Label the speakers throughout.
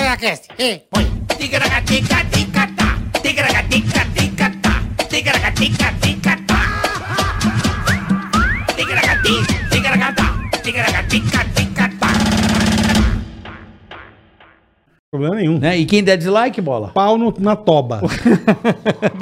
Speaker 1: Ticaracast, e põe. Ticaracatica, ticatá. Ticaracatica, ticatá. Ticaracatica, ticatá. Ticaracati, ticaracatá. Ticaracatica, ticatá.
Speaker 2: Problema nenhum.
Speaker 3: Né? E quem der dislike, bola?
Speaker 2: Pau no- na toba.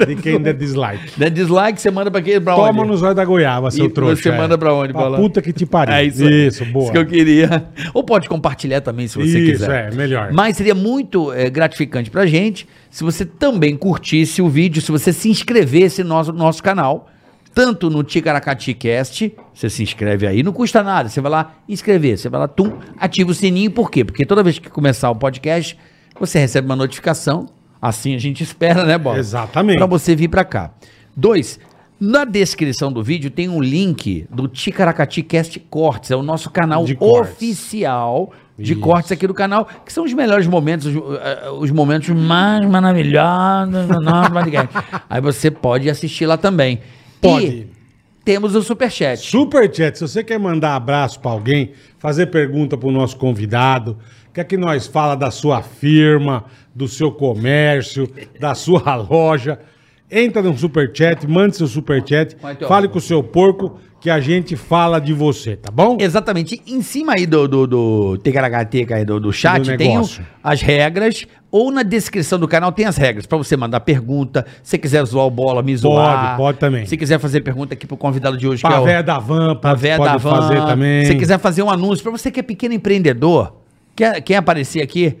Speaker 2: De quem der dislike.
Speaker 3: Der dislike, você manda pra quem? Pra
Speaker 2: Toma
Speaker 3: onde?
Speaker 2: no zóio da goiaba, seu
Speaker 3: E
Speaker 2: trouxa.
Speaker 3: você manda pra onde,
Speaker 2: Pra
Speaker 3: Bola?
Speaker 2: puta que te pariu.
Speaker 3: É isso aí.
Speaker 2: Isso, boa.
Speaker 3: Isso que eu queria. Ou pode compartilhar também, se você
Speaker 2: Isso,
Speaker 3: quiser.
Speaker 2: é, melhor.
Speaker 3: Mas seria muito é, gratificante pra gente se você também curtisse o vídeo, se você se inscrevesse no nosso, nosso canal, tanto no Ticaracati Cast, você se inscreve aí, não custa nada, você vai lá inscrever, você vai lá, tum, ativa o sininho, por quê? Porque toda vez que começar o podcast, você recebe uma notificação, assim a gente espera, né, Bola?
Speaker 2: Exatamente.
Speaker 3: Pra você vir pra cá. Dois, na descrição do vídeo tem um link do Ticaracati Cast Cortes, é o nosso canal
Speaker 2: De cortes.
Speaker 3: oficial de
Speaker 2: Isso.
Speaker 3: cortes aqui do canal, que são os melhores momentos, os, eh, os momentos mais maravilhosos do nosso podcast. Aí você pode assistir lá também.
Speaker 2: Pode.
Speaker 3: E temos o Superchat.
Speaker 2: Superchat, se você quer mandar abraço pra alguém, fazer pergunta pro nosso convidado, quer que nós fala da sua firma, do seu comércio, da sua loja, entra no Superchat, mande seu Superchat,
Speaker 3: Vai, Teo.
Speaker 2: fale com o seu porco que a gente fala de você, tá bom?
Speaker 3: Exatamente. Em cima aí do, do, do TKHTK aí do, do chat
Speaker 2: Do
Speaker 3: tem o-
Speaker 2: negócio.
Speaker 3: as regras. Ou na descrição do canal tem as regras pra você mandar pergunta. Se quiser zoar o bola, me zoar.
Speaker 2: pode também.
Speaker 3: Se quiser fazer pergunta aqui pro convidado de hoje,
Speaker 2: Pra
Speaker 3: que é
Speaker 2: véia
Speaker 3: o
Speaker 2: da van, pra
Speaker 3: Pavé
Speaker 2: pode
Speaker 3: da Van.
Speaker 2: fazer também.
Speaker 3: Se quiser fazer um anúncio pra você que é pequeno empreendedor, quer, quer aparecer aqui,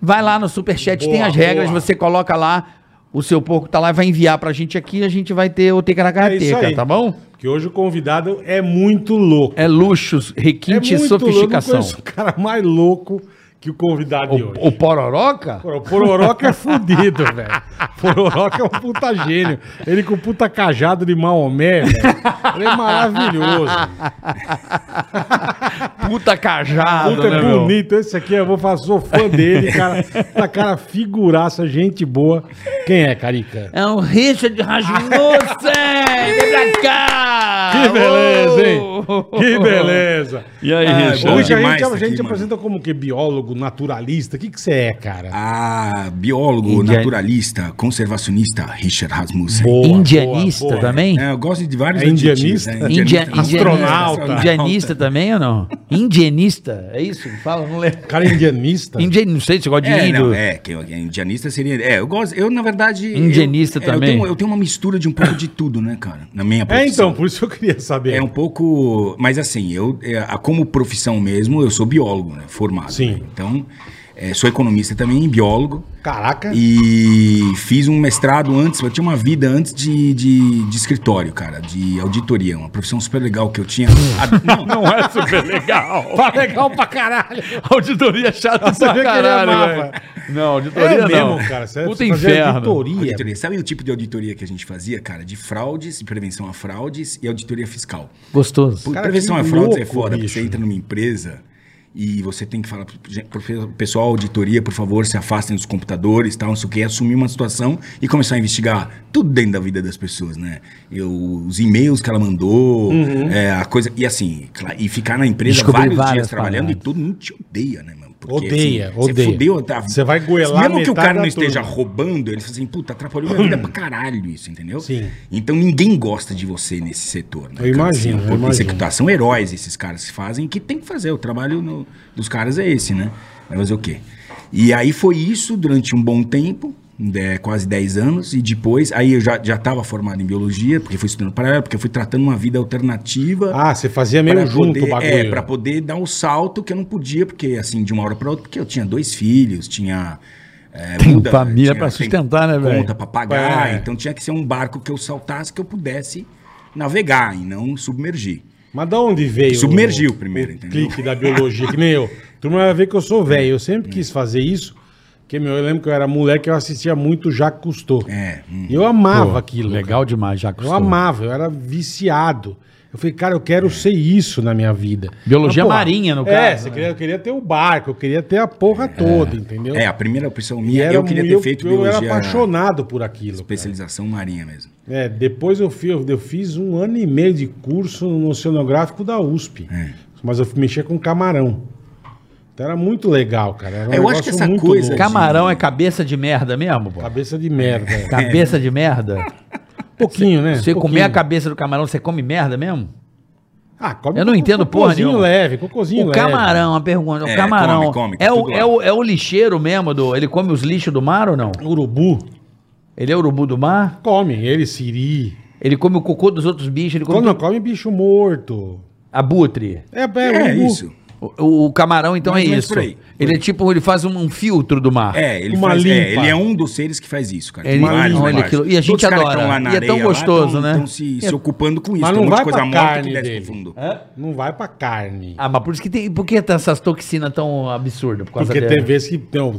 Speaker 3: vai lá no Superchat,
Speaker 2: Boa,
Speaker 3: tem as regras,
Speaker 2: boa.
Speaker 3: você coloca lá. O seu porco tá lá e vai enviar pra gente aqui, a gente vai ter o
Speaker 2: É isso
Speaker 3: Tecaracateca,
Speaker 2: aí.
Speaker 3: tá bom?
Speaker 2: Que hoje o convidado é muito louco. É
Speaker 3: É luxos, requinte e
Speaker 2: Louco. Eu
Speaker 3: sofisticação.
Speaker 2: não conheço o cara mais louco que o convidado de hoje.
Speaker 3: O, o Pororoca?
Speaker 2: Porra, O Pororoca é fudido, velho. Pororoca é um puta gênio. Ele com o puta cajado de Maomé, velho. Ele é maravilhoso.
Speaker 3: Puta cajado, né,
Speaker 2: Puta é
Speaker 3: meu?
Speaker 2: bonito. Esse aqui, eu vou falar, sou fã dele, cara. Tá cara figuraça, gente boa. Quem é, Carica?
Speaker 3: É o Richard Rasmussen! Vem pra cá!
Speaker 2: Que beleza, hein?
Speaker 3: Ô!
Speaker 2: Que beleza.
Speaker 3: E aí,
Speaker 2: Ah,
Speaker 3: Richard?
Speaker 2: bom, Richard, a
Speaker 4: Demais tá
Speaker 2: gente, a gente um
Speaker 4: aqui, mano.
Speaker 2: apresenta como que biólogo, naturalista. O que que você é, cara?
Speaker 4: Ah, biólogo,
Speaker 3: Indiana-
Speaker 4: naturalista, conservacionista, Richard Rasmussen.
Speaker 3: Indianista
Speaker 2: boa, boa.
Speaker 3: também?
Speaker 4: É, eu gosto de vários
Speaker 2: É indianista?
Speaker 4: adjetivos, né?
Speaker 3: India-
Speaker 2: Astronauta.
Speaker 3: indianista. Indianista também ou não? Indianista? É isso? que Fala, não lembro.
Speaker 2: Cara é indianista?
Speaker 3: Indian, não sei se gosta de
Speaker 4: É,
Speaker 3: índio.
Speaker 4: não, é, que eu- que indianista seria. É, eu gosto. Eu, na verdade.
Speaker 3: Indianista
Speaker 4: eu-
Speaker 3: também.
Speaker 4: Eu tenho, eu tenho uma mistura de um pouco de tudo, né, cara? Na minha
Speaker 2: É,
Speaker 4: profissão.
Speaker 2: então, por isso que eu queria saber.
Speaker 4: É um pouco. Mas assim, eu, é, a- como profissão mesmo, eu sou biólogo, né? Formado.
Speaker 2: Sim.
Speaker 4: né? Então, é, sou economista também, biólogo.
Speaker 2: Caraca.
Speaker 4: E fiz um mestrado antes, eu tinha uma vida antes de, de, de escritório, cara, de auditoria, uma profissão super legal que eu tinha. A- não,
Speaker 3: Não é super legal.
Speaker 2: Tá legal pra caralho.
Speaker 3: auditoria chata
Speaker 2: Você vê que
Speaker 3: pra
Speaker 2: ele
Speaker 3: caralho,
Speaker 2: amava.
Speaker 3: velho. Não,
Speaker 2: É
Speaker 3: auditoria não.
Speaker 2: mesmo, cara.
Speaker 4: é
Speaker 2: Você
Speaker 3: Puta
Speaker 2: você fazia
Speaker 3: inferno.
Speaker 2: Auditoria.
Speaker 4: auditoria. Sabe o tipo de auditoria que a gente fazia, cara? De fraudes, de prevenção a fraudes e auditoria fiscal.
Speaker 3: Gostoso.
Speaker 4: Pô,
Speaker 2: Cara,
Speaker 4: prevenção
Speaker 2: que
Speaker 4: a fraudes é
Speaker 2: louco,
Speaker 4: foda, porque
Speaker 2: bicho.
Speaker 4: você entra numa empresa e você tem que falar pro gen- pro pe- pessoal, auditoria, por favor, se afastem dos computadores, tal, não sei o que, assumir uma situação e começar a investigar tudo dentro da vida das pessoas, né? Eu, os e-mails que ela mandou,
Speaker 2: Uhum.
Speaker 4: é, a coisa. E assim, cla- e ficar na empresa
Speaker 3: Descobrir
Speaker 4: vários
Speaker 3: várias
Speaker 4: dias trabalhando
Speaker 3: paradas.
Speaker 4: e todo mundo te odeia, né, mano? Porque,
Speaker 2: Odeia,
Speaker 4: assim,
Speaker 2: odeia.
Speaker 4: Você fudeu, tá?
Speaker 2: Você vai goelar
Speaker 4: Mesmo que o
Speaker 2: metade
Speaker 4: cara
Speaker 2: da
Speaker 4: não esteja
Speaker 2: turma.
Speaker 4: roubando, ele fala assim, puta, atrapalhou minha vida pra caralho isso, entendeu?
Speaker 2: Sim.
Speaker 4: Então ninguém gosta de você nesse setor, né?
Speaker 2: Eu imagino, eu
Speaker 4: porque você
Speaker 2: imagino.
Speaker 4: tá, são heróis esses caras que fazem, que tem que fazer. O trabalho no- dos caras é esse, né? Vai fazer o quê? E aí foi isso durante um bom tempo, né, quase 10 anos, e depois, aí eu já, já tava formado em biologia, porque fui estudando paralelo, porque eu fui tratando uma vida alternativa.
Speaker 2: Ah, você fazia meio
Speaker 4: pra
Speaker 2: junto
Speaker 4: poder,
Speaker 2: o bagulho.
Speaker 4: É, pra poder dar um salto que eu não podia, porque assim, de uma hora pra outra, porque eu tinha dois filhos, tinha... é,
Speaker 3: Tem família pra
Speaker 4: tem
Speaker 3: sustentar, né, velho?
Speaker 4: Conta pra pagar,
Speaker 2: É.
Speaker 4: então tinha que ser um barco que eu saltasse, que eu pudesse navegar e não submergir.
Speaker 2: Mas da onde veio?
Speaker 4: Submergiu
Speaker 2: o-
Speaker 4: primeiro,
Speaker 2: o
Speaker 4: entendeu?
Speaker 2: clique da biologia, que nem eu. Turma vai ver que eu sou velho. Eu sempre
Speaker 4: É.
Speaker 2: quis fazer isso. Porque, meu, eu lembro que eu era moleque, eu assistia muito Jacques Cousteau.
Speaker 4: É, hum.
Speaker 2: E eu amava aquilo. cara.
Speaker 3: Legal demais, Jacques.
Speaker 2: Eu amava, eu era viciado. Eu falei, cara, eu quero ser isso na minha vida.
Speaker 3: Biologia
Speaker 2: porra,
Speaker 3: marinha, no
Speaker 2: É,
Speaker 3: caso,
Speaker 2: você
Speaker 3: né?
Speaker 2: queria, eu queria ter o barco, eu queria ter a porra toda, entendeu?
Speaker 4: É, a primeira opção
Speaker 2: E
Speaker 4: minha,
Speaker 2: era um
Speaker 4: eu queria ter feito
Speaker 2: eu
Speaker 4: biologia,
Speaker 2: era apaixonado por aquilo. cara.
Speaker 4: especialização marinha mesmo.
Speaker 2: É, depois eu fiz, eu fiz um ano e meio
Speaker 4: É.
Speaker 2: de curso no oceanográfico da USP. Mas eu fui mexer com camarão. Então era muito legal, cara. Era um
Speaker 4: É, Eu acho que
Speaker 2: negócio
Speaker 4: essa
Speaker 2: muito
Speaker 4: coisa
Speaker 2: louco.
Speaker 4: de-
Speaker 3: Camarão é cabeça de merda mesmo, pô?
Speaker 2: Cabeça de merda. é.
Speaker 3: Cabeça de merda?
Speaker 2: Pouquinho,
Speaker 4: É,
Speaker 2: né?
Speaker 3: Você
Speaker 4: um
Speaker 2: Pouquinho.
Speaker 3: comer a cabeça do camarão, você come merda mesmo?
Speaker 2: Ah, come
Speaker 3: Eu não
Speaker 2: co-
Speaker 3: entendo porra
Speaker 2: cocôzinho
Speaker 3: nenhuma.
Speaker 2: leve, cocôzinho
Speaker 3: o
Speaker 2: leve.
Speaker 3: camarão, a pergunta. O
Speaker 4: É,
Speaker 3: camarão.
Speaker 4: come, come,
Speaker 3: é, o,
Speaker 4: tudo lá.
Speaker 3: é, o, é o lixeiro mesmo? Do, ele come os lixos do mar ou não?
Speaker 2: Urubu.
Speaker 3: Ele é urubu do mar?
Speaker 2: Come, ele, siri.
Speaker 3: Ele come o cocô dos outros bichos? Ele come
Speaker 2: Come, não, come bicho morto.
Speaker 3: abutre?
Speaker 2: É, é,
Speaker 4: É
Speaker 2: urubu.
Speaker 4: isso.
Speaker 3: O, o camarão, então,
Speaker 4: Mais
Speaker 3: é
Speaker 4: ou menos
Speaker 3: isso.
Speaker 4: por aí.
Speaker 3: Ele é tipo, ele faz um, um filtro do mar.
Speaker 4: É, ele
Speaker 2: Uma
Speaker 4: faz,
Speaker 2: limpa.
Speaker 4: é, ele é um dos seres que faz isso, cara. Tem
Speaker 3: Ele-
Speaker 4: vários,
Speaker 3: olha
Speaker 4: vários.
Speaker 3: aquilo. E a gente
Speaker 4: Todos os caras que
Speaker 3: adora.
Speaker 4: tão lá na
Speaker 3: E é tão
Speaker 4: areia lá,
Speaker 3: gostoso,
Speaker 4: tão-
Speaker 3: né?
Speaker 4: tão se, se ocupando com isso.
Speaker 2: Mas
Speaker 4: Tem
Speaker 2: não
Speaker 4: um monte de
Speaker 2: vai
Speaker 4: coisa
Speaker 2: pra
Speaker 4: morta que
Speaker 2: carne
Speaker 4: desce
Speaker 2: dele.
Speaker 4: pro fundo.
Speaker 2: Não vai pra carne.
Speaker 3: Ah, mas por isso que tem. Por que tem essas toxinas tão absurdas? Por causa
Speaker 2: Porque
Speaker 3: dela?
Speaker 2: tem vezes que tem ó,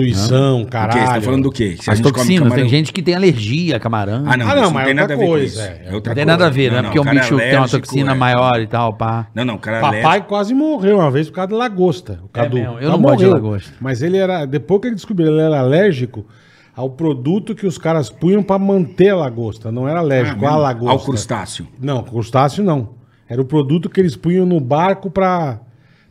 Speaker 2: poluição,
Speaker 4: Porque
Speaker 2: caralho.
Speaker 4: vocês estão tá falando do quê? Que se a
Speaker 3: As
Speaker 4: gente come
Speaker 3: toxinas,
Speaker 4: camarão-
Speaker 3: tem gente que tem alergia a camarão.
Speaker 4: Ah, não, isso
Speaker 2: Ah, não,
Speaker 4: não,
Speaker 2: mas
Speaker 4: tem
Speaker 2: é outra
Speaker 4: nada a ver com
Speaker 2: coisa,
Speaker 4: isso.
Speaker 2: é.
Speaker 4: É outra
Speaker 3: Não tem
Speaker 4: coisa.
Speaker 3: nada a
Speaker 4: Não,
Speaker 3: ver, né?
Speaker 4: não,
Speaker 3: Porque é um
Speaker 4: cara
Speaker 3: bicho que tem uma
Speaker 4: alérgico,
Speaker 3: toxina
Speaker 4: é.
Speaker 3: maior e tal, pá.
Speaker 4: Não, não, o cara
Speaker 2: Papai
Speaker 4: alérgico.
Speaker 2: quase morreu uma vez por causa de lagosta. O Cadu.
Speaker 3: É mesmo,
Speaker 2: Mas
Speaker 3: eu não gosto de lagosta.
Speaker 2: Mas ele era. Depois que ele descobriu, ele era alérgico ao produto que os caras punham pra manter a lagosta. Não era alérgico à lagosta.
Speaker 4: Ah, Ao crustáceo.
Speaker 2: Não, crustáceo não. Era o produto que eles punham no barco pra.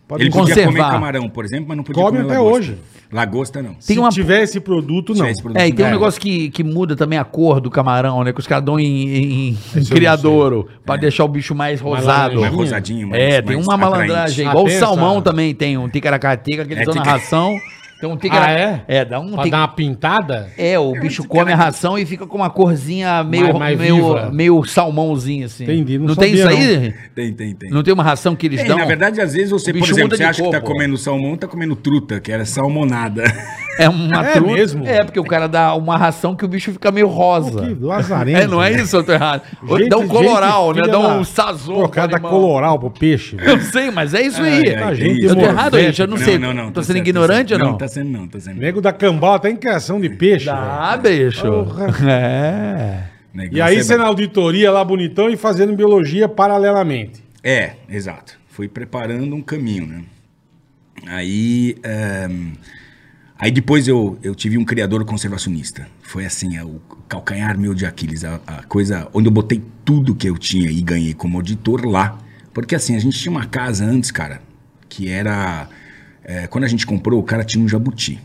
Speaker 2: pra
Speaker 4: Ele
Speaker 2: não-
Speaker 3: cons-
Speaker 4: podia comer
Speaker 3: Conservar.
Speaker 4: camarão, por exemplo, mas não podia
Speaker 2: Come
Speaker 4: comer
Speaker 2: até
Speaker 4: lagosta.
Speaker 2: hoje.
Speaker 4: Lagosta não.
Speaker 3: Tem
Speaker 2: Se
Speaker 3: uma-
Speaker 2: tiver esse produto,
Speaker 4: Se
Speaker 2: não.
Speaker 4: tiver esse produto.
Speaker 3: É, e tem um
Speaker 4: É.
Speaker 3: negócio que, que muda também a cor do camarão, né? Que os caras dão em, em- em
Speaker 2: Esse eu
Speaker 3: criadouro pra
Speaker 4: É.
Speaker 3: deixar o bicho mais rosado.
Speaker 4: Mais
Speaker 2: laranjinha.
Speaker 4: rosadinho, mais-
Speaker 3: é, tem
Speaker 4: mais
Speaker 3: uma
Speaker 4: atraente.
Speaker 3: malandragem.
Speaker 2: Ah,
Speaker 3: Igual o
Speaker 2: tem
Speaker 3: salmão
Speaker 2: essa?
Speaker 3: também tem um ticaracateca que eles
Speaker 4: É,
Speaker 3: dão na
Speaker 4: tica-
Speaker 3: ração. Tem um ticaraca...
Speaker 2: Ah, é?
Speaker 3: É, dá um
Speaker 2: Pra
Speaker 3: tic-
Speaker 2: dar uma pintada?
Speaker 3: É, o
Speaker 4: um
Speaker 3: bicho come a ração e fica com uma corzinha meio,
Speaker 2: mais viva.
Speaker 3: meio, meio salmãozinho, assim.
Speaker 2: Entendi, não
Speaker 3: Não, tem isso
Speaker 2: sabia,
Speaker 3: aí?
Speaker 4: Tem, tem, tem.
Speaker 3: Não tem uma ração que eles
Speaker 4: Tem,
Speaker 3: dão?
Speaker 4: na verdade, às vezes você,
Speaker 3: O
Speaker 4: por
Speaker 3: bicho muda
Speaker 4: exemplo, você
Speaker 3: de
Speaker 4: acha que tá
Speaker 3: cor, pô.
Speaker 4: comendo salmão, tá comendo truta, que era salmonada.
Speaker 3: É uma
Speaker 2: É
Speaker 3: truta.
Speaker 2: mesmo?
Speaker 3: É, porque o cara dá uma ração que o bicho fica meio rosa.
Speaker 2: Que lazarento.
Speaker 3: É, não é
Speaker 2: né?
Speaker 3: isso, eu tô errado. Ou
Speaker 2: Gente-
Speaker 3: dá um coloral,
Speaker 2: gente
Speaker 3: né?
Speaker 2: filha
Speaker 3: Dá
Speaker 2: da-
Speaker 3: um sazon.
Speaker 2: Pô, cara,
Speaker 3: pro
Speaker 2: dá
Speaker 3: animal.
Speaker 2: coloral pro peixe. velho.
Speaker 3: Eu sei, mas é isso aí.
Speaker 4: tem
Speaker 2: ai, gente,
Speaker 4: isso.
Speaker 3: Eu tô errado,
Speaker 2: Morvete.
Speaker 3: gente. Eu não, sei. tô
Speaker 4: tá
Speaker 3: sendo
Speaker 4: certo, tá
Speaker 3: ignorante ou
Speaker 4: certo.
Speaker 3: não?
Speaker 4: Não, tá sendo não, tá sendo.
Speaker 2: Nego da cambal até em criação de peixe. velho.
Speaker 3: Ah, bicho. É.
Speaker 4: Negócio
Speaker 2: E aí
Speaker 4: é
Speaker 2: você na
Speaker 4: brabo.
Speaker 2: auditoria lá bonitão e fazendo biologia paralelamente.
Speaker 4: É, exato. Fui preparando um caminho, né? Aí. ehm, Aí depois eu, eu tive um criador conservacionista. Foi assim, é o calcanhar meu de Aquiles, a, a coisa onde eu botei tudo que eu tinha e ganhei como auditor lá. Porque assim, a gente tinha uma casa antes, cara, que era. é, quando a gente comprou, o cara tinha um jabuti.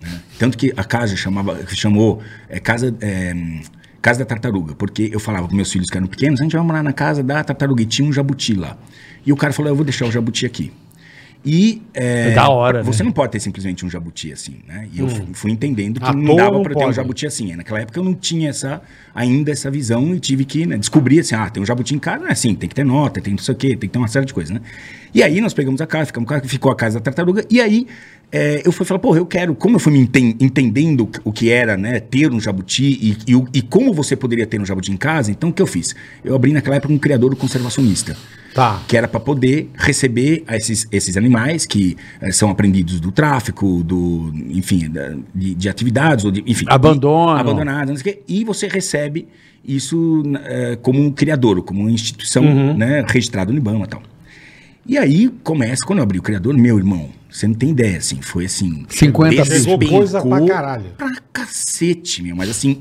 Speaker 4: né? Tanto que a casa chamava, chamou é, casa, é, hum, casa da Tartaruga, porque eu falava para meus filhos que eram pequenos, a gente vai morar na casa da tartaruga e tinha um jabuti lá. E o cara falou, eu vou deixar o jabuti aqui. E é,
Speaker 3: Da hora,
Speaker 4: você
Speaker 3: né?
Speaker 4: não pode ter simplesmente um jabuti assim, né? E eu fu- fui entendendo que
Speaker 2: À
Speaker 4: não
Speaker 2: toa
Speaker 4: dava
Speaker 2: não
Speaker 4: para ter um
Speaker 2: pode.
Speaker 4: jabuti assim. Naquela época eu não tinha essa, ainda essa visão e tive que né, descobrir assim, ah, tem um jabuti em casa, é assim, tem que ter nota, tem não sei o quê, tem que ter uma série de coisas, né? E aí nós pegamos a casa, ficamos com a, ficou a casa da tartaruga, e aí é, eu fui falar, pô, eu quero, como eu fui me enten- entendendo o que era, né, ter um jabuti e, e o- e como você poderia ter um jabuti em casa, então o que eu fiz? Eu abri naquela época um criador conservacionista
Speaker 2: Tá.
Speaker 4: que era para poder receber esses, esses animais que eh, são apreendidos do tráfico, do, enfim, da- de, de atividades, ou de, enfim.
Speaker 3: Abandono.
Speaker 4: E, abandonados, não sei o quê. E você recebe isso na- eh, como um criador, como uma instituição né, registrada no Ibama e tal. E aí começa, quando eu abri o criador, meu irmão, você não tem ideia, assim, foi assim...
Speaker 3: 50
Speaker 4: despencou
Speaker 2: Pegou coisa pra caralho.
Speaker 4: Pra cacete, meu, mas assim,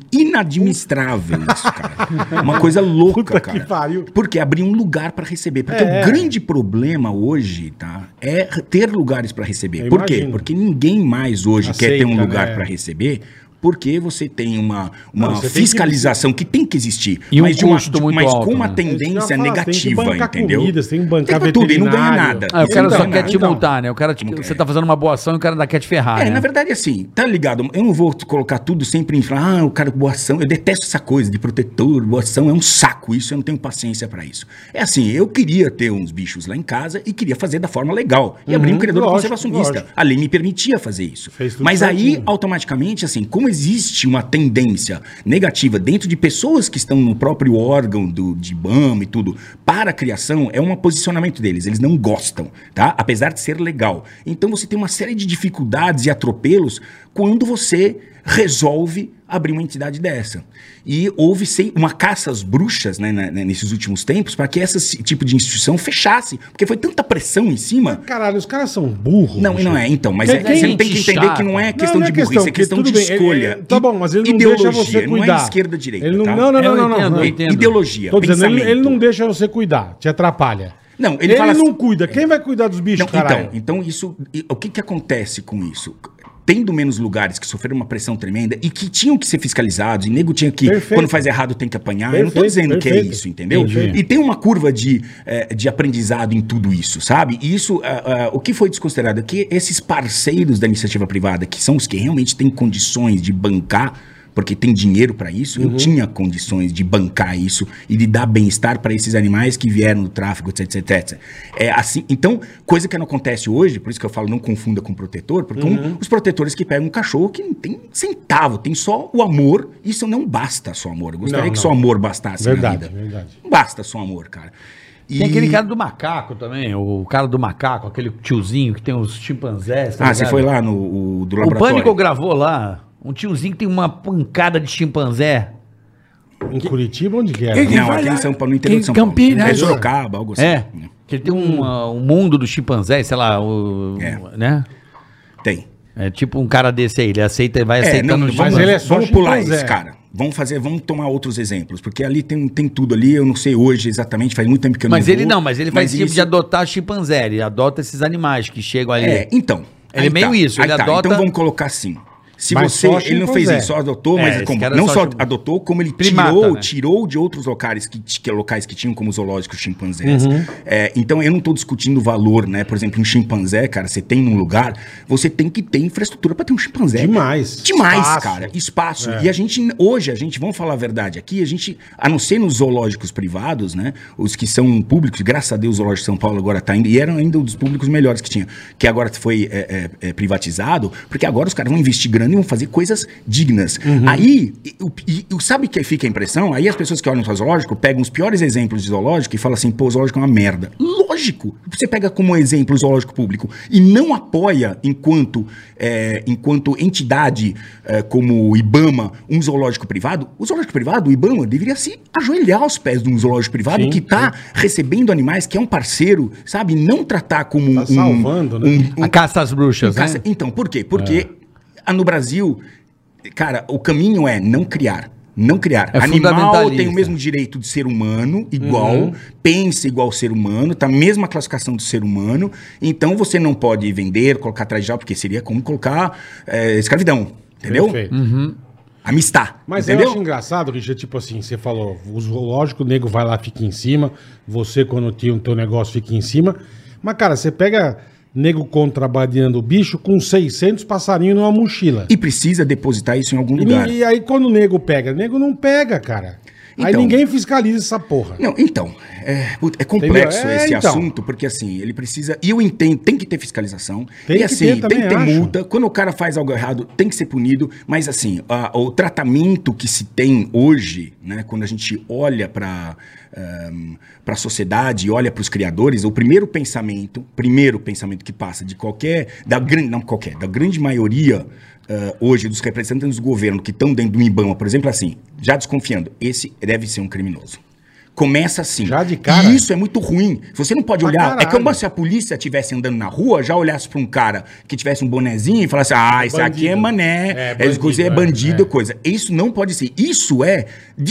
Speaker 4: inadministrável isso, cara. Uma coisa louca,
Speaker 2: Puta que
Speaker 4: cara.
Speaker 2: pariu.
Speaker 4: Porque abrir um lugar pra receber. Porque
Speaker 2: É.
Speaker 4: o grande problema hoje, tá? É ter lugares pra receber.
Speaker 2: Eu
Speaker 4: Por quê?
Speaker 2: imagino.
Speaker 4: Porque ninguém mais hoje quer ter um
Speaker 2: Aceita,
Speaker 4: lugar
Speaker 2: né?
Speaker 4: pra receber. Porque você tem uma, uma
Speaker 2: Não, você tem que-
Speaker 4: fiscalização que... tem que existir,
Speaker 3: E um
Speaker 4: de uma-
Speaker 3: custo
Speaker 4: de-
Speaker 3: muito
Speaker 4: mas
Speaker 3: alto,
Speaker 4: com uma
Speaker 3: né?
Speaker 2: É Eu
Speaker 4: tendência
Speaker 2: ia falar, tem que
Speaker 4: negativa,
Speaker 2: bancar
Speaker 4: entendeu?
Speaker 2: comidas, tem que bancar
Speaker 4: pra tudo e não ganha
Speaker 2: veterinário.
Speaker 4: nada. Então,
Speaker 3: Ah, o
Speaker 4: Isso
Speaker 3: cara
Speaker 4: não
Speaker 2: Então,
Speaker 3: só
Speaker 4: ganha
Speaker 3: quer
Speaker 4: nada.
Speaker 3: te multar, né? O cara te-
Speaker 4: Multa,
Speaker 3: você
Speaker 4: é.
Speaker 3: tá fazendo uma boa ação e o cara ainda quer te ferrar,
Speaker 4: É,
Speaker 3: né?
Speaker 4: na verdade, assim, tá ligado? Eu não vou colocar tudo sempre em falar, ah, o cara, boa ação. Eu detesto essa coisa de protetor, boa ação, é um saco isso, eu não tenho paciência pra isso. É assim, eu queria ter uns bichos lá em casa e queria fazer da forma legal. E abrir um criador
Speaker 2: lógico,
Speaker 4: conservacionista.
Speaker 2: lógico.
Speaker 4: A lei me permitia fazer isso.
Speaker 2: Fez tudo
Speaker 4: Mas aí,
Speaker 2: certinho.
Speaker 4: automaticamente, assim, como existe uma tendência negativa dentro de pessoas que estão no próprio órgão do, de BAM e tudo, para a criação, é um posicionamento deles. Eles não gostam, tá? Apesar de ser legal. Então você tem uma série de dificuldades e atropelos quando você resolve abrir uma entidade dessa. E houve sem- uma caça às bruxas né, na- na- nesses últimos tempos para que esse tipo de instituição fechasse. Porque foi tanta pressão em cima.
Speaker 2: Caralho, os caras são burros.
Speaker 4: Não, e não é, então, mas é-
Speaker 2: Tem
Speaker 4: você não tem que
Speaker 3: gente
Speaker 4: entender
Speaker 3: chata.
Speaker 4: que não é
Speaker 2: Não,
Speaker 4: questão
Speaker 2: não é
Speaker 4: de burrice, é
Speaker 2: porque
Speaker 4: questão de
Speaker 2: tudo bem, ele-
Speaker 4: escolha.
Speaker 2: ele- tá bom, mas ele não
Speaker 4: Ideologia,
Speaker 2: deixa você cuidar.
Speaker 4: Não é esquerda direita,
Speaker 2: Ele não,
Speaker 4: tá?
Speaker 2: não, não,
Speaker 3: Eu
Speaker 2: não, não,
Speaker 3: entendo,
Speaker 2: não.
Speaker 3: eu entendo.
Speaker 4: Ideologia,
Speaker 2: Tô dizendo, ele, ele não
Speaker 4: pensamento.
Speaker 2: deixa você cuidar, te atrapalha.
Speaker 4: Não, ele,
Speaker 2: Ele,
Speaker 4: fala
Speaker 2: não
Speaker 4: assim-
Speaker 2: cuida. Quem vai cuidar dos bichos,
Speaker 4: Não,
Speaker 2: caralho?
Speaker 4: então, então isso, e- o que que acontece com isso? Tendo menos lugares que sofreram uma pressão tremenda e que tinham que ser fiscalizados, e nego tinha que,
Speaker 2: Perfeito.
Speaker 4: quando faz errado, tem que apanhar. Eu não tô
Speaker 2: Perfeito,
Speaker 4: dizendo que é
Speaker 2: perfeito.
Speaker 4: isso, entendeu?
Speaker 2: Entendi.
Speaker 4: E tem uma curva de, eh, de aprendizado em tudo isso, sabe? E isso, ah, ah, o que foi desconsiderado é que esses parceiros da iniciativa privada, que são os que realmente têm condições de bancar, porque tem dinheiro para isso,
Speaker 2: Uhum.
Speaker 4: eu tinha condições de bancar isso e de dar bem-estar para esses animais que vieram do tráfico, etc, etc, etc. É assim, então, coisa que não acontece hoje, por isso que eu falo não confunda com protetor, porque um-
Speaker 2: Uhum.
Speaker 4: os protetores que pegam um cachorro que não tem centavo, tem só o amor, isso não basta só amor. Eu gostaria
Speaker 2: Não,
Speaker 4: que
Speaker 2: não.
Speaker 4: só amor bastasse na
Speaker 2: Verdade,
Speaker 4: vida.
Speaker 2: verdade.
Speaker 4: Não basta só amor, cara. E-
Speaker 3: Tem aquele cara do macaco também, o cara do macaco, aquele tiozinho que tem os chimpanzés. tá
Speaker 4: Ah,
Speaker 3: ligado?
Speaker 4: você foi lá no o, do
Speaker 3: O
Speaker 4: laboratório?
Speaker 3: Pânico gravou lá um tiozinho que tem uma pancada de chimpanzé.
Speaker 2: Em Curitiba, onde que era? Tá
Speaker 5: Ele-
Speaker 4: Não,
Speaker 5: Vai
Speaker 4: aqui
Speaker 5: lá,
Speaker 4: em São Paulo, no interior
Speaker 5: em
Speaker 4: de São Paulo.
Speaker 5: Campinas.
Speaker 4: É Sorocaba, algo assim.
Speaker 3: né? É. Que ele tem um, ah, um mundo dos chimpanzés, sei lá, o,
Speaker 4: É.
Speaker 3: né?
Speaker 4: Tem.
Speaker 3: É tipo um cara desse aí, ele aceita e vai
Speaker 4: É, não,
Speaker 3: aceitando
Speaker 4: não,
Speaker 3: os
Speaker 4: vamos,
Speaker 2: Mas ele é só
Speaker 4: vamos pular
Speaker 2: chimpanzé.
Speaker 4: esse cara. Vamos fazer, vamos tomar outros exemplos, porque ali tem, tem tudo ali, eu não sei hoje exatamente, faz muito tempo que eu
Speaker 3: Mas
Speaker 4: não
Speaker 3: ele
Speaker 4: vou,
Speaker 3: não, mas ele faz tipo
Speaker 4: isso-
Speaker 3: de adotar chimpanzé, ele adota esses animais que chegam ali.
Speaker 4: É, então.
Speaker 3: Ele
Speaker 4: aí
Speaker 3: é meio isso,
Speaker 4: aí
Speaker 3: ele adota-
Speaker 4: Então vamos colocar assim. Se
Speaker 2: Mas
Speaker 4: você,
Speaker 2: só
Speaker 4: ele não fez
Speaker 2: chimpanzé.
Speaker 4: isso, só adotou,
Speaker 3: É,
Speaker 4: mas
Speaker 3: esse
Speaker 4: como,
Speaker 3: cara
Speaker 4: não
Speaker 3: só
Speaker 4: só
Speaker 3: chim-
Speaker 4: adotou, como ele
Speaker 3: Primata,
Speaker 4: tirou,
Speaker 3: né?
Speaker 4: tirou de outros locais que, ti- que locais que tinham como zoológicos chimpanzés.
Speaker 2: Uhum.
Speaker 4: É, então eu não estou discutindo o valor, né? Por exemplo, um chimpanzé, cara, você tem num lugar, você tem que ter infraestrutura para ter um chimpanzé.
Speaker 2: Demais.
Speaker 4: Demais,
Speaker 2: Espaço.
Speaker 4: cara. É. Espaço. E a gente, hoje, a gente, vamos falar a verdade aqui, a gente, a não ser nos zoológicos privados, né? Os que são públicos, graças a Deus o Zoológico de São Paulo agora tá indo, e eram ainda um dos públicos melhores que tinha, que agora foi é, é, é, privatizado, porque agora os caras vão investir grana e vão fazer coisas dignas. Aí, e, o- e- e sabe que fica a impressão? Aí as pessoas que olham para zoológico pegam os piores exemplos de zoológico e falam assim, pô, o zoológico é uma merda. Lógico! Você pega como exemplo o zoológico público e não apoia enquanto, é, enquanto entidade é, como o Ibama, um zoológico privado, o zoológico privado, o Ibama, deveria se ajoelhar aos pés de um zoológico privado que está recebendo animais, que é um parceiro, sabe? Não tratar como
Speaker 2: Tá
Speaker 4: um,
Speaker 2: salvando, né?
Speaker 3: A caça às bruxas, né? É.
Speaker 4: Caça- Então, por quê? Porque ah, no Brasil, cara, o caminho é não criar. Não criar.
Speaker 3: É
Speaker 4: Animal
Speaker 3: fundamentalista. Uhum.
Speaker 4: tem o mesmo direito de ser humano, igual, pensa igual ao ser humano, tá a mesma classificação do ser humano. Então você não pode vender, colocar atrás de jaula, porque seria como colocar eh, escravidão. Entendeu?
Speaker 2: Perfeito.
Speaker 4: Amistar.
Speaker 2: Mas eu
Speaker 4: entendeu?
Speaker 2: acho engraçado, Richard, tipo assim, você falou, o zoológico, o nego vai lá, fica em cima, você quando tinha o teu negócio fica em cima, mas cara, você pega nego contrabandeando o bicho com 600 passarinhos numa mochila.
Speaker 4: E precisa depositar isso em algum
Speaker 2: E,
Speaker 4: lugar.
Speaker 2: ni- e aí quando o nego pega, o nego não pega, cara. aí
Speaker 4: Então.
Speaker 2: ninguém fiscaliza essa porra.
Speaker 4: Não, então, é, puta, é complexo
Speaker 2: Entendeu? É,
Speaker 4: esse
Speaker 2: então.
Speaker 4: assunto, porque assim, ele precisa. E eu entendo, tem que ter fiscalização.
Speaker 2: Tem
Speaker 4: e
Speaker 2: que
Speaker 4: assim,
Speaker 2: ter,
Speaker 4: tem
Speaker 2: também
Speaker 4: que ter
Speaker 2: acho.
Speaker 4: multa. Quando o cara faz algo errado, tem que ser punido. Mas assim, a- o tratamento que se tem hoje, né, quando a gente olha para para a sociedade e olha para os criadores, o primeiro pensamento, primeiro pensamento que passa de qualquer, da grande, não qualquer, da grande maioria ah, hoje dos representantes do governo que estão dentro do IBAMA, por exemplo, é assim, já desconfiando, esse deve ser um criminoso. Começa assim.
Speaker 2: Já de cara?
Speaker 4: E isso é muito ruim. Você não pode
Speaker 2: Pra
Speaker 4: olhar. É
Speaker 2: caralho.
Speaker 4: como se a polícia estivesse andando na rua, já olhasse para um cara que tivesse um bonezinho e falasse: Ah, isso aqui é
Speaker 2: bandido.
Speaker 4: mané,
Speaker 2: É,
Speaker 4: é,
Speaker 2: bandido,
Speaker 4: bandido, é
Speaker 2: é,
Speaker 4: bandido
Speaker 2: é.
Speaker 4: coisa. Isso não pode ser. Isso é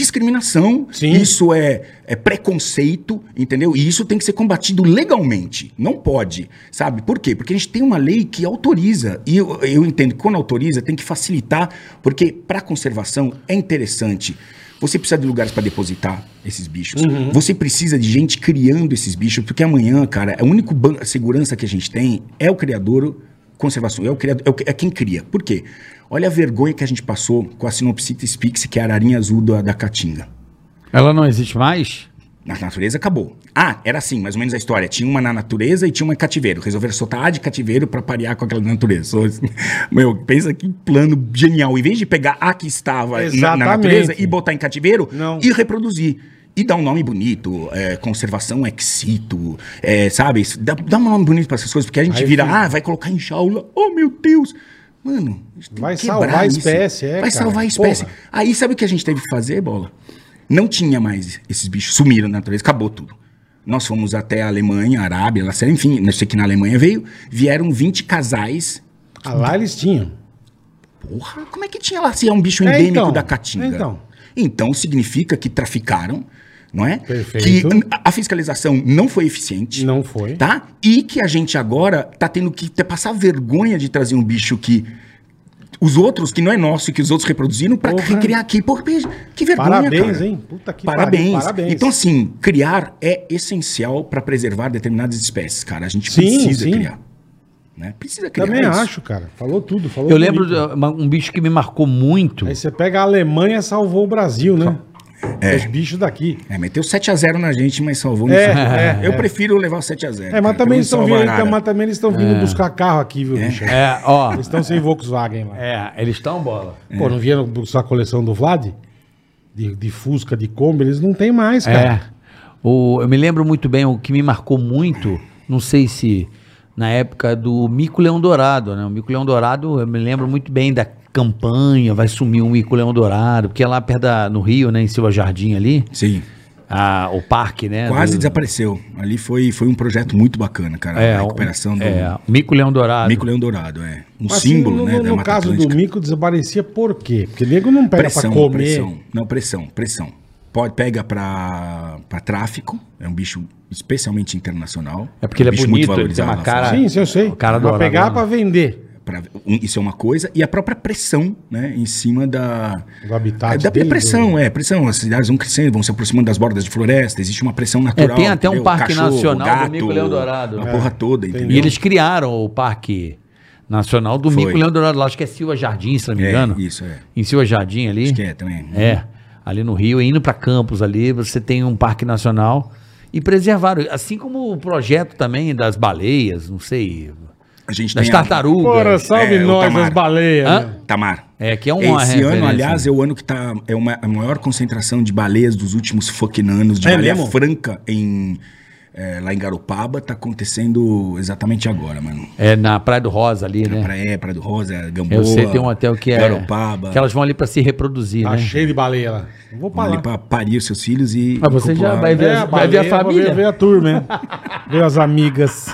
Speaker 4: discriminação,
Speaker 2: Sim.
Speaker 4: isso é, é preconceito, entendeu? E isso tem que ser combatido legalmente. Não pode, sabe? Por quê? Porque a gente tem uma lei que autoriza. E eu, eu entendo que quando autoriza tem que facilitar, porque para conservação é interessante. Você precisa de lugares para depositar esses bichos. Você precisa de gente criando esses bichos, porque amanhã, cara, a única ban- segurança que a gente tem é o criador conservação, é, o criado, é, o- é quem cria. Por quê? Olha a vergonha que a gente passou com a Sinopsita spix, que é a ararinha azul da, da Caatinga.
Speaker 3: Ela não existe mais?
Speaker 4: Na natureza acabou. Ah, era assim, mais ou menos a história. Tinha uma na natureza e tinha uma em cativeiro. Resolveram soltar a de cativeiro pra parear com aquela da natureza. Meu, pensa que plano genial. Em vez de pegar a que estava na, na natureza
Speaker 2: Exatamente.
Speaker 4: e botar em cativeiro
Speaker 2: Não.
Speaker 4: e reproduzir. E dá um nome bonito, é, conservação excito, é, sabe? Isso Dá, dá um nome bonito pra essas coisas, porque a gente
Speaker 2: Aí
Speaker 4: vira,
Speaker 2: fica-
Speaker 4: ah, vai colocar em jaula, oh meu Deus! Mano, a gente tem
Speaker 2: Vai
Speaker 4: que
Speaker 2: salvar
Speaker 4: quebrar
Speaker 2: a
Speaker 4: isso.
Speaker 2: espécie, é,
Speaker 4: Vai
Speaker 2: cara.
Speaker 4: salvar a espécie.
Speaker 2: Porra.
Speaker 4: Aí sabe o que a gente teve que fazer, bola? Não tinha mais esses bichos, sumiram na natureza, acabou tudo. Nós fomos até a Alemanha, Arábia, lá, sei lá, enfim, não sei que na Alemanha veio, vieram 20 casais.
Speaker 2: Ah,
Speaker 4: Então.
Speaker 2: lá eles tinham.
Speaker 4: Porra, como é que tinha lá se é um bicho
Speaker 2: É,
Speaker 4: endêmico
Speaker 2: então,
Speaker 4: da Caatinga?
Speaker 2: então.
Speaker 4: Então significa que traficaram, não é?
Speaker 2: Perfeito.
Speaker 4: Que a- a fiscalização não foi eficiente.
Speaker 2: Não foi.
Speaker 4: Tá? E que a gente agora tá tendo que ter- passar vergonha de trazer um bicho que os outros, que não é nosso, que os outros reproduziram, pra
Speaker 2: Porra.
Speaker 4: recriar aqui. Por, que vergonha,
Speaker 2: Parabéns,
Speaker 4: cara.
Speaker 2: hein? Puta que
Speaker 4: parabéns.
Speaker 2: pariu, parabéns.
Speaker 4: Então, assim, criar é essencial pra preservar determinadas espécies, cara. A gente
Speaker 2: Sim,
Speaker 4: precisa
Speaker 2: sim.
Speaker 4: criar. Né? Precisa criar.
Speaker 2: Também
Speaker 4: é isso.
Speaker 2: acho, cara. Falou tudo, falou
Speaker 3: Eu lembro de
Speaker 2: bonito.
Speaker 3: uma- um bicho que me marcou muito.
Speaker 2: Aí você pega a Alemanha, salvou o Brasil, né? Os bichos daqui.
Speaker 4: É, meteu 7x0 na gente, mas salvou no
Speaker 2: É,
Speaker 4: final.
Speaker 2: é,
Speaker 4: Eu
Speaker 2: é.
Speaker 4: prefiro levar o 7x0.
Speaker 2: É, mas também, eles estão vindo, então, mas também eles estão vindo buscar carro aqui, viu, bicho?
Speaker 3: É, ó.
Speaker 2: Eles estão sem Volkswagen lá.
Speaker 3: É, eles estão bola.
Speaker 4: É.
Speaker 2: Pô, não vieram buscar a coleção do Vlad? De, de Fusca, de Kombi, eles não tem mais, cara.
Speaker 3: É. O, eu me lembro muito bem, o que me marcou muito, não sei se na época do Mico Leão Dourado, né? O Mico Leão Dourado, eu me lembro muito bem da campanha, vai sumir um Mico Leão Dourado, porque é lá perto da, no Rio, né, em Silva Jardim ali,
Speaker 4: Sim.
Speaker 3: a- o parque, né?
Speaker 4: Quase
Speaker 3: do,
Speaker 4: desapareceu. Ali foi, foi um projeto muito bacana, cara.
Speaker 3: é,
Speaker 4: a recuperação
Speaker 3: um,
Speaker 4: do
Speaker 3: é, Mico Leão Dourado.
Speaker 4: Mico Leão Dourado, é. Um
Speaker 2: Mas, assim,
Speaker 4: símbolo,
Speaker 2: no,
Speaker 4: né,
Speaker 2: no-
Speaker 4: da
Speaker 2: no
Speaker 4: Mata
Speaker 2: caso
Speaker 4: Atlântica.
Speaker 2: do mico, desaparecia por quê? Porque nego não pega pra comer.
Speaker 4: pressão. Não, pressão, pressão. Pode, pega pra, pra tráfico, é um bicho especialmente internacional.
Speaker 3: É porque ele é
Speaker 4: um bicho
Speaker 3: bonito, ele tem uma
Speaker 4: lá
Speaker 3: cara-
Speaker 4: fora.
Speaker 2: Sim, sim, eu sei.
Speaker 3: O cara
Speaker 2: pra
Speaker 3: adorava,
Speaker 2: pegar
Speaker 3: né?
Speaker 2: pra vender.
Speaker 4: Pra- um- isso é uma coisa, e a própria pressão, né, em cima da...
Speaker 2: Do habitat
Speaker 4: da É,
Speaker 2: dele, né?
Speaker 4: pressão,
Speaker 3: né?
Speaker 4: é, pressão. As cidades vão crescendo, vão se aproximando das bordas de floresta, existe uma pressão natural.
Speaker 3: tem até um parque nacional do
Speaker 4: gato,
Speaker 3: Mico Leão Dourado.
Speaker 4: A
Speaker 3: É,
Speaker 4: porra toda,
Speaker 2: entendi.
Speaker 4: entendeu?
Speaker 3: E eles criaram o Parque Nacional do
Speaker 4: Foi.
Speaker 3: Mico Leão Dourado, lá, acho que é Silva Jardim, se não me
Speaker 4: É,
Speaker 3: engano.
Speaker 4: isso, é.
Speaker 3: Em Silva Jardim ali.
Speaker 4: Acho que é também.
Speaker 3: É, ali no Rio, indo para Campos ali, você tem um parque nacional e preservaram, assim como o projeto também das baleias, não sei,
Speaker 4: A gente
Speaker 3: das
Speaker 4: tem a-
Speaker 3: tartarugas.
Speaker 2: Porra, salve
Speaker 4: É, o
Speaker 2: nós,
Speaker 4: Tamar.
Speaker 2: as baleias.
Speaker 3: Hã?
Speaker 2: né?
Speaker 4: Tamar.
Speaker 3: É, que é uma
Speaker 4: Esse ano,
Speaker 3: referência.
Speaker 4: aliás, é o ano que tá. É uma, a maior concentração de baleias dos últimos fucking anos, de
Speaker 2: É
Speaker 4: baleia
Speaker 2: mesmo?
Speaker 4: franca em, é, lá em Garopaba, tá acontecendo exatamente agora, mano.
Speaker 3: É na Praia do Rosa ali, né?
Speaker 4: Praia, Praia do Rosa, Gamboa.
Speaker 3: Eu sei, tem um hotel que é
Speaker 4: Garopaba.
Speaker 3: que elas vão ali para se reproduzir,
Speaker 2: Tá
Speaker 3: né?
Speaker 2: cheio de baleia lá. Não Vou pra
Speaker 4: Vão ali
Speaker 2: lá.
Speaker 4: pra
Speaker 2: É,
Speaker 4: parir os seus filhos e.
Speaker 3: Mas Ah, você já
Speaker 4: copular.
Speaker 3: vai ver-
Speaker 2: a
Speaker 3: vai ver a família?
Speaker 2: vou Ver, ver a turma, né? ver as amigas.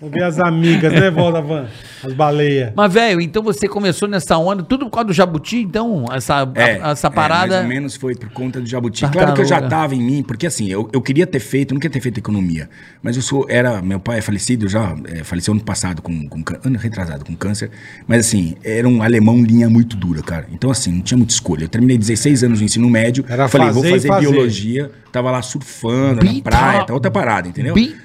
Speaker 2: Vou ver as amigas, né, Valdavan? As baleias.
Speaker 3: Mas velho, então você começou nessa onda, tudo por causa do Jabuti, então essa a-
Speaker 4: É,
Speaker 3: essa
Speaker 4: é,
Speaker 3: parada.
Speaker 4: mais ou menos foi por conta do Jabuti. Claro que eu já
Speaker 3: Tartaruga.
Speaker 4: tava em mim, porque assim, eu, eu queria ter feito, eu não queria ter feito economia. Mas eu sou, era, meu pai é falecido já, é, faleceu ano passado com, com cân- ano retrasado com câncer. Mas assim, era um alemão linha muito dura, cara. Então assim, não tinha muita escolha. Eu terminei 16 anos no ensino médio,
Speaker 2: Era
Speaker 4: falei,
Speaker 2: fazer
Speaker 4: vou
Speaker 2: e
Speaker 4: fazer,
Speaker 2: fazer.
Speaker 4: biologia, tava lá surfando na
Speaker 3: Bita-
Speaker 4: praia, tá outra parada, entendeu?
Speaker 3: Bita-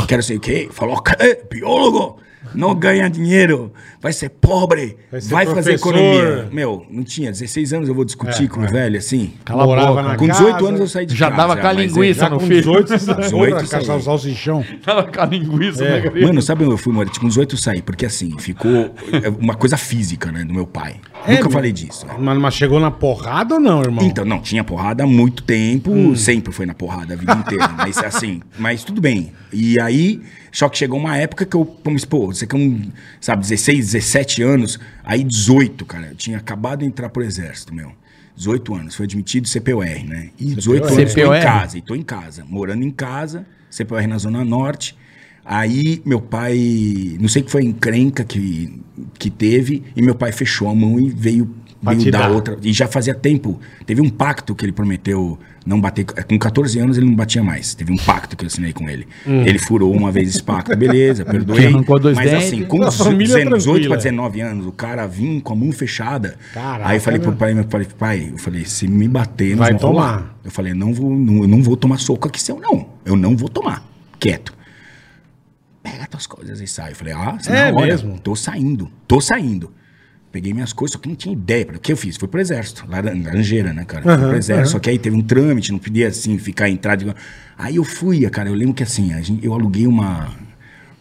Speaker 4: Eu quero ser o quê? Falou, "Quê? biólogo? Não ganha dinheiro, vai ser pobre, vai,
Speaker 2: Vai ser
Speaker 4: fazer
Speaker 2: professor."
Speaker 4: economia. Meu, não tinha 16 anos, eu vou discutir com o velho assim.
Speaker 3: Cala a boca.
Speaker 4: Com 18 anos eu saí de
Speaker 3: Já
Speaker 4: casa.
Speaker 3: dava com a
Speaker 4: mas, é,
Speaker 3: linguiça.
Speaker 2: Já
Speaker 3: no
Speaker 2: com
Speaker 3: filho.
Speaker 2: 18, você tá
Speaker 4: 18
Speaker 2: porra, caçar
Speaker 4: saiu.
Speaker 2: o salsichão.
Speaker 3: Tava com a linguiça,
Speaker 2: É.
Speaker 3: né?
Speaker 4: Mano, sabe onde eu fui, Moretti? Com 18 eu saí, porque assim, ficou é, uma coisa física, né, do meu pai. Nunca
Speaker 2: meu.
Speaker 4: falei disso. né?
Speaker 2: Mas, mas chegou na porrada ou não, irmão?
Speaker 4: Então, não, tinha porrada há muito tempo, sempre foi na porrada a vida inteira. mas assim, mas tudo bem. E aí, só que chegou uma época que eu, vamos supor, você com, sabe, 16, 17 anos, aí 18, cara. Eu tinha acabado de entrar pro exército, meu. 18 anos, foi admitido CPUR, né? E 18 anos tô
Speaker 3: CPUR?
Speaker 4: em casa, e tô em casa, morando em casa, CPUR na Zona Norte. Aí meu pai, não sei que foi a encrenca que, que teve, e meu pai fechou a mão e veio,
Speaker 2: Pra te
Speaker 4: veio dar
Speaker 2: dar.
Speaker 4: outra. E já fazia tempo, teve um pacto que ele prometeu não bater. Com 14 anos ele não batia mais. Teve um pacto que eu assinei com ele.
Speaker 2: Hum.
Speaker 4: Ele furou uma vez esse pacto, beleza, perdoei.
Speaker 3: arrancou dois
Speaker 4: mas
Speaker 3: dentes.
Speaker 4: assim, com
Speaker 2: A família é
Speaker 4: 18
Speaker 2: tranquila.
Speaker 4: para 19 anos, o cara vinha com a mão fechada.
Speaker 2: Caraca,
Speaker 4: aí eu falei pro
Speaker 2: meu.
Speaker 4: pai, meu pai, pai, eu falei, se me bater, nós
Speaker 2: Vai
Speaker 4: vamos rolar.
Speaker 2: tomar.
Speaker 4: Eu falei, não vou, não, eu não vou tomar soco aqui seu, não. Eu não vou tomar. Quieto. Pega tuas coisas e sai. Eu falei, ah, você
Speaker 2: É
Speaker 4: na hora,
Speaker 2: mesmo?
Speaker 4: Tô saindo, tô saindo. Peguei minhas coisas, só que não tinha ideia. pra- O que eu fiz? Fui pro exército. laran- Laranjeira, né, cara? Fui
Speaker 2: Aham,
Speaker 4: pro exército.
Speaker 2: aham.
Speaker 4: Só que aí teve um trâmite, não podia, assim, ficar, entrar. De... Aí eu fui, cara. Eu lembro que, assim, a gente- eu aluguei uma...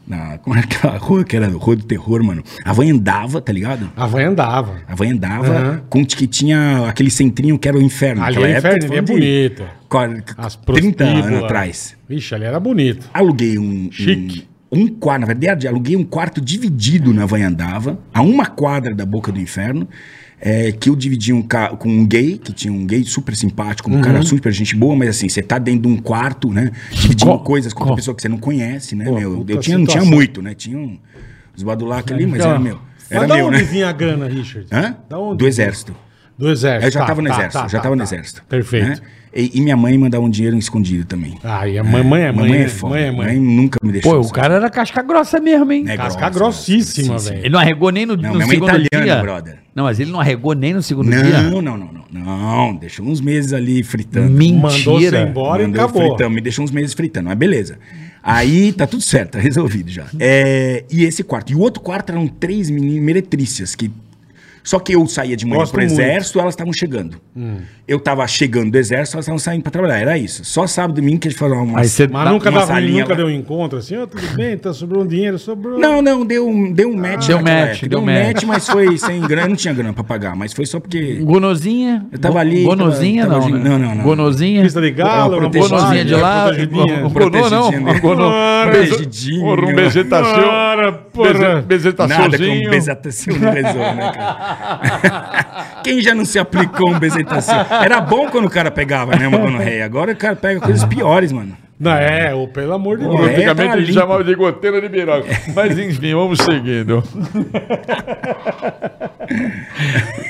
Speaker 4: Na, como era aquela rua que era rua do terror, mano? A van andava, tá ligado?
Speaker 2: A van andava.
Speaker 4: A van andava
Speaker 2: Aham.
Speaker 4: com que tinha aquele centrinho que era o inferno.
Speaker 2: Ali
Speaker 4: Naquela
Speaker 2: era o
Speaker 4: época,
Speaker 2: inferno, ele é
Speaker 4: falando de
Speaker 2: bonito.
Speaker 4: quar-
Speaker 2: As
Speaker 4: 30 anos
Speaker 2: prostíbulas.
Speaker 4: atrás.
Speaker 2: Ixi, ali era bonito.
Speaker 4: Aluguei um.
Speaker 2: Chique.
Speaker 4: Um, um quarto, na verdade, aluguei um quarto dividido na Vanhandava, a uma quadra da Boca do Inferno, é, que eu dividi um ca- com um gay, que tinha um gay super simpático, um
Speaker 2: Uhum.
Speaker 4: cara super gente boa, mas assim, você tá dentro de um quarto, né? Dividindo
Speaker 3: Co-
Speaker 4: coisas com
Speaker 3: co-
Speaker 4: outra pessoa que você não conhece, né?
Speaker 2: Pô,
Speaker 4: meu?
Speaker 2: puta
Speaker 4: Eu tinha, não tinha
Speaker 2: situação.
Speaker 4: muito, né? Tinha um, os badulac ali, mas
Speaker 3: então,
Speaker 4: era meu.
Speaker 2: Mas
Speaker 4: Era
Speaker 2: da
Speaker 4: meu,
Speaker 2: onde
Speaker 4: né?
Speaker 2: vinha a grana, Richard?
Speaker 4: Hã?
Speaker 2: Da onde?
Speaker 4: Do exército.
Speaker 2: Do exército.
Speaker 4: Eu já
Speaker 2: tá,
Speaker 4: estava no
Speaker 2: tá,
Speaker 4: exército,
Speaker 2: tá,
Speaker 4: já
Speaker 2: tá,
Speaker 4: estava no
Speaker 2: tá.
Speaker 4: exército.
Speaker 2: Perfeito.
Speaker 4: né? E, e minha mãe mandava um dinheiro escondido também.
Speaker 2: Ah, e a mãe, mãe é mãe.
Speaker 4: Mamãe
Speaker 2: né?
Speaker 4: é foda.
Speaker 2: Mãe é mãe.
Speaker 4: Mãe nunca me deixou.
Speaker 3: Pô, o
Speaker 4: sabe?
Speaker 3: cara era casca grossa mesmo, hein?
Speaker 4: É
Speaker 2: Casca
Speaker 4: grossa,
Speaker 2: grossíssima,
Speaker 4: sim, sim.
Speaker 2: velho.
Speaker 3: Ele não arregou nem no,
Speaker 4: Não,
Speaker 3: no
Speaker 4: minha mãe é
Speaker 3: segundo
Speaker 4: italiana,
Speaker 3: dia.
Speaker 4: brother.
Speaker 3: Não, mas ele não arregou nem no segundo
Speaker 2: né?
Speaker 3: dia.
Speaker 4: assim. Não, não, não, não. Não, deixou uns meses ali fritando.
Speaker 2: Mandou você
Speaker 3: Mentira.
Speaker 2: embora
Speaker 4: Mandou
Speaker 2: e acabou.
Speaker 4: fritando, me deixou uns meses fritando, mas beleza. Aí tá tudo certo, tá resolvido já. É, e esse quarto. E o outro quarto eram três meninas meretrícias que. Só que eu saía de manhã
Speaker 2: Gosto
Speaker 4: pro
Speaker 2: muito. Hum.
Speaker 4: exército, elas estavam chegando. Eu tava chegando do exército, elas estavam saindo pra trabalhar. Era isso. Só sábado e domingo que a gente fazia uma.
Speaker 3: Aí você
Speaker 2: Mas
Speaker 4: Dá
Speaker 2: nunca,
Speaker 4: uma
Speaker 2: dava,
Speaker 4: salinha
Speaker 2: nunca
Speaker 4: lá.
Speaker 2: deu um encontro assim, ó, tudo bem, tá, sobrou um dinheiro, sobrou.
Speaker 4: Não, não, deu um, deu um match.
Speaker 3: deu
Speaker 4: naquela
Speaker 3: match, deu
Speaker 4: um
Speaker 3: match.
Speaker 4: match, mas foi sem grana. Eu não tinha grana pra pagar, mas foi só
Speaker 3: Um
Speaker 4: porque.
Speaker 3: Gonozinha.
Speaker 4: Eu tava ali,
Speaker 3: Gonozinha
Speaker 4: tava-
Speaker 3: não,
Speaker 4: tava-
Speaker 3: né?
Speaker 4: não, não, não.
Speaker 3: Gonozinha.
Speaker 2: Pista de galo,
Speaker 4: Uma
Speaker 2: uma
Speaker 4: protegidinha
Speaker 2: bolacha,
Speaker 3: Gonozinha de lá.
Speaker 2: protegidinha.
Speaker 3: o Gonô não.
Speaker 4: Protegidinha.
Speaker 3: o Gonô.
Speaker 2: Ora,
Speaker 4: beijidinho.
Speaker 3: Ora, Um tá bezetaceu.
Speaker 2: Ora, porra.
Speaker 3: Beze-
Speaker 4: Nada que um
Speaker 3: Bezetaceuzinho.
Speaker 4: bezetacil não resolve, né, cara? Quem já não se aplicou um bezetacil? Era bom quando o cara pegava, né, uma gonorreia. Agora o cara pega coisas piores, mano.
Speaker 2: Não, é, ô, pelo amor de
Speaker 4: Porra,
Speaker 2: Deus.
Speaker 4: é.
Speaker 5: Antigamente
Speaker 4: tá
Speaker 5: a gente
Speaker 4: limpo. É.
Speaker 5: chamava de goteira de piroca. Mas enfim, vamos seguindo.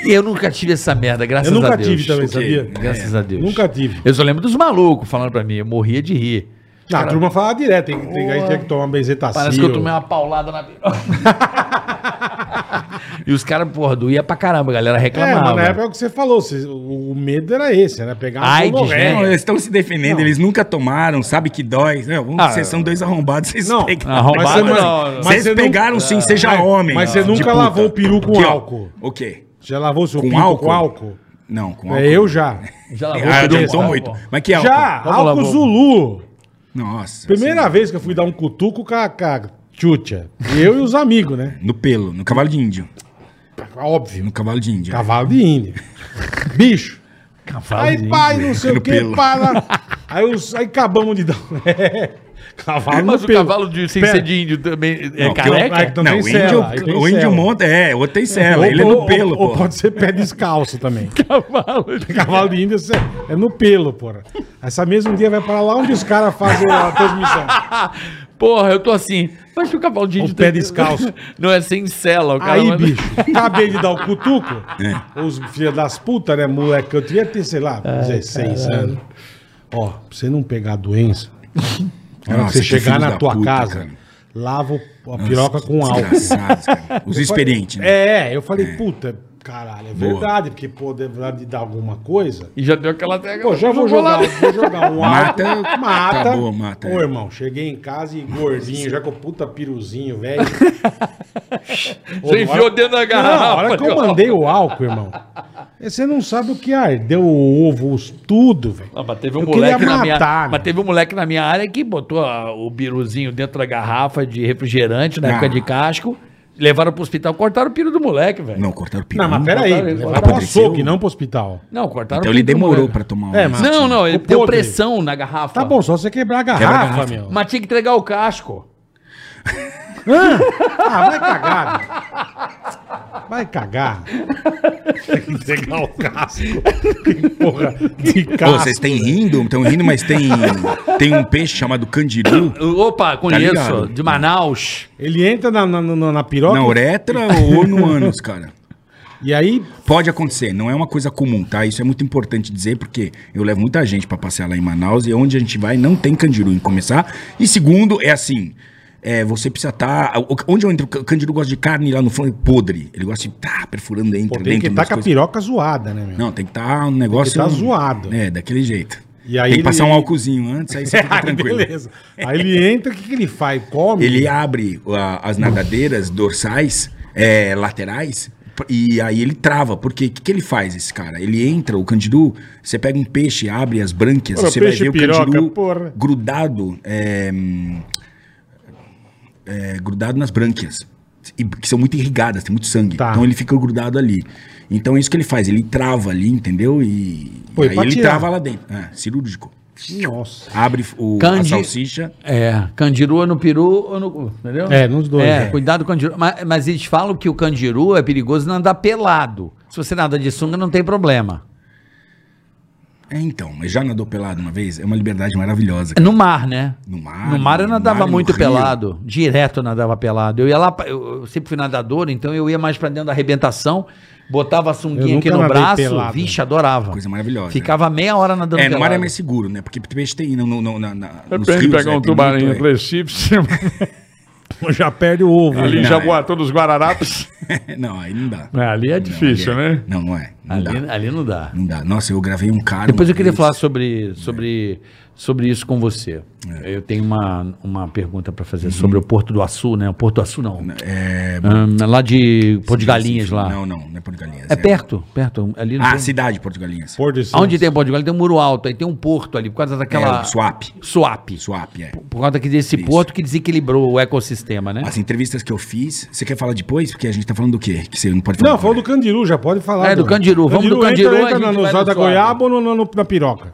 Speaker 3: Eu nunca tive essa merda, graças
Speaker 2: Eu
Speaker 3: a
Speaker 2: nunca
Speaker 3: Deus.
Speaker 2: tive também,
Speaker 4: Ok.
Speaker 2: sabia?
Speaker 3: Graças a Deus.
Speaker 2: Nunca tive.
Speaker 3: Eu só lembro dos malucos falando pra mim. Eu morria de rir.
Speaker 2: Não, a turma fala direto, tem, que- tem, aí tinha que tomar benzetacil.
Speaker 3: Parece que eu tomei uma paulada na piroca. e os caras, porra, doía pra caramba, a galera
Speaker 2: É, mas
Speaker 3: reclamava.
Speaker 2: na época é o que você falou, vocês- o o medo era esse, era pegar uma
Speaker 3: AIDS,
Speaker 2: gonorreia.
Speaker 4: Não,
Speaker 3: É.
Speaker 4: eles estão se defendendo, eles nunca tomaram, sabe que dói. Não, vamos,
Speaker 3: Ah,
Speaker 4: vocês são dois arrombados, vocês
Speaker 2: não, é-
Speaker 4: pegam.
Speaker 3: arrombado
Speaker 4: Mas você
Speaker 3: não,
Speaker 4: não-
Speaker 3: não.
Speaker 2: Mas
Speaker 4: Vocês
Speaker 2: você não-
Speaker 4: pegaram
Speaker 3: É.
Speaker 4: sim, seja
Speaker 3: Ah,
Speaker 2: Mas-
Speaker 4: homem. Ah.
Speaker 2: mas você
Speaker 4: de
Speaker 2: nunca
Speaker 4: puta.
Speaker 2: lavou o peru com
Speaker 4: Aqui, ó.
Speaker 2: álcool.
Speaker 4: O quê?
Speaker 2: Já lavou seu
Speaker 4: Com
Speaker 2: pinto
Speaker 4: álcool?
Speaker 2: com álcool?
Speaker 4: Não, com
Speaker 2: É, eu já.
Speaker 3: Já lavou
Speaker 4: Ah,
Speaker 3: o peru,
Speaker 4: adiantou
Speaker 3: tá?
Speaker 4: muito. Mas que É álcool?
Speaker 2: Já,
Speaker 3: Vamos lá,
Speaker 2: álcool
Speaker 3: vamos.
Speaker 2: Zulu.
Speaker 4: Nossa.
Speaker 2: Primeira
Speaker 4: assim,
Speaker 2: vez que eu fui dar um cutuco com a, com a tchutcha. Eu e os amigos, né?
Speaker 4: No pelo, no cavalo de índio.
Speaker 2: Óbvio. um
Speaker 4: No cavalo de índio.
Speaker 2: Cavalo de índia. Bicho.
Speaker 3: Cavalo
Speaker 2: aí,
Speaker 3: de
Speaker 2: pai, não sei o
Speaker 4: No
Speaker 2: que,
Speaker 4: pelo.
Speaker 2: pá, lá. Aí, os, aí acabamos de dar. É. Cavalo
Speaker 3: Mas
Speaker 2: no
Speaker 3: o
Speaker 2: pelo.
Speaker 3: cavalo de, sem
Speaker 2: Pera.
Speaker 3: ser de índio também é
Speaker 4: Não, porque
Speaker 3: careca?
Speaker 2: Ah, então
Speaker 4: não,
Speaker 2: tem
Speaker 4: o índio,
Speaker 2: cela, aí tem
Speaker 4: o índio
Speaker 2: cela.
Speaker 4: monta, é, outro tem cela,
Speaker 2: Ou-
Speaker 4: ele é
Speaker 2: ou-
Speaker 4: no
Speaker 2: ou-
Speaker 4: pelo,
Speaker 2: ou,
Speaker 4: pô.
Speaker 2: pode ser pé descalço também.
Speaker 3: Cavalo de-
Speaker 2: Cavalo de índia você- é no pelo, porra. Essa mesmo dia vai pra lá onde os caras fazem a transmissão.
Speaker 3: Porra, eu tô assim. Mas que o cavalo de
Speaker 2: O
Speaker 3: índio
Speaker 2: pé descalço.
Speaker 3: Não é sem cela, o cara.
Speaker 2: Aí,
Speaker 3: manda-
Speaker 2: bicho, acabei de dar o cutuco.
Speaker 4: É.
Speaker 2: Os filhos das putas, né, moleque? Eu devia ter, sei lá, 16 anos. Ó, pra você não pegar a doença, na hora que
Speaker 4: Nossa, Ah,
Speaker 2: você
Speaker 4: que é
Speaker 2: chegar
Speaker 4: filho
Speaker 2: na
Speaker 4: da
Speaker 2: tua
Speaker 4: puta,
Speaker 2: casa,
Speaker 4: cara.
Speaker 2: lava o- a piroca com álcool.
Speaker 4: Desgraçados, cara. Os experientes, né?
Speaker 2: É, eu falei, puta, caralho, é
Speaker 4: Boa.
Speaker 2: verdade, porque pô, deve dar alguma coisa.
Speaker 3: E já deu aquela tega.
Speaker 2: Pô, já vou jogar, vou jogar um
Speaker 4: Mata,
Speaker 2: álcool, mata.
Speaker 4: acabou, mata,
Speaker 2: Ô,
Speaker 4: é.
Speaker 2: irmão, cheguei em casa e gordinho, já com o puta piruzinho, velho. Ô,
Speaker 3: Você enfiou
Speaker 2: hora-
Speaker 3: dentro da garrafa.
Speaker 2: Não, a hora que eu mandei o álcool, irmão. Você não sabe o que ardeu o ovo, os tudo, velho.
Speaker 3: Ah, mas teve um
Speaker 2: Eu queria
Speaker 3: moleque na minha,
Speaker 2: matar,
Speaker 3: mas
Speaker 2: meu.
Speaker 3: teve um moleque na minha área que botou ah, o biruzinho dentro da garrafa de refrigerante na
Speaker 4: Ah.
Speaker 3: época de casco, levaram pro hospital, cortaram o piru do moleque, velho.
Speaker 4: Não, cortaram o peru.
Speaker 2: Não, mas peraí,
Speaker 3: botaram-
Speaker 2: levar
Speaker 3: botaram-
Speaker 2: pro
Speaker 4: apodreceu.
Speaker 2: açougue, não pro hospital.
Speaker 3: Não, cortaram
Speaker 4: Então
Speaker 3: o
Speaker 4: ele
Speaker 3: piru do
Speaker 4: demorou
Speaker 3: moleque.
Speaker 4: pra tomar
Speaker 2: É,
Speaker 4: um
Speaker 2: mas-
Speaker 3: Não, não, ele
Speaker 2: O
Speaker 3: deu
Speaker 2: podre.
Speaker 3: pressão na garrafa.
Speaker 2: Tá bom, só você quebrar a garrafa,
Speaker 4: a garrafa.
Speaker 2: meu.
Speaker 3: Mas tinha que entregar o casco.
Speaker 2: Ah, vai cagar. meu. Vai cagar. Tem que pegar o casco. Que porra de
Speaker 4: Pô,
Speaker 2: casco.
Speaker 4: vocês têm rindo, estão rindo, mas tem, tem um peixe chamado candiru
Speaker 2: Tá
Speaker 3: Opa, conheço,
Speaker 4: ligado?
Speaker 3: de Manaus.
Speaker 2: Ele entra na, na, na, na piroca
Speaker 4: na uretra ou no ânus, cara.
Speaker 2: e aí...
Speaker 4: Pode acontecer, não é uma coisa comum, tá? Isso é muito importante dizer, porque eu levo muita gente pra passear lá em Manaus e onde a gente vai não tem candiru em começar. E segundo, é assim. é, você precisa estar. onde eu entro, o candiru gosta de carne lá no fundo, é podre. Ele gosta de estar perfurando
Speaker 2: Pô,
Speaker 4: dentro,
Speaker 2: tem que tá
Speaker 4: dentro
Speaker 2: estar
Speaker 4: das
Speaker 2: com a
Speaker 4: coisas.
Speaker 2: piroca zoada, né, meu?
Speaker 4: Não, tem que estar um negócio.
Speaker 2: tá zoado.
Speaker 4: É, daquele jeito.
Speaker 2: E aí
Speaker 4: tem que passar
Speaker 2: ele-
Speaker 4: um álcoolzinho antes, aí você fica
Speaker 2: Aí,
Speaker 4: tá tranquilo.
Speaker 2: beleza. Aí ele entra, o que, que ele faz? Come?
Speaker 4: Ele abre a- as nadadeiras dorsais, é, laterais, p- e aí ele trava. Porque o que, que ele faz, esse cara? Ele entra, o candidu, você pega um peixe, abre as brânquias,
Speaker 2: Ora,
Speaker 4: você vai
Speaker 2: peixe,
Speaker 4: ver
Speaker 2: piroca,
Speaker 4: o candidu
Speaker 2: porra.
Speaker 4: grudado, é, hum, é, grudado nas brânquias. e- Que são muito irrigadas, tem muito sangue.
Speaker 2: Tá.
Speaker 4: Então ele fica grudado ali. Então é isso que ele faz, ele trava ali, entendeu? E,
Speaker 2: Pô,
Speaker 4: e
Speaker 2: e
Speaker 4: aí
Speaker 2: pra
Speaker 4: ele
Speaker 2: tirar?
Speaker 4: trava lá dentro. Ah, cirúrgico.
Speaker 2: Nossa.
Speaker 4: Abre o, a
Speaker 3: Candi-
Speaker 4: salsicha.
Speaker 3: É, candiru ou no peru ou no. Entendeu?
Speaker 2: É, nos dois,
Speaker 3: É,
Speaker 2: é.
Speaker 3: cuidado com o candiru. Mas, mas eles falam que o candiru é perigoso não andar pelado. Se você nada de sunga, não tem problema.
Speaker 4: É, então, mas já nadou pelado uma vez? É uma liberdade maravilhosa.
Speaker 3: É No mar, né?
Speaker 4: No mar,
Speaker 3: No mar eu
Speaker 4: no
Speaker 3: nadava
Speaker 4: mar, no
Speaker 3: muito
Speaker 4: rio.
Speaker 3: pelado. Direto eu nadava pelado. Eu ia lá, pra- eu, eu sempre fui nadador, então eu ia mais pra dentro da arrebentação. Botava a
Speaker 2: Eu
Speaker 3: sunguinha
Speaker 2: nunca
Speaker 3: aqui no
Speaker 2: nadei
Speaker 3: braço,
Speaker 2: pelado.
Speaker 3: vixe, adorava.
Speaker 4: Coisa maravilhosa.
Speaker 3: Ficava meia hora nadando
Speaker 4: É, no mar é
Speaker 3: pelado.
Speaker 4: mais seguro, né? Porque peixe tem no, no, no, na, na, nos
Speaker 5: Depende de
Speaker 4: rios,
Speaker 5: pegar
Speaker 4: né?
Speaker 5: um
Speaker 4: Tem
Speaker 5: tubarinho
Speaker 4: muito,
Speaker 5: em Recife, você-
Speaker 2: Já perde o ovo.
Speaker 5: ali
Speaker 2: né?
Speaker 5: já boatou dos Guararapes.
Speaker 4: é. Não, aí não dá.
Speaker 5: É, ali é
Speaker 4: Não,
Speaker 5: difícil,
Speaker 4: ali é-
Speaker 5: né?
Speaker 4: Não, não é. Não dá.
Speaker 3: Ali, ali não dá.
Speaker 4: Não dá. Nossa, eu gravei um cara.
Speaker 3: Depois
Speaker 4: uma
Speaker 3: eu queria
Speaker 4: vez.
Speaker 3: falar sobre, sobre, sobre isso com você.
Speaker 4: É.
Speaker 3: Eu tenho uma, uma pergunta para fazer sobre o Porto do Açu, né? O Porto do Açu não.
Speaker 4: É,
Speaker 3: Ah, lá de Porto de Galinhas, lá.
Speaker 4: Não, não, não é Porto de Galinhas.
Speaker 3: É perto, perto. Ali não
Speaker 4: Ah,
Speaker 3: tem-
Speaker 4: cidade de Porto de Galinhas.
Speaker 2: Pôr de cima.
Speaker 3: Onde tem Porto de Galinhas tem um muro alto, aí tem um porto ali, por causa daquela...
Speaker 4: É, o swap.
Speaker 3: Swap.
Speaker 4: Swap, é.
Speaker 3: Por causa que desse
Speaker 4: Isso.
Speaker 3: porto que desequilibrou o ecossistema, né?
Speaker 4: As entrevistas que eu fiz, você quer falar depois? Porque a gente tá falando do quê? Que você não pode falar.
Speaker 2: Não, falou do Candiru, já pode falar.
Speaker 3: É, do Candiru. Vamos do Candiru,
Speaker 2: Entra,
Speaker 3: a
Speaker 2: entra
Speaker 3: gente
Speaker 2: no
Speaker 3: vai
Speaker 2: Zó
Speaker 3: no
Speaker 2: da
Speaker 3: Suave.
Speaker 2: Goiaba ou no, no- no- na piroca?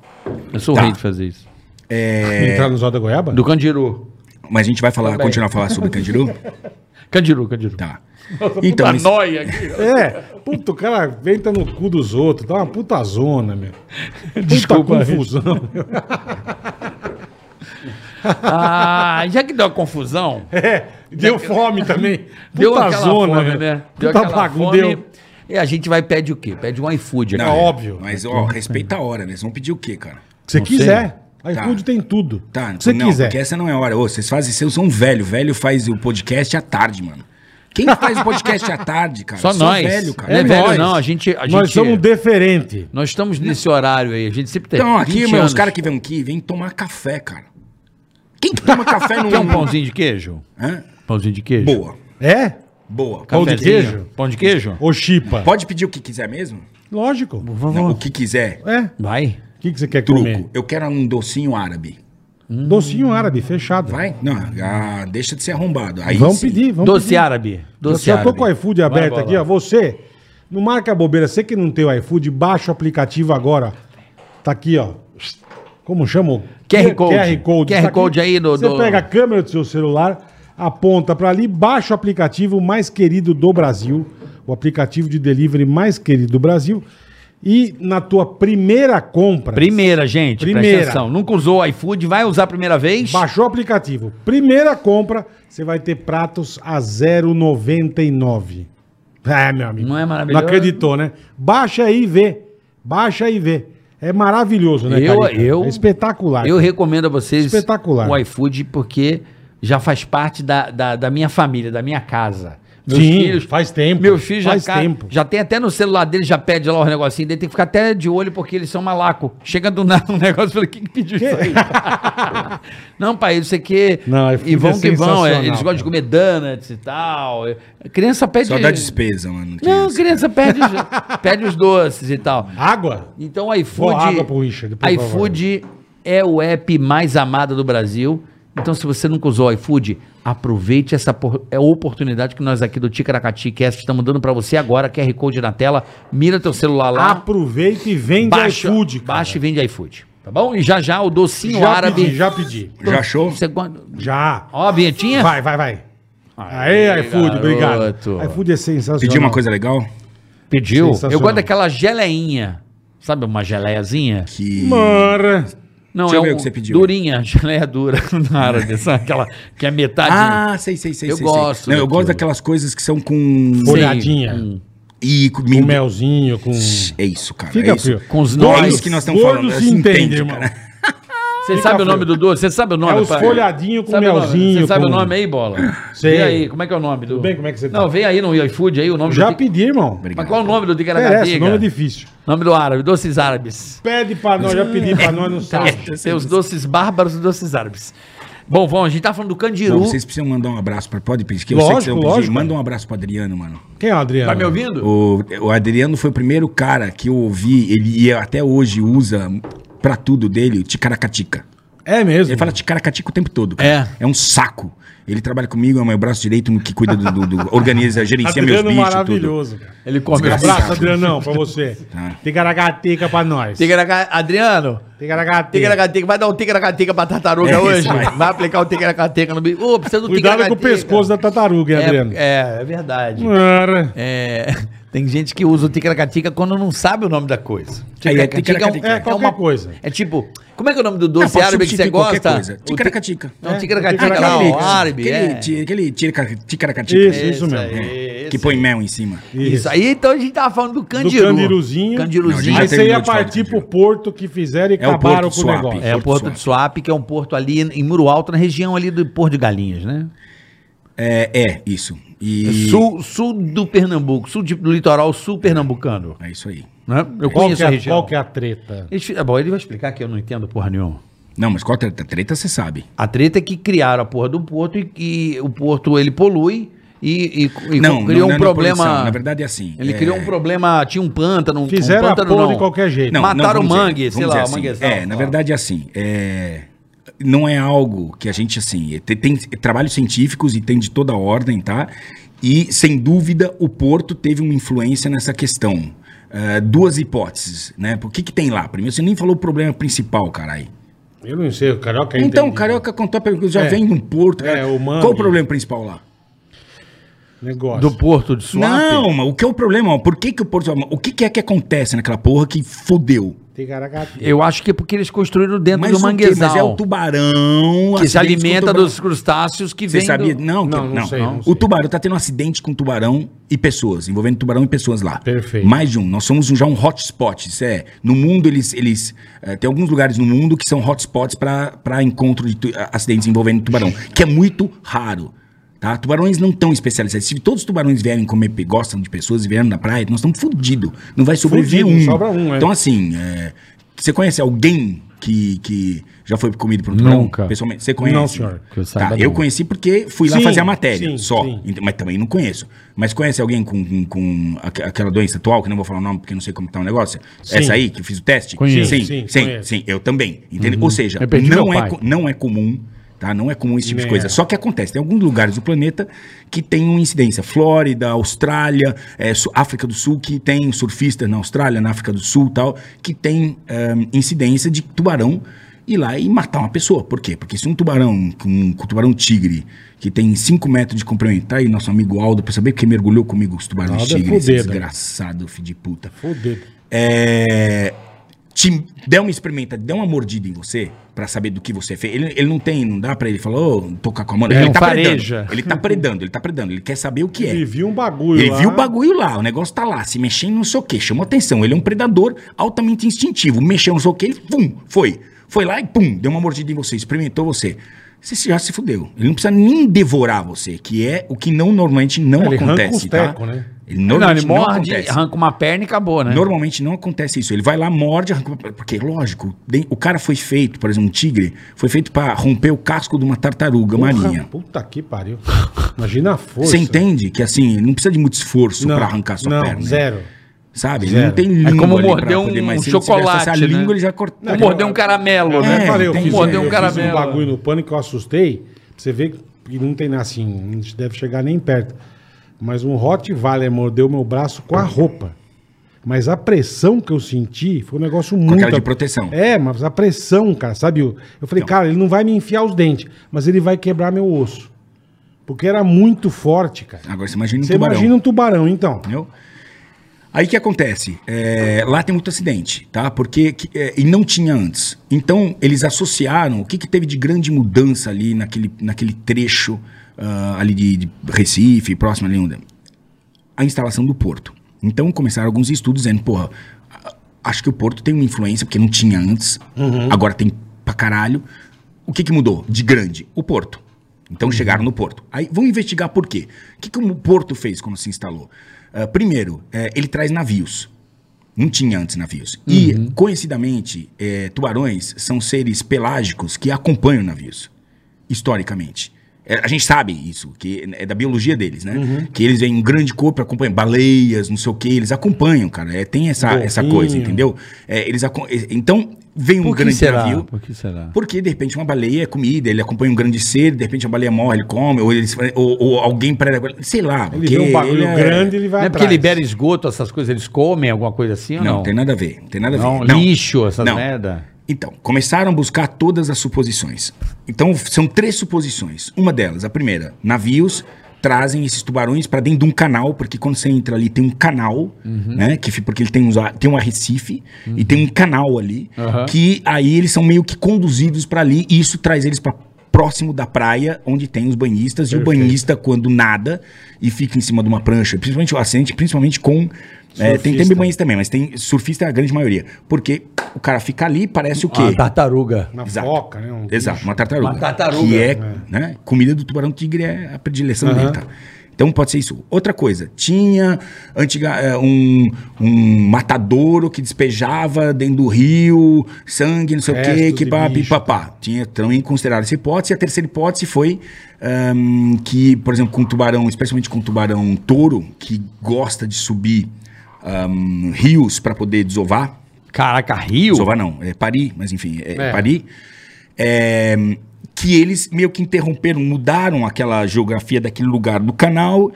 Speaker 3: Eu sou
Speaker 4: Tá.
Speaker 3: rei de fazer isso.
Speaker 4: É,
Speaker 2: Entrar no Zó da Goiaba?
Speaker 3: Do Candiru.
Speaker 4: mas a gente vai falar, continuar a falar sobre o Candiru?
Speaker 3: Candiru, Candiru.
Speaker 4: Tá. Então,
Speaker 5: Tá
Speaker 4: mas-
Speaker 5: nóia aqui.
Speaker 2: É. Puta, o cara entra no cu dos outros. Tá uma puta zona, meu. Puta
Speaker 5: Desculpa,
Speaker 2: confusão. meu.
Speaker 3: Ah, já que deu a confusão,
Speaker 2: É. Deu fome também. Puta
Speaker 3: deu aquela fome,
Speaker 2: meu.
Speaker 3: né? Deu
Speaker 2: Puta
Speaker 3: aquela
Speaker 2: bagun-
Speaker 3: fome.
Speaker 2: deu.
Speaker 3: E a gente vai e pede o quê? Pede um iFood aqui.
Speaker 2: Não, É óbvio.
Speaker 4: é, Mas, ó, respeita a hora, né? Vocês vão pedir o quê, cara?
Speaker 2: Se
Speaker 3: Não sei.
Speaker 2: quiser.
Speaker 4: Tá.
Speaker 2: iFood tem tudo.
Speaker 4: Tá,
Speaker 2: Se
Speaker 4: não,
Speaker 2: quiser.
Speaker 4: porque essa não é a hora. Ô, vocês fazem, vocês são velho. Velho faz o podcast à tarde, mano. Quem faz o podcast à tarde, cara?
Speaker 3: Só nós.
Speaker 4: velho, cara.
Speaker 3: Não é
Speaker 4: Né?
Speaker 3: velho,
Speaker 2: nós.
Speaker 3: não. A gente. A
Speaker 2: Nós
Speaker 3: gente
Speaker 2: somos deferente.
Speaker 3: Nós estamos nesse horário aí. A gente sempre tem.
Speaker 4: Então, aqui,
Speaker 3: 20
Speaker 4: meu,
Speaker 3: é anos.
Speaker 4: os caras que vêm aqui, vêm tomar café, cara. Quem que toma café num...
Speaker 3: Quer um pãozinho de queijo?
Speaker 4: Hã?
Speaker 3: Pãozinho de queijo?
Speaker 4: Boa,
Speaker 2: É?
Speaker 4: boa.
Speaker 3: um
Speaker 2: Pão de
Speaker 3: Cafezinho?
Speaker 2: queijo?
Speaker 3: Pão de queijo?
Speaker 2: Ou chipa?
Speaker 4: Pode pedir o que quiser mesmo?
Speaker 2: Lógico.
Speaker 4: Não, o que quiser.
Speaker 2: É.
Speaker 3: Vai.
Speaker 2: O que, que você quer comer? Hum.
Speaker 4: Truco. Eu quero um docinho árabe.
Speaker 2: Docinho árabe, fechado.
Speaker 4: Vai? Não, ah, deixa de ser arrombado. Aí
Speaker 2: Vamos
Speaker 4: sim.
Speaker 2: pedir, vamos
Speaker 3: Doce
Speaker 2: pedir.
Speaker 3: árabe.
Speaker 2: Eu
Speaker 3: Doce
Speaker 2: só tô
Speaker 3: árabe.
Speaker 2: com o iFood aberto
Speaker 3: Vai, vai
Speaker 2: aqui,
Speaker 3: lá.
Speaker 2: ó. Você, não marca bobeira. Você que não tem o iFood, baixa o aplicativo agora. Tá aqui, ó. Como chama? o-
Speaker 3: QR Code.
Speaker 2: QR Code.
Speaker 3: QR
Speaker 2: Tá aqui.
Speaker 3: Code aí no-
Speaker 2: Você
Speaker 3: do-
Speaker 2: pega a câmera do seu celular, aponta pra ali, baixa o aplicativo mais querido do Brasil. O aplicativo de delivery mais querido do Brasil. E na tua primeira compra...
Speaker 3: Primeira, gente. presta
Speaker 2: Primeira.
Speaker 3: atenção. Nunca usou o iFood, vai usar a primeira vez?
Speaker 2: Baixou o aplicativo. Primeira compra, você vai ter pratos a 0,99. É, meu amigo.
Speaker 3: Não é maravilhoso?
Speaker 2: Não acreditou, né? Baixa aí e vê. Baixa aí e vê. É maravilhoso, né,
Speaker 3: eu,
Speaker 2: Carica?
Speaker 3: eu,
Speaker 2: É espetacular.
Speaker 3: Eu recomendo a vocês
Speaker 2: Espetacular.
Speaker 3: o iFood porque já faz parte da, da, da minha família, da minha casa. Meus
Speaker 2: Sim, faz tempo,
Speaker 3: Meus filhos já,
Speaker 2: faz
Speaker 3: ca-
Speaker 2: tempo.
Speaker 3: já tem até no celular dele, já pede lá o negocinho dele, tem que ficar até de olho porque eles são malaco. Chega do nada um negócio e fala, quem que pediu isso aí? Não, pai, isso aqui...
Speaker 2: Não, iFood
Speaker 3: e vão
Speaker 2: é
Speaker 3: que vão, é,
Speaker 2: sensacional,
Speaker 3: eles gostam
Speaker 2: cara.
Speaker 3: de comer donuts e tal. É, Criança pede...
Speaker 4: Só dá despesa, mano. que
Speaker 3: Não,
Speaker 4: isso.
Speaker 3: criança pede, os- pede os doces e tal.
Speaker 2: Água?
Speaker 3: Então, iFood.
Speaker 2: Boa água pro Richard, por favor.
Speaker 3: iFood é o app mais amado do Brasil. Então, se você nunca usou o iFood, aproveite essa por- é a oportunidade que nós aqui do Ticaracati Cast estamos dando para você agora. QR Code na tela. Mira teu celular lá.
Speaker 2: Aproveita e vende
Speaker 3: baixa,
Speaker 2: iFood, cara.
Speaker 3: baixa e vende iFood. Tá bom? E já já o docinho
Speaker 2: já
Speaker 3: árabe.
Speaker 2: pedi, já pedi.
Speaker 4: Já achou?
Speaker 3: Você guarda-
Speaker 2: Já.
Speaker 3: Ó a vinhetinha.
Speaker 2: Vai, vai, vai. Aê, iFood,
Speaker 3: garoto.
Speaker 2: obrigado. iFood é sensacional.
Speaker 4: Pedir uma coisa legal?
Speaker 3: Pediu. Eu
Speaker 2: Sensacional.
Speaker 3: gosto daquela geleinha. Sabe uma geleiazinha?
Speaker 4: Que...
Speaker 2: Mora.
Speaker 3: Não,
Speaker 4: Deixa eu
Speaker 3: é
Speaker 4: ver
Speaker 3: um-
Speaker 4: o que você pediu.
Speaker 3: Durinha, geleia dura na árabe, sabe? Aquela que é metade.
Speaker 4: Ah, sei, sei, sei.
Speaker 3: Eu
Speaker 4: sei,
Speaker 3: gosto
Speaker 4: Sei. Não, eu
Speaker 3: daquilo.
Speaker 4: gosto daquelas coisas que são com.
Speaker 3: Sim.
Speaker 2: Folhadinha.
Speaker 4: E com
Speaker 2: Com
Speaker 4: milho.
Speaker 2: melzinho, com...
Speaker 4: É isso, cara.
Speaker 2: Fica
Speaker 4: é isso.
Speaker 2: frio.
Speaker 3: Com os
Speaker 4: Não, é
Speaker 3: nós.
Speaker 4: isso que nós estamos
Speaker 2: Gordo
Speaker 4: falando.
Speaker 2: se
Speaker 4: Você
Speaker 2: entende,
Speaker 4: entende,
Speaker 2: irmão.
Speaker 4: cara.
Speaker 3: Você sabe o nome do doce? Você sabe o nome?
Speaker 2: É os
Speaker 3: pai?
Speaker 2: folhadinho com
Speaker 3: Sabe o nome?
Speaker 2: melzinho.
Speaker 3: Você sabe
Speaker 2: com-
Speaker 3: o nome aí, Bola?
Speaker 2: Sei.
Speaker 3: Vê aí, como é que é o nome? Do...
Speaker 2: Tudo bem, como é que você tá?
Speaker 3: Não, vem aí no iFood aí o nome
Speaker 2: Já
Speaker 3: do...
Speaker 2: pedi, irmão.
Speaker 3: Mas qual é o nome do
Speaker 2: Interessa, o
Speaker 3: Ticaracatiga?
Speaker 2: nome é difícil.
Speaker 3: Nome do árabe, doces árabes. É,
Speaker 2: Pede pra nós, já pedi pra nós, não
Speaker 4: Tá.
Speaker 2: sabe.
Speaker 3: Tem os doces bárbaros e os doces árabes. Bom, bom, a gente tá falando do
Speaker 4: Bom,
Speaker 3: candiru.
Speaker 4: vocês precisam mandar um abraço pra. Pode pedir, que eu sei que
Speaker 2: Lógico,
Speaker 4: vocês vão pedir.
Speaker 2: lógico,
Speaker 4: Manda
Speaker 2: cara.
Speaker 4: um abraço pro Adriano, mano.
Speaker 2: Quem é o Adriano?
Speaker 3: Tá me ouvindo?
Speaker 4: O, o Adriano foi o primeiro cara que eu ouvi, ele e eu até hoje usa pra tudo dele, o ticaracatica.
Speaker 2: É mesmo.
Speaker 4: Ele fala assim, ticaracatica o tempo todo.
Speaker 3: É.
Speaker 4: É um saco. Ele trabalha comigo, é o meu braço direito no que cuida do, do- do- organiza, gerencia é meus
Speaker 2: Adriano é
Speaker 4: bichos, tudo.
Speaker 2: maravilhoso. cara.
Speaker 3: Ele come.
Speaker 4: Desgraçado.
Speaker 2: Abraço, Adrianão, pra você.
Speaker 4: Tá.
Speaker 2: Tigaragatica pra nós.
Speaker 3: Ticaracá- Adriano,
Speaker 2: Tigaragatica.
Speaker 3: Ticaracateca, vai dar um ticaracateca pra tartaruga
Speaker 4: É isso,
Speaker 3: hoje? Vai.
Speaker 4: vai.
Speaker 3: aplicar um o ticaracateca no bicho. Ô, precisa do
Speaker 2: Cuidado com o
Speaker 3: ticaracateca.
Speaker 2: pescoço da tartaruga, hein, Adriano.
Speaker 3: É, é, é verdade.
Speaker 2: Mara.
Speaker 3: É, tem gente que usa o ticaracatica quando não sabe o nome da coisa.
Speaker 4: Aí é
Speaker 3: Ticaracatica um-
Speaker 4: ticaracatica.
Speaker 2: É qualquer coisa.
Speaker 3: É tipo, como é que é o nome do
Speaker 4: Não,
Speaker 3: doce
Speaker 4: pode
Speaker 3: árabe que você
Speaker 4: substituir qualquer
Speaker 3: gosta?
Speaker 4: coisa. Ticaracatica.
Speaker 3: Não,
Speaker 2: É,
Speaker 3: ticaracatica lá,
Speaker 2: ticaracatica.
Speaker 3: o árabe.
Speaker 4: Aquele,
Speaker 3: é.
Speaker 4: ti- aquele ticaracatica.
Speaker 2: Isso. mesmo.
Speaker 3: aí.
Speaker 4: É, que põe mel em cima.
Speaker 3: Isso. aí, então a gente tava falando do Candiru.
Speaker 2: Do Candiruzinho.
Speaker 3: Candiruzinho.
Speaker 4: Não,
Speaker 2: Aí
Speaker 4: já
Speaker 2: você
Speaker 4: terminou
Speaker 2: ia
Speaker 4: de falar do
Speaker 2: partir pro
Speaker 4: Candiru.
Speaker 2: porto que fizeram e
Speaker 4: É o
Speaker 2: acabaram
Speaker 4: Porto
Speaker 2: com o
Speaker 4: Suape.
Speaker 2: negócio.
Speaker 3: É o Porto
Speaker 4: Suape.
Speaker 3: de Suape, que é um porto ali em Muro Alto, na região ali do Porto de Galinhas, né?
Speaker 4: É, é, isso. E.
Speaker 3: Sul, sul do Pernambuco, sul de- do litoral sul pernambucano.
Speaker 4: É isso aí.
Speaker 3: Né? Eu
Speaker 2: Qual,
Speaker 3: conheço
Speaker 2: que é,
Speaker 3: a
Speaker 2: a-
Speaker 3: região.
Speaker 2: qual que é a treta?
Speaker 3: Eles fi- é bom, ele vai explicar que eu não entendo porra nenhuma.
Speaker 4: Não, mas qual a treta? Treta você sabe.
Speaker 3: A treta é que criaram a porra do porto e, e o porto ele polui e, e- e criou um
Speaker 4: é
Speaker 3: problema.
Speaker 4: poluição, Na verdade é assim.
Speaker 3: Ele
Speaker 4: é-
Speaker 3: criou um problema, tinha um pântano,
Speaker 2: Fizeram
Speaker 3: um
Speaker 2: a porra de qualquer jeito.
Speaker 4: Não,
Speaker 3: Mataram
Speaker 4: vamos
Speaker 3: o mangue, sei
Speaker 4: vamos
Speaker 3: lá,
Speaker 4: dizer
Speaker 3: o manguezal,
Speaker 4: É,
Speaker 3: sei
Speaker 4: na
Speaker 3: lá.
Speaker 4: verdade é assim. é, Não é algo que a gente, assim. Tem, tem trabalhos científicos e tem de toda ordem, tá? E, sem dúvida, o Porto teve uma influência nessa questão. É, duas hipóteses, né? O que, que tem lá? Primeiro, você nem falou o problema principal, caralho.
Speaker 2: Eu não sei, o Carioca é
Speaker 4: Então, o
Speaker 2: entendido.
Speaker 4: Carioca contou a pergunta, já
Speaker 2: É.
Speaker 4: vem num porto.
Speaker 2: É,
Speaker 4: cara.
Speaker 2: o mangue.
Speaker 4: Qual o problema principal lá?
Speaker 2: Negócio.
Speaker 3: Do porto de Suape.
Speaker 4: Não, mas o que é o problema? ó? Por que, que o Porto. O que, que é que acontece naquela porra que fodeu?
Speaker 2: Ticaracati.
Speaker 3: Eu acho que é porque eles construíram dentro
Speaker 4: Mas
Speaker 3: do
Speaker 4: o quê?
Speaker 3: manguezal.
Speaker 4: Mas é o tubarão.
Speaker 3: que se
Speaker 4: acidente com
Speaker 3: alimenta
Speaker 4: o tubarão.
Speaker 3: dos crustáceos que
Speaker 4: Você
Speaker 3: vem
Speaker 4: sabia?
Speaker 3: do...
Speaker 4: Não,
Speaker 2: Não,
Speaker 4: que-
Speaker 2: não
Speaker 4: não,
Speaker 2: sei, não sei.
Speaker 4: O tubarão tá tendo um acidente com tubarão e pessoas, envolvendo tubarão e pessoas lá.
Speaker 2: Perfeito.
Speaker 4: Mais de um. Nós somos um- já um hotspot. Isso é. No mundo, eles. eles eh, tem alguns lugares no mundo que são hotspots para encontro de tu- a- acidentes envolvendo tubarão, que é muito raro. Tá? Tubarões não tão especializados. Se todos os tubarões vierem comer, pe- gostam de pessoas e vierem na praia, nós estamos fodidos. Não vai sobreviver
Speaker 2: Fudido,
Speaker 4: um.
Speaker 2: sobra um, é.
Speaker 4: Então, assim, é, você conhece alguém que, que já foi comido por um tubarão?
Speaker 3: Nunca.
Speaker 4: Pessoalmente, você conhece?
Speaker 2: Não, senhor.
Speaker 3: Que eu saiba,
Speaker 4: Tá, eu
Speaker 3: não.
Speaker 4: conheci porque fui lá
Speaker 2: Sim,
Speaker 4: fazer a matéria,
Speaker 2: sim,
Speaker 4: só.
Speaker 2: sim.
Speaker 4: Ent- Mas também não conheço. Mas conhece alguém com, com, com aque- aquela doença atual, que não vou falar o nome porque não sei como tá o negócio?
Speaker 2: Sim.
Speaker 4: Essa aí, que eu fiz o teste?
Speaker 3: Conheço. Uhum.
Speaker 4: Sim,
Speaker 2: Sim,
Speaker 4: sim, sim,
Speaker 2: conheço.
Speaker 4: sim, eu também. Entendeu? Ou seja,
Speaker 3: Eu perdi meu
Speaker 4: não
Speaker 3: pai.
Speaker 4: é, co- não é comum, tá? Não é comum esse tipo
Speaker 2: É.
Speaker 4: de coisa. Só que acontece, tem alguns lugares do planeta que tem uma incidência. Flórida, Austrália, eh, Su- África do Sul, que tem surfistas na Austrália, na África do Sul e tal, que tem ehm, incidência de tubarão ir lá e matar uma pessoa. Por quê? Porque se um tubarão, com- um, tubarão tigre, que tem 5 metros de comprimento, tá aí nosso amigo Aldo, pra saber porque mergulhou comigo os tubarões
Speaker 2: Aldo é
Speaker 4: tigres, esse
Speaker 2: fudido.
Speaker 4: desgraçado, filho de puta
Speaker 2: Fudido.
Speaker 4: é, te der uma experimenta, der um uma mordida em você pra saber do que você fez. Ele, ele não tem, não dá pra ele falar, ô, tocar com a mão.
Speaker 3: É,
Speaker 4: ele
Speaker 3: não
Speaker 4: tá
Speaker 3: fareja.
Speaker 4: predando. Ele tá predando, ele tá predando. Ele quer saber o que é.
Speaker 2: um Ele viu um bagulho
Speaker 4: Ele
Speaker 2: lá.
Speaker 4: viu o bagulho lá, o negócio tá lá, se mexendo, não sei o que, chamou atenção. Ele é um predador altamente instintivo. Mexeu, não sei o que, ele pum, foi. Foi lá e pum, deu um uma mordida em você, experimentou você. Você se- já se fudeu. Ele não precisa nem devorar você, que é o que não normalmente não
Speaker 2: Ele arranca
Speaker 4: acontece,
Speaker 2: os
Speaker 4: tá?
Speaker 2: tecos, né?
Speaker 4: Ele
Speaker 3: Não,
Speaker 4: normalmente
Speaker 3: ele
Speaker 4: não,
Speaker 3: morde,
Speaker 4: acontece.
Speaker 3: arranca uma perna e acabou, né?
Speaker 4: Normalmente não acontece isso. Ele vai lá, morde, arranca uma- porque lógico, de- o cara foi feito, por exemplo, um tigre, foi feito pra romper o casco de uma tartaruga marinha.
Speaker 2: Puta que pariu. Imagina a força.
Speaker 4: Você entende que assim, não precisa de muito esforço pra arrancar sua
Speaker 2: não,
Speaker 4: perna. né?
Speaker 2: Zero.
Speaker 4: Sabe?
Speaker 2: Zero.
Speaker 4: Ele não tem
Speaker 3: É
Speaker 4: língua.
Speaker 3: como
Speaker 4: ali pra
Speaker 3: morder um
Speaker 4: poder, mas se ele
Speaker 3: chocolate,
Speaker 4: tivesse essa
Speaker 3: né?
Speaker 4: língua, ele já cortou.
Speaker 3: Como morder um caramelo,
Speaker 2: Eu
Speaker 3: né?
Speaker 4: É,
Speaker 2: falei, eu
Speaker 4: tem
Speaker 3: Como
Speaker 2: fiz,
Speaker 4: isso,
Speaker 3: morder
Speaker 2: eu
Speaker 3: um
Speaker 2: fiz um
Speaker 3: caramelo.
Speaker 2: bagulho no pânico, eu assustei. pra Você vê que não tem nada assim, não deve chegar nem perto. Mas um Rottweiler mordeu meu braço com a roupa. Mas a pressão que eu senti foi um negócio muito.
Speaker 4: aquela de proteção. Então.
Speaker 2: É, mas a pressão, cara, sabe? Eu eu falei, cara, ele não vai me enfiar os dentes, mas ele vai quebrar meu osso. Porque era muito forte, cara.
Speaker 4: Agora você imagina um
Speaker 2: Você
Speaker 4: tubarão.
Speaker 2: imagina um tubarão, então.
Speaker 4: entendeu? Aí o que acontece? É, lá tem muito acidente, tá? Porque que- é, e não tinha antes. Então eles associaram o que, que teve de grande mudança ali naquele, naquele trecho ah, ali de, de Recife, próximo ali onde a instalação do porto. Então começaram alguns estudos dizendo, porra, a- acho que o porto tem uma influência porque não tinha antes, agora tem pra caralho. O que, que mudou de grande? O porto. Então chegaram no porto. Aí vão investigar por quê. O que, que o porto fez quando se instalou? Ah, primeiro, eh, ele traz navios. Não tinha antes navios.
Speaker 2: Uhum.
Speaker 4: E, conhecidamente, eh, tubarões são seres pelágicos que acompanham navios historicamente. É, A gente sabe isso, que é da biologia deles, né?
Speaker 2: Uhum.
Speaker 4: Que eles vêm em um grande corpo, acompanham baleias, não sei o que, eles acompanham, cara. É, tem essa, essa
Speaker 2: Golfinho.
Speaker 4: coisa, entendeu? É, eles acom- e- então, vem um
Speaker 3: Por que
Speaker 4: grande
Speaker 3: será?
Speaker 4: navio.
Speaker 3: Por que será?
Speaker 4: Porque, de repente, uma baleia é comida, ele acompanha um grande ser, de repente a baleia morre, ele come, ou, eles, ou, ou alguém para Sei lá.
Speaker 2: Ele vê um bagulho grande, ele vai
Speaker 3: Não é porque
Speaker 2: atrás.
Speaker 3: libera esgoto, essas coisas, eles comem alguma coisa assim ou
Speaker 4: Não,
Speaker 3: não?
Speaker 4: tem nada a ver. Tem nada a ver.
Speaker 3: Não, lixo, essas merda.
Speaker 4: Então, começaram a buscar todas as suposições. Então, f- são três suposições. Uma delas, a primeira, navios trazem esses tubarões para dentro de um canal, porque quando você entra ali tem um canal, né? Que, fi- porque ele tem, uns, a- tem um arrecife e tem um canal ali,
Speaker 3: Aham.
Speaker 4: que aí eles são meio que conduzidos para ali e isso traz eles para próximo da praia onde tem os banhistas. E o
Speaker 2: Perfeito.
Speaker 4: banhista, quando nada e fica em cima de uma prancha, principalmente o acidente, principalmente com. é, tem, tem
Speaker 2: Surfista.
Speaker 4: banhista também, mas tem surfista é a grande maioria. Porque o cara fica ali, parece o quê?
Speaker 3: Uma Ah, tartaruga.
Speaker 2: Uma
Speaker 4: Exato.
Speaker 2: foca, né? Um
Speaker 4: Exato,
Speaker 2: bicho.
Speaker 4: uma tartaruga.
Speaker 3: Uma tartaruga.
Speaker 4: Que é,
Speaker 3: É.
Speaker 4: né? Comida do tubarão-tigre é a predileção
Speaker 2: Aham.
Speaker 4: dele, tá? Então pode ser isso. Outra coisa, tinha antiga, é, um, um matadouro que despejava dentro do rio sangue, não sei o quê,
Speaker 2: Restos
Speaker 4: que
Speaker 2: de
Speaker 4: pá,
Speaker 2: bicho.
Speaker 4: pipapá. Tinha também considerado essa hipótese. E a terceira hipótese foi ahm, que, por exemplo, com tubarão, especialmente com tubarão touro, que gosta de subir ahm, rios para poder desovar,
Speaker 3: Caraca, Rio?
Speaker 4: Sová não, é Paris, mas enfim, é,
Speaker 2: É.
Speaker 4: Paris. É, que eles meio que interromperam, mudaram aquela geografia daquele lugar do canal,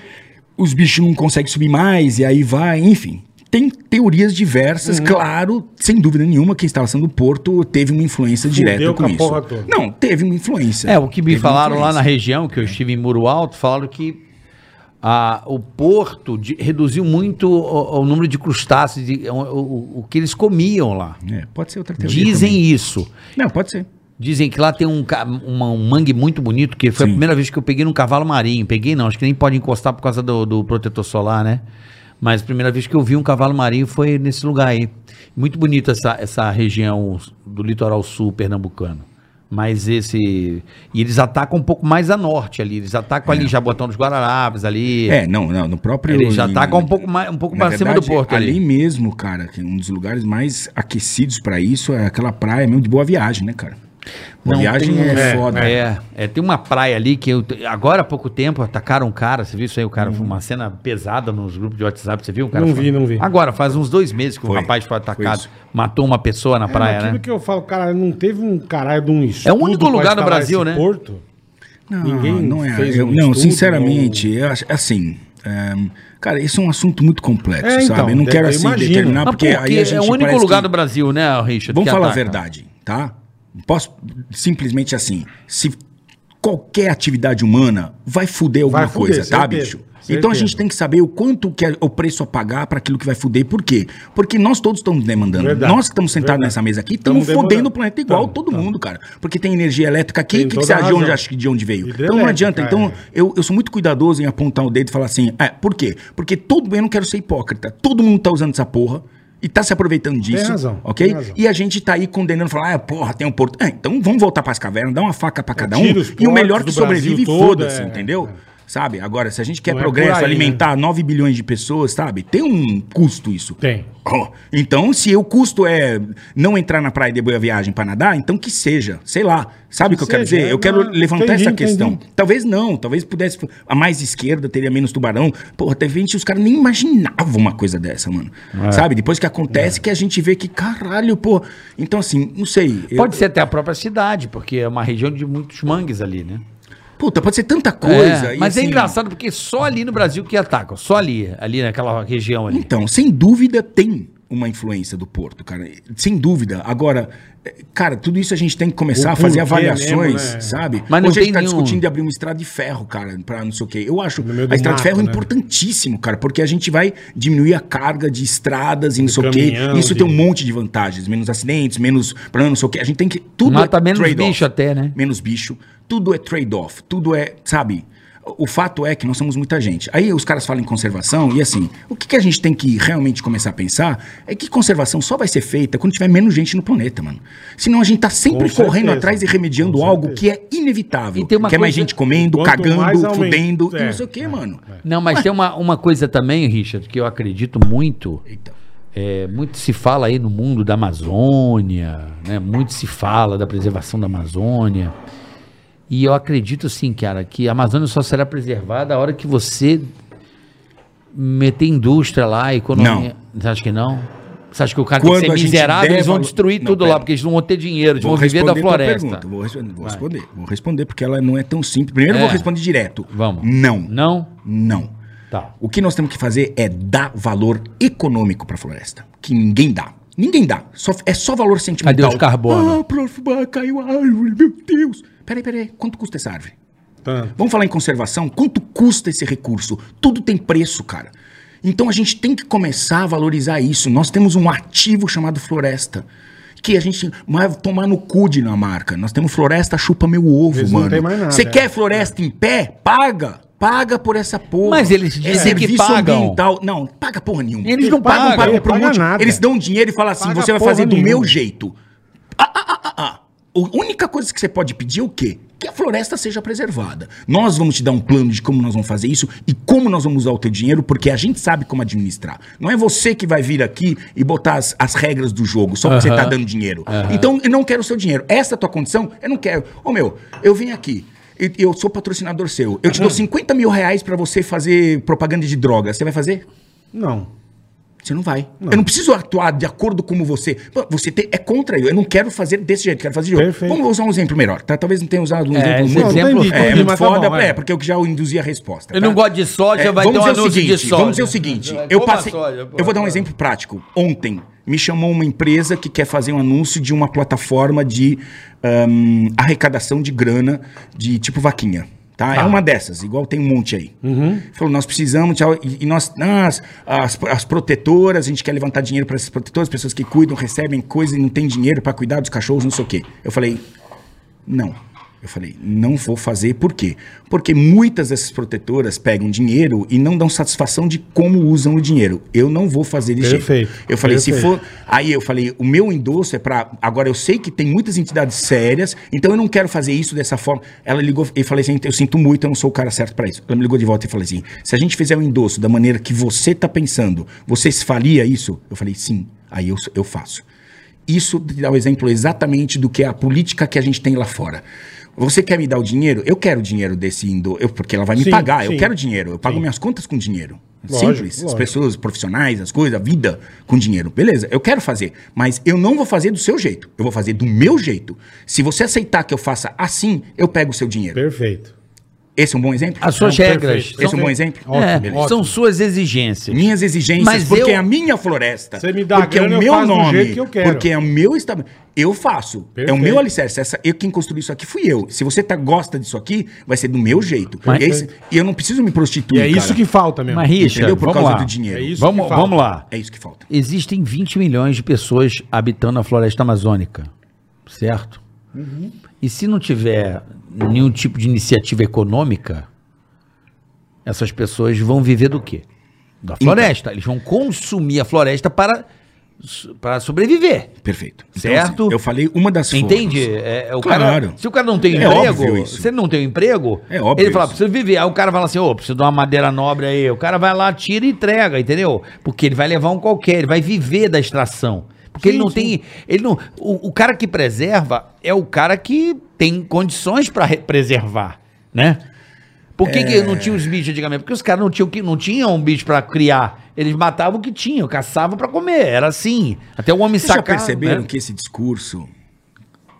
Speaker 4: os bichos não conseguem subir mais, e aí vai, enfim. Tem teorias
Speaker 3: Uhum.
Speaker 4: diversas, claro, sem dúvida nenhuma, que a instalação do porto teve uma influência
Speaker 2: Fudeu
Speaker 4: direta
Speaker 2: com
Speaker 4: com,
Speaker 2: a
Speaker 4: isso.
Speaker 2: porra toda.
Speaker 4: Não, teve uma influência.
Speaker 3: É, o que me
Speaker 4: Teve uma
Speaker 3: falaram lá na
Speaker 4: influência.
Speaker 3: região, que eu estive em Muro Alto, falaram que ah, o porto de- reduziu muito o, o número de crustáceos, de- o, o- o que eles comiam lá.
Speaker 4: É, pode ser outra teoria.
Speaker 3: Dizem
Speaker 4: também.
Speaker 3: isso.
Speaker 4: Não, pode ser.
Speaker 3: Dizem que lá tem um, ca- uma- um mangue muito bonito, que foi a
Speaker 4: Sim.
Speaker 3: primeira vez que eu peguei num cavalo marinho. Peguei não, acho que nem pode encostar por causa do, do protetor solar, né? Mas a primeira vez que eu vi um cavalo marinho foi nesse lugar aí. Muito bonita essa, essa região do litoral sul pernambucano. Mas esse... E eles atacam um pouco mais a norte ali. Eles atacam ali Jabotão dos Guararapes, ali...
Speaker 4: É, não, não, no próprio.
Speaker 3: Ele já tá
Speaker 4: em-
Speaker 3: com um pouco mais- um pouco
Speaker 4: na
Speaker 3: pra cima do porto
Speaker 4: Ali,
Speaker 3: ali.
Speaker 4: mesmo, cara, que é um dos lugares mais aquecidos pra isso é aquela praia mesmo de boa viagem, né, cara? Boa
Speaker 3: Não,
Speaker 4: viagem
Speaker 3: tem-
Speaker 4: é,
Speaker 2: é,
Speaker 4: foda.
Speaker 3: É, é, tem uma praia ali que eu, agora há pouco tempo atacaram um cara, você viu isso aí? O cara foi uma cena pesada nos grupos de WhatsApp, você viu? O cara
Speaker 2: Não
Speaker 3: foi-
Speaker 2: vi, não vi.
Speaker 3: Agora, faz uns dois meses que o um
Speaker 4: Foi,
Speaker 3: rapaz foi
Speaker 4: foi
Speaker 3: atacado,
Speaker 4: isso.
Speaker 3: matou uma pessoa na praia,
Speaker 2: aquilo
Speaker 3: né?
Speaker 2: É,
Speaker 3: É
Speaker 2: que eu falo, cara, não teve um caralho de um estudo
Speaker 3: único
Speaker 2: pra
Speaker 3: lugar no
Speaker 2: instalar
Speaker 3: Brasil,
Speaker 2: esse
Speaker 3: né?
Speaker 2: Porto?
Speaker 4: Não,
Speaker 2: Ninguém
Speaker 4: não é.
Speaker 2: fez
Speaker 4: eu-
Speaker 2: um
Speaker 4: não,
Speaker 2: estudo,
Speaker 4: sinceramente, eu acho assim. é, cara, isso é um assunto muito complexo,
Speaker 2: É, então,
Speaker 4: sabe? Eu não
Speaker 2: eu
Speaker 4: quero assim
Speaker 2: imagino.
Speaker 4: determinar,
Speaker 3: Mas
Speaker 4: porque,
Speaker 3: por quê?
Speaker 4: aí a gente
Speaker 3: é o único
Speaker 4: parece
Speaker 3: lugar
Speaker 4: que-
Speaker 3: do Brasil, né, Richard?
Speaker 4: Vamos
Speaker 3: que
Speaker 4: falar a
Speaker 3: ataca?
Speaker 4: verdade, tá? Posso simplesmente assim, se qualquer atividade humana vai fuder alguma
Speaker 2: Vai fuder,
Speaker 4: coisa, tá,
Speaker 2: certeza,
Speaker 4: bicho? Então
Speaker 2: certeza.
Speaker 4: a gente tem que saber o quanto que é o preço a pagar para aquilo que vai fuder. Por quê? Porque nós todos estamos demandando.
Speaker 2: Verdade,
Speaker 4: nós que estamos sentados
Speaker 2: verdade.
Speaker 4: nessa mesa aqui, estamos
Speaker 2: Estamos
Speaker 4: fodendo
Speaker 2: demandando.
Speaker 4: o planeta igual
Speaker 2: Estamos,
Speaker 4: todo mundo, cara. Porque tem energia elétrica aqui,
Speaker 2: Tem
Speaker 4: o que, que você
Speaker 2: toda a
Speaker 4: acha de onde,
Speaker 2: razão.
Speaker 4: acha que de onde veio? Então não
Speaker 2: Hidrelétrica,
Speaker 4: adianta. Então,
Speaker 2: é.
Speaker 4: eu, eu sou muito cuidadoso em apontar o dedo e falar assim, é, por quê? Porque todo eu não quero ser hipócrita. Todo mundo tá usando essa porra e tá se aproveitando disso.
Speaker 2: razão,
Speaker 4: Ok?
Speaker 2: tem razão.
Speaker 4: E a gente tá aí condenando, falando, ah, porra, tem um porto. É, então vamos voltar pras cavernas, dar uma faca pra cada um.
Speaker 2: É, tira os
Speaker 4: E o melhor que
Speaker 2: portos do Brasil
Speaker 4: sobrevive,
Speaker 2: todo,
Speaker 4: foda-se,
Speaker 2: é.
Speaker 4: entendeu? Sabe? Agora, se a gente quer
Speaker 2: Não é por
Speaker 4: progresso,
Speaker 2: aí, né?
Speaker 4: alimentar 9 bilhões de pessoas, sabe? Tem um custo isso.
Speaker 2: Tem.
Speaker 4: Ó, Então, se o custo é não entrar na praia e depois a viagem para nadar, então que seja, sei lá. Sabe o que,
Speaker 2: Que
Speaker 4: eu quero
Speaker 2: seja,
Speaker 4: dizer?
Speaker 2: é,
Speaker 4: Eu quero
Speaker 2: não,
Speaker 4: levantar
Speaker 2: entendi,
Speaker 4: essa questão.
Speaker 2: entendi.
Speaker 4: Talvez não, talvez pudesse a mais esquerda teria menos tubarão. Porra, de repente os caras nem imaginavam uma coisa dessa, mano.
Speaker 3: É.
Speaker 4: Sabe? Depois que acontece que a gente vê que caralho, pô. Então assim, não sei. Eu-
Speaker 3: Pode ser até a própria cidade, porque é uma região de muitos mangues ali, né?
Speaker 4: Puta, pode ser tanta coisa.
Speaker 3: É,
Speaker 4: e,
Speaker 3: mas é
Speaker 4: assim,
Speaker 3: engraçado porque só ali no Brasil que atacam, só ali, ali naquela região ali.
Speaker 4: Então, sem dúvida tem uma influência do Porto, cara. Sem dúvida. Agora, eh, cara, tudo isso a gente tem que começar
Speaker 2: O
Speaker 4: a fazer
Speaker 2: porquê
Speaker 4: avaliações,
Speaker 2: mesmo, né?
Speaker 4: sabe?
Speaker 3: Mas não
Speaker 4: Hoje a
Speaker 3: tem
Speaker 4: gente tá
Speaker 3: nenhum-
Speaker 4: discutindo de abrir uma estrada de ferro, cara, pra não sei o quê. Eu acho
Speaker 2: meio do
Speaker 4: a estrada de
Speaker 2: mato,
Speaker 4: ferro é
Speaker 2: né?
Speaker 4: importantíssimo, cara, porque a gente vai diminuir a carga de estradas e não sei o quê.
Speaker 2: caminhão,
Speaker 4: Isso
Speaker 2: de-
Speaker 4: tem um monte de vantagens, menos acidentes, menos pra não sei o quê. A gente tem que tudo é
Speaker 3: Mata tá menos
Speaker 4: trade-off.
Speaker 3: bicho até, né?
Speaker 4: Menos bicho. Tudo é trade-off. Tudo é, sabe? O fato é que nós somos muita gente. Aí os caras falam em conservação e assim, o que, que a gente tem que realmente começar a pensar é que conservação só vai ser feita quando tiver menos gente no planeta, mano. Senão a gente tá sempre
Speaker 2: Com
Speaker 4: correndo
Speaker 2: certeza.
Speaker 4: atrás e remediando
Speaker 2: Com
Speaker 4: algo
Speaker 2: certeza.
Speaker 4: que é inevitável.
Speaker 3: E tem uma
Speaker 4: que é mais
Speaker 3: coisa-
Speaker 4: gente comendo,
Speaker 2: Quanto mais
Speaker 4: cagando,
Speaker 2: aumenta-
Speaker 4: fudendo
Speaker 2: é,
Speaker 4: e não sei o que, mano.
Speaker 3: Não, mas tem uma, uma coisa também, Richard, que eu acredito muito.
Speaker 4: Eita.
Speaker 3: É, muito se fala aí no mundo da Amazônia, né? Muito se fala da preservação da Amazônia. E eu acredito sim, cara, que a Amazônia só será preservada a hora que você meter indústria lá, economia. Você acha que não? Você acha que o cara
Speaker 4: Quando
Speaker 3: tem
Speaker 4: a
Speaker 3: que ser
Speaker 4: gente
Speaker 3: miserável,
Speaker 4: der
Speaker 3: eles vão
Speaker 4: valor-
Speaker 3: destruir
Speaker 4: Não,
Speaker 3: tudo
Speaker 4: pera.
Speaker 3: lá, porque eles não vão ter dinheiro, eles
Speaker 4: Vou
Speaker 3: vão viver da
Speaker 4: responder tua
Speaker 3: floresta.
Speaker 4: pergunta, Vou responder, vou responder, vou responder, porque ela não é tão simples. Primeiro eu
Speaker 3: É.
Speaker 4: vou responder direto.
Speaker 3: Vamos.
Speaker 4: Não.
Speaker 3: Não?
Speaker 4: Não.
Speaker 3: Tá.
Speaker 4: O que nós temos que fazer é dar valor econômico para a floresta, que ninguém dá. Ninguém dá. Só- é só valor sentimental.
Speaker 3: Cadê os carbono?
Speaker 4: Ah, prof, ah, caiu a árvore, meu Deus. Peraí, peraí. Quanto custa essa árvore?
Speaker 2: Tanto.
Speaker 4: Vamos falar em conservação? Quanto custa esse recurso? Tudo tem preço, cara. Então a gente tem que começar a valorizar isso. Nós temos um ativo chamado floresta. que a gente vai tomar no cu de Dinamarca. Nós temos floresta, chupa meu ovo,
Speaker 2: Eles não
Speaker 4: mano.
Speaker 2: têm mais nada,
Speaker 4: Você
Speaker 2: é.
Speaker 4: quer floresta em pé? Paga. Paga por essa porra.
Speaker 3: Mas eles
Speaker 4: É
Speaker 3: dizem que
Speaker 4: serviço
Speaker 3: pagam.
Speaker 4: ambiental. Não, paga porra nenhuma.
Speaker 3: Eles não
Speaker 4: Pagam,
Speaker 3: pagam.
Speaker 4: pagam
Speaker 2: Não
Speaker 4: por um
Speaker 2: paga
Speaker 4: monte.
Speaker 2: nada.
Speaker 4: Eles dão dinheiro e falam assim,
Speaker 2: Paga
Speaker 4: você vai
Speaker 2: porra
Speaker 4: fazer do meu
Speaker 2: nenhuma.
Speaker 4: jeito. Ah, ah, ah, ah, ah. A única coisa que você pode pedir é o quê? Que a floresta seja preservada. Nós vamos te dar um plano de como nós vamos fazer isso e como nós vamos usar o teu dinheiro, porque a gente sabe como administrar. Não é você que vai vir aqui e botar as, as regras do jogo só porque você tá dando dinheiro. Então, eu não quero o seu dinheiro. Essa é a tua condição, eu não quero. Ô, meu, eu vim aqui. e- Eu sou patrocinador seu. Eu te dou 50 mil reais pra você fazer propaganda de droga. Você vai fazer?
Speaker 2: Não.
Speaker 4: Você não vai. Eu não preciso atuar de acordo como você. Pô, Você te- é contra eu. Eu não quero fazer desse jeito, quero fazer de outro.
Speaker 2: Perfeito.
Speaker 4: Vamos usar um exemplo melhor. tá? Talvez não tenha usado um
Speaker 3: É, né?
Speaker 4: exemplo
Speaker 3: esse
Speaker 4: muito.
Speaker 3: exemplo-
Speaker 2: entendi,
Speaker 4: É,
Speaker 2: entendi,
Speaker 4: muito
Speaker 2: mas tá
Speaker 4: foda,
Speaker 2: bom,
Speaker 4: é.
Speaker 2: é.
Speaker 4: porque eu já induzi a resposta.
Speaker 3: Eu não gosto de soja,
Speaker 4: É,
Speaker 3: vai ter
Speaker 4: vamos
Speaker 3: um
Speaker 4: dizer o
Speaker 3: anúncio
Speaker 4: seguinte,
Speaker 3: de soja.
Speaker 4: Vamos dizer o seguinte,
Speaker 3: Vai,
Speaker 4: eu
Speaker 3: coma
Speaker 4: passei,
Speaker 3: soja, pô.
Speaker 4: eu vou dar um exemplo prático. Ontem me chamou uma empresa que quer fazer um anúncio de uma plataforma de ahm, arrecadação de grana de tipo vaquinha. Tá? É uma dessas, igual tem um monte aí.
Speaker 2: Uhum.
Speaker 4: Falou, nós precisamos, tchau, e, e nós, ah, as, as, as protetoras, a gente quer levantar dinheiro para essas protetoras, pessoas que cuidam, recebem coisa e não tem dinheiro para cuidar dos cachorros, não sei o quê. Eu falei, não. Eu falei, não vou fazer, por quê? Porque muitas dessas protetoras pegam dinheiro e não dão satisfação de como usam o dinheiro. Eu não vou fazer isso.
Speaker 2: Perfeito,
Speaker 4: Eu falei, se
Speaker 2: perfeito.
Speaker 4: for. Aí eu falei, o meu endosso é pra. Agora eu sei que tem muitas entidades sérias, então eu não quero fazer isso dessa forma. Ela ligou e falei assim: eu sinto muito, eu não sou o cara certo pra isso. Ela me ligou de volta e falou assim: se a gente fizer o endosso da maneira que você tá pensando, você se faria isso? Eu falei, sim, aí eu, eu faço. Isso te dá o exemplo exatamente do que é a política que a gente tem lá fora. Você quer me dar o dinheiro? Eu quero o dinheiro desse indo, eu, porque ela vai me
Speaker 2: Sim,
Speaker 4: pagar.
Speaker 2: sim.
Speaker 4: Eu quero dinheiro. Eu pago
Speaker 2: Sim.
Speaker 4: minhas contas com dinheiro.
Speaker 2: Lógico,
Speaker 4: Simples. As
Speaker 2: lógico.
Speaker 4: pessoas, profissionais, as coisas, a vida com dinheiro. Beleza, eu quero fazer. Mas eu não vou fazer do seu jeito. Eu vou fazer do meu jeito. Se você aceitar que eu faça assim, eu pego o seu dinheiro.
Speaker 2: Perfeito.
Speaker 4: Esse é um bom exemplo?
Speaker 3: As suas
Speaker 2: Não,
Speaker 3: regras.
Speaker 2: perfeito.
Speaker 4: Esse é um bom exemplo?
Speaker 3: são- é,
Speaker 2: Ótimo,
Speaker 3: são
Speaker 2: ótimo.
Speaker 3: suas exigências.
Speaker 4: Minhas exigências,
Speaker 3: Mas
Speaker 4: porque
Speaker 3: eu-
Speaker 4: é a minha floresta.
Speaker 2: Você me dá a
Speaker 4: porque é
Speaker 2: grana, eu
Speaker 4: o meu
Speaker 2: faço do
Speaker 4: nome.
Speaker 2: jeito que eu quero.
Speaker 4: Porque é o meu estamento. Eu faço. É o
Speaker 2: Perfeito.
Speaker 4: meu alicerce. Essa, eu, quem construiu isso aqui fui eu. Se você tá, gosta disso aqui, vai ser do meu jeito.
Speaker 3: Mas-
Speaker 4: E esse- e eu não preciso me prostituir.
Speaker 2: é- E é isso
Speaker 4: cara.
Speaker 2: que falta mesmo.
Speaker 3: Mas, Richard,
Speaker 4: Entendeu? Por
Speaker 3: vamos
Speaker 4: causa
Speaker 3: lá.
Speaker 4: do dinheiro.
Speaker 2: É isso
Speaker 3: vamos,
Speaker 2: que falta.
Speaker 3: vamos lá.
Speaker 4: É isso que falta.
Speaker 3: Existem 20 milhões de pessoas habitando a floresta amazônica, certo? E se não tiver nenhum tipo de iniciativa econômica, essas pessoas vão viver do quê? Da floresta. Eles vão consumir a floresta para, para sobreviver.
Speaker 4: Perfeito. Então,
Speaker 3: Certo?
Speaker 4: assim, eu falei uma das
Speaker 3: Entende?
Speaker 4: formas.
Speaker 3: É, é o
Speaker 4: Claro.
Speaker 3: cara, se o cara não tem
Speaker 4: É óbvio
Speaker 3: emprego,
Speaker 4: isso.
Speaker 3: se ele não tem um emprego,
Speaker 4: É óbvio
Speaker 3: ele fala,
Speaker 4: isso.
Speaker 3: preciso viver. Aí o cara fala assim, ô, preciso de uma madeira nobre aí. O cara vai lá, tira e entrega, entendeu? Porque ele vai levar um qualquer, ele vai viver da extração. Porque ele não tem. Ele não, o, o cara que preserva é o cara que tem condições para preservar, né? Por que,
Speaker 4: É.
Speaker 3: que não tinha os bichos antigamente? Porque os caras não tinham, que- não tinham um bicho para criar. Eles matavam o que tinham, caçavam para comer. Era assim. Até o homem
Speaker 4: Vocês já
Speaker 3: sacar.
Speaker 4: perceberam
Speaker 3: né?
Speaker 4: que esse discurso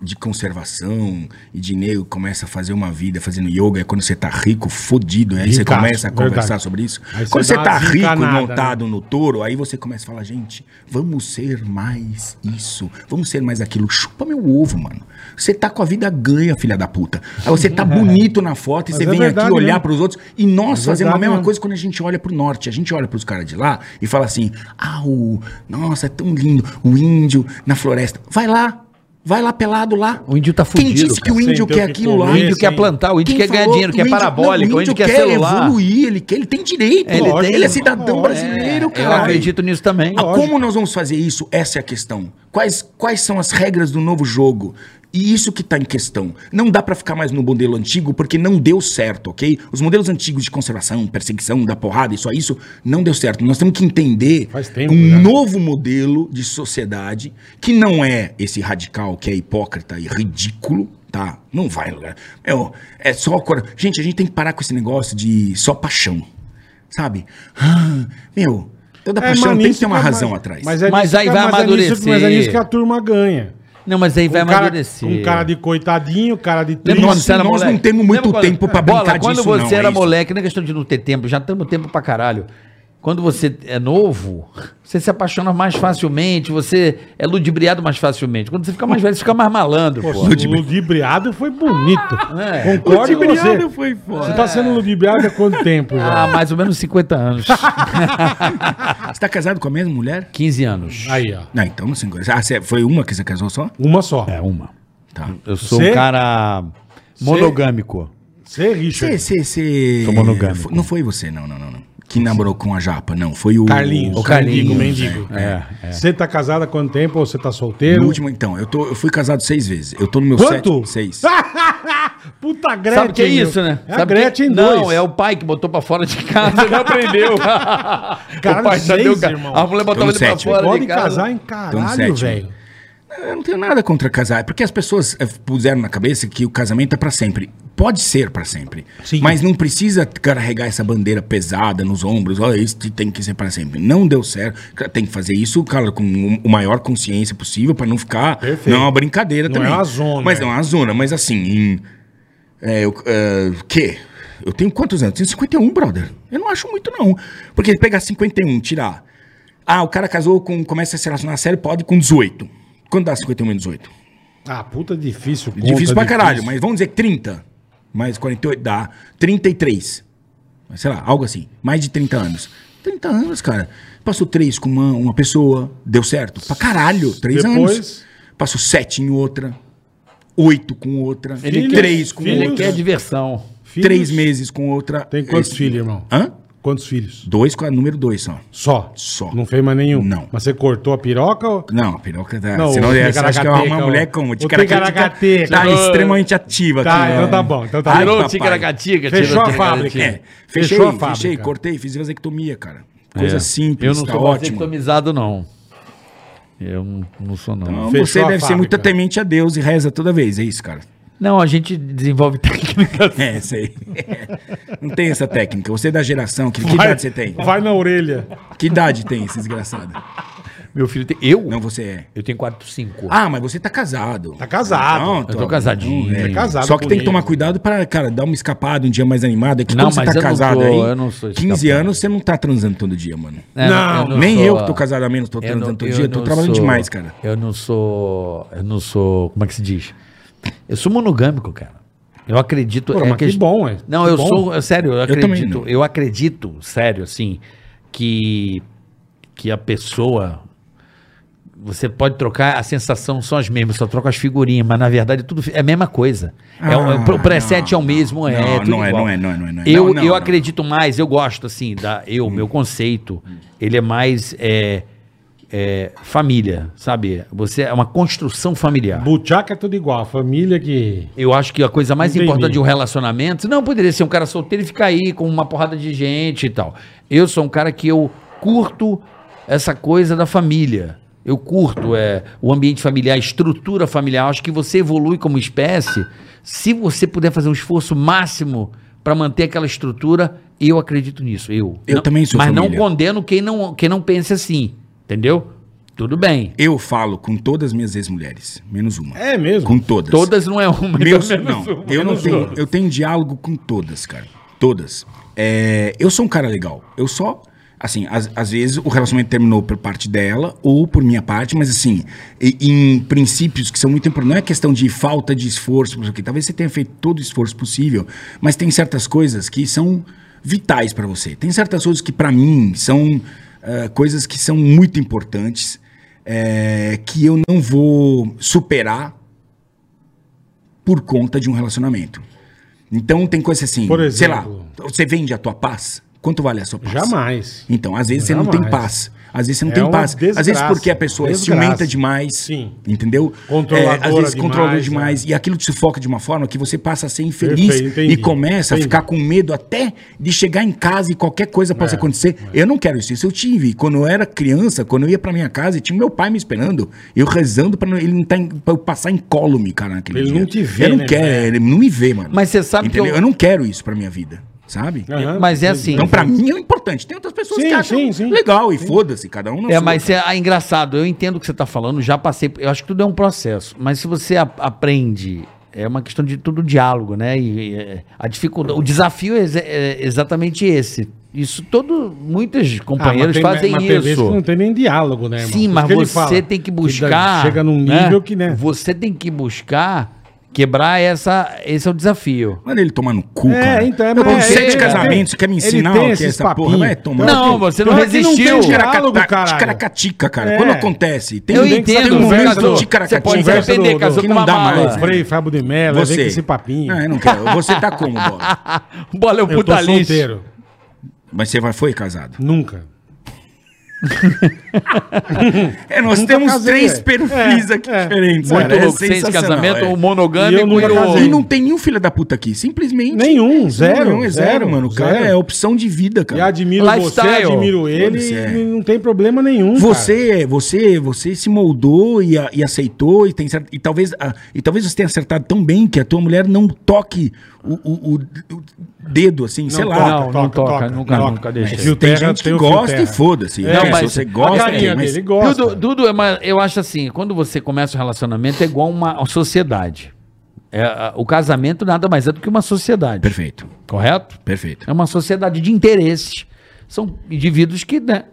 Speaker 4: de conservação e de nego começa a fazer uma vida fazendo yoga, é quando você tá rico, fodido, aí você
Speaker 2: Ricaço,
Speaker 4: começa a conversar
Speaker 2: verdade.
Speaker 4: sobre isso.
Speaker 2: Aí você
Speaker 4: quando você
Speaker 2: dá uma né?
Speaker 4: tá rico,
Speaker 2: desencanada,
Speaker 4: montado no touro, aí você começa a falar, gente, vamos ser mais isso, vamos ser mais aquilo. Chupa meu ovo, mano. Você tá com a vida ganha, filha da puta. Aí você tá bonito na foto e
Speaker 2: Mas
Speaker 4: você
Speaker 2: é
Speaker 4: vem aqui
Speaker 2: verdade
Speaker 4: olhar
Speaker 2: mesmo.
Speaker 4: para os outros e nós
Speaker 2: É
Speaker 4: fazemos a mesma
Speaker 2: verdade mesmo.
Speaker 4: coisa coisa quando a gente olha pro norte. A gente olha pros caras de lá e fala assim: ah, o, nossa, é tão lindo, o índio na floresta. Vai lá, vai lá pelado lá.
Speaker 3: O índio tá
Speaker 4: Quem
Speaker 3: fudido,
Speaker 4: disse que
Speaker 3: cara.
Speaker 4: o
Speaker 2: Sem
Speaker 4: índio
Speaker 2: ter
Speaker 4: quer
Speaker 2: o que
Speaker 4: aquilo
Speaker 2: comer,
Speaker 4: lá?
Speaker 3: O índio
Speaker 2: Sim.
Speaker 3: quer plantar, o índio quer ganhar dinheiro, quer parabólica, o índio quer celular.
Speaker 4: evoluir, ele, quer, ele tem direito.
Speaker 3: Ele
Speaker 4: Ele,
Speaker 3: tem.
Speaker 4: é cidadão
Speaker 2: Lógico.
Speaker 4: brasileiro,
Speaker 3: É,
Speaker 2: É,
Speaker 3: Eu
Speaker 4: cara.
Speaker 3: acredito nisso também.
Speaker 4: Ah, como nós vamos fazer isso? Essa é a questão. Quais, quais são as regras do novo jogo? E isso que está em questão. Não dá para ficar mais no modelo antigo porque não deu certo, ok? Os modelos antigos de conservação, perseguição, da porrada e só isso, não deu certo. Nós temos que entender
Speaker 2: Faz tempo
Speaker 4: um
Speaker 2: já. né?
Speaker 4: novo modelo de sociedade que não é esse radical que é hipócrita e ridículo, tá? Não vai em lugar. Meu, é só. cora- Gente, a gente tem que parar com esse negócio de só paixão, sabe? Ah, meu, toda
Speaker 2: É,
Speaker 4: paixão
Speaker 2: mas
Speaker 4: tem que
Speaker 2: nisso
Speaker 4: ter uma
Speaker 2: que-
Speaker 4: razão atrás.
Speaker 2: é
Speaker 3: Mas
Speaker 2: nisso
Speaker 3: aí
Speaker 2: que-
Speaker 3: vai
Speaker 2: mas é nisso-
Speaker 3: amadurecer.
Speaker 2: mas é nisso que a turma ganha.
Speaker 3: Não, mas aí vai
Speaker 2: um cara,
Speaker 3: amadurecer.
Speaker 2: Um cara de coitadinho, um cara de
Speaker 3: Lembra
Speaker 2: triste.
Speaker 3: quando
Speaker 4: Nós-
Speaker 3: você era
Speaker 4: nós não
Speaker 3: moleque?
Speaker 4: temos muito
Speaker 3: Lembra
Speaker 4: tempo pra brincar
Speaker 3: Bola, quando
Speaker 4: disso,
Speaker 3: você
Speaker 4: não,
Speaker 3: era
Speaker 4: é isso.
Speaker 3: moleque, não é questão de não ter tempo, já estamos tempo pra caralho. Quando você é novo, você se apaixona mais facilmente, você é ludibriado mais facilmente. Quando você fica mais velho, você fica mais malandro,
Speaker 2: Pô,
Speaker 3: pô.
Speaker 2: ludibri- ludibriado foi bonito.
Speaker 3: É.
Speaker 2: Concordo com
Speaker 4: Ludibriado
Speaker 2: você.
Speaker 4: foi foda.
Speaker 2: Você tá sendo ludibriado há quanto tempo
Speaker 3: Há
Speaker 2: já?
Speaker 3: mais ou menos 50 anos.
Speaker 4: Você tá casado com a mesma mulher?
Speaker 3: 15 anos.
Speaker 2: Aí, ó.
Speaker 4: Não, então não se engorda. Ah, você- foi uma que você casou só?
Speaker 2: Uma só.
Speaker 3: É uma.
Speaker 4: Tá.
Speaker 3: Eu sou
Speaker 2: Você-
Speaker 3: um cara monogâmico.
Speaker 2: Você,
Speaker 4: Você,
Speaker 2: Richard.
Speaker 4: você, você...
Speaker 3: Sou monogâmico.
Speaker 4: Fo- Não foi você, não, não, não. não. Que namorou com a japa, não. Foi o...
Speaker 2: Carlinhos.
Speaker 4: O
Speaker 3: Carlinhos,
Speaker 2: Mendigo, mendigo.
Speaker 3: É.
Speaker 2: Você tá casado há quanto tempo ou você tá
Speaker 4: No
Speaker 2: solteiro?
Speaker 4: último, então. Eu, tô, eu fui casado seis vezes. Eu tô no meu sétimo-
Speaker 2: Quanto?
Speaker 4: Seis.
Speaker 2: Puta Gretchen.
Speaker 3: Sabe o que é
Speaker 2: meu.
Speaker 3: isso, né?
Speaker 2: É a
Speaker 3: Sabe que-
Speaker 2: Gretchen
Speaker 3: Não,
Speaker 2: dois.
Speaker 3: é o pai que botou pra fora de casa e não aprendeu.
Speaker 2: Caralho,
Speaker 3: o pai já
Speaker 2: seis,
Speaker 3: deu ca-
Speaker 2: irmão.
Speaker 3: A mulher
Speaker 4: Tô
Speaker 3: botava
Speaker 4: no
Speaker 3: ele pra
Speaker 4: sétimo.
Speaker 3: fora
Speaker 2: Pode
Speaker 3: de casa.
Speaker 2: casar em
Speaker 4: Tô no
Speaker 2: caralho,
Speaker 4: sétimo.
Speaker 2: velho.
Speaker 4: Eu não tenho nada contra casar, é porque as pessoas eh, puseram na cabeça que o casamento é pra sempre. Pode ser pra sempre,
Speaker 2: Sim.
Speaker 4: mas não precisa carregar essa bandeira pesada nos ombros. Olha, isso tem que ser pra sempre. Não deu certo, tem que fazer isso, cara, com o maior consciência possível pra não ficar.
Speaker 2: Perfeito.
Speaker 4: Não é uma brincadeira
Speaker 2: Não
Speaker 4: também.
Speaker 2: é uma zona,
Speaker 4: Mas
Speaker 2: é.
Speaker 4: não é uma zona, mas assim, em, é, eu, é, que? Eu tenho quantos anos? Tenho 51, brother. Eu não acho muito, não. Porque pegar 51, tirar. Ah, o cara casou com. Começa a se relacionar sério, pode com 18. Quando dá 51 menos 18?
Speaker 2: Ah, puta difícil. conta,
Speaker 4: difícil pra caralho, mas vamos dizer que 30. Mais 48 dá 33. Mas Sei lá, algo assim. Mais de 30 anos. 30 anos, cara. Passou 3 com uma, uma pessoa, deu certo. Pra caralho, 3
Speaker 2: Depois-
Speaker 4: anos. Passou 7 em outra, 8 com outra,
Speaker 2: Ele
Speaker 4: três
Speaker 2: quer-
Speaker 4: 3 com
Speaker 2: filhos-
Speaker 3: Ele
Speaker 4: outra,
Speaker 3: quer é diversão.
Speaker 2: Filhos?
Speaker 4: 3 meses com outra.
Speaker 2: Tem quantos
Speaker 4: Esse-
Speaker 2: filhos, irmão?
Speaker 4: Hã?
Speaker 2: Quantos filhos?
Speaker 4: Dois com a número 2 só.
Speaker 2: Só.
Speaker 4: Só.
Speaker 2: Não fez mais nenhum?
Speaker 4: Não.
Speaker 2: Mas você cortou a piroca? ou-
Speaker 4: Não, a piroca tá.
Speaker 2: Não,
Speaker 4: Não, senão
Speaker 2: o
Speaker 4: você acha que eu arrumo
Speaker 2: ticaracateca,
Speaker 4: uma mulher como?
Speaker 2: o
Speaker 4: Ticaracateca
Speaker 2: ticaracateca.
Speaker 4: tá extremamente ativa
Speaker 2: Tá,
Speaker 4: aqui,
Speaker 2: então
Speaker 4: né?
Speaker 2: tá bom, então tá
Speaker 4: Ai,
Speaker 2: bom.
Speaker 3: Tirou o
Speaker 4: papai.
Speaker 3: ticaracatica.
Speaker 2: Fechou
Speaker 3: tirou
Speaker 2: a
Speaker 3: o ticaracatica.
Speaker 2: fábrica.
Speaker 4: É,
Speaker 2: Fechou
Speaker 4: fechei,
Speaker 2: a fábrica.
Speaker 4: fechei, cortei, fiz vasectomia, cara. Coisa
Speaker 3: É.
Speaker 4: simples,
Speaker 3: Eu não
Speaker 4: tá
Speaker 3: sou
Speaker 4: ótimo.
Speaker 3: vasectomizado, não. Eu não, não sou, não.
Speaker 4: Então,
Speaker 2: Fechou
Speaker 4: você
Speaker 2: a
Speaker 4: deve
Speaker 2: fábrica.
Speaker 4: ser muito temente a Deus e reza toda vez, é isso, cara.
Speaker 3: Não, a gente desenvolve técnicas.
Speaker 4: É, sei. Não tem essa técnica. Você é da geração, que, que idade você tem?
Speaker 2: Vai na orelha.
Speaker 4: Que idade tem esse desgraçado?
Speaker 3: Meu filho tem. Eu?
Speaker 4: Não, você é.
Speaker 3: Eu tenho 4, 5.
Speaker 4: Ah, mas você tá casado. Então,
Speaker 2: Tá casado.
Speaker 3: Eu tô casadinho.
Speaker 4: É.
Speaker 3: Tá
Speaker 2: casado
Speaker 4: Só que tem que
Speaker 2: comigo.
Speaker 4: tomar cuidado pra, cara, dar uma escapada um dia mais animado. É que
Speaker 3: Não,
Speaker 4: quando você
Speaker 3: mas
Speaker 4: tá
Speaker 3: eu não
Speaker 4: casado
Speaker 3: tô-
Speaker 4: aí,
Speaker 3: eu não sou
Speaker 4: 15
Speaker 3: escapado.
Speaker 4: anos, você não tá transando todo dia, mano.
Speaker 3: É,
Speaker 2: Não,
Speaker 4: Nem eu que tô casado há menos, tô
Speaker 3: ah, Eu não-
Speaker 4: transando todo
Speaker 3: eu
Speaker 4: dia, tô
Speaker 3: não
Speaker 4: trabalhando
Speaker 3: sou-
Speaker 4: demais, cara.
Speaker 3: Eu não sou. Eu não sou. Como é que se diz? Eu sou monogâmico, cara. Eu acredito.
Speaker 2: Pô,
Speaker 3: é
Speaker 2: mas que bom, é.
Speaker 3: Não,
Speaker 2: Que
Speaker 3: eu
Speaker 2: bom.
Speaker 3: sou. eu- sério, eu
Speaker 4: também
Speaker 3: acredito. Eu,
Speaker 4: não.
Speaker 3: acredito, sério, assim, que. Que a pessoa. Você pode trocar, a sensação são as mesmas, só troca as figurinhas, mas na verdade tudo fi- é a mesma coisa. é, o- é o
Speaker 4: Ah,
Speaker 3: pre- o preset
Speaker 4: não,
Speaker 3: é o mesmo, é.
Speaker 4: não,
Speaker 3: tudo
Speaker 4: não é,
Speaker 3: igual.
Speaker 4: não é, não é, não é, não é.
Speaker 3: Eu,
Speaker 4: Não, não,
Speaker 3: eu
Speaker 4: não.
Speaker 3: acredito mais, eu gosto, assim, da, eu, meu conceito, ele é mais é, é, família, sabe? Você é uma construção familiar.
Speaker 2: Buchaca é tudo igual. A família que.
Speaker 3: Eu acho que a coisa mais
Speaker 2: Entendi.
Speaker 3: importante de um relacionamento não poderia ser um cara solteiro e ficar aí com uma porrada de gente e tal. Eu sou um cara que eu curto essa coisa da família. Eu curto é, o ambiente familiar, a estrutura familiar. Eu Acho que você evolui como espécie se você puder fazer um esforço máximo para manter aquela estrutura. Eu acredito nisso. Eu.
Speaker 4: Eu
Speaker 3: Não-
Speaker 4: também sou
Speaker 3: Mas não
Speaker 4: família.
Speaker 3: condeno quem não, quem não pense assim. Entendeu? Tudo bem.
Speaker 4: Eu falo com todas as minhas ex-mulheres, menos uma.
Speaker 2: É mesmo?
Speaker 4: Com todas.
Speaker 3: Todas não é uma, então
Speaker 4: Meus,
Speaker 3: menos
Speaker 4: não,
Speaker 3: uma,
Speaker 4: eu não
Speaker 3: menos
Speaker 4: tenho.
Speaker 3: outra.
Speaker 4: Eu tenho diálogo com todas, cara. Todas. É, eu sou um cara legal. Eu só. Assim, às, às vezes o relacionamento terminou por parte dela ou por minha parte, mas assim, e- em princípios que são muito importantes. Não é questão de falta de esforço, não sei o quê. Talvez você tenha feito todo o esforço possível, mas tem certas coisas que são vitais pra você. Tem certas coisas que, pra mim, são ah, coisas que são muito importantes, é, que eu não vou superar por conta de um relacionamento. Então tem coisa assim,
Speaker 2: Por
Speaker 4: sei lá,
Speaker 2: exemplo.
Speaker 4: você vende a tua paz? Quanto vale a sua paz?
Speaker 2: Jamais.
Speaker 4: Então, às vezes você não tem
Speaker 2: Jamais.
Speaker 4: paz. Às vezes você não
Speaker 2: É
Speaker 4: tem
Speaker 2: uma
Speaker 4: paz. às vezes
Speaker 2: desgraça,
Speaker 4: porque a pessoa
Speaker 2: desgraça.
Speaker 4: ciumenta demais.
Speaker 2: Sim.
Speaker 4: Entendeu? É,
Speaker 2: Controladora
Speaker 4: às vezes
Speaker 2: demais,
Speaker 4: controla
Speaker 2: né?
Speaker 4: demais. E aquilo te sufoca de uma forma que você passa a ser infeliz
Speaker 2: Perfeito, entendi.
Speaker 4: e começa
Speaker 2: Entendi.
Speaker 4: a ficar com medo até de chegar em casa e qualquer coisa
Speaker 2: É,
Speaker 4: possa acontecer. Eu não quero isso. Isso eu tive. Quando eu era criança, quando eu ia pra minha casa, tinha meu pai me esperando. Eu rezando pra não- ele não tá em- pra eu passar incólume, cara, naquele
Speaker 2: Ele
Speaker 4: dia.
Speaker 2: não te vê,
Speaker 4: Eu não
Speaker 2: né,
Speaker 4: quero.
Speaker 2: velho?
Speaker 4: Ele não me vê, mano.
Speaker 3: Mas você sabe que
Speaker 4: Entendeu?
Speaker 3: eu-
Speaker 4: eu... não quero isso pra minha vida. Sabe?
Speaker 2: Aham.
Speaker 3: Mas é assim.
Speaker 4: Então, pra mim, é importante. Tem outras pessoas
Speaker 2: Uhum. Sim,
Speaker 4: que acham
Speaker 2: sim, sim.
Speaker 4: legal e foda-se, cada um na
Speaker 3: É,
Speaker 4: sua.
Speaker 3: mas é, é engraçado, eu entendo o que você está falando, já passei. Eu acho que tudo é um processo. Mas se você a- aprende, é uma questão de tudo diálogo, né? E, e, é, a dificuldade. O desafio é, ex- é exatamente esse. Isso todo. Muitos
Speaker 2: Ah, mas
Speaker 3: companheiros
Speaker 2: tem-
Speaker 3: fazem
Speaker 2: mas tem vezes que
Speaker 3: isso.
Speaker 2: não tem nem diálogo, né, irmão?
Speaker 3: Sim,
Speaker 2: Por
Speaker 3: mas
Speaker 2: isso que ele
Speaker 3: você
Speaker 2: fala,
Speaker 3: tem que
Speaker 2: da-
Speaker 3: buscar.
Speaker 2: Chega num nível que, né?
Speaker 3: Você tem que buscar quebrar essa. Esse é o desafio.
Speaker 4: Manda ele tomar no cu,
Speaker 2: É,
Speaker 4: cara.
Speaker 2: então, é,
Speaker 4: Eu com
Speaker 2: mas-
Speaker 4: sete
Speaker 3: é,
Speaker 4: casamentos,
Speaker 2: é.
Speaker 4: você quer me
Speaker 2: Ele
Speaker 4: ensinar
Speaker 2: tem
Speaker 4: o que é
Speaker 2: esses
Speaker 4: essa porra?
Speaker 2: papinhos.
Speaker 4: Vai tomar
Speaker 3: Não,
Speaker 4: no cu.
Speaker 3: você não
Speaker 2: Pior é que
Speaker 3: resistiu.
Speaker 2: Não tem diálogo,
Speaker 4: Ticaracatica,
Speaker 2: caralho.
Speaker 4: ticaracatica, cara.
Speaker 2: É.
Speaker 4: Quando acontece, tem,
Speaker 3: eu
Speaker 2: que-
Speaker 3: entendo,
Speaker 2: tem um
Speaker 3: você
Speaker 2: momento
Speaker 3: casou.
Speaker 2: do
Speaker 3: Você
Speaker 4: ticaracatica.
Speaker 3: pode se
Speaker 2: Conversa
Speaker 3: arrepender,
Speaker 2: do-
Speaker 3: casou
Speaker 2: que
Speaker 3: com
Speaker 4: não
Speaker 3: uma
Speaker 4: dá
Speaker 3: mala.
Speaker 4: mais,
Speaker 2: O Frei Fábio de Mello, vem com esse papinho.
Speaker 4: Não, é um eu não quero. Você tá como, bola?
Speaker 3: Bola é o
Speaker 2: Eu tô
Speaker 3: putalista.
Speaker 2: solteiro.
Speaker 4: Mas você vai, foi casado?
Speaker 2: Nunca.
Speaker 4: É, nós
Speaker 2: Nunca
Speaker 4: temos
Speaker 2: casei,
Speaker 4: três
Speaker 2: é.
Speaker 4: perfis
Speaker 2: É,
Speaker 4: aqui
Speaker 2: é.
Speaker 4: diferentes,
Speaker 3: Muito
Speaker 4: cara. É
Speaker 3: louco. Seis um
Speaker 4: sensacional,
Speaker 3: casamentos,
Speaker 4: é.
Speaker 3: o monogâmico
Speaker 2: E eu nunca
Speaker 3: e o...
Speaker 2: casei.
Speaker 4: E não tem nenhum filho da puta aqui, simplesmente.
Speaker 2: Tá Nenhum, zero,
Speaker 4: Nenhum, é zero,
Speaker 2: zero,
Speaker 4: mano. O cara
Speaker 2: zero.
Speaker 4: é opção de vida,
Speaker 2: E
Speaker 4: cara.
Speaker 2: admiro
Speaker 3: Lifestyle.
Speaker 2: você, admiro ele,
Speaker 4: Tá. Foda-se, é.
Speaker 2: e não tem problema nenhum. um, cara.
Speaker 4: Você, você, você se moldou e, a- e aceitou e tem cer- e talvez a- e talvez você tenha acertado tão bem que a tua mulher não toque o, o- o- o dedo assim, sei
Speaker 2: Não,
Speaker 4: lá.
Speaker 2: toca,
Speaker 3: Não, não toca, nunca, nunca deixei.
Speaker 2: Fio
Speaker 4: Tem
Speaker 2: terra,
Speaker 4: gente que
Speaker 2: o fio
Speaker 4: gosta e
Speaker 2: terra.
Speaker 4: foda-se.
Speaker 2: É,
Speaker 4: Se
Speaker 2: mas
Speaker 4: você
Speaker 2: a
Speaker 4: gosta,
Speaker 2: carinha
Speaker 4: mas-
Speaker 2: dele gosta.
Speaker 3: Dudu, Dudu, é uma- eu acho assim, quando você começa um relacionamento é igual uma sociedade. É, a- o casamento nada mais é do que uma sociedade,
Speaker 4: Perfeito,
Speaker 3: correto?
Speaker 4: perfeito.
Speaker 3: É uma sociedade de interesses. São indivíduos que, né?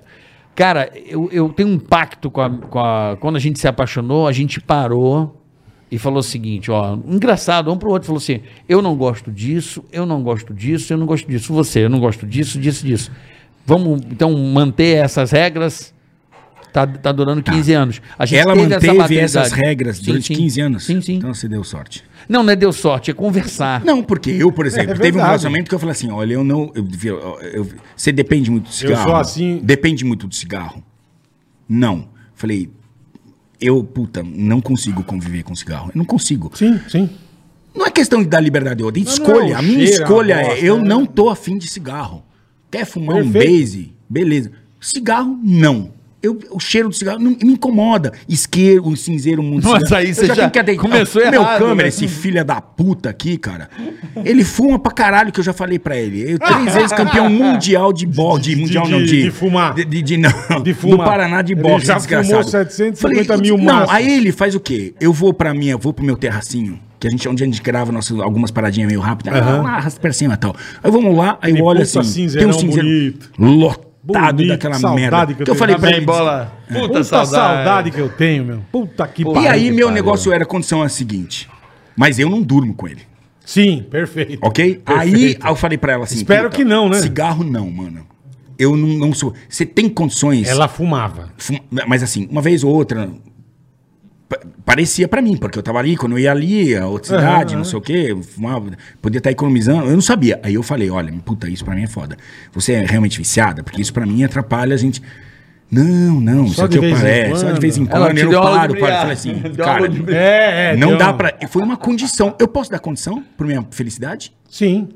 Speaker 3: Cara, eu, eu tenho um pacto com a, com a- Quando a gente se apaixonou, a gente parou e falou o seguinte, ó, engraçado, um pro outro falou assim: eu não gosto disso, eu não gosto disso, eu não gosto disso, você, eu não gosto disso, disso, disso. Vamos, então, manter essas regras. Tá, tá durando 15 anos. A
Speaker 4: Ela manteve
Speaker 3: maturidade.
Speaker 4: essas regras
Speaker 3: Sim,
Speaker 4: durante
Speaker 3: sim.
Speaker 4: 15 anos.
Speaker 3: Sim, sim.
Speaker 4: Então você deu sorte.
Speaker 3: Não, não é deu sorte, é conversar.
Speaker 4: Não, porque eu, por exemplo, teve um
Speaker 2: É verdade.
Speaker 4: relacionamento que eu falei assim: olha, eu não. eu- eu- eu- você depende muito do cigarro.
Speaker 2: sou assim-
Speaker 4: Depende muito do cigarro. Não. Falei, eu, puta, não consigo conviver com cigarro. Eu não consigo.
Speaker 2: Sim, sim.
Speaker 4: Não é questão de dar liberdade a outra.
Speaker 2: não
Speaker 4: escolha.
Speaker 2: é o
Speaker 4: a minha
Speaker 2: cheiro,
Speaker 4: escolha
Speaker 2: a
Speaker 4: é:
Speaker 2: bosta,
Speaker 4: eu
Speaker 2: né?
Speaker 4: não tô afim de cigarro. Quer fumar
Speaker 2: Perfeito.
Speaker 4: um base? Beleza. Cigarro, não. Eu, o cheiro do cigarro não- me incomoda. Isqueiro, um cinzeiro, um
Speaker 3: Mas aí você já começou
Speaker 4: Meu
Speaker 3: errado,
Speaker 4: câmera,
Speaker 3: né?
Speaker 4: esse filho da puta aqui, cara. Ele fuma pra caralho, que eu já falei pra ele. Eu, três vezes campeão mundial de bola. De,
Speaker 2: de-
Speaker 4: mundial,
Speaker 2: de-
Speaker 4: não, de,
Speaker 2: de fumar.
Speaker 4: De, de- de- não.
Speaker 2: De fumar.
Speaker 4: No Paraná de
Speaker 2: Ele
Speaker 4: boxe,
Speaker 2: já fumou
Speaker 4: desgraçado.
Speaker 2: 750 mil
Speaker 4: Não,
Speaker 2: maços.
Speaker 4: aí ele faz o quê? Eu vou pra minha, vou pro meu terracinho, que a gente é onde a gente grava nossas, algumas paradinhas meio rápidas.
Speaker 2: Aham.
Speaker 4: Lá, arrasta pra cima e tal. Aí vamos lá, aí eu
Speaker 2: Aquele
Speaker 4: olho
Speaker 2: puta
Speaker 4: assim, tem
Speaker 2: cinzeirão
Speaker 4: um cinzeiro
Speaker 2: bonito.
Speaker 4: lotado
Speaker 2: Bonito,
Speaker 4: daquela
Speaker 2: saudade
Speaker 4: merda.
Speaker 2: que eu
Speaker 4: Que eu
Speaker 2: tenho. Tá
Speaker 4: falei pra
Speaker 2: Bem
Speaker 4: ele,
Speaker 5: bola.
Speaker 4: É.
Speaker 2: Puta, saudade. que eu tenho, meu. Puta que
Speaker 4: E aí
Speaker 2: pariu.
Speaker 4: meu negócio era a condição é a seguinte, mas eu não durmo com ele.
Speaker 2: Sim, perfeito.
Speaker 4: Ok? Aí eu falei pra ela assim.
Speaker 2: Espero
Speaker 4: puta,
Speaker 2: que não, né?
Speaker 4: Cigarro não, mano. Eu não, não sou. Você tem condições.
Speaker 2: Ela fumava.
Speaker 4: Fum- Mas assim, uma vez ou outra. pa- Parecia pra mim, porque eu tava ali, quando eu ia ali, a outra
Speaker 2: Aham,
Speaker 4: cidade,
Speaker 2: aham.
Speaker 4: não sei o quê, eu fumava, podia estar economizando, eu não sabia. Aí eu falei, olha, puta, isso pra mim é foda. Você é realmente viciada? Porque isso pra mim atrapalha a gente. Não, não,
Speaker 2: Só
Speaker 4: só que
Speaker 2: de
Speaker 4: eu
Speaker 2: vez em
Speaker 4: parei, só de
Speaker 2: quando.
Speaker 4: vez em
Speaker 3: Ela
Speaker 4: quando,
Speaker 3: te
Speaker 4: eu
Speaker 3: deu
Speaker 4: não
Speaker 3: aula de
Speaker 4: paro, paro,
Speaker 3: brigar.
Speaker 4: falei assim,
Speaker 3: Deu aula
Speaker 4: cara,
Speaker 3: de então." brigar.
Speaker 2: É, é.
Speaker 4: não
Speaker 2: deu
Speaker 4: dá
Speaker 2: um-
Speaker 4: pra, e foi uma condição, eu posso dar condição pra minha felicidade?
Speaker 2: Sim.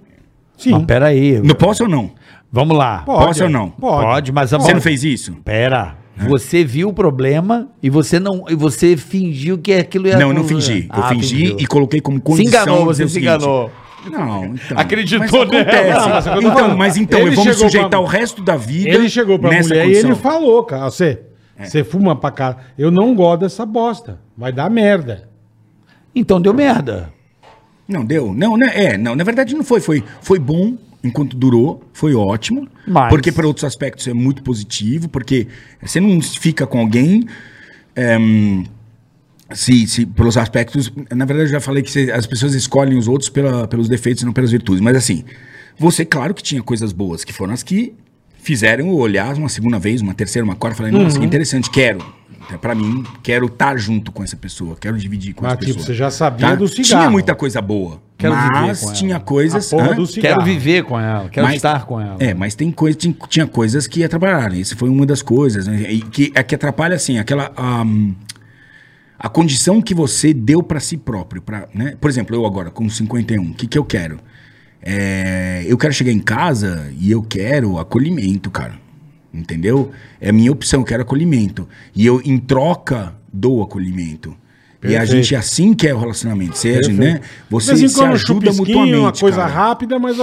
Speaker 2: Sim.
Speaker 3: Mas peraí.
Speaker 4: Não posso ou não?
Speaker 3: Vamos lá.
Speaker 4: posso ou não?
Speaker 2: Pode.
Speaker 3: mas
Speaker 4: Você não fez isso?
Speaker 3: Pera. Você viu o problema e você não e você fingiu que aquilo ia
Speaker 4: Não, eu não fingi. Eu
Speaker 3: Ah,
Speaker 4: fingi
Speaker 3: fingiu.
Speaker 4: e coloquei como condição.
Speaker 3: enganou,
Speaker 4: dizer
Speaker 3: você
Speaker 4: o
Speaker 3: se
Speaker 4: seguinte,
Speaker 5: enganou.
Speaker 4: Não, então.
Speaker 5: Acreditou
Speaker 4: mas acontece.
Speaker 5: nela.
Speaker 2: Não, mas é o que eu tô
Speaker 4: Então,
Speaker 2: falando.
Speaker 4: mas então,
Speaker 2: Ele
Speaker 4: eu vou me
Speaker 2: chegou
Speaker 4: sujeitar
Speaker 2: pra-
Speaker 4: o resto da vida.
Speaker 2: Ele chegou pra
Speaker 4: nessa
Speaker 2: mulher
Speaker 4: condição. É.
Speaker 2: e ele falou, cara, você, você fuma pra cara. Eu não gosto dessa bosta. Vai dar merda.
Speaker 3: Então deu merda.
Speaker 4: Não, deu. Não, né? É, não, na verdade não foi. Foi, foi bom enquanto durou, foi ótimo.
Speaker 3: Mas-
Speaker 4: Porque, para outros aspectos, é muito positivo, porque você não fica com alguém. ehm, se, se, pelos aspectos. Na verdade, eu já falei que você- as pessoas escolhem os outros pela- pelos defeitos e não pelas virtudes. Mas assim, você, claro que tinha coisas boas, que foram as que fizeram eu olhar uma segunda vez, uma terceira, uma quarta, falei,
Speaker 2: Uhum.
Speaker 4: nossa, que interessante, quero. É pra mim, quero estar junto com essa pessoa, quero dividir com
Speaker 2: Mas,
Speaker 4: essa
Speaker 2: tipo,
Speaker 4: pessoa. Tá?
Speaker 2: você já sabia do cigarro.
Speaker 4: Tinha muita coisa boa.
Speaker 3: Quero viver
Speaker 4: mas
Speaker 3: com ela.
Speaker 4: tinha coisas.
Speaker 2: A porra
Speaker 4: Hã?
Speaker 2: do cigarro.
Speaker 3: Quero viver com ela, quero estar com ela.
Speaker 4: Ah. É, mas tem coisa, tinha, tinha coisas que atrapalharam. Isso foi uma das coisas. Né? E que, é que atrapalha, assim, aquela. ahm, a condição que você deu pra si próprio. Pra, né? Por exemplo, eu agora, com 51, o que, que eu quero? É, eu quero chegar em casa e eu quero acolhimento, cara. Entendeu? É a minha opção, eu quero acolhimento. E eu, em troca, dou acolhimento. E a
Speaker 2: Perfeito.
Speaker 4: gente é assim que é o relacionamento. Você, né? Você
Speaker 2: De vez em
Speaker 4: se
Speaker 2: quando, um
Speaker 4: ajuda
Speaker 2: chupisquinho,
Speaker 4: mutuamente.
Speaker 2: Uma coisa
Speaker 4: cara.
Speaker 2: rápida, mas o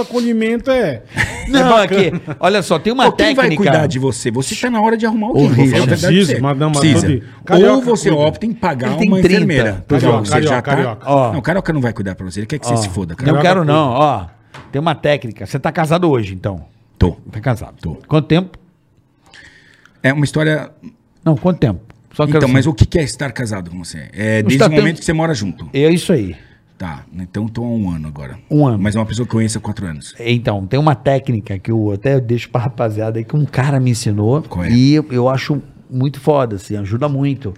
Speaker 2: acolhimento é.
Speaker 3: Não, aqui. Olha só, tem uma
Speaker 4: Pô, quem
Speaker 3: técnica.
Speaker 4: vai cuidar de você? Você tá na hora de arrumar alguém.
Speaker 3: Ô,
Speaker 4: vou
Speaker 3: Richard,
Speaker 4: falar a verdade
Speaker 2: preciso,
Speaker 4: pra você.
Speaker 2: mas não, mas
Speaker 4: Precisa.
Speaker 2: tô de- Carioca
Speaker 4: Ou você
Speaker 2: cuida.
Speaker 4: opta em pagar
Speaker 3: Ele tem
Speaker 4: uma
Speaker 3: 30,
Speaker 4: enfermeira.
Speaker 3: tô
Speaker 2: jogando.
Speaker 4: você já
Speaker 2: Carioca,
Speaker 4: tá...
Speaker 2: carioca.
Speaker 3: Ó.
Speaker 4: Não, o carioca não vai cuidar pra você. Ele quer que
Speaker 3: Ó,
Speaker 4: você se foda,
Speaker 3: Não
Speaker 4: cara.
Speaker 3: quero não, ó. Tem uma técnica. Você tá casado hoje, então.
Speaker 4: Tô.
Speaker 3: Tá casado.
Speaker 4: Tô.
Speaker 3: Quanto tempo?
Speaker 4: É uma história.
Speaker 3: não, quanto tempo? Só quero
Speaker 4: Então, mas
Speaker 3: saber.
Speaker 4: o que que é estar casado com você? É
Speaker 3: Não
Speaker 4: desde
Speaker 3: está
Speaker 4: o momento
Speaker 3: tendo-
Speaker 4: que você mora junto.
Speaker 3: É isso aí.
Speaker 4: Tá. Então tô há um ano agora.
Speaker 3: Um ano.
Speaker 4: Mas é uma pessoa que eu conheço há quatro anos.
Speaker 3: Então, tem uma técnica que eu até deixo pra rapaziada aí, que um cara me ensinou.
Speaker 4: Qual é?
Speaker 3: E eu, eu acho muito foda, assim, ajuda muito.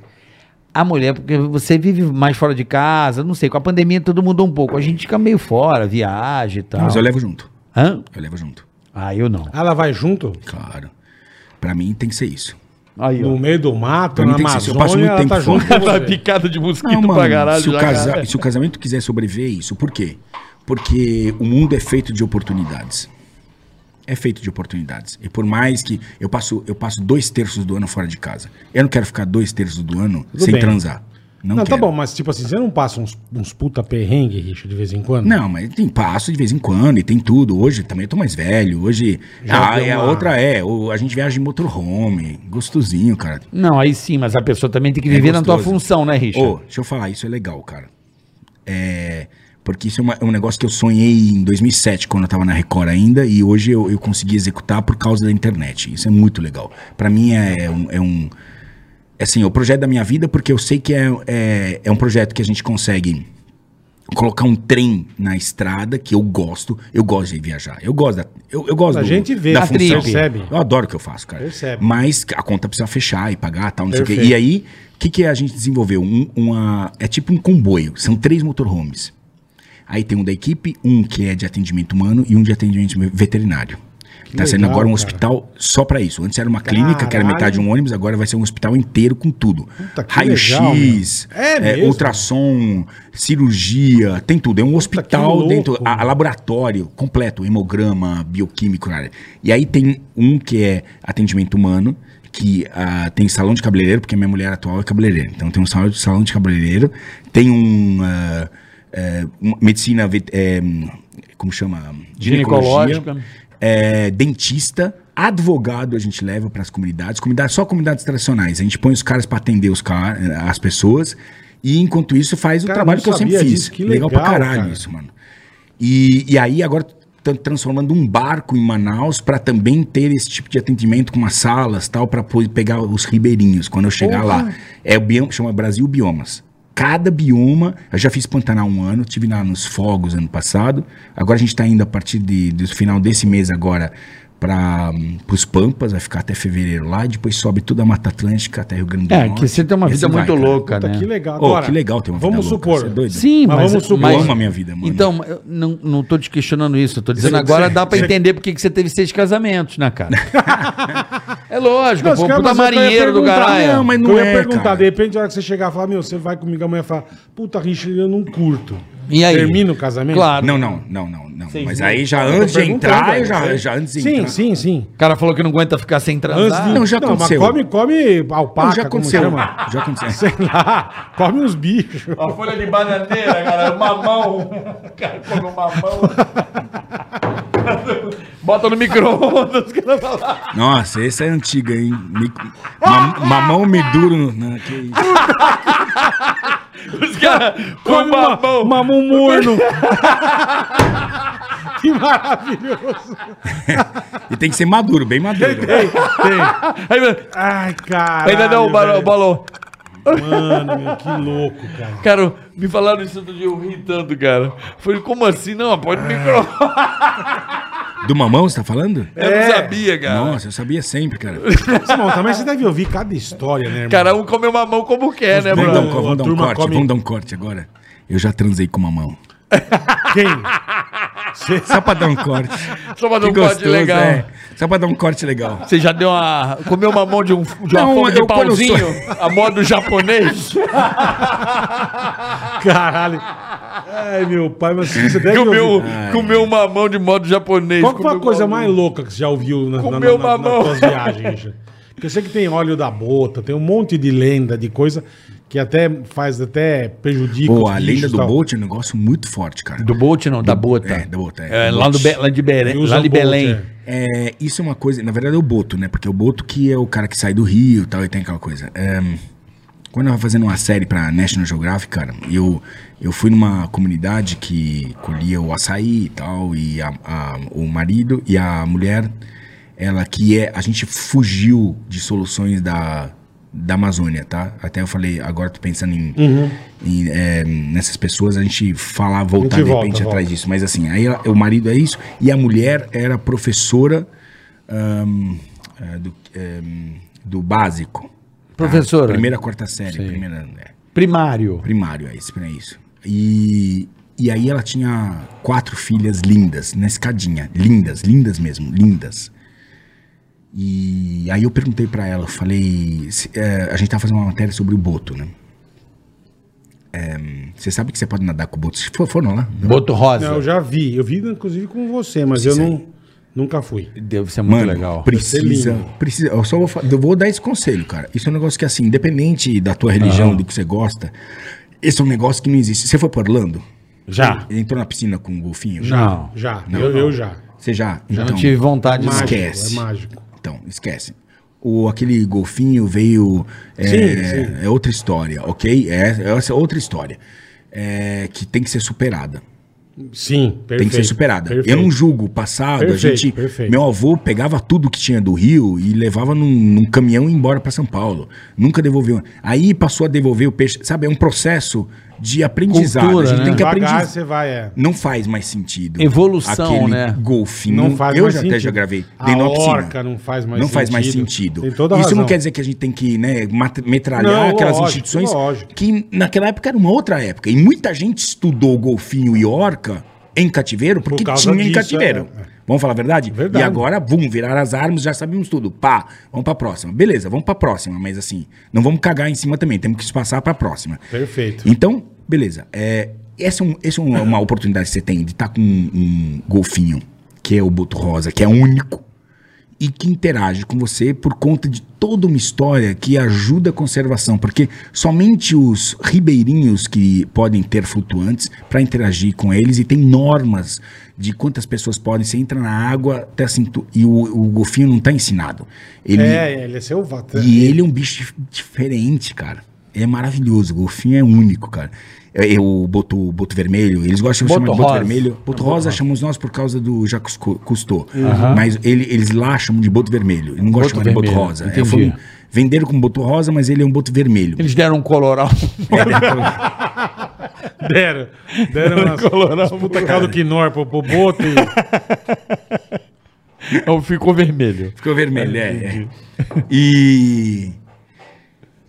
Speaker 3: A mulher, porque você vive mais fora de casa, não sei, com a pandemia tudo mudou um pouco. A gente fica meio fora, viaja e tal.
Speaker 4: Mas eu levo junto.
Speaker 3: Hã?
Speaker 4: Eu levo junto.
Speaker 3: Ah, eu não.
Speaker 2: Ah, Ela vai junto?
Speaker 4: Claro. Pra mim tem que ser isso.
Speaker 3: Aí,
Speaker 2: No
Speaker 3: ó.
Speaker 2: meio do mato,
Speaker 4: Pra
Speaker 2: na
Speaker 4: mim tem que ser, eu passo
Speaker 2: Amazônia,
Speaker 4: muito
Speaker 2: ela tá
Speaker 4: tempo
Speaker 2: junto
Speaker 4: fora.
Speaker 2: com
Speaker 3: Tá
Speaker 2: você.
Speaker 3: picada de mosquito
Speaker 4: Não, mano,
Speaker 3: pra caralho.
Speaker 4: se, o
Speaker 3: já,
Speaker 4: casa-
Speaker 3: cara.
Speaker 4: se o casamento quiser sobreviver, é isso. Por quê? Porque o mundo é feito de oportunidades. É feito de oportunidades. E por mais que eu passo, eu passo dois terços do ano fora de casa. Eu não quero ficar dois terços do ano sem
Speaker 2: bem.
Speaker 4: transar. Não,
Speaker 2: Não, tá
Speaker 4: quero.
Speaker 2: bom, mas tipo assim, você não passa uns, uns puta perrengue, Richard, de vez em quando?
Speaker 4: Não, mas tem passo de vez em quando e tem tudo. Hoje também eu tô mais velho. Hoje.
Speaker 2: Já
Speaker 4: ah,
Speaker 2: deu
Speaker 4: é, a
Speaker 2: uma-
Speaker 4: outra é. o- a gente viaja de motorhome. Gostosinho, cara.
Speaker 3: Não, aí sim, mas a pessoa também tem que
Speaker 4: É
Speaker 3: viver na tua
Speaker 4: gostoso.
Speaker 3: função, né, Richard?
Speaker 4: Ô, deixa eu falar, isso é legal, cara. É. Porque isso é, uma- é um negócio que eu sonhei em 2007, quando eu tava na Record ainda, e hoje eu, eu consegui executar por causa da internet. Isso é muito legal. Pra mim é, um. É um é assim, é o projeto da minha vida, porque eu sei que é, é, é um projeto que a gente consegue colocar um trem na estrada, que eu gosto. Eu gosto de viajar. Eu gosto da. Eu, eu gosto
Speaker 2: A gente vê,
Speaker 4: da
Speaker 2: a
Speaker 4: função.
Speaker 2: trip. Percebe.
Speaker 4: Eu adoro o que eu faço, cara.
Speaker 2: Percebe.
Speaker 4: Mas a conta precisa fechar e pagar, tal, não sei o quê.
Speaker 2: Perfeito.
Speaker 4: E aí, o que, que a gente desenvolveu? Um- uma, é tipo um comboio. São três motorhomes. Aí tem um da equipe, um que é de atendimento humano e um de atendimento veterinário. tá sendo
Speaker 2: legal,
Speaker 4: agora um
Speaker 2: cara.
Speaker 4: hospital só pra isso. Antes era uma clínica, que era
Speaker 2: Caralho.
Speaker 4: metade de um ônibus, agora vai ser um hospital inteiro com tudo.
Speaker 2: Puta, que legal,
Speaker 4: Raio-X,
Speaker 2: meu. É mesmo?
Speaker 4: ultrassom, cirurgia, tem tudo. É um hospital
Speaker 2: louco,
Speaker 4: dentro.
Speaker 2: mano.
Speaker 4: A, a laboratório completo, hemograma, bioquímico, cara. E aí tem um que é atendimento humano, que ah, tem salão de cabeleireiro, porque minha mulher atual é cabeleireira. Então tem um salão de, salão de cabeleireiro, tem um ah, eh, uma medicina, vet- eh, como chama?
Speaker 3: Ginecológica.
Speaker 4: Ginecologia, eh, dentista, advogado a gente leva para as comunidades, comunidades, só comunidades tradicionais. A gente põe os caras para atender os car as pessoas. E enquanto isso faz o
Speaker 2: Cara,
Speaker 4: trabalho
Speaker 2: não
Speaker 4: que eu sempre
Speaker 2: sabia
Speaker 4: fiz.
Speaker 2: disso, que
Speaker 4: pra
Speaker 2: legal,
Speaker 4: caralho
Speaker 2: cara.
Speaker 4: isso isso, mano. E, e aí agora estão transformando um barco em Manaus para também ter esse tipo de atendimento com umas salas tal para pegar os ribeirinhos quando eu chegar lá. É o bioma chama Brasil Biomas. Cada bioma, eu já fiz Pantanal um ano, tive lá nos fogos ano passado. Agora a gente está indo a partir de, do final desse mês agora para os Pampas, vai ficar até fevereiro lá, e depois sobe toda a Mata Atlântica até Rio Grande do
Speaker 3: É,
Speaker 4: Norte.
Speaker 3: que você tem uma
Speaker 4: E
Speaker 3: vida
Speaker 4: assim vai,
Speaker 3: muito
Speaker 4: cara.
Speaker 3: louca,
Speaker 2: Puta,
Speaker 3: né?
Speaker 2: que legal.
Speaker 4: Ô, que legal ter uma vida
Speaker 2: Vamos
Speaker 4: louca,
Speaker 2: supor.
Speaker 4: você é doido?
Speaker 3: Sim,
Speaker 2: Mas
Speaker 3: mas,
Speaker 2: vamos supor.
Speaker 3: mas-
Speaker 4: Eu amo a minha vida, mano.
Speaker 3: Então, eu não, não tô te questionando isso. eu Tô dizendo agora dá pra entender porque que você teve seis casamentos, né, cara? é lógico,
Speaker 2: Não,
Speaker 3: pô,
Speaker 2: cara,
Speaker 3: puta
Speaker 2: mas eu ia
Speaker 3: marinheiro do
Speaker 2: perguntar,
Speaker 3: caralho.
Speaker 4: não, mas
Speaker 2: eu ia
Speaker 4: é,
Speaker 2: perguntar,
Speaker 4: cara.
Speaker 2: de repente, a hora que você chegar e falar, meu, você vai comigo amanhã e falar, puta, Richard, eu não curto.
Speaker 3: E aí?
Speaker 2: Termina o casamento?
Speaker 3: Claro.
Speaker 4: Não, não, não, não, não. Mas
Speaker 2: viu?
Speaker 4: aí já
Speaker 2: Eu tô
Speaker 4: antes de
Speaker 2: perguntando,
Speaker 4: entrar, eu já,
Speaker 2: cara, você-
Speaker 4: já antes de
Speaker 2: sim,
Speaker 4: entrar.
Speaker 2: Sim, sim,
Speaker 3: O cara falou que não aguenta ficar sem
Speaker 2: Antes
Speaker 3: transar.
Speaker 2: de...
Speaker 4: Não, já aconteceu.
Speaker 2: mas come, come alpaca,
Speaker 4: Não, já aconteceu.
Speaker 2: como chama?
Speaker 4: Já aconteceu.
Speaker 2: Sei lá, come uns bichos.
Speaker 3: A folha de bananeira, cara, mamão. O cara come um mamão. Bota no micro-ondas, cara.
Speaker 4: Nossa, essa é antiga, hein? Me- ma- mamão me duro. Né? Que isso?
Speaker 3: Os caras com
Speaker 2: Come uma,
Speaker 3: mamão.
Speaker 2: mamão morno. que maravilhoso.
Speaker 4: E tem que ser maduro, bem maduro.
Speaker 3: Aí,
Speaker 2: Ai, cara.
Speaker 3: ainda um dá o balão. o balão.
Speaker 2: Mano, meu, que louco, cara.
Speaker 3: Cara, me falaram isso outro dia, eu ri tanto, cara. Falei, como assim? Não, pode no micro-ondas.
Speaker 4: Do mamão, você tá falando?
Speaker 2: É.
Speaker 3: Eu não sabia, cara.
Speaker 4: Nossa, eu sabia sempre, cara.
Speaker 2: Simão, também você deve ouvir cada história, né, irmão?
Speaker 3: Cara, um comeu mamão como quer, né,
Speaker 4: Vamos
Speaker 3: bro?
Speaker 4: dar um, co- vamos dar um
Speaker 2: Turma
Speaker 4: corte,
Speaker 2: come-
Speaker 4: vamos dar um corte agora. Eu já transei com mamão.
Speaker 2: Quem?
Speaker 4: Só pra dar um corte.
Speaker 3: Só pra dar um
Speaker 4: Que
Speaker 3: corte
Speaker 4: gostoso,
Speaker 3: legal.
Speaker 4: é. Só pra dar um corte legal.
Speaker 3: Você já deu uma. Comeu mamão de, um, de uma
Speaker 4: Não,
Speaker 3: forma de
Speaker 4: eu- quando eu
Speaker 3: pauzinho?
Speaker 4: sou-
Speaker 3: A moda japonês?
Speaker 2: Caralho. Ai, meu pai, mas você deve
Speaker 3: comeu,
Speaker 2: ouvir.
Speaker 3: comeu mamão de modo japonês.
Speaker 2: Qual que foi a
Speaker 3: comeu
Speaker 2: coisa
Speaker 3: mamão.
Speaker 2: mais louca que você já ouviu na, na, na,
Speaker 3: Comeu
Speaker 2: na,
Speaker 3: mamão.
Speaker 2: nas suas viagens, Richard? Porque eu sei que tem óleo da bota, tem um monte de lenda, de coisa que até faz, até prejudica
Speaker 4: Pô,
Speaker 2: os
Speaker 4: a lenda
Speaker 2: bichos e
Speaker 4: do
Speaker 2: tal.
Speaker 4: Bolt é um negócio muito forte, cara.
Speaker 3: Do Bolt, não, da Bota.
Speaker 4: É, da Bota, é.
Speaker 3: É, lá, do Be- lá de
Speaker 4: né?
Speaker 3: Belém.
Speaker 2: Ele usa
Speaker 3: Lá de
Speaker 2: Bolt,
Speaker 3: Belém. Ah,
Speaker 2: é.
Speaker 4: É, isso é uma coisa. Na verdade, é o Boto, né? Porque é o Boto que é o cara que sai do Rio e tal, e tem aquela coisa. É, Quando eu tava fazendo uma série pra National Geographic, cara, eu, eu fui numa comunidade que colhia o açaí e tal, e a- a- o marido e a mulher, ela que é. A gente fugiu de soluções da, da Amazônia, tá? Até eu falei, agora eu tô pensando em, em, é, nessas pessoas, a gente falar, voltar de
Speaker 2: volta,
Speaker 4: repente
Speaker 2: volta.
Speaker 4: atrás disso. Mas assim, aí ela- o marido é isso, e a mulher era professora ahn, é, do, ahn, do básico.
Speaker 3: Professora.
Speaker 4: Primeira, quarta série. Primeira, é,
Speaker 3: Primário.
Speaker 4: primário, é isso. É isso. E, e aí ela tinha quatro filhas lindas, na escadinha. Lindas, lindas mesmo, lindas. E aí eu perguntei pra ela, eu falei... se- é, a gente tava fazendo uma matéria sobre o boto, né? É, Você sabe que você pode nadar com o boto? Se for, né?" foram lá?
Speaker 3: Boto Rosa.
Speaker 2: Não, eu já vi. Eu vi, inclusive, com você, mas eu não, nunca fui.
Speaker 3: Deve ser é muito
Speaker 4: Mano,
Speaker 3: legal.
Speaker 4: Precisa,
Speaker 2: Marcelino.
Speaker 4: precisa. Eu só vou, fa- eu vou dar esse conselho, cara. Isso é um negócio que, assim, independente da tua religião, do que você gosta, esse é um negócio que não existe. Você foi pra Orlando?
Speaker 2: Já.
Speaker 4: Ele Entrou na piscina com o golfinho?
Speaker 3: Não.
Speaker 2: Já.
Speaker 4: Não,
Speaker 2: eu,
Speaker 4: não.
Speaker 2: eu já.
Speaker 4: Você já?
Speaker 3: Já
Speaker 4: Então,
Speaker 3: não tive vontade de
Speaker 4: Mas-
Speaker 2: Mágico,
Speaker 4: Esquece.
Speaker 2: É mágico.
Speaker 4: então esquece. O, aquele golfinho veio. É,
Speaker 2: Sim,
Speaker 4: é outra história, ok? É, essa é outra história. É, que tem que ser superada.
Speaker 2: Sim, perfeito.
Speaker 4: Tem que ser superada. Eu não julgo o passado. a
Speaker 2: Perfeito,
Speaker 4: gente,
Speaker 2: perfeito.
Speaker 4: Meu avô pegava tudo que tinha do Rio e levava num, num caminhão e ia embora para São Paulo. Nunca devolveu. Aí passou a devolver o peixe. Sabe, é um processo de aprendizado.
Speaker 3: Cultura,
Speaker 4: a gente
Speaker 3: né?
Speaker 4: tem que
Speaker 2: Devagar
Speaker 4: aprender.
Speaker 2: você vai, é.
Speaker 4: Não faz mais sentido.
Speaker 3: Evolução,
Speaker 4: Aquele
Speaker 3: né?
Speaker 4: golfinho.
Speaker 2: Não faz
Speaker 4: eu
Speaker 2: mais
Speaker 4: já até
Speaker 2: sentido.
Speaker 4: já gravei.
Speaker 2: A
Speaker 4: Dentro de uma piscina.
Speaker 2: orca não faz mais
Speaker 4: Não faz mais
Speaker 2: sentido.
Speaker 4: sentido.
Speaker 2: Tem toda a
Speaker 4: Isso
Speaker 2: razão.
Speaker 4: não quer dizer que a gente tem que né, mat- metralhar
Speaker 2: Não,
Speaker 4: aquelas
Speaker 2: lógico,
Speaker 4: instituições
Speaker 2: lógico.
Speaker 4: que naquela época era uma outra época. E muita gente estudou golfinho e orca em cativeiro porque
Speaker 2: Por causa
Speaker 4: tinha em
Speaker 2: disso,
Speaker 4: cativeiro.
Speaker 2: é, é.
Speaker 4: Vamos falar a verdade?
Speaker 2: Verdade.
Speaker 4: E agora, bum, virar as armas, já sabemos tudo. Pá, vamos pra próxima. Beleza, vamos pra próxima, mas assim, não vamos cagar em cima também, temos que se passar pra próxima.
Speaker 2: Perfeito.
Speaker 4: Então, beleza. É, essa é, um- essa é uma, uma oportunidade que você tem de estar com um, um golfinho, que é o Boto Rosa, que é único e que interage com você por conta de toda uma história que ajuda a conservação, porque somente os ribeirinhos que podem ter flutuantes para interagir com eles e tem normas de quantas pessoas podem. Você entra na água até a cintu- e o, o golfinho não está ensinado. Ele,
Speaker 2: É, ele é selvado.
Speaker 4: e ele é um bicho dif- diferente, cara. Ele é maravilhoso. O golfinho é único, cara. Eu, eu boto boto vermelho. Eles gostam de
Speaker 3: Boto
Speaker 4: chamar de boto
Speaker 3: rosa.
Speaker 4: vermelho. Boto rosa chamamos nós por causa do Jacques Cu- Cousteau. Mas ele- eles lá chamam de boto vermelho. Eles não gostam de chamar
Speaker 3: Boto
Speaker 4: de boto
Speaker 3: vermelho,
Speaker 4: rosa.
Speaker 3: entendi.
Speaker 4: É, foi um- venderam como boto rosa, mas ele é um boto vermelho.
Speaker 3: Eles deram um coloral.
Speaker 2: Deram. Deram umas
Speaker 5: Colorado.
Speaker 2: puta cara do Quinor pro, pro Boto. e-
Speaker 3: Ou ficou vermelho.
Speaker 4: Ficou vermelho, é. é. E.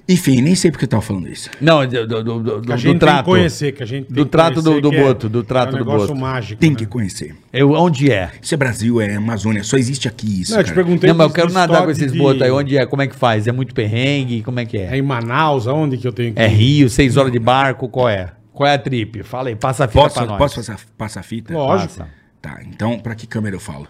Speaker 4: Enfim, nem sei porque eu tava falando isso.
Speaker 3: Não, do, do, do, do,
Speaker 2: que a
Speaker 3: do
Speaker 2: gente tem
Speaker 3: trato.
Speaker 2: que conhecer, que a gente tem
Speaker 3: Do
Speaker 2: que
Speaker 3: trato do-
Speaker 2: conhecer,
Speaker 3: do
Speaker 2: que é-
Speaker 3: boto, do trato do
Speaker 2: É um negócio
Speaker 3: boto.
Speaker 2: mágico.
Speaker 4: Tem
Speaker 2: né?
Speaker 4: que conhecer.
Speaker 3: Eu, onde é?
Speaker 4: Isso é Brasil, é Amazônia, só existe aqui isso.
Speaker 2: Não, eu te
Speaker 4: cara.
Speaker 2: perguntei
Speaker 3: Não, mas eu
Speaker 2: de-
Speaker 3: quero
Speaker 2: de
Speaker 3: nadar com
Speaker 2: história
Speaker 3: esses
Speaker 2: de-
Speaker 3: botos aí. Onde é? Como é que faz? É muito perrengue? Como é que
Speaker 2: É
Speaker 3: é?
Speaker 2: em Manaus, aonde que eu tenho que
Speaker 3: É Rio, seis horas de barco? Qual é? Qual é a trip? Fala aí, passa a fita
Speaker 4: Posso,
Speaker 3: pra nós.
Speaker 4: posso passar, passar a fita?
Speaker 2: Lógico.
Speaker 3: Passa.
Speaker 4: Tá, então pra que câmera eu falo?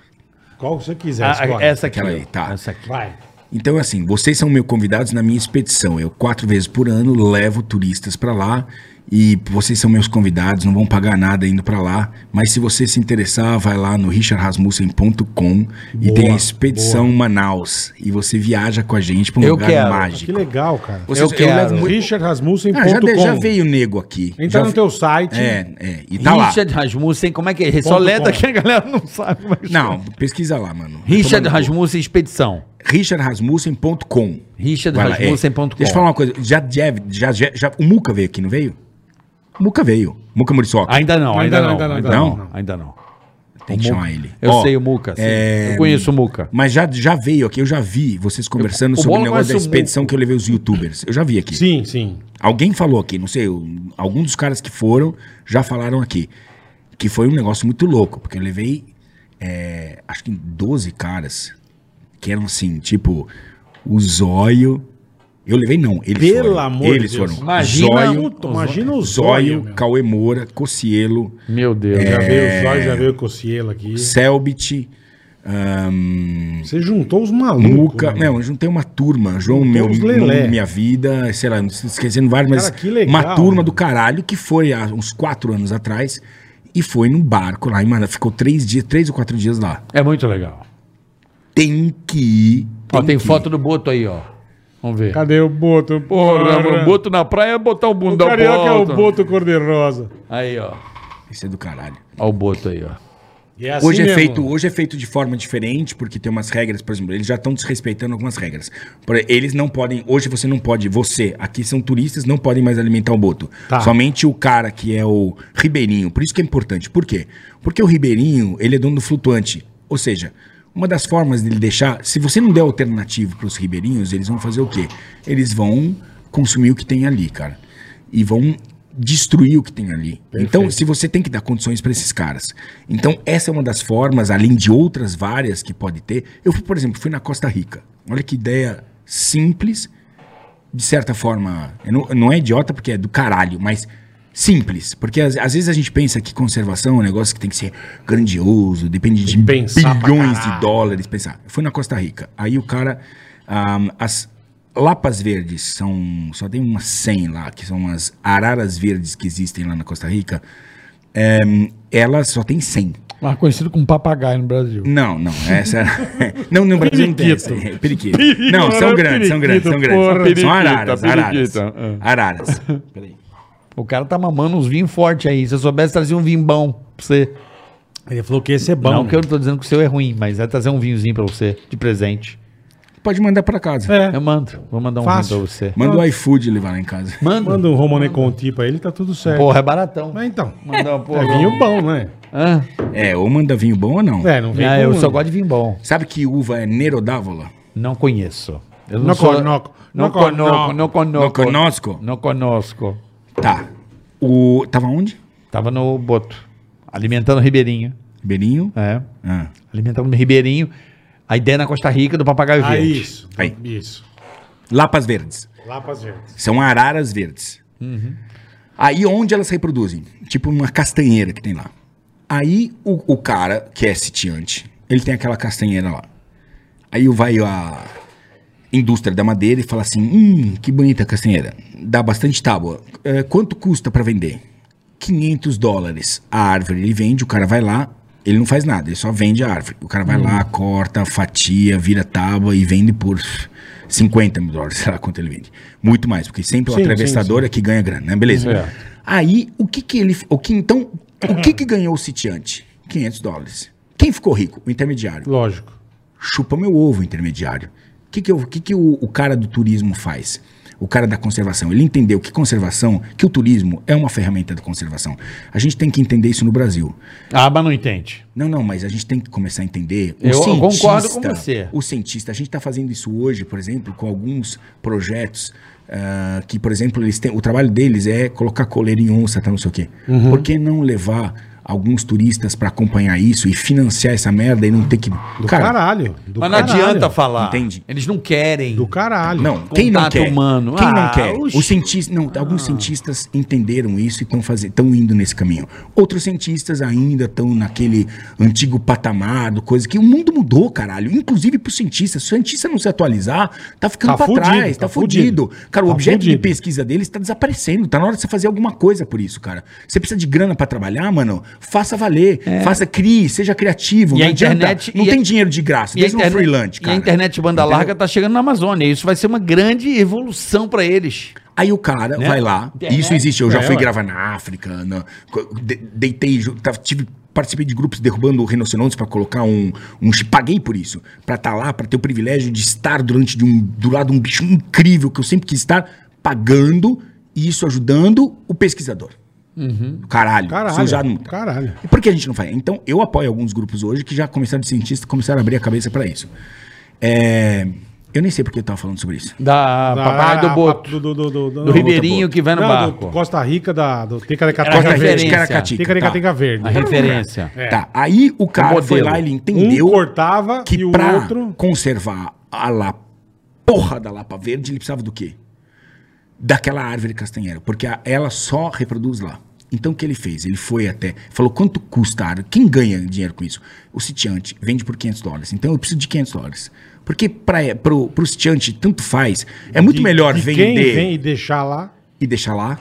Speaker 2: Qual você quiser,
Speaker 3: Ah,
Speaker 2: escolhe.
Speaker 3: essa aqui.
Speaker 4: Aquela
Speaker 3: ó.
Speaker 4: aí, tá.
Speaker 3: Essa aqui.
Speaker 2: Vai.
Speaker 4: Então, assim, vocês são meus convidados na minha expedição. Eu, quatro vezes por ano, levo turistas pra lá e vocês são meus convidados, não vão pagar nada indo pra lá. Mas se você se interessar, vai lá no richardrasmussen.com e
Speaker 2: Boa,
Speaker 4: tem a expedição Manaus. E você viaja com a gente pra um
Speaker 3: Eu
Speaker 4: lugar
Speaker 3: quero.
Speaker 2: Que
Speaker 4: mágico.
Speaker 2: legal, cara.
Speaker 4: Vocês-
Speaker 3: Eu quero.
Speaker 4: Ah, já, de- já
Speaker 2: richardrasmussen.com
Speaker 4: veio o nego aqui.
Speaker 2: Entra
Speaker 4: já
Speaker 2: no teu site.
Speaker 4: É, é. E tá lá.
Speaker 3: Richard Rasmussen, como é que é? Só
Speaker 2: Ponto
Speaker 3: letra
Speaker 2: com.
Speaker 3: que a galera não sabe. Mas...
Speaker 4: Não, pesquisa lá, mano.
Speaker 3: Richard
Speaker 4: Tomando-
Speaker 3: Rasmussen Expedição.
Speaker 4: richardrasmussen.com.
Speaker 3: Richard
Speaker 4: Vai lá, é.
Speaker 3: Rasmussen.com.
Speaker 4: Deixa eu falar uma coisa. Já, deve- já, já, já- o Muca veio aqui, não veio? O Muca veio. Muca Muriçoca.
Speaker 3: Ainda não, ainda, não, ainda não, ainda não.
Speaker 4: não.
Speaker 3: Ainda não.
Speaker 4: Tem que chamar ele.
Speaker 3: Eu
Speaker 4: Ó,
Speaker 3: sei o Muca. sim.
Speaker 4: é,
Speaker 3: Eu conheço o Muca.
Speaker 4: Mas já, já veio aqui, eu já vi vocês conversando
Speaker 3: Eu- o
Speaker 4: sobre o
Speaker 3: Bola
Speaker 4: negócio da
Speaker 3: conhece o
Speaker 4: expedição que eu levei os youtubers. Eu já vi aqui.
Speaker 2: Sim, sim.
Speaker 4: Alguém falou aqui, não sei, eu- algum dos caras que foram já falaram aqui. Que foi um negócio muito louco, porque eu levei, é, acho que 12 caras que eram assim, tipo, o zóio. Eu levei, não, eles
Speaker 2: Pelo
Speaker 4: foram.
Speaker 2: amor de
Speaker 4: eles
Speaker 2: Deus.
Speaker 4: foram.
Speaker 3: Imagina
Speaker 4: um zóio,
Speaker 2: Puta, imagina o zóio.
Speaker 4: Zóio,
Speaker 2: meu.
Speaker 4: Cauê Moura, Cocielo,
Speaker 3: Meu Deus.
Speaker 4: é,
Speaker 2: Já veio o zóio, já veio o Cocielo aqui.
Speaker 4: Selbit, ahn,
Speaker 2: Você juntou os malucos.
Speaker 4: Muca.
Speaker 2: né?
Speaker 4: Não, eu juntei uma turma. João, meu,
Speaker 2: uns lelé.
Speaker 4: Minha Vida, sei lá, não estou esquecendo vários, mas
Speaker 2: Cara, que legal,
Speaker 4: uma turma
Speaker 2: mano.
Speaker 4: do caralho que foi há uns quatro anos atrás e foi num barco lá em Manaus. Ficou três dias, três ou quatro dias lá.
Speaker 3: É muito legal.
Speaker 4: Tem que ir.
Speaker 3: Ó, tem
Speaker 4: que ir.
Speaker 3: foto do Boto aí, ó. Vamos ver.
Speaker 2: Cadê o Boto?
Speaker 3: Porra, mano, boto na praia é botar o
Speaker 2: O
Speaker 3: bundão pra
Speaker 2: carioca é o
Speaker 3: alto.
Speaker 2: Boto Cor-de-Rosa.
Speaker 3: Aí, ó.
Speaker 4: Isso é do caralho.
Speaker 3: Ó o boto aí, ó.
Speaker 2: E assim
Speaker 4: Hoje é,
Speaker 2: mesmo.
Speaker 4: feito, hoje é feito de forma diferente, porque tem umas regras, por exemplo, eles já estão desrespeitando algumas regras. Por- Eles não podem, hoje você não pode, você, aqui são turistas, não podem mais alimentar o boto.
Speaker 2: Tá.
Speaker 4: Somente o cara que é o ribeirinho. Por isso que é importante. Por quê? Porque o ribeirinho, ele é dono do flutuante. Ou seja, uma das formas dele deixar, se você não der alternativa para os ribeirinhos, eles vão fazer o quê? Eles vão consumir o que tem ali, cara. E vão destruir o que tem ali. Então, se você tem que dar condições para esses caras. Então, essa é uma das formas, além de outras várias que pode ter. Eu, fui, por exemplo, fui na Costa Rica. Olha que ideia simples, de certa forma, eu não, não é idiota porque é do caralho, mas simples. Porque às, às vezes a gente pensa que conservação é um negócio que tem que ser grandioso, depende de
Speaker 2: pensar pra
Speaker 4: bilhões
Speaker 2: caralho.
Speaker 4: de dólares. Pensar. Eu fui na Costa Rica, aí o cara. ahm, as lapas verdes são. Só tem umas 100 lá, que são as araras verdes que existem lá na Costa Rica. Ehm, elas só tem 100.
Speaker 6: Mas conhecido como papagaio no Brasil.
Speaker 4: Não, não, essa era... Não, no Brasil não tem essa.
Speaker 2: Periquito.
Speaker 4: Periquito. Não, são
Speaker 2: Periquito,
Speaker 4: grandes, são grandes, são grandes.
Speaker 2: porra.
Speaker 4: São araras,
Speaker 5: Periquita,
Speaker 4: araras.
Speaker 5: periquita,
Speaker 4: Araras. Peraí.
Speaker 3: O cara tá mamando uns vinhos fortes aí. Se eu soubesse, trazia um vinho bom pra você.
Speaker 2: Ele falou que esse é bom.
Speaker 3: Não que eu não tô dizendo que o seu é ruim, mas é trazer um vinhozinho pra você, de presente.
Speaker 4: Pode mandar pra casa.
Speaker 2: É.
Speaker 3: Eu mando. Vou mandar um
Speaker 2: Fácil.
Speaker 3: vinho pra você.
Speaker 4: Manda o iFood levar lá em casa.
Speaker 3: Manda.
Speaker 2: Manda um Romane Conti pra ele, tá tudo certo.
Speaker 3: Porra, é baratão.
Speaker 2: Mas então,
Speaker 3: Mandar uma
Speaker 2: é
Speaker 3: porra.
Speaker 2: vinho bom, né?
Speaker 3: Hã?
Speaker 4: É, ou manda vinho bom ou não.
Speaker 2: É, não vem
Speaker 3: Ah, eu
Speaker 2: com-
Speaker 3: só gosto de vinho bom.
Speaker 4: Sabe que uva é Nerodávola?
Speaker 3: Não conheço. Eu
Speaker 2: Não conoco.
Speaker 3: Não
Speaker 2: Não conoco.
Speaker 3: conosco. Não
Speaker 4: Não
Speaker 3: conosco.
Speaker 4: conosco?
Speaker 3: Não conosco.
Speaker 4: Tá. O... Tava onde?
Speaker 3: Tava no Boto. Alimentando o Ribeirinho.
Speaker 4: Beirinho?
Speaker 3: É.
Speaker 4: Ah.
Speaker 3: Alimentando o Ribeirinho. A ideia na Costa Rica do papagaio
Speaker 2: Ah,
Speaker 3: verde.
Speaker 2: isso.
Speaker 4: Aí.
Speaker 2: Isso.
Speaker 4: Lapas verdes.
Speaker 2: Lapas verdes.
Speaker 4: São araras verdes. Aí onde elas reproduzem? Tipo uma castanheira que tem lá. Aí o, o cara, que é sitiante, ele tem aquela castanheira lá. Aí vai a indústria da madeira e fala assim: hum, que bonita a castanheira. Dá bastante tábua. É, quanto custa pra vender? 500 dólares. A árvore ele vende, o cara vai lá, ele não faz nada, ele só vende a árvore. O cara vai
Speaker 2: Hum.
Speaker 4: lá, corta, fatia, vira tábua e vende por 50 mil dólares, sei lá quanto ele vende. Muito mais, porque sempre o
Speaker 2: Sim, sim,
Speaker 4: atravessador é que ganha grana, né? Beleza. Aí, o que que ele. O que, então, o que que ganhou o sitiante? 500 dólares. Quem ficou rico? O intermediário
Speaker 2: Lógico.
Speaker 4: chupa meu ovo intermediário. O que, que, eu- o, que que o- o cara do turismo faz? O cara da conservação, ele entendeu que conservação, que o turismo é uma ferramenta de conservação. A gente tem que entender isso no Brasil.
Speaker 3: Ah, mas não entende.
Speaker 4: Não, não, mas a gente tem que começar a entender.
Speaker 3: Eu- eu concordo com você.
Speaker 4: O cientista, a gente está fazendo isso hoje, por exemplo, com alguns projetos ah, que, por exemplo, eles têm, o trabalho deles é colocar coleira em onça, tá, não sei o quê.
Speaker 3: Uhum.
Speaker 4: Por que não levar alguns turistas para acompanhar isso e financiar essa merda e não ter que.
Speaker 2: Do caralho. Do
Speaker 3: mas não
Speaker 2: caralho.
Speaker 3: adianta falar.
Speaker 4: Entende?
Speaker 3: Eles não querem.
Speaker 2: Do caralho.
Speaker 4: Não, quem não
Speaker 3: Contato
Speaker 4: quer?
Speaker 3: humano.
Speaker 4: Quem
Speaker 3: Ah,
Speaker 4: não quer?
Speaker 3: oxi.
Speaker 4: Os cientistas, não, alguns cientistas entenderam isso e estão indo nesse caminho. Outros cientistas ainda estão naquele antigo patamar, do coisa que o mundo mudou, caralho. Inclusive para os cientistas. Se o cientista não se atualizar, tá ficando
Speaker 2: Tá
Speaker 4: pra
Speaker 2: fudido,
Speaker 4: trás,
Speaker 2: tá
Speaker 4: tá, fudido. Cara, o
Speaker 2: Tá
Speaker 4: objeto de
Speaker 2: fudido.
Speaker 4: pesquisa deles está desaparecendo. Tá na hora de você fazer alguma coisa por isso, cara. Você precisa de grana para trabalhar, mano? Faça valer, faça, crie, seja criativo.
Speaker 3: É. E
Speaker 4: não
Speaker 3: a
Speaker 4: adianta.
Speaker 3: internet-
Speaker 4: não
Speaker 3: e a-
Speaker 4: tem dinheiro de graça.
Speaker 3: E a,
Speaker 4: Desde um
Speaker 3: internet,
Speaker 4: freelance,
Speaker 3: e a
Speaker 4: cara.
Speaker 3: internet banda
Speaker 4: Entendeu?
Speaker 3: larga tá chegando na Amazônia. Isso vai ser uma grande evolução pra eles.
Speaker 4: Aí o cara vai lá,
Speaker 3: Internet.
Speaker 4: isso existe, eu já
Speaker 2: Né? É,
Speaker 4: fui
Speaker 2: ué.
Speaker 4: gravar na África, na- co- de- deitei, ju- tava- tive, participei de grupos derrubando rinocerontes pra colocar um, um chi- Paguei por isso, pra estar lá, pra ter o privilégio de estar durante de um, do lado de um bicho incrível que eu sempre quis estar, pagando e isso ajudando o pesquisador. Caralho,
Speaker 2: Uhum. Caralho.
Speaker 4: sujado muito.
Speaker 2: Caralho.
Speaker 4: tá. E por que a gente não faz? Então, eu apoio alguns grupos hoje que já começaram de cientista, começaram a abrir a cabeça pra isso. É, Eu nem sei porque eu tava falando sobre isso.
Speaker 3: Da,
Speaker 2: Da-
Speaker 3: papagaio do
Speaker 2: a-
Speaker 3: Boto.
Speaker 2: Do, do, do, do, Ah, do-
Speaker 3: do Ribeirinho
Speaker 4: Boto.
Speaker 3: que vai no
Speaker 2: Não,
Speaker 3: barco.
Speaker 2: do Costa Rica, da, do Ticaricatica
Speaker 3: Era
Speaker 4: Costa Rica,
Speaker 3: referência.
Speaker 4: Ticaracatica, tá.
Speaker 2: Ticaricatica Verde.
Speaker 3: A referência.
Speaker 4: Tá, aí o cara
Speaker 3: modelo.
Speaker 4: foi lá, ele entendeu
Speaker 2: É. Um cortava
Speaker 4: que
Speaker 2: e o
Speaker 4: pra
Speaker 2: outro...
Speaker 4: conservar a la... porra da lapa verde, ele precisava do quê? Daquela árvore castanheira, porque a- ela só reproduz lá. Então o que ele fez? Ele foi até, falou quanto custa a árvore, quem ganha dinheiro com isso? O sitiante vende por 500 dólares, então eu preciso de 500 dólares. Porque para pro, pro sitiante, tanto faz, é muito
Speaker 2: de-
Speaker 4: melhor
Speaker 2: de
Speaker 4: vender
Speaker 2: Quem vem e deixar lá...
Speaker 4: e deixar lá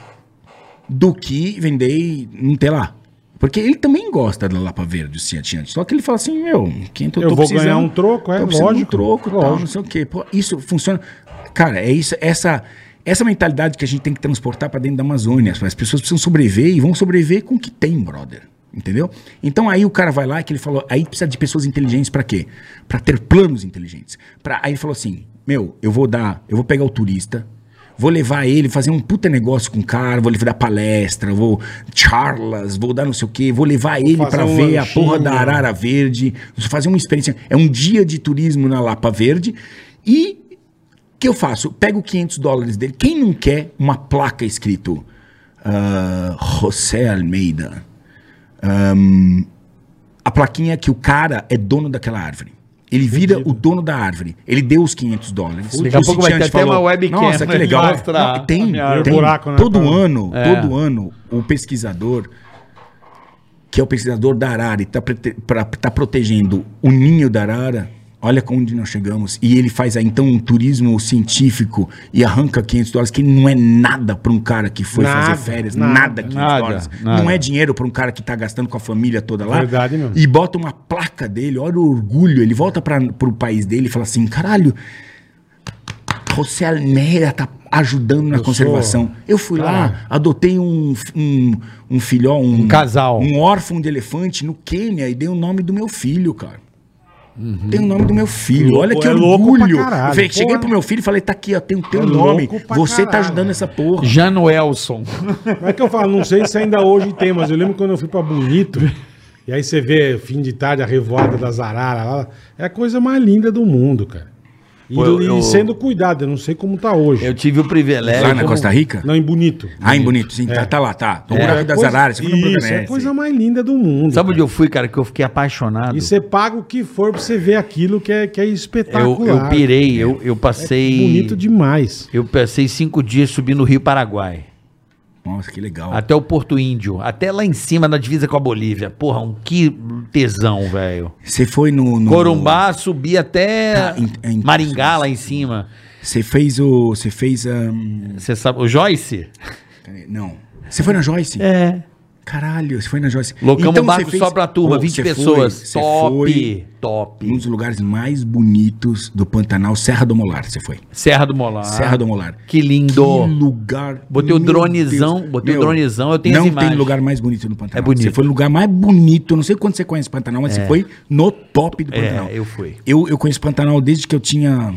Speaker 4: do que vender e não ter lá. Porque ele também gosta da Lapa Verde, o Ciantiante. Só que ele fala assim, meu, quem
Speaker 2: Eu vou ganhar um troco, é,
Speaker 4: tô precisando de
Speaker 2: lógico,
Speaker 4: um troco, tal,
Speaker 2: lógico.
Speaker 4: não sei o quê. Pô, isso funciona. Cara, é isso, essa, essa mentalidade que a gente tem que transportar para dentro da Amazônia. As pessoas precisam sobreviver e vão sobreviver com o que tem, brother. Entendeu? Então aí o cara vai lá que ele falou, aí precisa de pessoas inteligentes para quê? Para ter planos inteligentes. Pra, aí ele falou assim: "Meu, eu vou dar, eu vou pegar o turista, Vou levar ele, fazer um puta negócio com o cara, vou lhe dar palestra, vou charlas, vou dar não sei o quê, vou levar ele
Speaker 2: fazer
Speaker 4: pra
Speaker 2: um
Speaker 4: ver a
Speaker 2: lanchinho.
Speaker 4: porra da Arara Verde, fazer uma experiência. É um dia de turismo na Lapa Verde. E o que eu faço? Pego 500 dólares dele. Quem não quer uma placa escrito ah, José Almeida? Ahn, a plaquinha é que o cara é dono daquela árvore. Ele vira o dono da árvore. Ele deu os 500 dólares.
Speaker 3: Daqui a
Speaker 4: O
Speaker 3: pouco vai ter
Speaker 4: sitiante
Speaker 3: até uma webcam
Speaker 4: Nossa, que
Speaker 3: pra
Speaker 4: legal.
Speaker 3: ele mostrar
Speaker 4: Não, tem,
Speaker 3: a É.
Speaker 2: minha
Speaker 4: tem.
Speaker 2: buraco, né,
Speaker 4: todo
Speaker 2: pra-
Speaker 4: ano, todo ano, o pesquisador, que é o pesquisador da arara, e tá está protegendo o ninho da arara, olha com onde nós chegamos. E ele faz aí, então, um turismo científico e arranca 500 dólares, que não é nada para um cara que foi
Speaker 2: Nada,
Speaker 4: fazer férias.
Speaker 2: nada,
Speaker 4: Nada, 500
Speaker 3: nada,
Speaker 4: dólares.
Speaker 3: nada.
Speaker 4: Não é dinheiro para um cara que tá gastando com a família toda lá.
Speaker 2: Verdade mesmo.
Speaker 4: E bota uma placa dele, olha o orgulho. Ele volta para o país dele e fala assim, caralho... José Almeida tá ajudando na
Speaker 2: Eu
Speaker 4: conservação. Eu fui lá, adotei um, um, um filhó, um,
Speaker 3: Um casal.
Speaker 4: um órfão de elefante no Quênia e dei o nome do meu filho, cara. Tem o nome do meu filho.
Speaker 2: Uhum. Louco,
Speaker 4: Olha que
Speaker 2: é louco pra
Speaker 4: orgulho.
Speaker 2: caralho,
Speaker 4: Fe- Cheguei
Speaker 2: porra.
Speaker 4: pro meu filho e falei: tá aqui, ó, tem o teu
Speaker 2: É
Speaker 4: nome.
Speaker 2: louco pra
Speaker 4: Você tá
Speaker 2: caralho.
Speaker 4: ajudando essa porra.
Speaker 3: Janoelson.
Speaker 2: Não é que eu falo, não sei se ainda hoje tem, mas eu lembro quando eu fui pra Bonito, e aí você vê fim de tarde a revoada das araras lá, é a coisa mais linda do mundo, cara. E,
Speaker 3: Pô, eu-
Speaker 2: e
Speaker 3: eu-
Speaker 2: sendo cuidado, eu não sei como tá hoje.
Speaker 3: Eu tive o privilégio.
Speaker 4: Lá na Costa Rica?
Speaker 2: é Não, em Bonito. É
Speaker 4: Ah, em Bonito, sim. Tá, tá lá, tá. O buraco das
Speaker 2: coisa-
Speaker 4: araras. segundo o programa,
Speaker 2: Isso, é
Speaker 4: é,
Speaker 2: a coisa
Speaker 4: sim.
Speaker 2: mais linda do mundo.
Speaker 3: né? Sabe onde eu fui, cara? Que eu fiquei apaixonado.
Speaker 2: E você paga o que for pra você ver aquilo que é, que é espetacular. É
Speaker 3: eu, eu pirei, eu, eu passei.
Speaker 2: Bonito demais.
Speaker 3: Eu passei cinco dias subindo o Rio Paraguai.
Speaker 4: Nossa, que legal.
Speaker 3: Até o Porto Índio. Até lá em cima, na divisa com a Bolívia. Porra, um que tesão, velho.
Speaker 4: Você foi no. no-
Speaker 3: Corumbá, subi até
Speaker 4: Ah, Hum. ent- é interessante.
Speaker 3: Maringá, lá em cima.
Speaker 4: Você fez o. Você fez. ahn,
Speaker 3: Você sabe, o Joyce?
Speaker 4: peraí, Não. Você foi na Joyce?
Speaker 3: É.
Speaker 4: Caralho, você foi na Joyce.
Speaker 3: Locamos um
Speaker 4: Então, você
Speaker 3: barco só pra turma,
Speaker 4: Pô,
Speaker 3: 20
Speaker 4: você foi-
Speaker 3: pessoas.
Speaker 4: você
Speaker 3: top,
Speaker 4: foi Um
Speaker 3: top.
Speaker 4: dos lugares mais bonitos do Pantanal, Serra do Molar, você foi.
Speaker 3: Serra do Molar.
Speaker 4: Serra do Molar.
Speaker 3: Que lindo.
Speaker 4: Que lugar.
Speaker 3: Ah. Botei o
Speaker 4: meu
Speaker 3: dronezão, botei o dronezão, eu tenho
Speaker 4: Não
Speaker 3: as imagens.
Speaker 4: tem lugar mais bonito no Pantanal.
Speaker 3: É bonito.
Speaker 4: Você foi no lugar mais bonito, eu não sei quando você conhece o Pantanal, mas você foi no top do
Speaker 3: É,
Speaker 4: Pantanal.
Speaker 3: eu fui.
Speaker 4: Eu, eu conheço Pantanal desde que eu tinha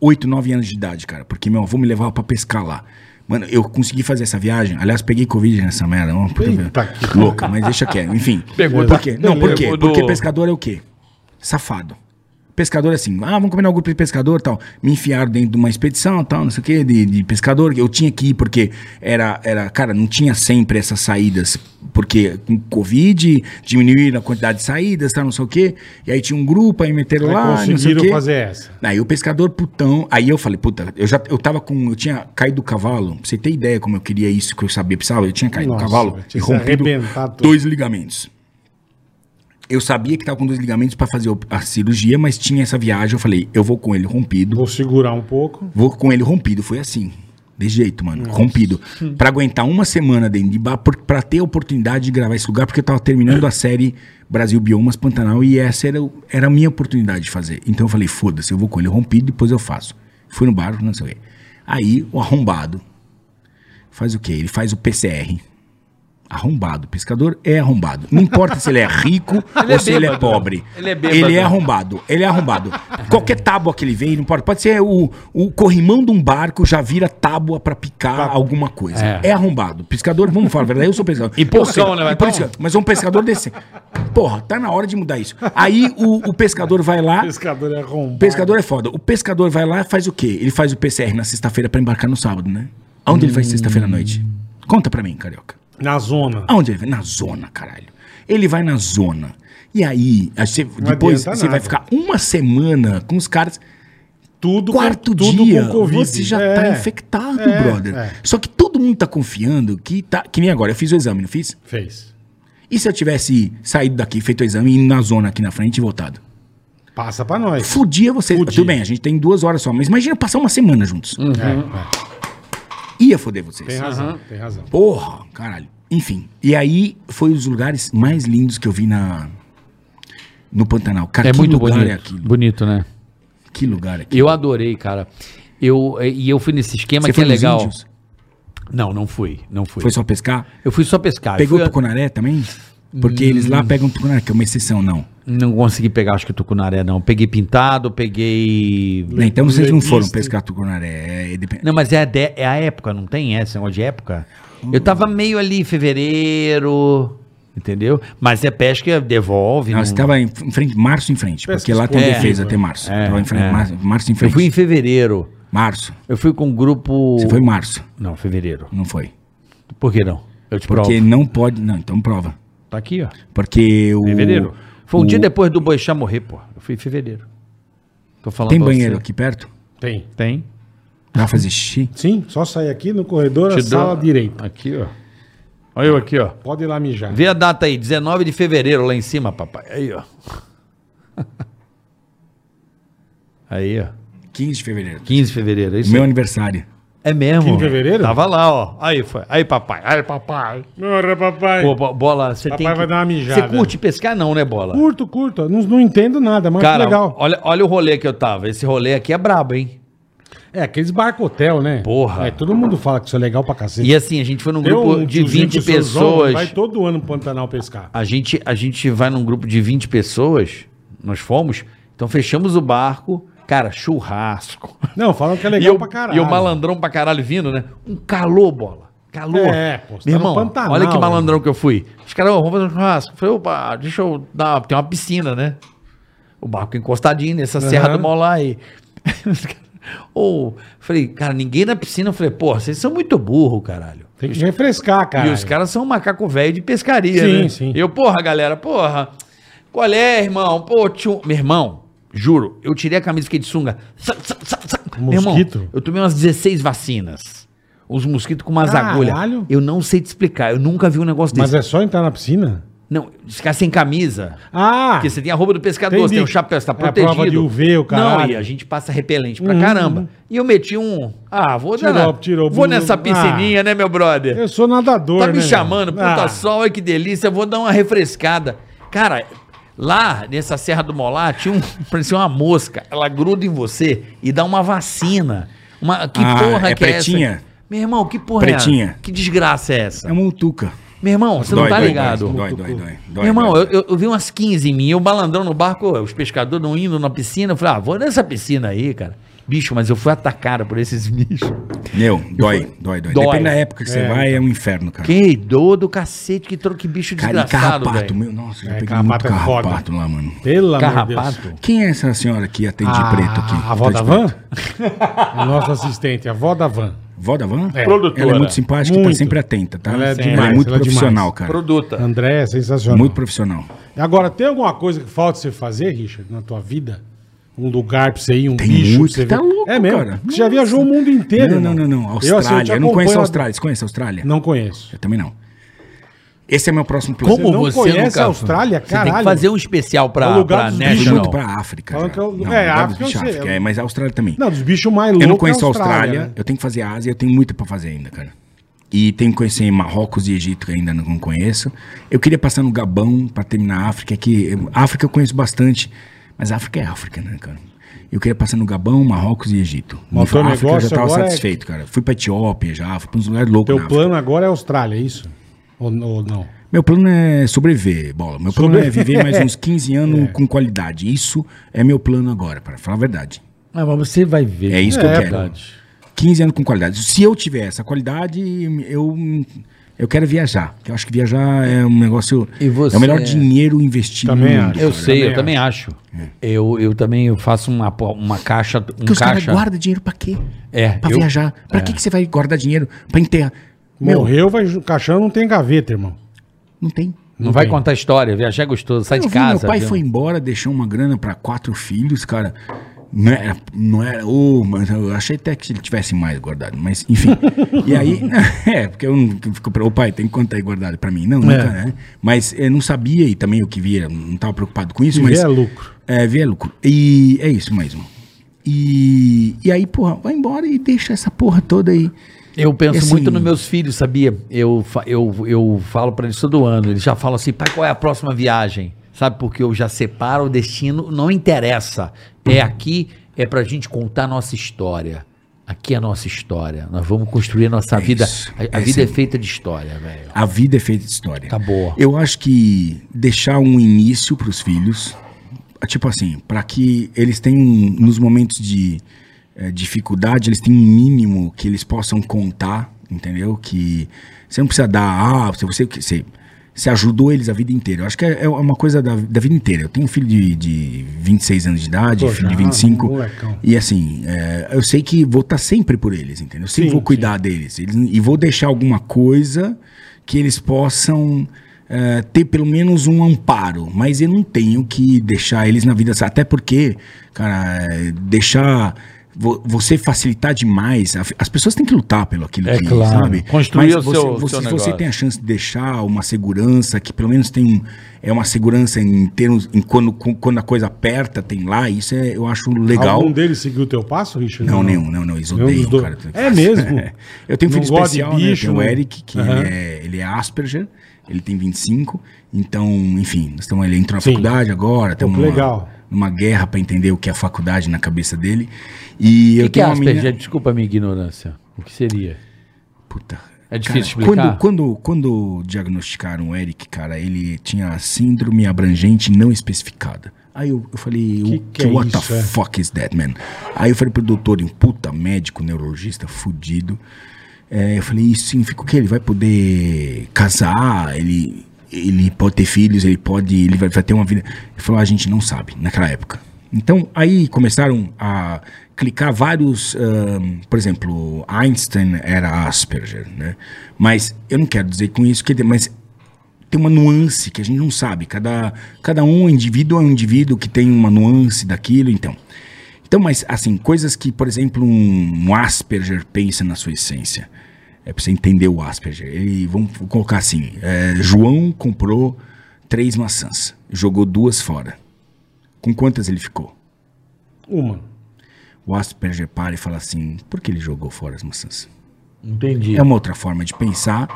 Speaker 4: 8, 9 anos de idade, cara. Porque meu avô me levava pra pescar lá. Mano, eu consegui fazer essa viagem. Aliás, peguei Covid nessa merda. Uma puta
Speaker 2: Eita, que-
Speaker 4: louca, mas deixa quieto. Enfim.
Speaker 3: Pegou,
Speaker 4: por quê?
Speaker 3: tá?
Speaker 4: Não, por quê?
Speaker 3: Pegou do-
Speaker 4: Porque pescador é o quê? Safado. Pescador é assim, ah, vamos combinar um grupo de pescador e tal. Me enfiaram dentro de uma expedição tal, não sei o quê, de, de pescador. Eu tinha que ir porque era, era, cara, não tinha sempre essas saídas. Porque com Covid, diminuíram a quantidade de saídas, tal, não sei o quê. E aí tinha um grupo, aí meteram
Speaker 2: Aí
Speaker 4: lá, não sei o
Speaker 2: conseguiram
Speaker 4: quê.
Speaker 2: fazer essa.
Speaker 4: Aí o pescador putão, aí eu falei, puta, eu já eu tava com, eu tinha caído do cavalo, pra você ter ideia como eu queria isso, que eu sabia, precisava, eu tinha caído
Speaker 2: Nossa,
Speaker 4: do cavalo
Speaker 2: velho,
Speaker 4: e
Speaker 2: tinha que se
Speaker 4: rompido
Speaker 2: arrebentar todo.
Speaker 4: dois ligamentos. Eu sabia que tava com dois ligamentos pra fazer o- a cirurgia, mas tinha essa viagem, eu falei, eu vou com ele rompido,
Speaker 2: Vou segurar um pouco.
Speaker 4: vou com ele rompido, foi assim. De jeito, mano, rompido.
Speaker 3: Hum.
Speaker 4: Pra aguentar uma semana dentro de bar, por- pra ter a oportunidade de gravar esse lugar, porque eu tava terminando a série Brasil Biomas Pantanal e essa era, o- era a minha oportunidade de fazer. Então eu falei, foda-se, eu vou com ele rompido, depois eu faço. Fui no bar, não sei o quê. Aí o arrombado faz o quê? Ele faz o PCR. Arrombado. Pescador é arrombado. Não importa se ele é rico ou
Speaker 3: é
Speaker 4: se ele é
Speaker 3: bêbado.
Speaker 4: pobre.
Speaker 3: Ele é bêbado.
Speaker 4: Ele é arrombado. Ele é arrombado. Qualquer tábua que ele vem, não importa. Pode ser o, o corrimão de um barco já vira tábua pra picar alguma coisa. É. arrombado. Pescador, vamos falar a verdade, eu sou pescador.
Speaker 3: E porcão,
Speaker 4: Eu sei,
Speaker 3: né,
Speaker 4: e por
Speaker 3: Betão?
Speaker 4: isso que- Mas um pescador desse. Porra, tá na hora de mudar isso. Aí o, o pescador vai lá.
Speaker 2: Pescador é
Speaker 4: O
Speaker 2: arrombado.
Speaker 4: Pescador é foda. O pescador vai lá e faz o quê? Ele faz o PCR na sexta-feira pra embarcar no sábado, né? Aonde ele faz sexta-feira à noite? Conta pra mim, carioca.
Speaker 2: Na zona.
Speaker 4: Aonde ele vai? Na zona, caralho. Ele vai na zona. E aí, aí você- depois
Speaker 2: adianta
Speaker 4: você vai
Speaker 2: nada.
Speaker 4: ficar uma semana com os caras.
Speaker 2: Tudo
Speaker 4: Quarto
Speaker 2: com, tudo
Speaker 4: dia,
Speaker 2: com Covid.
Speaker 4: você já
Speaker 2: É.
Speaker 4: tá infectado,
Speaker 2: É,
Speaker 4: brother.
Speaker 2: é.
Speaker 4: Só que todo mundo tá confiando que tá. Que nem agora, eu fiz o exame, não fiz?
Speaker 2: Fez.
Speaker 4: E se eu tivesse saído daqui, feito o exame, indo na zona aqui na frente e voltado?
Speaker 2: Passa pra nós.
Speaker 4: Fudia vocês.
Speaker 2: Fudia. Hum.
Speaker 4: Tudo bem, a gente tem duas horas só, mas imagina passar uma semana juntos. Ia foder vocês.
Speaker 2: É, Tem razão, tem razão.
Speaker 4: Porra, caralho. Enfim. E aí foi um dos lugares mais lindos que eu vi na no Pantanal. Cara,
Speaker 3: É
Speaker 4: que
Speaker 3: muito
Speaker 4: lugar
Speaker 3: bonito.
Speaker 4: é aquilo?
Speaker 3: bonito, né?
Speaker 4: Que lugar é aquilo?
Speaker 3: Eu adorei, cara. Eu, e eu fui nesse esquema
Speaker 4: Você
Speaker 3: que
Speaker 4: foi
Speaker 3: é
Speaker 4: nos
Speaker 3: legal.
Speaker 4: índios?
Speaker 3: Não, não fui. Não fui.
Speaker 4: Foi só pescar?
Speaker 3: Eu fui só pescar.
Speaker 4: Pegou
Speaker 3: Eu fui-
Speaker 4: tucunaré também? Porque eles
Speaker 3: Hum.
Speaker 4: lá pegam tucunaré, que é uma exceção, não.
Speaker 3: Não consegui pegar, acho que tucunaré, não. Peguei pintado, peguei.
Speaker 4: Né, Então vocês não foram
Speaker 2: Leguista.
Speaker 4: pescar tucunaré. É, é depende-
Speaker 3: Não, mas é a, de- é a época, não tem essa negócio de época? Eu tava meio ali em fevereiro, entendeu? Mas é pesca, devolve.
Speaker 4: Não,
Speaker 3: não-
Speaker 4: você tá estava em, em frente, março em frente,
Speaker 2: Pesca
Speaker 4: porque lá tem
Speaker 3: esportiva.
Speaker 4: defesa até março.
Speaker 3: É,
Speaker 4: Tava em frente,
Speaker 3: é.
Speaker 4: março, março em
Speaker 3: Eu
Speaker 4: frente.
Speaker 3: fui em fevereiro.
Speaker 4: Março.
Speaker 3: Eu fui com um grupo.
Speaker 4: Você foi em março,
Speaker 3: Não, fevereiro.
Speaker 4: não foi?
Speaker 3: Por que não? Eu te
Speaker 4: Porque
Speaker 3: provo.
Speaker 4: não pode. Não, então prova.
Speaker 3: Tá aqui, ó.
Speaker 4: Porque o.
Speaker 3: Fevereiro. Foi um
Speaker 4: o-
Speaker 3: dia depois do Boixá morrer, pô. Eu fui em fevereiro. Tô falando
Speaker 4: Tem
Speaker 3: pra você.
Speaker 4: banheiro aqui perto?
Speaker 2: Tem.
Speaker 3: Tem.
Speaker 4: Dá pra fazer xixi?
Speaker 2: Sim, só sair aqui no corredor, a
Speaker 3: Te dou-
Speaker 2: sala direita.
Speaker 3: Aqui, ó. Olha eu aqui, ó.
Speaker 2: Pode ir lá mijar.
Speaker 3: Vê a data aí, 19 de fevereiro, lá em cima, papai. Aí, ó. Aí, ó.
Speaker 4: 15 de fevereiro.
Speaker 3: 15 de fevereiro, é isso?
Speaker 4: Meu aniversário.
Speaker 3: É mesmo?
Speaker 2: 15 de fevereiro?
Speaker 3: Tava lá, ó. Aí foi. Aí, papai. Aí, papai.
Speaker 2: Ora, papai.
Speaker 3: Pô, bo- bola, você
Speaker 2: Papai
Speaker 3: tem. que-
Speaker 2: vai dar uma mijada.
Speaker 3: Você curte pescar, não, né, bola?
Speaker 2: Curto, curto. Não, não entendo nada, mas
Speaker 3: Cara,
Speaker 2: que legal.
Speaker 3: Olha, olha o rolê que eu tava. Esse rolê aqui é brabo, hein?
Speaker 2: É, aqueles barco-hotel, né?
Speaker 3: Porra.
Speaker 2: É, todo mundo fala que isso é legal pra cacete.
Speaker 3: E assim, a gente foi num
Speaker 2: Tem um
Speaker 3: grupo de
Speaker 2: tiozinho
Speaker 3: 20
Speaker 2: que o seu João
Speaker 3: pessoas.
Speaker 2: Vai todo ano pro Pantanal pescar.
Speaker 3: A gente, a gente vai num grupo de 20 pessoas, nós fomos, então fechamos o barco, cara, churrasco.
Speaker 2: Não, falam que é
Speaker 3: E
Speaker 2: legal
Speaker 3: eu,
Speaker 2: pra caralho.
Speaker 3: e eu malandrão pra caralho vindo, né? Um calor, bola. Calor.
Speaker 2: É, pô, você tá
Speaker 3: Meu
Speaker 2: no
Speaker 3: irmão,
Speaker 2: Pantanal,
Speaker 3: olha que
Speaker 2: meu
Speaker 3: malandrão que eu fui. Os caras, "Ô, vamos fazer um churrasco. Eu falei, opa, deixa eu dar. Tem uma piscina, né? O barco encostadinho nessa serra do Maulá aí. Os caras, Ô, falei, cara, ninguém na piscina. Eu falei, porra, vocês são muito burro, caralho.
Speaker 2: Tem que refrescar, cara.
Speaker 3: E os caras são um macaco velho de pescaria,
Speaker 2: Sim,
Speaker 3: né?
Speaker 2: sim.
Speaker 3: Eu, porra, galera, porra. Qual é, irmão? Pô, tio... Meu irmão, juro, eu tirei a camisa e fiquei de sunga. Sa- sa- sa- sa- Meu irmão,
Speaker 2: Mosquito?
Speaker 3: eu tomei umas 16 vacinas. Uns mosquitos com umas
Speaker 2: Caralho.
Speaker 3: agulhas. Eu não sei te explicar, eu nunca vi um negócio
Speaker 2: Mas
Speaker 3: desse.
Speaker 2: é só entrar na piscina?
Speaker 3: Não, ficar sem camisa.
Speaker 2: Ah!
Speaker 3: Porque você tem a roupa do pescador,
Speaker 2: Entendi.
Speaker 3: você tem o chapéu, você tá
Speaker 2: É a prova
Speaker 3: protegido.
Speaker 2: de UV, o caralho. Uhum.
Speaker 3: Não, e a gente passa repelente pra caramba. E eu meti um. Ah, vou
Speaker 2: Tirou,
Speaker 3: dar-
Speaker 2: tirou. Ah.
Speaker 3: Vou nessa piscininha, né, meu brother?
Speaker 2: Eu sou nadador,
Speaker 3: Tá
Speaker 2: né?
Speaker 3: me
Speaker 2: meu?
Speaker 3: chamando, puta
Speaker 2: Ah,
Speaker 3: sol, ai que delícia, eu vou dar uma refrescada. Cara, lá nessa Serra do Molar tinha um, parecia uma mosca, ela gruda em você e dá uma vacina. Uma, que
Speaker 4: Ah,
Speaker 3: porra
Speaker 4: é
Speaker 3: que
Speaker 4: pretinha?
Speaker 3: é essa? Meu irmão, que porra é
Speaker 4: Pretinha.
Speaker 3: essa? Que desgraça é essa?
Speaker 4: É uma utuca.
Speaker 3: Meu irmão, você não tá
Speaker 4: dói,
Speaker 3: ligado.
Speaker 4: Dói, dói, dói. dói,
Speaker 3: Meu
Speaker 4: dói
Speaker 3: irmão,
Speaker 4: dói.
Speaker 3: eu, eu- eu vi umas 15 em mim, eu balandrão no barco, os pescadores não indo na piscina, eu falei, ah, vou nessa piscina aí, cara. Bicho, mas eu fui atacado por esses bichos.
Speaker 4: Meu, dói, dói, dói.
Speaker 3: Dói.
Speaker 4: Depende da época que você vai, é um inferno, cara.
Speaker 3: Que dor do cacete, que troco, que bicho
Speaker 4: Cara, e
Speaker 3: desgraçado,
Speaker 4: carrapato,
Speaker 3: velho.
Speaker 4: meu. Nossa, já
Speaker 2: É,
Speaker 4: peguei muito
Speaker 2: carrapato é foda.
Speaker 4: carrapato lá, mano.
Speaker 2: Pelo amor de
Speaker 3: Carrapato.
Speaker 2: Deus.
Speaker 4: Quem é essa senhora que atende de preto aqui?
Speaker 2: Ah, A avó
Speaker 4: Atende
Speaker 2: da
Speaker 4: de
Speaker 2: van?
Speaker 4: preto.
Speaker 2: A Nossa assistente, a avó da van.
Speaker 4: Vó da van?
Speaker 2: É.
Speaker 4: Ela é
Speaker 5: Produtora.
Speaker 4: muito simpática e tá
Speaker 2: Muito.
Speaker 4: sempre atenta, tá?
Speaker 2: Ela é
Speaker 4: Sim.
Speaker 2: demais,
Speaker 4: muito
Speaker 2: ela é
Speaker 4: profissional,
Speaker 2: demais.
Speaker 4: cara.
Speaker 5: Produta.
Speaker 2: André é sensacional.
Speaker 4: Muito profissional.
Speaker 2: Agora, tem alguma coisa que falta você fazer, Richard, na tua vida? Um lugar pra você ir, um
Speaker 4: Tem
Speaker 2: bicho
Speaker 4: muito,
Speaker 2: pra você
Speaker 4: tá
Speaker 2: ver?
Speaker 4: louco,
Speaker 2: é mesmo?
Speaker 4: cara.
Speaker 2: Porque Você já viajou o mundo inteiro,
Speaker 4: não, não, não,
Speaker 2: irmão.
Speaker 4: não.
Speaker 2: Eu, assim, eu
Speaker 4: Austrália.
Speaker 2: te
Speaker 4: Eu, não conheço a
Speaker 2: acompanho-
Speaker 4: Austrália. Você conhece a Austrália?
Speaker 2: Não conheço.
Speaker 4: Eu também não. Esse é meu próximo plano.
Speaker 3: Como
Speaker 2: Tipo, não
Speaker 3: você
Speaker 2: conhece
Speaker 3: nunca-
Speaker 2: a Austrália?
Speaker 3: Você tem que
Speaker 2: Caralho.
Speaker 3: fazer um especial
Speaker 2: É o
Speaker 3: pra,
Speaker 2: lugar
Speaker 3: pra
Speaker 2: dos
Speaker 4: Eu fui
Speaker 3: National.
Speaker 4: muito pra África.
Speaker 2: Falando
Speaker 4: já.
Speaker 2: que eu-
Speaker 4: Não,
Speaker 2: é,
Speaker 4: eu gosto de
Speaker 2: África eu sei,
Speaker 4: África,
Speaker 2: eu-
Speaker 4: é, mas a Austrália também.
Speaker 2: Não, dos bichos mais loucos
Speaker 4: eu não
Speaker 2: é
Speaker 4: conheço a Austrália.
Speaker 2: né?
Speaker 4: Eu tenho que fazer Ásia. Eu tenho muito pra fazer ainda, cara. E tenho que conhecer Marrocos e Egito que ainda não conheço. Eu queria passar no Gabão pra terminar a África. Que eu- África eu conheço bastante, mas África é África, né, cara? Eu queria passar no Gabão, Marrocos e Egito.
Speaker 2: Mas o
Speaker 4: África
Speaker 2: teu
Speaker 4: eu já
Speaker 2: negócio
Speaker 4: tava
Speaker 2: agora é-
Speaker 4: satisfeito, cara. Fui pra Etiópia já, fui pra uns lugares loucos
Speaker 2: Teu
Speaker 4: na África.
Speaker 2: plano agora é Austrália, é isso? Ou, ou não?
Speaker 4: Meu plano é sobreviver, bola. Meu plano é viver mais uns 15
Speaker 2: É.
Speaker 4: anos com qualidade. Isso é meu plano agora, para falar a verdade.
Speaker 3: Ah, mas você vai ver.
Speaker 4: É isso que eu
Speaker 2: É,
Speaker 4: quero. 15 anos com qualidade. Se eu tiver essa qualidade, eu eu quero viajar. Eu acho que viajar é um negócio
Speaker 3: E você-
Speaker 4: é o melhor dinheiro investido
Speaker 2: Também
Speaker 4: no mundo.
Speaker 2: acho.
Speaker 3: Eu
Speaker 4: cara.
Speaker 3: sei, eu também acho. Eu, eu também eu faço uma, po- uma caixa. Um
Speaker 4: Porque os caras
Speaker 3: caixa.
Speaker 4: guardam dinheiro para quê?
Speaker 3: É,
Speaker 4: Para
Speaker 3: eu-
Speaker 4: viajar. Para que que você vai guardar dinheiro para enterrar? Meu,
Speaker 2: Morreu, vai, o caixão não tem gaveta, irmão.
Speaker 4: não tem.
Speaker 3: Não vai contar história, viajar é gostoso, sai
Speaker 4: Eu
Speaker 3: de
Speaker 4: vi,
Speaker 3: casa.
Speaker 4: Meu pai
Speaker 3: viu?
Speaker 4: foi embora, deixou uma grana pra quatro filhos, cara. Não era, não era, ô, mas eu achei até que ele tivesse mais guardado, mas enfim. e aí, é, porque eu não eu fico, pra- ô pai, tem quanto aí guardado pra mim? Não,
Speaker 3: É.
Speaker 4: nunca, né? Mas eu não sabia e também o que via, não tava preocupado com isso,
Speaker 2: Viver
Speaker 4: mas.
Speaker 2: é lucro.
Speaker 4: É, via lucro. E é isso mesmo. E, e aí, porra, vai embora e deixa essa porra toda aí.
Speaker 3: Eu penso
Speaker 4: Assim-
Speaker 3: muito nos meus filhos, sabia? Eu, fa- eu, eu falo pra eles todo ano. Eles já falam assim, pai, qual é a próxima viagem? Sabe, porque eu já separo o destino, não interessa. É aqui, é pra gente contar nossa história. Aqui é a nossa história. Nós vamos construir a nossa
Speaker 4: É
Speaker 3: vida.
Speaker 4: isso.
Speaker 3: A,
Speaker 4: É
Speaker 3: a vida é
Speaker 4: isso aí.
Speaker 3: feita de história, velho.
Speaker 4: A vida é feita de história.
Speaker 2: Tá
Speaker 3: Acabou.
Speaker 4: Eu acho que deixar um início para os filhos, tipo assim, para que eles tenham, nos momentos de eh, dificuldade, eles tenham um mínimo que eles possam contar, entendeu? Que você não precisa dar, ah, você, você, você, você ajudou eles a vida inteira. Eu acho que é, é uma coisa da, da vida inteira. Eu tenho um filho de, de 26 anos de idade,
Speaker 2: Pô,
Speaker 4: filho de
Speaker 2: já,
Speaker 4: 25.
Speaker 2: molecão.
Speaker 4: E assim, é, eu sei que vou estar sempre por eles, entendeu? Eu sempre
Speaker 2: Sim,
Speaker 4: vou cuidar deles. Eles- E vou deixar alguma coisa que eles possam é, ter pelo menos um amparo. Mas eu não tenho que deixar eles na vida. Até porque, cara, é, deixar. vo- Você facilitar demais. a- As pessoas têm que lutar pelo aquilo
Speaker 6: É
Speaker 4: que
Speaker 6: claro.
Speaker 4: sabe.
Speaker 5: Construir
Speaker 4: Mas
Speaker 5: o
Speaker 4: você,
Speaker 5: seu-
Speaker 4: você,
Speaker 5: seu
Speaker 4: se você
Speaker 5: negócio.
Speaker 4: tem a chance de deixar uma segurança que pelo menos tem um, é uma segurança em termos em quando, quando a coisa aperta tem lá isso é, eu acho legal
Speaker 2: Algum deles seguiu o teu passo, Richard?
Speaker 4: não, nenhum, não, não. Eles
Speaker 2: Nenhum
Speaker 4: odeiam,
Speaker 2: dos dois.
Speaker 4: cara.
Speaker 2: É mesmo?
Speaker 4: Eu tenho um filho
Speaker 2: Não gosta de
Speaker 4: especial, né?
Speaker 2: bicho,
Speaker 4: Tem o
Speaker 2: não-
Speaker 4: Eric, que
Speaker 2: Aham.
Speaker 4: ele, é, ele é Asperger, ele tem 25. Então, enfim, nós estamos, ele entrou na
Speaker 2: Sim.
Speaker 4: faculdade agora, estamos
Speaker 2: que
Speaker 4: numa-
Speaker 2: legal.
Speaker 4: numa guerra para entender o que é a faculdade na cabeça dele. E
Speaker 3: O
Speaker 4: eu
Speaker 3: que, que é
Speaker 4: tenho uma
Speaker 3: Asperger?
Speaker 4: menina-
Speaker 3: Desculpa a minha ignorância. O que seria?
Speaker 4: Puta.
Speaker 3: É difícil
Speaker 4: Cara,
Speaker 3: explicar?
Speaker 4: Quando, quando, quando diagnosticaram o Eric, cara, ele tinha síndrome abrangente não especificada. Aí eu, eu falei,
Speaker 2: Que
Speaker 4: o
Speaker 2: que é
Speaker 4: what
Speaker 2: isso,
Speaker 4: the
Speaker 2: é?
Speaker 4: fuck is that, man? Aí eu falei pro doutor, um puta médico, neurologista, fudido. É, eu falei, isso significa o quê? Ele vai poder casar, ele, ele pode ter filhos, ele pode, ele vai, vai ter uma vida. Ele falou, a gente não sabe, naquela época. Então, aí começaram a clicar vários, ahn, por exemplo, Einstein era Asperger, né? Mas eu não quero dizer com isso que ele, mas tem uma nuance que a gente não sabe. Cada, cada um indivíduo é um indivíduo que tem uma nuance daquilo, então. Então, mas assim, coisas que, por exemplo, um, um Asperger pensa na sua essência. É pra você entender o Asperger. Ele, vamos colocar assim: é, João comprou três maçãs, jogou duas fora. Com quantas ele ficou?
Speaker 2: Uma.
Speaker 4: O Asperger para e fala assim: por que ele jogou fora as maçãs?
Speaker 3: Entendi.
Speaker 4: É uma outra forma de pensar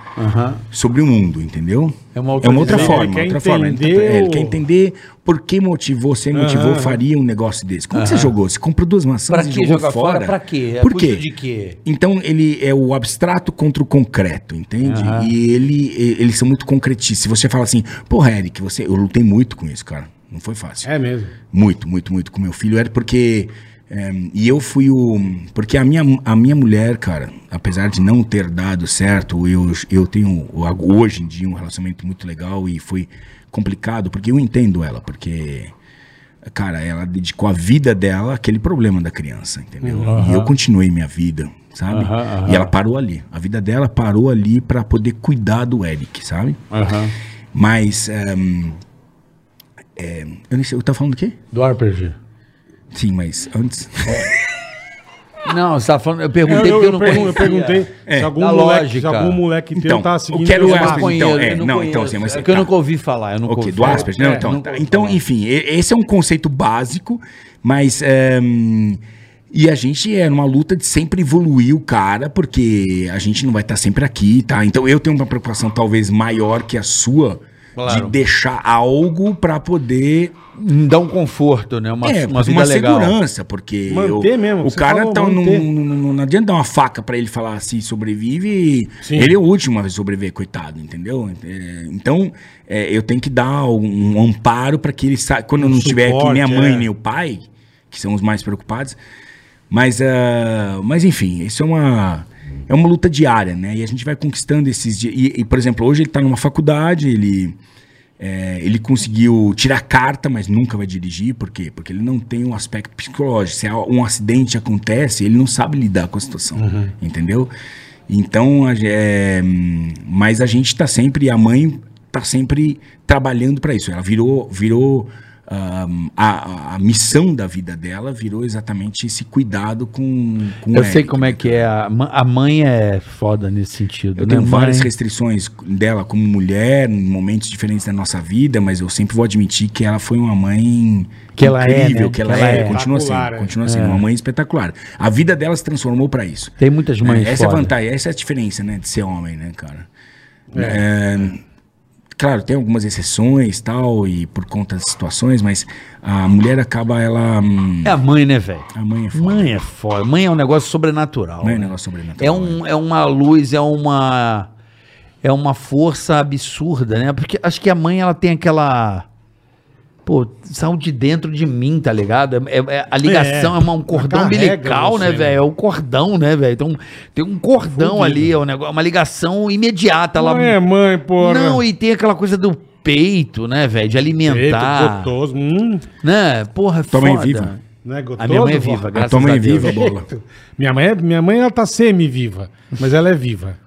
Speaker 4: sobre o mundo, entendeu?
Speaker 3: É uma
Speaker 4: é
Speaker 3: outra
Speaker 4: uma outra
Speaker 3: visão.
Speaker 4: forma.
Speaker 2: Ele quer
Speaker 4: outra forma.
Speaker 2: entender
Speaker 4: Ele tá- é,
Speaker 2: o-
Speaker 4: ele quer entender por que motivou, se motivou, faria um negócio desse. Como que você jogou? Você comprou duas maçãs
Speaker 3: Pra
Speaker 4: e
Speaker 3: que
Speaker 4: jogou
Speaker 3: jogar fora?
Speaker 4: fora?
Speaker 3: Pra quê? A
Speaker 4: Por
Speaker 3: custo
Speaker 4: quê?
Speaker 3: de quê?
Speaker 4: Então ele é o abstrato contra o concreto, entende? E ele, e- eles são muito concretistas. Se você fala assim, porra, Eric, você... eu lutei muito com isso, cara. Não foi fácil.
Speaker 2: É mesmo.
Speaker 4: Muito, muito, muito com meu filho. Era porque. eh, e eu fui o. Porque a minha, a minha mulher, cara, apesar de não ter dado certo, eu, eu tenho hoje em dia um relacionamento muito legal e foi complicado, porque eu entendo ela, porque. Cara, ela dedicou a vida dela àquele problema da criança, entendeu? E eu continuei minha vida, sabe? E ela parou ali. A vida dela parou ali pra poder cuidar do Eric, sabe? Mas. ehm, eh, eu não sei, eu tava falando do quê?
Speaker 6: Do Asperger.
Speaker 4: Sim, mas antes.
Speaker 3: Não, você tá falando. Eu perguntei
Speaker 2: Eu, eu- eu
Speaker 3: porque eu não
Speaker 2: pergun- eu
Speaker 3: conhecia.
Speaker 2: perguntei se algum
Speaker 3: Da
Speaker 2: moleque,
Speaker 3: lógica.
Speaker 2: se algum moleque teu
Speaker 4: É. Então,
Speaker 2: tá
Speaker 4: eu
Speaker 2: seguindo
Speaker 4: quero
Speaker 2: esse
Speaker 4: o
Speaker 3: Eu
Speaker 2: passo.
Speaker 3: não
Speaker 4: Asperger.
Speaker 3: conheço,
Speaker 4: Então, é,
Speaker 3: eu
Speaker 4: não, então,
Speaker 3: conheço.
Speaker 4: assim, mas-
Speaker 3: É que eu
Speaker 4: tá.
Speaker 3: nunca ouvi falar, eu nunca
Speaker 4: Ok,
Speaker 3: ouvi
Speaker 4: do
Speaker 3: falar.
Speaker 4: Asperger. Não,
Speaker 3: É,
Speaker 4: então,
Speaker 3: nunca
Speaker 4: tá.
Speaker 3: ouvi
Speaker 4: então
Speaker 3: falar.
Speaker 4: enfim, e- esse é um conceito básico, mas. ehm, e a gente é numa luta de sempre evoluir o cara, porque a gente não vai estar sempre aqui, tá? Então eu tenho uma preocupação talvez maior que a sua
Speaker 3: Claro.
Speaker 4: de deixar algo pra poder
Speaker 3: Dá um conforto, né? Uma,
Speaker 4: é,
Speaker 3: uma
Speaker 4: mas
Speaker 3: vida
Speaker 4: uma
Speaker 3: legal.
Speaker 4: segurança, porque
Speaker 2: Manter
Speaker 4: eu-
Speaker 2: mesmo,
Speaker 4: o
Speaker 2: você
Speaker 4: cara
Speaker 2: falou,
Speaker 4: tá num,
Speaker 2: manter.
Speaker 4: num- num- não adianta dar uma faca pra ele falar assim, sobrevive, e
Speaker 2: Sim.
Speaker 4: ele é o último a sobreviver, coitado, entendeu? É, então, é, eu tenho que dar um, um amparo pra que ele sa... quando eu não tiver aqui
Speaker 2: Um suporte,
Speaker 4: nem a mãe
Speaker 2: é.
Speaker 4: nem o pai, que são os mais preocupados, mas, ah, mas enfim, isso é uma, é uma luta diária, né? E a gente vai conquistando esses dias. E, e, por exemplo, hoje ele está numa faculdade, ele, é, ele conseguiu tirar carta, mas nunca vai dirigir. Por quê? Porque ele não tem um aspecto psicológico. Se há um acidente acontece, ele não sabe lidar com a situação,
Speaker 3: Uhum.
Speaker 4: entendeu? Então, a ge- é, hum, mas a gente está sempre, a mãe está sempre trabalhando para isso. Ela virou, virou Ahn, a, a- a missão da vida dela virou exatamente esse cuidado com, com o
Speaker 3: Eu sei
Speaker 4: Eric,
Speaker 3: como é
Speaker 4: né,
Speaker 3: que
Speaker 4: cara?
Speaker 3: é. A, ma- a mãe é foda nesse sentido,
Speaker 4: Eu
Speaker 3: né?
Speaker 4: tenho
Speaker 3: mãe?
Speaker 4: várias restrições dela como mulher, em momentos diferentes da nossa vida, mas eu sempre vou admitir que ela foi uma mãe
Speaker 3: Que ela é, né?
Speaker 4: que ela, é, continua
Speaker 2: Espetacular,
Speaker 4: sendo,
Speaker 2: é.
Speaker 4: continua sendo uma mãe espetacular. A vida dela se transformou para isso.
Speaker 3: Tem muitas mães
Speaker 4: É, essa é a
Speaker 3: foda.
Speaker 4: vantagem, essa é a diferença, né, de ser homem, né, cara? É, Claro, tem algumas exceções tal, e por conta das situações, mas a mulher acaba, ela. hum,
Speaker 3: É a mãe, né, velho?
Speaker 4: A mãe é foda.
Speaker 3: Mãe é foda. Mãe é um negócio sobrenatural.
Speaker 4: Mãe é um
Speaker 3: né?
Speaker 4: negócio sobrenatural,
Speaker 3: É, um, é uma luz, é uma. É uma força absurda, né? Porque acho que a mãe, ela tem aquela. Pô, saiu de dentro de mim, tá ligado? É- é- é- a ligação é, uma- um cordão
Speaker 2: carrega
Speaker 3: umbilical,
Speaker 2: você,
Speaker 3: né,
Speaker 2: né?
Speaker 3: velho? É o cordão, né, velho? Então, tem um cordão ali, é um negócio, uma ligação imediata. Ela,
Speaker 2: Não é mãe, porra.
Speaker 3: tá Não, e tem aquela coisa do peito, né, velho? De
Speaker 2: Eita,
Speaker 3: alimentar.
Speaker 2: gostoso. Hum,
Speaker 3: né? Porra, é
Speaker 4: Tua
Speaker 3: foda.
Speaker 4: mãe é viva?
Speaker 2: não é gostoso?
Speaker 3: A minha mãe é
Speaker 2: vó?
Speaker 3: viva,
Speaker 4: A
Speaker 3: graças
Speaker 4: tua mãe
Speaker 3: a
Speaker 4: é
Speaker 3: Deus.
Speaker 4: viva, bola.
Speaker 2: Minha mãe, é- minha mãe ela tá semi-viva, mas ela é viva.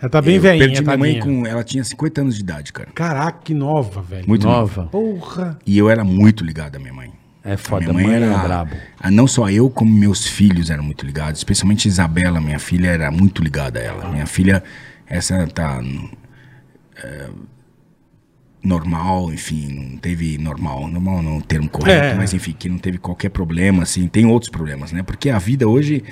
Speaker 2: Ela tá bem
Speaker 4: eu
Speaker 2: velhinha,
Speaker 4: perdi minha mãe
Speaker 2: tadinha.
Speaker 4: com. Ela tinha 50 anos de idade, cara.
Speaker 2: Caraca, que nova, velho.
Speaker 4: Muito nova.
Speaker 3: Nova.
Speaker 2: Porra.
Speaker 4: E eu era muito ligado à minha mãe.
Speaker 3: É
Speaker 4: A
Speaker 3: foda,
Speaker 4: minha mãe era
Speaker 3: brabo.
Speaker 4: a- não só eu, como meus filhos eram muito ligados. Especialmente Isabela, minha filha, era muito ligada a ela. Minha filha, essa tá. hum, é, normal, enfim, não teve normal. Normal não é o termo correto,
Speaker 2: É.
Speaker 4: mas enfim, que não teve qualquer problema, assim. Tem outros problemas, né? Porque a vida hoje.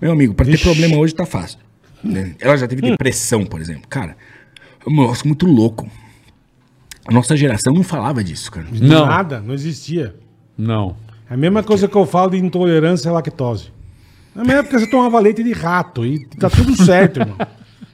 Speaker 4: Meu amigo, pra ter problema hoje tá fácil. né? Ela já
Speaker 3: Hum.
Speaker 4: teve depressão, por exemplo. Cara, é um negócio muito louco. A nossa geração não falava disso, cara.
Speaker 3: Não.
Speaker 2: Nada, não existia.
Speaker 3: Não.
Speaker 2: É A mesma coisa que eu falo de intolerância à lactose. Na minha época você tomava leite de rato e tá tudo certo, irmão.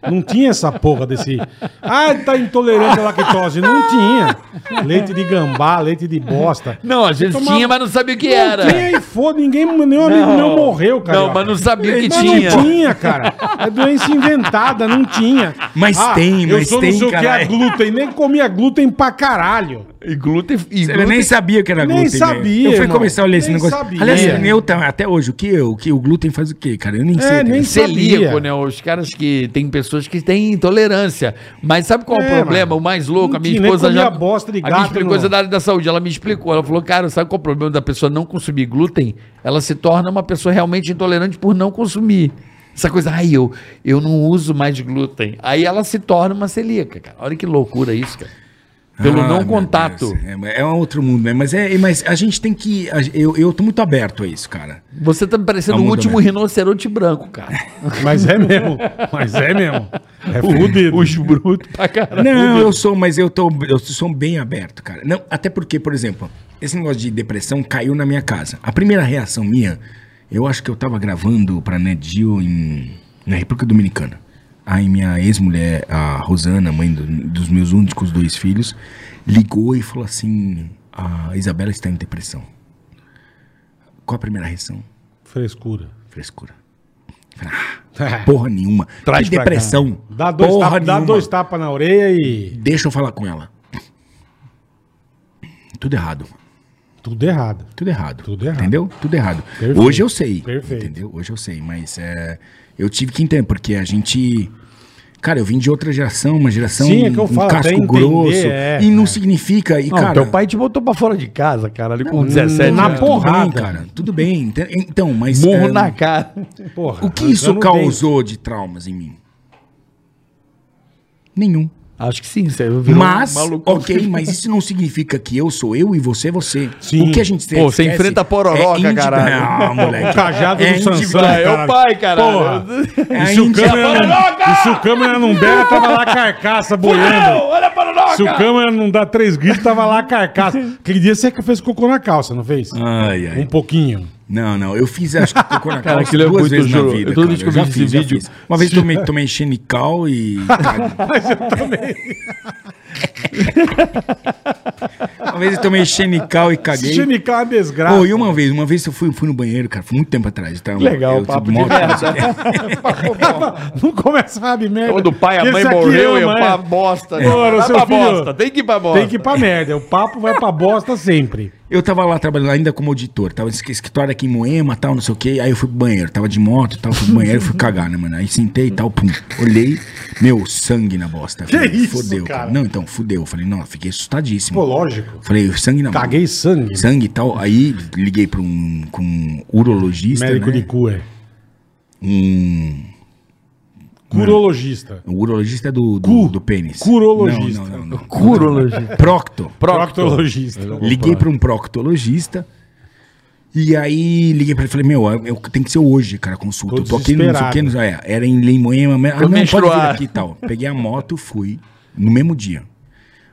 Speaker 2: Não tinha essa porra desse. Ah, ele tá intolerante à lactose. Não tinha. Leite de gambá, leite de bosta.
Speaker 3: Não, a gente
Speaker 2: tomava-
Speaker 3: tinha, mas não sabia o que
Speaker 2: Não
Speaker 3: era.
Speaker 2: tinha e foda, ninguém, nenhum amigo meu morreu, cara.
Speaker 3: Não, mas não sabia que
Speaker 2: Mas
Speaker 3: tinha.
Speaker 2: não tinha, cara. É doença inventada, não tinha. Ah,
Speaker 4: Mas tem,
Speaker 2: eu
Speaker 4: mas
Speaker 2: sou
Speaker 4: tem,
Speaker 2: não sei o que, a
Speaker 4: caralho.
Speaker 2: glúten. Nem comia glúten pra caralho.
Speaker 3: E glúten. E
Speaker 4: Eu nem sabia que era
Speaker 2: Nem
Speaker 4: glúten. né?
Speaker 2: sabia,
Speaker 4: Eu fui
Speaker 2: irmão.
Speaker 4: começar a ler esse
Speaker 2: Nem
Speaker 4: negócio.
Speaker 2: sabia.
Speaker 4: Aliás, eu tam- até hoje, o que, o que o glúten faz o quê, cara? Eu nem sei. tá
Speaker 2: nem
Speaker 4: ligado?
Speaker 3: celíaco,
Speaker 2: sabia.
Speaker 3: né? Os caras que. Tem pessoas que têm intolerância. Mas sabe qual é
Speaker 2: É,
Speaker 3: o problema?
Speaker 2: mano.
Speaker 3: O mais louco, a minha
Speaker 2: Não tinha,
Speaker 3: esposa
Speaker 2: nem
Speaker 3: já.
Speaker 2: comia bosta de
Speaker 3: a minha
Speaker 2: gato,
Speaker 3: explicou,
Speaker 2: não.
Speaker 3: da área da saúde, ela me explicou. Ela falou, cara, sabe qual é o problema da pessoa não consumir glúten? Ela se torna uma pessoa realmente intolerante por não consumir. Essa coisa, ai, eu, eu não uso mais glúten. Aí ela se torna uma celíaca, cara. Olha que loucura isso, cara. Pelo
Speaker 4: Ah,
Speaker 3: não
Speaker 4: meu
Speaker 3: contato.
Speaker 4: Deus. É, mas É, um outro mundo, né? Mas, é, mas a gente tem que. a- Eu, eu tô muito aberto a isso, cara.
Speaker 3: Você tá me parecendo
Speaker 4: Ah,
Speaker 3: o
Speaker 4: muda
Speaker 3: último
Speaker 4: mesmo.
Speaker 3: rinoceronte branco, cara.
Speaker 2: Mas é mesmo. Mas é mesmo. É fudido.
Speaker 3: Os brutos pra caralho.
Speaker 4: Não, eu sou, mas eu tô. Eu sou bem aberto, cara. Não, até porque, por exemplo, esse negócio de depressão caiu na minha casa. A primeira reação minha, eu acho que eu tava gravando pra Ned Geo em, na República Dominicana. Aí minha ex-mulher, a Rosana, mãe do- dos meus únicos dois filhos, ligou e falou assim: a Isabela está em depressão. Qual a primeira reação?
Speaker 2: Frescura.
Speaker 4: Frescura. Falei, ah,
Speaker 3: É.
Speaker 4: porra nenhuma.
Speaker 2: Traz
Speaker 4: que
Speaker 2: pra cá.
Speaker 4: depressão.
Speaker 2: Dá dois,
Speaker 4: Porra
Speaker 2: tapa, dá
Speaker 4: nenhuma.
Speaker 2: dois tapas na orelha e.
Speaker 4: Deixa eu falar com ela. Tudo errado.
Speaker 2: Tudo errado.
Speaker 4: Tudo errado.
Speaker 2: Tudo errado.
Speaker 4: Entendeu? Tudo errado.
Speaker 2: Perfeito.
Speaker 4: Hoje eu sei.
Speaker 2: Perfeito.
Speaker 4: Entendeu? Hoje eu sei. Mas é, eu tive que entender, porque a gente. Cara, eu vim de outra geração, uma geração
Speaker 2: Sim, é que eu falo, até entender, é,
Speaker 4: e não
Speaker 2: é.
Speaker 4: significa. E,
Speaker 3: Não,
Speaker 4: cara,
Speaker 3: teu pai te botou pra fora de casa, cara, ali com 17
Speaker 2: Hum, é na
Speaker 3: anos.
Speaker 2: porra,
Speaker 4: Tudo
Speaker 2: porrada.
Speaker 4: bem, cara. Tudo bem. Ente- Então, mas.
Speaker 3: Morro
Speaker 4: é,
Speaker 3: na cara.
Speaker 2: Porra,
Speaker 4: O que isso
Speaker 2: arrancando o
Speaker 4: causou de traumas em mim? Nenhum.
Speaker 3: Acho que sim, você virou
Speaker 4: Mas,
Speaker 3: um maluco.
Speaker 4: ok, mas isso não significa que eu sou eu e você é você.
Speaker 2: Sim.
Speaker 4: O que a gente
Speaker 3: Pô, você
Speaker 4: esquece
Speaker 3: enfrenta a pororoca,
Speaker 4: indi-
Speaker 3: caralho.
Speaker 4: Ah, moleque.
Speaker 2: O cajado do
Speaker 4: individual.
Speaker 2: Sansão.
Speaker 3: É o pai, caralho.
Speaker 2: Porra.
Speaker 4: É
Speaker 2: dente. E se, o
Speaker 4: indi-
Speaker 2: câmera não, e se o câmera não bela, tava lá a carcaça boiando.
Speaker 3: olha para nós!
Speaker 2: Se o câmera não dá três gritos, tava lá a carcaça. Aquele dia você que fez cocô na calça, não fez?
Speaker 3: Ah.
Speaker 4: Ai,
Speaker 2: Um
Speaker 4: ai.
Speaker 2: pouquinho.
Speaker 4: Não, não, eu fiz acho que cocô na
Speaker 3: Cara,
Speaker 4: calça
Speaker 3: aquilo é
Speaker 4: duas
Speaker 3: muito
Speaker 4: vezes na
Speaker 3: juro.
Speaker 4: vida,
Speaker 3: Eu toda
Speaker 4: cara.
Speaker 3: vez que eu
Speaker 4: já
Speaker 3: vejo esse
Speaker 4: fiz, já
Speaker 3: vídeo-
Speaker 4: fiz. Uma vez tomei, tomei xenical e... Uma vez eu tomei xenical e
Speaker 2: Se
Speaker 4: caguei.
Speaker 2: chenicar é uma desgraça.
Speaker 4: Pô, e uma vez, uma vez eu fui, fui no banheiro, cara, foi muito tempo atrás. Tá?
Speaker 3: Legal,
Speaker 4: eu,
Speaker 3: papo
Speaker 4: eu,
Speaker 3: de
Speaker 4: mó-
Speaker 2: Não começa, sabe, merda.
Speaker 3: Quando o pai e
Speaker 2: Porque
Speaker 3: a mãe
Speaker 2: isso aqui
Speaker 3: morreu,
Speaker 2: ama,
Speaker 3: eu
Speaker 2: é.
Speaker 3: pra bosta. né?
Speaker 2: Porra,
Speaker 3: Vai
Speaker 2: seu
Speaker 3: pra
Speaker 2: filho-
Speaker 3: bosta, tem que ir pra bosta.
Speaker 2: Tem que ir pra merda. O papo vai pra bosta sempre.
Speaker 4: Eu tava lá trabalhando ainda como auditor, tava esc- escritório aqui em Moema, tal, não sei o quê. Aí eu fui pro banheiro, tava de moto, tal, fui pro banheiro, fui cagar, né, mano? Aí sentei e tal, pum, olhei, meu, sangue na bosta. Que
Speaker 2: isso,
Speaker 4: fodeu, cara.
Speaker 2: cara?
Speaker 4: Não, então, fudeu. Falei, não, fiquei assustadíssimo.
Speaker 2: Pô, lógico.
Speaker 4: Falei, sangue na
Speaker 2: Caguei
Speaker 4: bosta.
Speaker 2: sangue.
Speaker 4: Sangue e tal. Aí liguei pra um, com um urologista,
Speaker 2: Médico
Speaker 4: né?
Speaker 2: de cu, é.
Speaker 4: Um,
Speaker 2: Curologista.
Speaker 4: o urologista é do, do,
Speaker 2: Cu.
Speaker 4: do pênis.
Speaker 2: Curologista.
Speaker 4: Não, não, não. não.
Speaker 3: Curologia.
Speaker 4: Procto.
Speaker 2: Proctologista.
Speaker 4: Liguei para um proctologista. E aí liguei pra ele e falei, meu, eu- eu- tem que ser hoje, cara, a consulta.
Speaker 2: Tô
Speaker 4: eu tô aqui, não sei o que, não sei, é, era em Limoema, mas- ah, não, pode vir
Speaker 3: menstruar.
Speaker 4: aqui e tal. Peguei a moto, fui, no mesmo dia.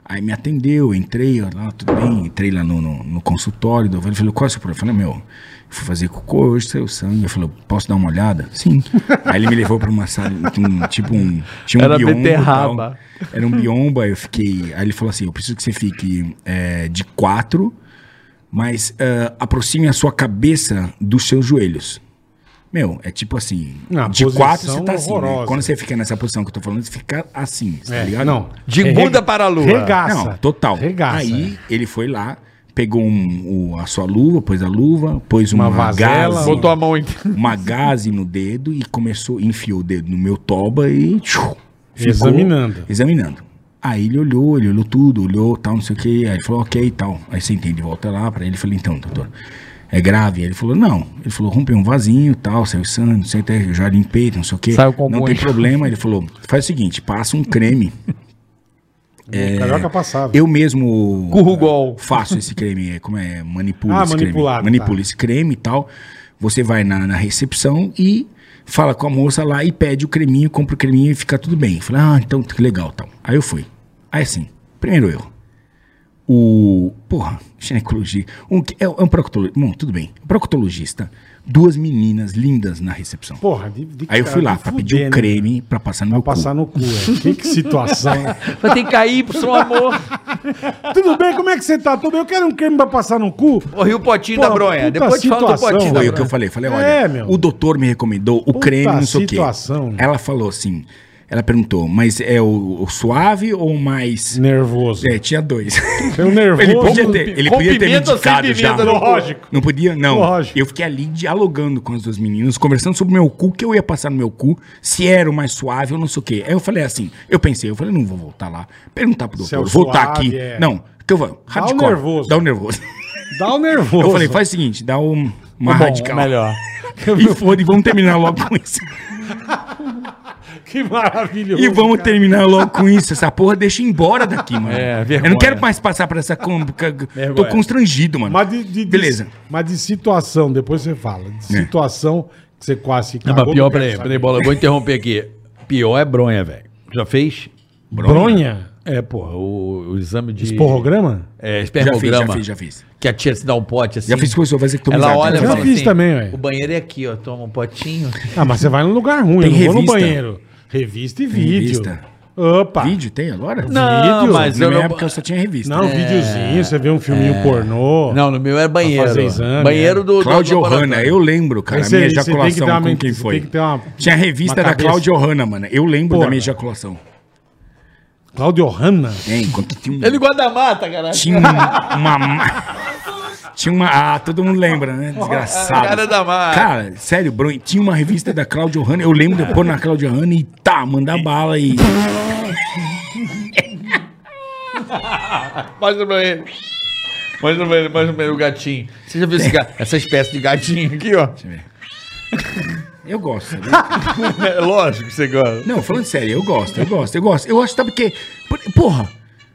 Speaker 4: Aí me atendeu, entrei, ó, lá, tudo bem, entrei lá no, no, no consultório do Ele falou, qual é o seu problema? Eu falei, meu, fui fazer cocô hoje, saiu sangue. Ele falou, posso dar uma olhada? Sim. Aí ele me levou pra uma sala, tinha um- tipo um... Tinha um
Speaker 3: Era
Speaker 4: biombo e tal.
Speaker 3: beterraba.
Speaker 4: Era um biombo, aí eu fiquei... Aí ele falou assim, eu preciso que você fique eh, de quatro, mas eh, aproxime a sua cabeça dos seus joelhos. Meu, é tipo assim,
Speaker 2: Não,
Speaker 4: de
Speaker 2: posição
Speaker 4: quatro você tá assim, né?
Speaker 2: horrorosa.
Speaker 4: Quando você fica nessa posição que eu tô falando, você fica assim, tá
Speaker 2: É,
Speaker 4: ligado?
Speaker 2: não.
Speaker 3: De
Speaker 2: É
Speaker 3: bunda
Speaker 2: rega-
Speaker 3: para a lua.
Speaker 2: Regaça.
Speaker 4: Não, total.
Speaker 2: Regaça.
Speaker 4: Aí ele foi lá, pegou um- o- a sua luva, pôs a luva, pôs uma,
Speaker 2: Uma vasela,
Speaker 4: gaze,
Speaker 3: Botou a mão em.
Speaker 4: uma gaze no dedo e começou, enfiou o dedo no meu toba e tchum,
Speaker 2: Examinando.
Speaker 4: examinando. Aí ele olhou, ele olhou tudo, olhou, tal, não sei o que. Aí ele falou, ok e tal. Aí sentei de volta lá pra ele. Falei, então, doutor, é grave? Aí ele falou, não. Ele falou, rompeu um vasinho e tal, saiu sangue, não sei até, eu já limpei, não sei o que.
Speaker 3: Saiu com
Speaker 4: Não
Speaker 3: algum
Speaker 4: tem
Speaker 3: enxofre.
Speaker 4: problema. Ele falou, faz o seguinte, passa um creme.
Speaker 2: É... Carioca passava.
Speaker 4: Eu mesmo
Speaker 3: Currugol.
Speaker 4: faço esse creme, é, como é, manipulo
Speaker 2: Ah,
Speaker 4: esse creme.
Speaker 2: manipulado,
Speaker 4: Manipulo
Speaker 2: tá.
Speaker 4: esse creme e tal. Você vai na, na recepção e fala com a moça lá e pede o creminho, compra o creminho e fica tudo bem. Falei, ah, então que legal tal. Aí eu fui. Aí assim, primeiro erro. O. Porra, ginecologia. Um, que- é, é um proctologista. Bom, tudo bem. Um Proctologista. Duas meninas lindas na recepção.
Speaker 2: Porra, de, de
Speaker 4: Aí eu fui lá
Speaker 2: de
Speaker 4: pra
Speaker 2: fuder,
Speaker 4: pedir o
Speaker 2: né?
Speaker 4: creme pra passar no meu
Speaker 2: Pra passar
Speaker 4: cu.
Speaker 2: no cu. é. Que, que situação.
Speaker 3: Vai ter KY, amor.
Speaker 2: Tudo bem, como é que você tá? Tudo bem, eu quero um creme pra passar no cu.
Speaker 3: Corri o potinho
Speaker 2: Pô,
Speaker 3: da bronha.
Speaker 2: puta
Speaker 3: Depois te falo do
Speaker 2: situação,
Speaker 3: potinho da
Speaker 4: Foi
Speaker 2: Tá
Speaker 4: o que eu
Speaker 3: bronha.
Speaker 4: falei. Eu Falei, olha,
Speaker 2: É, meu.
Speaker 4: o doutor me recomendou o creme, não sei o quê.
Speaker 2: situação.
Speaker 4: Ela falou assim, ela perguntou, mas é o, o suave ou o mais...
Speaker 2: Nervoso.
Speaker 4: É, tinha dois.
Speaker 2: Eu nervoso.
Speaker 4: Ele podia ter, ele
Speaker 3: com
Speaker 4: podia ter me
Speaker 3: pimenta ou sem
Speaker 4: indicado já.
Speaker 3: pimenta no cu?
Speaker 2: né? Lógico.
Speaker 4: Não podia? Não.
Speaker 2: Lógico.
Speaker 4: Eu fiquei ali dialogando com as duas meninas, conversando sobre o meu cu, o que eu ia passar no meu cu, se era o mais suave ou não sei o quê. Aí eu falei assim, eu pensei, eu falei, não vou voltar lá, perguntar pro
Speaker 2: Se
Speaker 4: doutor,
Speaker 2: é o
Speaker 4: voltar
Speaker 2: suave,
Speaker 4: aqui.
Speaker 2: é.
Speaker 4: Não, que eu vou,
Speaker 2: Dá o
Speaker 4: hardcore.
Speaker 2: nervoso.
Speaker 4: Dá o nervoso.
Speaker 2: Dá o nervoso.
Speaker 4: Eu falei, faz o seguinte, dá um, uma
Speaker 2: Tá
Speaker 3: Bom,
Speaker 4: radical.
Speaker 3: melhor.
Speaker 4: E foda, e vamos terminar logo com isso.
Speaker 2: Que maravilhoso.
Speaker 4: E vamos terminar logo com isso. Essa porra deixa ir embora daqui, mano.
Speaker 3: É, vergonha.
Speaker 4: Eu não quero mais passar por essa. Com... Tô constrangido, mano.
Speaker 2: Mas de, de- de-
Speaker 4: Beleza.
Speaker 2: mas de situação, depois você fala. De
Speaker 4: É.
Speaker 2: situação que você quase se
Speaker 3: Não,
Speaker 2: cagou,
Speaker 3: mas pior,
Speaker 2: não quero
Speaker 3: peraí,
Speaker 2: saber.
Speaker 3: peraí, bola, eu vou interromper aqui. Pior é bronha, velho. Já fez?
Speaker 2: Bronha?
Speaker 3: É, porra, o, o exame de.
Speaker 2: Esporrograma?
Speaker 3: É,
Speaker 4: Já fiz,
Speaker 3: espermograma.
Speaker 4: já fiz, já fiz.
Speaker 3: Que a tia se dá um pote assim.
Speaker 4: Já fiz com isso, vasectomizado.
Speaker 3: Ela olha e
Speaker 2: Já
Speaker 3: fala
Speaker 2: fiz
Speaker 3: assim,
Speaker 2: também, ué.
Speaker 3: O banheiro é aqui, ó. Toma um potinho.
Speaker 2: Ah, mas você vai num lugar ruim,
Speaker 4: Tem
Speaker 2: eu não vou no
Speaker 4: revista.
Speaker 2: banheiro. Revista e vídeo.
Speaker 4: revista.
Speaker 2: Opa!
Speaker 4: Vídeo tem agora?
Speaker 3: Não,
Speaker 2: Vídeo?
Speaker 3: mas
Speaker 4: Na
Speaker 3: eu É.
Speaker 4: minha
Speaker 3: não...
Speaker 4: época eu só tinha revista.
Speaker 2: Não, videozinho, você vê um filminho
Speaker 4: É.
Speaker 2: pornô.
Speaker 3: Não, no meu é banheiro.
Speaker 2: fazer exame,
Speaker 3: banheiro
Speaker 2: é.
Speaker 3: do. do
Speaker 4: Cláudio
Speaker 3: laboratório.
Speaker 4: Hanna, eu lembro, cara,
Speaker 2: Aí
Speaker 4: a
Speaker 2: cê-
Speaker 4: minha
Speaker 2: cê tem que
Speaker 4: ejaculação
Speaker 2: ter uma-
Speaker 4: é com quem
Speaker 2: cê
Speaker 4: foi.
Speaker 2: tem que ter uma-
Speaker 4: Tinha a
Speaker 2: uma
Speaker 4: revista da
Speaker 2: cabeça.
Speaker 4: Cláudio Hanna, mano. Eu lembro
Speaker 2: Porra.
Speaker 4: da minha ejaculação.
Speaker 2: Claudio Hanna.
Speaker 4: Tem, quando tinha um...
Speaker 3: Ele gosta da mata, caralho.
Speaker 4: Tinha um- uma... ma- Tinha uma. Ah, todo mundo lembra, né? Desgraçado.
Speaker 3: Cara da mata.
Speaker 4: Cara, sério, Bruno, tinha uma revista da Claudio Hanna, eu lembro de eu pôr na Claudio Hanna e tá, mandar bala e.
Speaker 3: Mostra pra ele. Mostra pra ele, mostra pra ele o gatinho. Você já viu esse ga- essa espécie de gatinho aqui, ó?
Speaker 4: Eu gosto, sabe?
Speaker 3: É lógico que você gosta.
Speaker 4: Não, falando sério, eu gosto, eu gosto, eu gosto. Eu acho, sabe porque. Porra!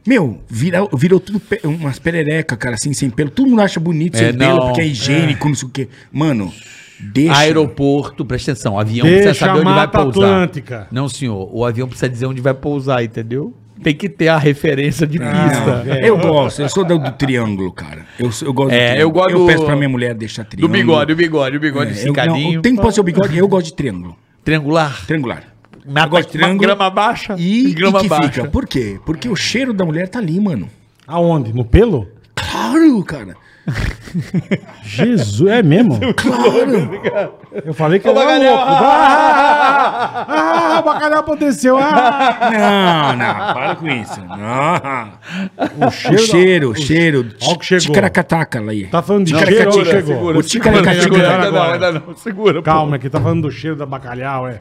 Speaker 4: Meu, virou, virou tudo pe- umas perereca, cara, assim, sem pelo. Todo mundo acha bonito sem
Speaker 3: É,
Speaker 4: pelo,
Speaker 3: não.
Speaker 4: porque é higiênico, não sei o quê. Mano, deixa.
Speaker 3: Aeroporto, presta atenção, o avião
Speaker 2: Deixa
Speaker 3: precisa saber
Speaker 2: a
Speaker 3: onde vai
Speaker 2: Mata
Speaker 3: pousar.
Speaker 2: Atlântica.
Speaker 3: Não, senhor, o avião precisa dizer onde vai pousar, entendeu? Tem que ter a referência de
Speaker 4: Não,
Speaker 3: pista.
Speaker 4: eu gosto, eu sou do, do triângulo, cara. Eu, sou- eu gosto
Speaker 3: É, eu gosto
Speaker 4: Eu
Speaker 3: do-
Speaker 4: peço pra minha mulher deixar
Speaker 3: do
Speaker 4: triângulo.
Speaker 3: bigode, o bigode, o bigode
Speaker 4: É, eu, não,
Speaker 3: esticadinho.
Speaker 4: tem que pode ser o bigode, eu gosto de triângulo.
Speaker 3: Triangular.
Speaker 4: Triangular.
Speaker 3: Mata-
Speaker 4: eu gosto de triângulo.
Speaker 3: grama baixa
Speaker 4: E,
Speaker 3: e grama
Speaker 4: e que
Speaker 3: baixa.
Speaker 4: fica. Por quê? Porque o cheiro da mulher tá ali, mano.
Speaker 2: Aonde? No pelo?
Speaker 4: Claro, cara.
Speaker 2: Jesus, é mesmo?
Speaker 4: Claro.
Speaker 2: Eu falei que eu era
Speaker 3: bacalhau!
Speaker 2: louco. Ah, ah, ah, o bacalhau aconteceu. Ah,
Speaker 4: não, não, para com isso. Não.
Speaker 2: o
Speaker 4: O
Speaker 2: ah. cheiro.
Speaker 4: cheiro, o cheiro.
Speaker 2: É, Olha o que chegou.
Speaker 4: Ticaracataca aí.
Speaker 2: Tá falando de
Speaker 4: Não,
Speaker 2: cheiro ou
Speaker 4: segura,
Speaker 2: chegou?
Speaker 4: segura,
Speaker 2: O
Speaker 4: segura,
Speaker 2: ticaracati-
Speaker 4: segura,
Speaker 2: agora.
Speaker 3: ainda não, ainda não, segura.
Speaker 2: Calma, aqui tá falando do cheiro da bacalhau, é.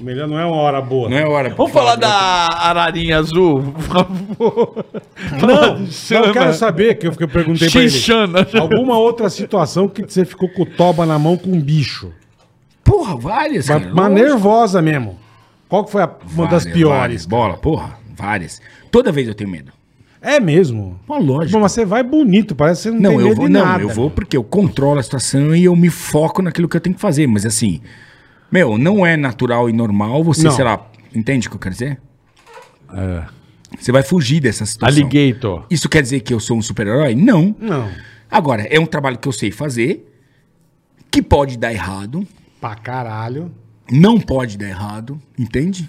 Speaker 2: Melhor não é uma hora boa.
Speaker 4: Não é hora.
Speaker 3: Vamos falar da ararinha azul, por favor. Não,
Speaker 2: Não, eu quero saber, que eu fiquei- perguntei pra ele.
Speaker 3: Xixana.
Speaker 2: Alguma outra situação que você ficou com o toba na mão com um bicho.
Speaker 4: Porra, várias.
Speaker 2: Mas,
Speaker 4: cara,
Speaker 2: mas
Speaker 4: É lógico.
Speaker 2: nervosa mesmo. Qual que foi a- uma
Speaker 4: Várias,
Speaker 2: das piores?
Speaker 4: várias. bola, porra, várias. Toda vez eu tenho medo.
Speaker 2: É mesmo.
Speaker 4: Pô, lógico.
Speaker 2: Bom, mas você vai bonito, parece que você não,
Speaker 4: Não,
Speaker 2: tem medo
Speaker 4: eu vou,
Speaker 2: de
Speaker 4: não,
Speaker 2: nada.
Speaker 4: eu vou porque eu controlo a situação e eu me foco naquilo que eu tenho que fazer. Mas assim, meu, não é natural e normal você,
Speaker 2: Não. É.
Speaker 4: sei lá, entende o que eu quero dizer? Você vai fugir dessa situação.
Speaker 5: Alligator.
Speaker 4: Isso quer dizer que eu sou um super-herói? Não.
Speaker 2: Não.
Speaker 4: Agora, é um trabalho que eu sei fazer, que pode dar errado,
Speaker 2: Pra caralho.
Speaker 4: não pode dar errado, entende?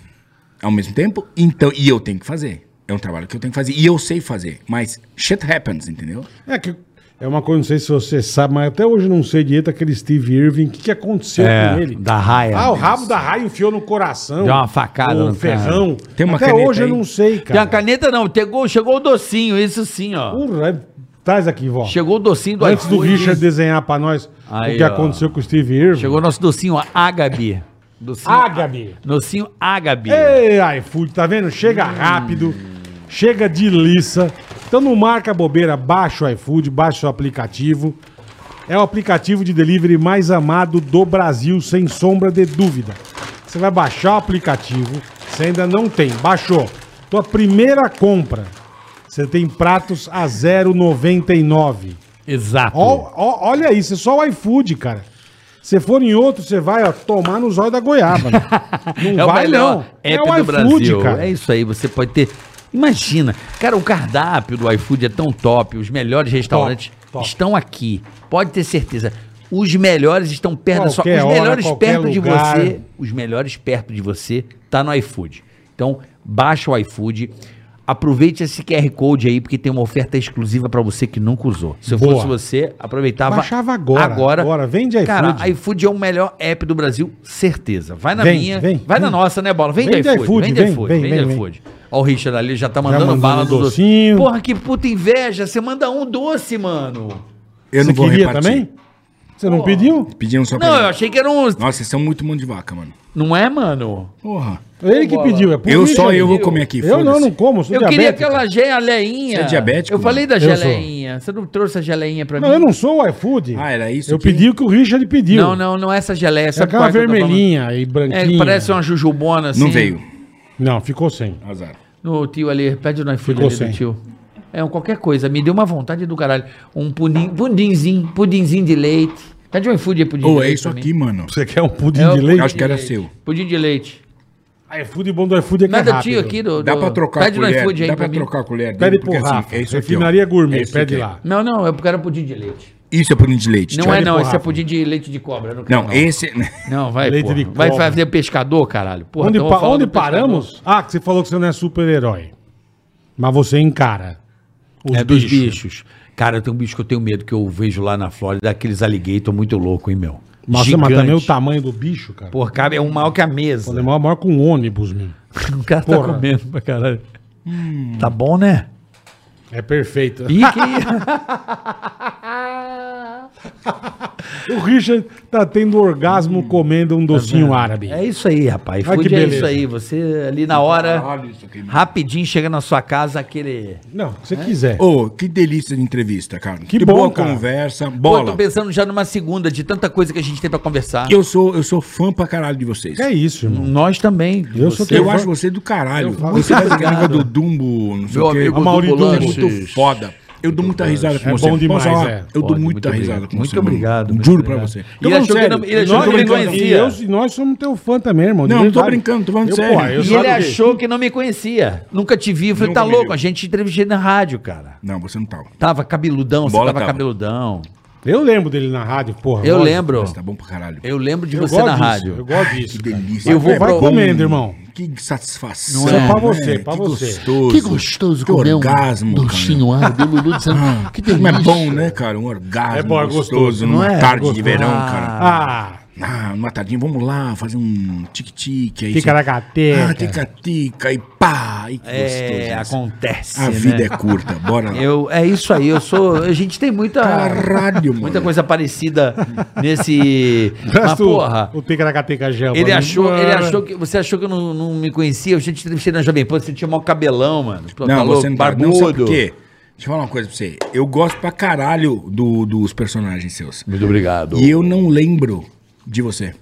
Speaker 4: Ao mesmo tempo, então, e eu tenho que fazer. É um trabalho que eu tenho que fazer, e eu sei fazer, mas shit happens, entendeu?
Speaker 2: É que é uma coisa, não sei se você sabe, mas até hoje eu não sei direito aquele Steve Irving, o que, que aconteceu
Speaker 3: É,
Speaker 2: com ele?
Speaker 3: da raia.
Speaker 2: Ah, o rabo da raia enfiou no coração.
Speaker 3: Deu uma facada
Speaker 2: no
Speaker 3: no cara.
Speaker 2: ferrão.
Speaker 4: Tem uma
Speaker 2: até
Speaker 4: caneta
Speaker 2: hoje
Speaker 4: aí?
Speaker 2: eu não sei,
Speaker 3: Tem uma
Speaker 2: cara.
Speaker 3: caneta não, chegou, chegou o docinho, isso sim, ó.
Speaker 2: Porra, é, traz aqui, vó.
Speaker 3: Chegou o docinho do
Speaker 2: Antes do
Speaker 3: iFood.
Speaker 2: Richard desenhar pra nós
Speaker 3: Aí,
Speaker 2: o que
Speaker 3: ó.
Speaker 2: aconteceu com o Steve Ah, Irving.
Speaker 3: Chegou o nosso docinho, ó, Agabi. Docinho,
Speaker 2: Ágabe.
Speaker 3: docinho Agabi.
Speaker 2: Ei, iFood, tá vendo? Chega rápido, chega de liça. Então não marca bobeira, baixa o iFood, baixa o aplicativo. É o aplicativo de delivery mais amado do Brasil, sem sombra de dúvida. Você vai baixar o aplicativo, você ainda não tem, baixou. Tua primeira compra, você tem pratos a 0,99.
Speaker 3: Exato.
Speaker 2: Ó, ó, olha isso, é só o iFood, cara. Se for em outro, você vai ó, tomar nos olhos da goiaba. Né? Não
Speaker 3: é o
Speaker 2: vai,
Speaker 3: melhor
Speaker 2: não. um
Speaker 3: app do Brasil. É isso aí, você pode ter. Imagina, cara, o cardápio do iFood é tão top, os melhores restaurantes
Speaker 2: top.
Speaker 3: estão aqui. Pode ter certeza. Os melhores estão perto da sua, os
Speaker 2: Qualquer hora,
Speaker 3: melhores
Speaker 2: qualquer
Speaker 3: perto de
Speaker 2: lugar.
Speaker 3: você, os melhores perto de você tá no iFood. Então, baixa o iFood. Aproveite esse QR Code aí, porque tem uma oferta exclusiva pra você que nunca usou. Se eu
Speaker 2: Boa.
Speaker 3: fosse você, aproveitava.
Speaker 2: Baixava agora,
Speaker 3: Agora,
Speaker 2: agora. Vende iFood.
Speaker 3: Cara, iFood é o melhor app do Brasil, certeza. Vai na
Speaker 2: Vem,
Speaker 3: minha,
Speaker 2: vem,
Speaker 3: vai na
Speaker 2: vem.
Speaker 3: nossa, né, Bola? Vem,
Speaker 2: Vem
Speaker 3: de
Speaker 2: de
Speaker 3: iFood,
Speaker 2: iFood,
Speaker 3: vem de
Speaker 2: vem,
Speaker 3: iFood,
Speaker 2: vem,
Speaker 3: vem
Speaker 2: vem,
Speaker 3: de
Speaker 2: vem.
Speaker 3: iFood. Ó, o Richard ali já tá mandando
Speaker 2: mandando
Speaker 3: bala do docinho.
Speaker 2: docinho.
Speaker 3: Porra, que puta inveja. Você manda um doce, mano.
Speaker 4: Eu
Speaker 2: Você queria também? Você não pediu?
Speaker 4: Pediram só pra
Speaker 3: Não,
Speaker 4: mim.
Speaker 3: eu achei que era um.
Speaker 4: Nossa, vocês são muito mão de vaca, mano.
Speaker 3: Não é, mano?
Speaker 4: Porra.
Speaker 2: Ele que pediu, é por
Speaker 4: Eu
Speaker 2: isso,
Speaker 4: só
Speaker 2: amigo.
Speaker 4: eu vou comer aqui,
Speaker 2: Eu não,
Speaker 4: foda-se.
Speaker 2: não como, sou
Speaker 3: Eu queria
Speaker 2: é diabético.
Speaker 3: aquela geleinha.
Speaker 4: Você é diabético,
Speaker 3: Eu falei da
Speaker 2: mano? Eu
Speaker 3: geleinha. Você não trouxe a geleinha pra
Speaker 2: Não, eu
Speaker 3: mim?
Speaker 2: não sou o iFood.
Speaker 4: Ah, era isso
Speaker 2: Eu
Speaker 4: que-
Speaker 2: pedi o que o Richard pediu.
Speaker 3: não, não, não é essa geleia.
Speaker 2: É
Speaker 3: Essa
Speaker 2: aquela vermelhinha e branquinha.
Speaker 3: É, parece uma jujubona assim.
Speaker 4: Não veio.
Speaker 2: Não, ficou sem.
Speaker 4: Azar.
Speaker 3: No tio ali, pede no iFood
Speaker 2: Ficou
Speaker 3: ali do
Speaker 2: sem.
Speaker 3: tio. É um qualquer coisa, me deu uma vontade do caralho. Um pudim, pudinzinho, pudinzinho de leite. Pede um iFood aí, pudim
Speaker 4: Ou
Speaker 3: de
Speaker 4: é
Speaker 3: leite
Speaker 4: isso
Speaker 3: pra mim.
Speaker 4: aqui, mano.
Speaker 2: Você quer um pudim
Speaker 3: É, eu-
Speaker 2: de leite?
Speaker 4: Eu acho que era
Speaker 3: Leite.
Speaker 4: seu.
Speaker 3: Pudim de leite.
Speaker 2: iFood bom do iFood é que é
Speaker 3: Nada
Speaker 2: rápido.
Speaker 3: tio aqui do,
Speaker 4: Dá
Speaker 3: do-
Speaker 4: pra trocar a
Speaker 3: Pede no
Speaker 4: colher.
Speaker 3: iFood aí
Speaker 4: Dá
Speaker 3: pra
Speaker 4: pra
Speaker 3: mim.
Speaker 4: trocar a colher dele,
Speaker 2: Pede pro
Speaker 4: porque assim,
Speaker 2: Rafa.
Speaker 4: é isso aqui, ó.
Speaker 2: Refinaria Gourmet,
Speaker 4: É isso
Speaker 2: pede
Speaker 4: aqui.
Speaker 2: lá.
Speaker 3: Não, não, eu quero pudim de leite.
Speaker 4: Isso é pudim de leite.
Speaker 3: Não
Speaker 4: tchau.
Speaker 3: é
Speaker 2: pro
Speaker 3: não, esse é
Speaker 2: Rafa.
Speaker 3: pudim de leite de cobra. eu Não, quero,
Speaker 4: Não, esse... é-
Speaker 3: Não, vai,
Speaker 2: Leite
Speaker 3: porra.
Speaker 2: de
Speaker 3: Vai
Speaker 2: cobra.
Speaker 3: fazer pescador, caralho. Porra,
Speaker 2: onde
Speaker 3: então eu
Speaker 2: pa-
Speaker 3: vou falar
Speaker 2: onde
Speaker 3: do pescador.
Speaker 2: paramos? Ah, que você falou que você não é super-herói. Mas você encara. Os
Speaker 3: é dos bichos. Cara, tem um bicho que eu tenho medo que eu vejo lá na Flórida, aqueles alligator muito louco, hein, meu?
Speaker 2: Nossa,
Speaker 3: Gigante.
Speaker 2: mas também o tamanho do bicho, cara.
Speaker 3: Porra, cabe- é um maior que a mesa.
Speaker 2: Ele é maior, maior que um ônibus, meu.
Speaker 3: O cara tá
Speaker 2: Porra.
Speaker 3: comendo pra caralho.
Speaker 4: Hum.
Speaker 3: Tá bom, né?
Speaker 2: É perfeito.
Speaker 3: Ih, que-
Speaker 2: O Richard tá tendo orgasmo comendo um docinho árabe.
Speaker 3: Hum. é isso aí, rapaz.
Speaker 2: Ai, que
Speaker 3: Food é
Speaker 2: beleza.
Speaker 3: isso aí. Você ali na hora,
Speaker 4: Caralho, isso aqui, mano.
Speaker 3: rapidinho chega na sua casa aquele.
Speaker 2: Não, o que
Speaker 3: É?
Speaker 2: você quiser.
Speaker 4: Ô, que delícia de entrevista, cara.
Speaker 2: Que bom,
Speaker 4: boa
Speaker 2: cara.
Speaker 4: conversa.
Speaker 3: Pô, eu tô
Speaker 4: Bola.
Speaker 3: pensando já numa segunda de tanta coisa que a gente tem pra conversar.
Speaker 4: Eu sou, eu sou fã pra caralho de vocês.
Speaker 2: É isso, irmão.
Speaker 3: Nós também.
Speaker 2: Eu sou
Speaker 4: Eu
Speaker 2: Eu
Speaker 4: acho
Speaker 2: falo-
Speaker 4: você do caralho. Você faz aquele negócio do Dumbo, não sei
Speaker 3: Meu
Speaker 4: o quê.
Speaker 3: amigo
Speaker 2: A Mauri
Speaker 3: Dumbo
Speaker 4: Você é
Speaker 2: Lanches.
Speaker 4: muito foda. Eu dou muita risada com
Speaker 2: É
Speaker 4: você.
Speaker 2: bom demais,
Speaker 4: Posso falar?
Speaker 2: é.
Speaker 4: Eu dou
Speaker 3: Pode,
Speaker 4: muita risada
Speaker 3: muito obrigado.
Speaker 4: com
Speaker 3: Muito
Speaker 4: você. mano.
Speaker 3: obrigado, muito
Speaker 4: Juro pra
Speaker 3: obrigado.
Speaker 4: você.
Speaker 3: Ele
Speaker 4: falando
Speaker 3: achou que
Speaker 4: sério.
Speaker 3: não- ele achou
Speaker 4: Eu tô
Speaker 2: Nós,
Speaker 3: que ele
Speaker 4: brincando.
Speaker 3: conhecia.
Speaker 2: e eu, e nós somos teu fã também, irmão. de
Speaker 4: Não, não tô
Speaker 2: verdade.
Speaker 4: brincando, tô falando
Speaker 2: eu,
Speaker 4: sério.
Speaker 2: Pô, eu
Speaker 4: E
Speaker 3: E
Speaker 2: sabe
Speaker 3: ele
Speaker 2: que-
Speaker 3: achou que não me conhecia. Nunca te vi. Eu falei,
Speaker 4: Nunca
Speaker 3: tá
Speaker 4: me
Speaker 3: louco?
Speaker 4: viu.
Speaker 3: A gente entrevistei na rádio, cara.
Speaker 4: é? Não, você não tá. tava.
Speaker 3: Tava cabeludão, você
Speaker 4: Bola
Speaker 3: tava,
Speaker 4: tava.
Speaker 3: cabeludão.
Speaker 2: Eu lembro dele na rádio, porra.
Speaker 3: Eu
Speaker 2: lógico.
Speaker 3: lembro.
Speaker 4: Você tá bom pra caralho.
Speaker 3: Eu lembro de
Speaker 2: Eu
Speaker 3: você
Speaker 2: gosto
Speaker 3: na
Speaker 2: disso,
Speaker 3: rádio.
Speaker 2: Eu gosto disso.
Speaker 4: Que
Speaker 2: cara.
Speaker 4: delícia.
Speaker 3: Eu vou
Speaker 4: É
Speaker 2: Vai
Speaker 4: bom.
Speaker 2: comendo, irmão.
Speaker 4: Que satisfação.
Speaker 3: Não
Speaker 2: Isso
Speaker 3: É,
Speaker 2: é pra
Speaker 4: né?
Speaker 2: você, pra
Speaker 4: que
Speaker 2: você.
Speaker 4: Gostoso.
Speaker 7: Que gostoso
Speaker 4: que
Speaker 7: comer um
Speaker 4: orgasmo, cara.
Speaker 7: docinho árabe, o Lulu dizendo que
Speaker 4: Como
Speaker 7: delícia.
Speaker 4: é bom, né, cara? Um orgasmo
Speaker 2: É bom, é gostoso,
Speaker 4: gostoso
Speaker 2: não
Speaker 4: numa
Speaker 2: é?
Speaker 4: tarde de
Speaker 2: Gostoso.
Speaker 4: verão, cara.
Speaker 2: Ah,
Speaker 4: Ah, uma tardinha, vamos lá, fazer um tic-tic. aí
Speaker 2: Ticaracateca.
Speaker 4: você- Ah, tica-tica, e pá, e que
Speaker 3: É,
Speaker 4: gostoso.
Speaker 3: acontece.
Speaker 4: A
Speaker 3: né?
Speaker 4: vida é curta, bora lá.
Speaker 3: Eu, é isso aí, eu sou. A gente tem muita.
Speaker 4: Caralho, mano.
Speaker 3: Muita coisa parecida nesse. Mas,
Speaker 2: presta o-
Speaker 3: porra.
Speaker 2: O Ticaracateca gel.
Speaker 3: Ele
Speaker 2: pra mim.
Speaker 3: achou, ele achou que. Você achou que eu não, não me conhecia? Eu já te entrevistei na Jovem Pan, você tinha mau cabelão, mano. Pô,
Speaker 4: Não,
Speaker 3: tá louco,
Speaker 4: você não tá.
Speaker 3: barbudo.
Speaker 4: Não sabe por quê? Deixa eu falar uma coisa pra você. Eu gosto pra caralho do- dos personagens seus.
Speaker 3: Muito obrigado.
Speaker 4: E eu não lembro de você.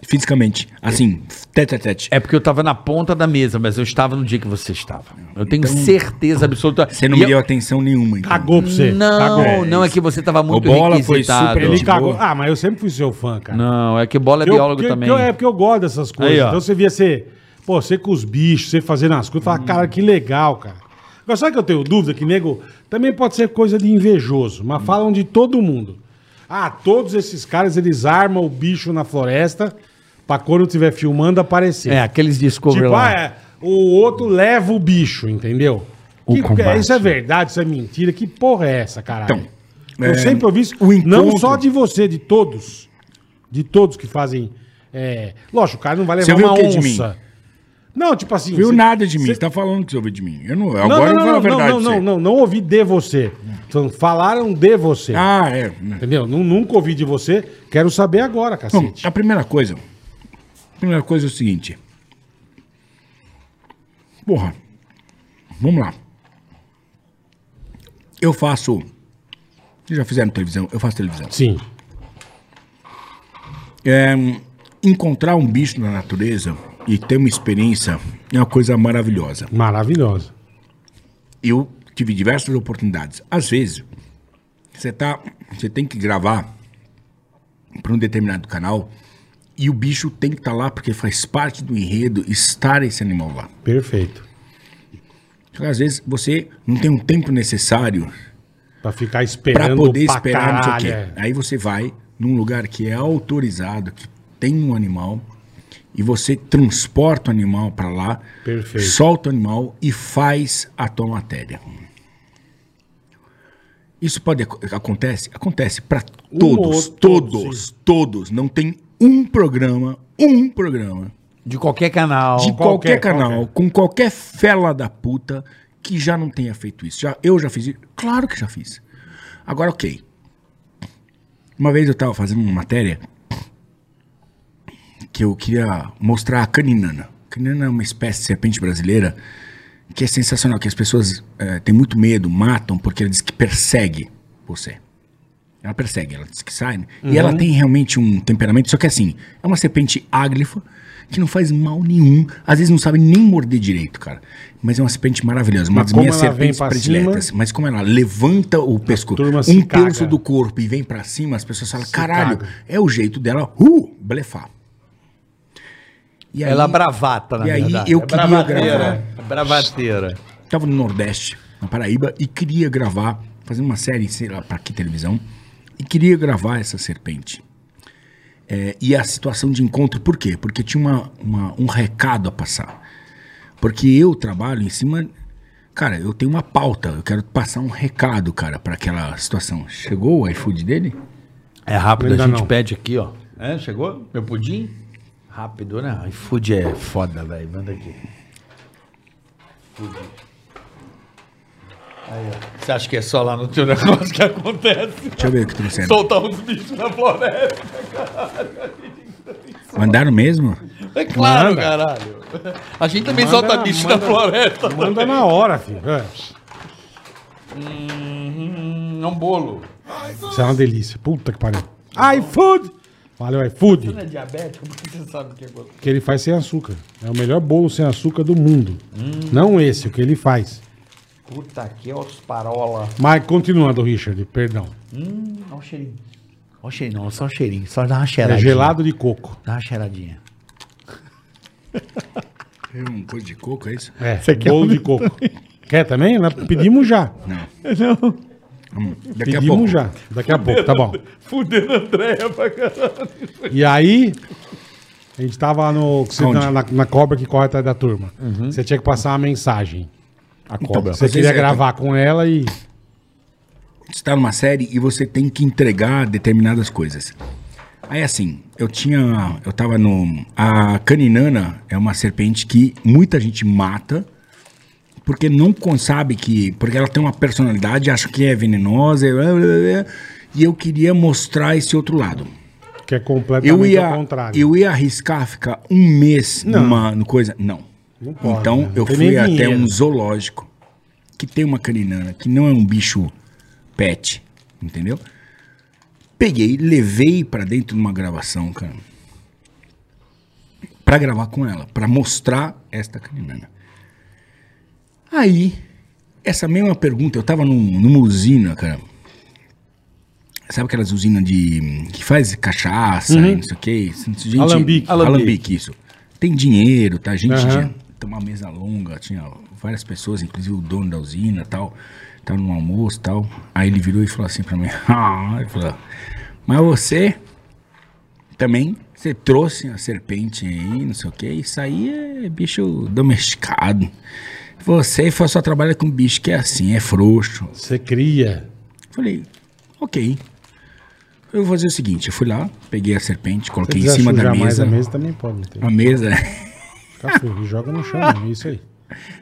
Speaker 4: Fisicamente. Assim, tete a tete.
Speaker 3: É porque eu tava na ponta da mesa, mas eu estava no dia que você estava. Eu tenho certeza absoluta.
Speaker 4: Então, Você não
Speaker 3: E
Speaker 4: me
Speaker 3: eu-
Speaker 4: deu atenção nenhuma. então.
Speaker 2: Cagou pra você.
Speaker 3: Não,
Speaker 2: Cagou.
Speaker 3: não é que você tava muito
Speaker 4: Bola foi super
Speaker 2: Ele
Speaker 4: Gente
Speaker 2: cagou.
Speaker 4: boa.
Speaker 2: Ah, mas eu sempre fui seu fã, cara.
Speaker 3: Não, é que bola é
Speaker 2: Eu-
Speaker 3: biólogo
Speaker 2: que-
Speaker 3: também.
Speaker 2: que eu- é porque eu gosto dessas coisas.
Speaker 3: Aí, ó.
Speaker 2: então você via ser. Pô, você com os bichos, você fazendo as coisas, fala, cara, que legal, cara. Agora, sabe que eu tenho dúvida que, nego, também pode ser coisa de invejoso, mas falam de todo mundo. Ah, todos esses caras, eles armam o bicho na floresta pra quando estiver filmando aparecer.
Speaker 3: É, aqueles Discovery
Speaker 2: Tipo, ah,
Speaker 3: lá.
Speaker 2: é, o outro leva o bicho, entendeu?
Speaker 7: O
Speaker 2: Que-
Speaker 7: combate.
Speaker 2: isso é verdade, isso é mentira. Que porra é essa, caralho?
Speaker 4: Então,
Speaker 2: eu
Speaker 4: é,
Speaker 2: sempre ouvi isso,
Speaker 4: o encontro-
Speaker 2: não só de você, de todos. De todos que fazem. é, Lógico, o cara não vai levar
Speaker 4: Você ouviu
Speaker 2: uma
Speaker 4: o quê de
Speaker 2: onça. Não, tipo assim.
Speaker 4: Viu
Speaker 2: você-
Speaker 4: nada de mim.
Speaker 2: você-
Speaker 4: Você tá falando que você ouviu de mim. Eu não,
Speaker 2: Não,
Speaker 4: agora eu
Speaker 2: não,
Speaker 4: vou falar
Speaker 2: não,
Speaker 4: a
Speaker 2: não,
Speaker 4: verdade.
Speaker 2: não,
Speaker 4: pra
Speaker 2: não,
Speaker 4: você.
Speaker 2: não, não ouvi de você. Então, Falaram de você.
Speaker 4: Ah, é. né.
Speaker 2: Entendeu? Nu- Nunca ouvi de você. Quero saber agora,
Speaker 4: Bom,
Speaker 2: cacete.
Speaker 4: a primeira coisa. A primeira coisa é o seguinte. Porra. Vamos lá. Eu faço. Vocês já fizeram televisão? Eu faço televisão.
Speaker 2: Sim.
Speaker 4: É, encontrar um bicho na natureza e ter uma experiência é uma coisa maravilhosa.
Speaker 2: Maravilhosa.
Speaker 4: eu tive diversas oportunidades. Às vezes, você tá, você tem que gravar para um determinado canal e o bicho tem que estar lá porque faz parte do enredo estar esse animal lá.
Speaker 2: Perfeito.
Speaker 4: Só que Às vezes você não tem um tempo necessário
Speaker 2: Pra ficar
Speaker 4: para
Speaker 2: esperando
Speaker 4: poder
Speaker 2: pra
Speaker 4: esperar não sei o
Speaker 2: caralho,
Speaker 4: quê.
Speaker 2: é.
Speaker 4: Aí você vai num lugar que é autorizado, que tem um animal e você transporta o animal para lá,
Speaker 2: Perfeito.
Speaker 4: solta o animal e faz a tua matéria. Isso pode ac- acontece, acontece para
Speaker 2: Um
Speaker 4: todos,
Speaker 2: ou todos,
Speaker 4: todos, todos. Não tem um programa, um programa
Speaker 3: De qualquer canal.
Speaker 4: de
Speaker 2: qualquer,
Speaker 4: qualquer, canal,
Speaker 2: qualquer.
Speaker 4: com qualquer fela da puta que já não tenha feito isso. Já, eu já fiz isso? Claro que já fiz. Agora, ok. Uma vez eu tava fazendo uma matéria que eu queria mostrar a caninana. Caninana é uma espécie de serpente brasileira que é sensacional, que as pessoas eh, têm muito medo, matam, porque ela diz que persegue você. Ela persegue, ela diz que sai. né? E
Speaker 2: Uhum.
Speaker 4: ela tem realmente um temperamento, só que assim, é uma serpente áglifa que não faz mal nenhum. Às vezes não sabe nem morder direito, cara. Mas é uma serpente maravilhosa, uma
Speaker 2: Mas
Speaker 4: das
Speaker 2: como
Speaker 4: minhas
Speaker 2: ela vem
Speaker 4: serpentes
Speaker 2: pra
Speaker 4: prediletas.
Speaker 2: cima-
Speaker 4: Mas como ela levanta o pescoço,
Speaker 2: turma se
Speaker 4: um terço
Speaker 2: caga.
Speaker 4: do corpo e vem pra cima, as pessoas falam,
Speaker 2: Se
Speaker 4: caralho,
Speaker 2: caga.
Speaker 4: é o jeito dela, uh, blefar. E
Speaker 3: Ela é
Speaker 4: aí-
Speaker 3: bravata, na
Speaker 4: e aí
Speaker 3: verdade. É
Speaker 2: É
Speaker 4: eu queria gravar.
Speaker 2: né?
Speaker 3: Bravateira.
Speaker 4: Tava no Nordeste, na Paraíba, e queria gravar, fazendo uma série, sei lá, pra que televisão, e queria gravar essa serpente. É, e a situação de encontro, por quê? Porque tinha uma, uma- um recado a passar. Porque eu trabalho em cima. Cara, eu tenho uma pauta, eu quero passar um recado, cara, pra aquela situação. Chegou o iFood dele?
Speaker 3: É rápido,
Speaker 2: Ainda
Speaker 3: a gente
Speaker 2: não.
Speaker 3: pede aqui, ó. É, chegou? Meu pudim? Rápido, né? iFood é foda, velho. Manda aqui. Food. Aí, ó. Você acha que é só lá no teu negócio que acontece?
Speaker 4: Deixa eu ver o que trouxeram.
Speaker 3: Soltar uns bichos na floresta?
Speaker 4: Mandaram mesmo?
Speaker 3: É claro,
Speaker 2: Manda.
Speaker 3: caralho. A gente também
Speaker 2: Manda,
Speaker 3: solta bicho
Speaker 2: manda.
Speaker 3: na floresta.
Speaker 2: Manda na hora, filho. É.
Speaker 3: Hum, é um bolo.
Speaker 2: Isso é uma delícia. Puta que pariu. iFood! Valeu, iFood.
Speaker 3: é diabético? Como que você sabe o que é bolo?
Speaker 2: que ele faz sem açúcar. É o melhor bolo sem açúcar do mundo.
Speaker 3: Hum.
Speaker 2: Não esse, o que ele faz.
Speaker 3: Puta que é os parola.
Speaker 2: Mas continuando, Richard, perdão.
Speaker 3: Hum, olha o cheirinho. Olha o cheirinho, não, só o cheirinho. Só dá uma
Speaker 2: É
Speaker 3: cheiradinha.
Speaker 2: gelado de coco.
Speaker 3: Dá uma cheiradinha.
Speaker 4: É um coisa de coco, é isso?
Speaker 2: É, bolo de coco. Quer também? Nós pedimos já.
Speaker 4: Daqui a pouco.
Speaker 2: pedimos já. Daqui a pouco, tá bom.
Speaker 3: Fudendo a Andréia pra caralho.
Speaker 2: E aí, a gente tava no, você- tá
Speaker 4: Aonde? Uhum.
Speaker 2: na, na, na cobra que corre atrás da turma. Você tinha que passar uma mensagem. A cobra. Você
Speaker 4: às
Speaker 2: queria
Speaker 4: vezes é-
Speaker 2: gravar com ela e.
Speaker 4: Você tá numa série e você tem que entregar determinadas coisas. Aí assim, eu tinha. Eu tava no. A caninana é uma serpente que muita gente mata porque não con- sabe que. Porque ela tem uma personalidade, acha que é venenosa. e blá, blá, blá, blá. E eu queria mostrar esse outro lado.
Speaker 2: Que é completamente
Speaker 4: Eu ia,
Speaker 2: ao contrário.
Speaker 4: eu ia arriscar ficar um mês numa no coisa. Não.
Speaker 2: pode,
Speaker 4: então
Speaker 2: né? Não
Speaker 4: eu
Speaker 2: tem nem
Speaker 4: fui até
Speaker 2: dinheiro.
Speaker 4: um zoológico que tem uma caninana, que não é um bicho pet, entendeu? Peguei, levei pra dentro de uma gravação, cara. Pra gravar com ela, pra mostrar esta caninana. Aí, essa mesma pergunta, eu tava num- numa usina, cara. Sabe aquelas usinas de. que faz cachaça, e não sei o quê? Gente,
Speaker 2: Uhum. Alambique. Uhum.
Speaker 4: Alambique, isso. Tem dinheiro, tá? A gente
Speaker 2: Aham.
Speaker 4: tinha, tinha uma mesa longa, tinha várias pessoas, inclusive o dono da usina tal. Tava no almoço tal. Aí ele virou e falou assim pra mim: Ah, ele falou, mas você também, você trouxe a serpente aí, não sei o que, isso aí é bicho domesticado. Você fa- só trabalha com bicho que é assim, é frouxo.
Speaker 2: Você cria.
Speaker 4: Falei, ok. Eu vou fazer o seguinte, eu fui lá, peguei a serpente,
Speaker 2: Se
Speaker 4: coloquei em
Speaker 2: quiser
Speaker 4: cima da
Speaker 2: sujar mais
Speaker 4: mesa.
Speaker 2: a mesa também pode. Não tem.
Speaker 4: A mesa,
Speaker 2: Cafu, joga no chão, é isso aí.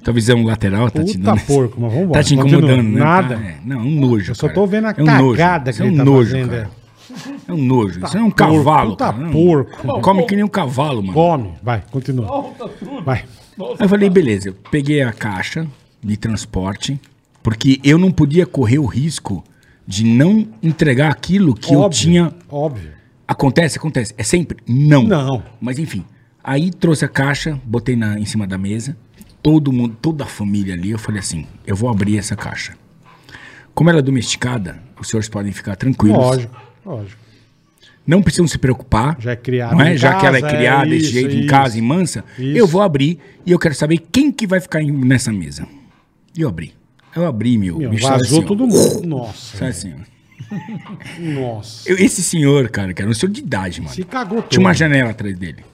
Speaker 4: talvez é um lateral, tá te
Speaker 2: Puta
Speaker 4: dando.
Speaker 2: porco, mas vamos
Speaker 4: Tá te incomodando, né?
Speaker 2: Nada.
Speaker 4: Tá, é. Não, é um nojo.
Speaker 2: Eu só
Speaker 4: cara.
Speaker 2: tô vendo a
Speaker 4: é um
Speaker 2: cagada
Speaker 4: nojo.
Speaker 2: que
Speaker 4: Isso é
Speaker 2: ele
Speaker 4: um
Speaker 2: tá
Speaker 4: nojo,
Speaker 2: fazendo,
Speaker 4: cara.
Speaker 2: é.
Speaker 4: É um nojo. Isso é um
Speaker 2: porco,
Speaker 4: cavalo.
Speaker 2: puta
Speaker 4: cara. É um-
Speaker 2: porco.
Speaker 4: Come que nem um cavalo, mano.
Speaker 2: Come, vai, continua. Vai.
Speaker 4: Aí eu falei, beleza, eu peguei a caixa de transporte, porque eu não podia correr o risco de não entregar aquilo que eu tinha.
Speaker 2: Óbvio.
Speaker 4: Acontece, acontece. É sempre? Não.
Speaker 2: Não.
Speaker 4: Mas enfim. Aí trouxe a caixa, botei na, em cima da mesa, todo mundo, toda a família ali, eu falei assim: eu vou abrir essa caixa. Como ela é domesticada, os senhores podem ficar tranquilos.
Speaker 2: Lógico, lógico.
Speaker 4: Não precisam se preocupar.
Speaker 2: Já é criada
Speaker 4: Não é?
Speaker 2: em
Speaker 4: Já
Speaker 2: casa,
Speaker 4: que ela é
Speaker 2: é
Speaker 4: criada desse
Speaker 2: isso,
Speaker 4: jeito em
Speaker 2: isso.
Speaker 4: casa, em mansa,
Speaker 2: Isso.
Speaker 4: eu vou abrir e eu quero saber quem que vai ficar em- nessa mesa. E eu abri. Eu abri, meu.
Speaker 2: Meu,
Speaker 4: bicho, sabe
Speaker 2: vazou
Speaker 4: assim, ó.
Speaker 2: todo mundo. Nossa,
Speaker 4: Sabe assim, ó.
Speaker 2: nossa.
Speaker 4: Eu- esse senhor, cara, que era um senhor de idade, mano.
Speaker 2: Se cagou
Speaker 4: Tinha uma
Speaker 2: todo.
Speaker 4: janela atrás dele.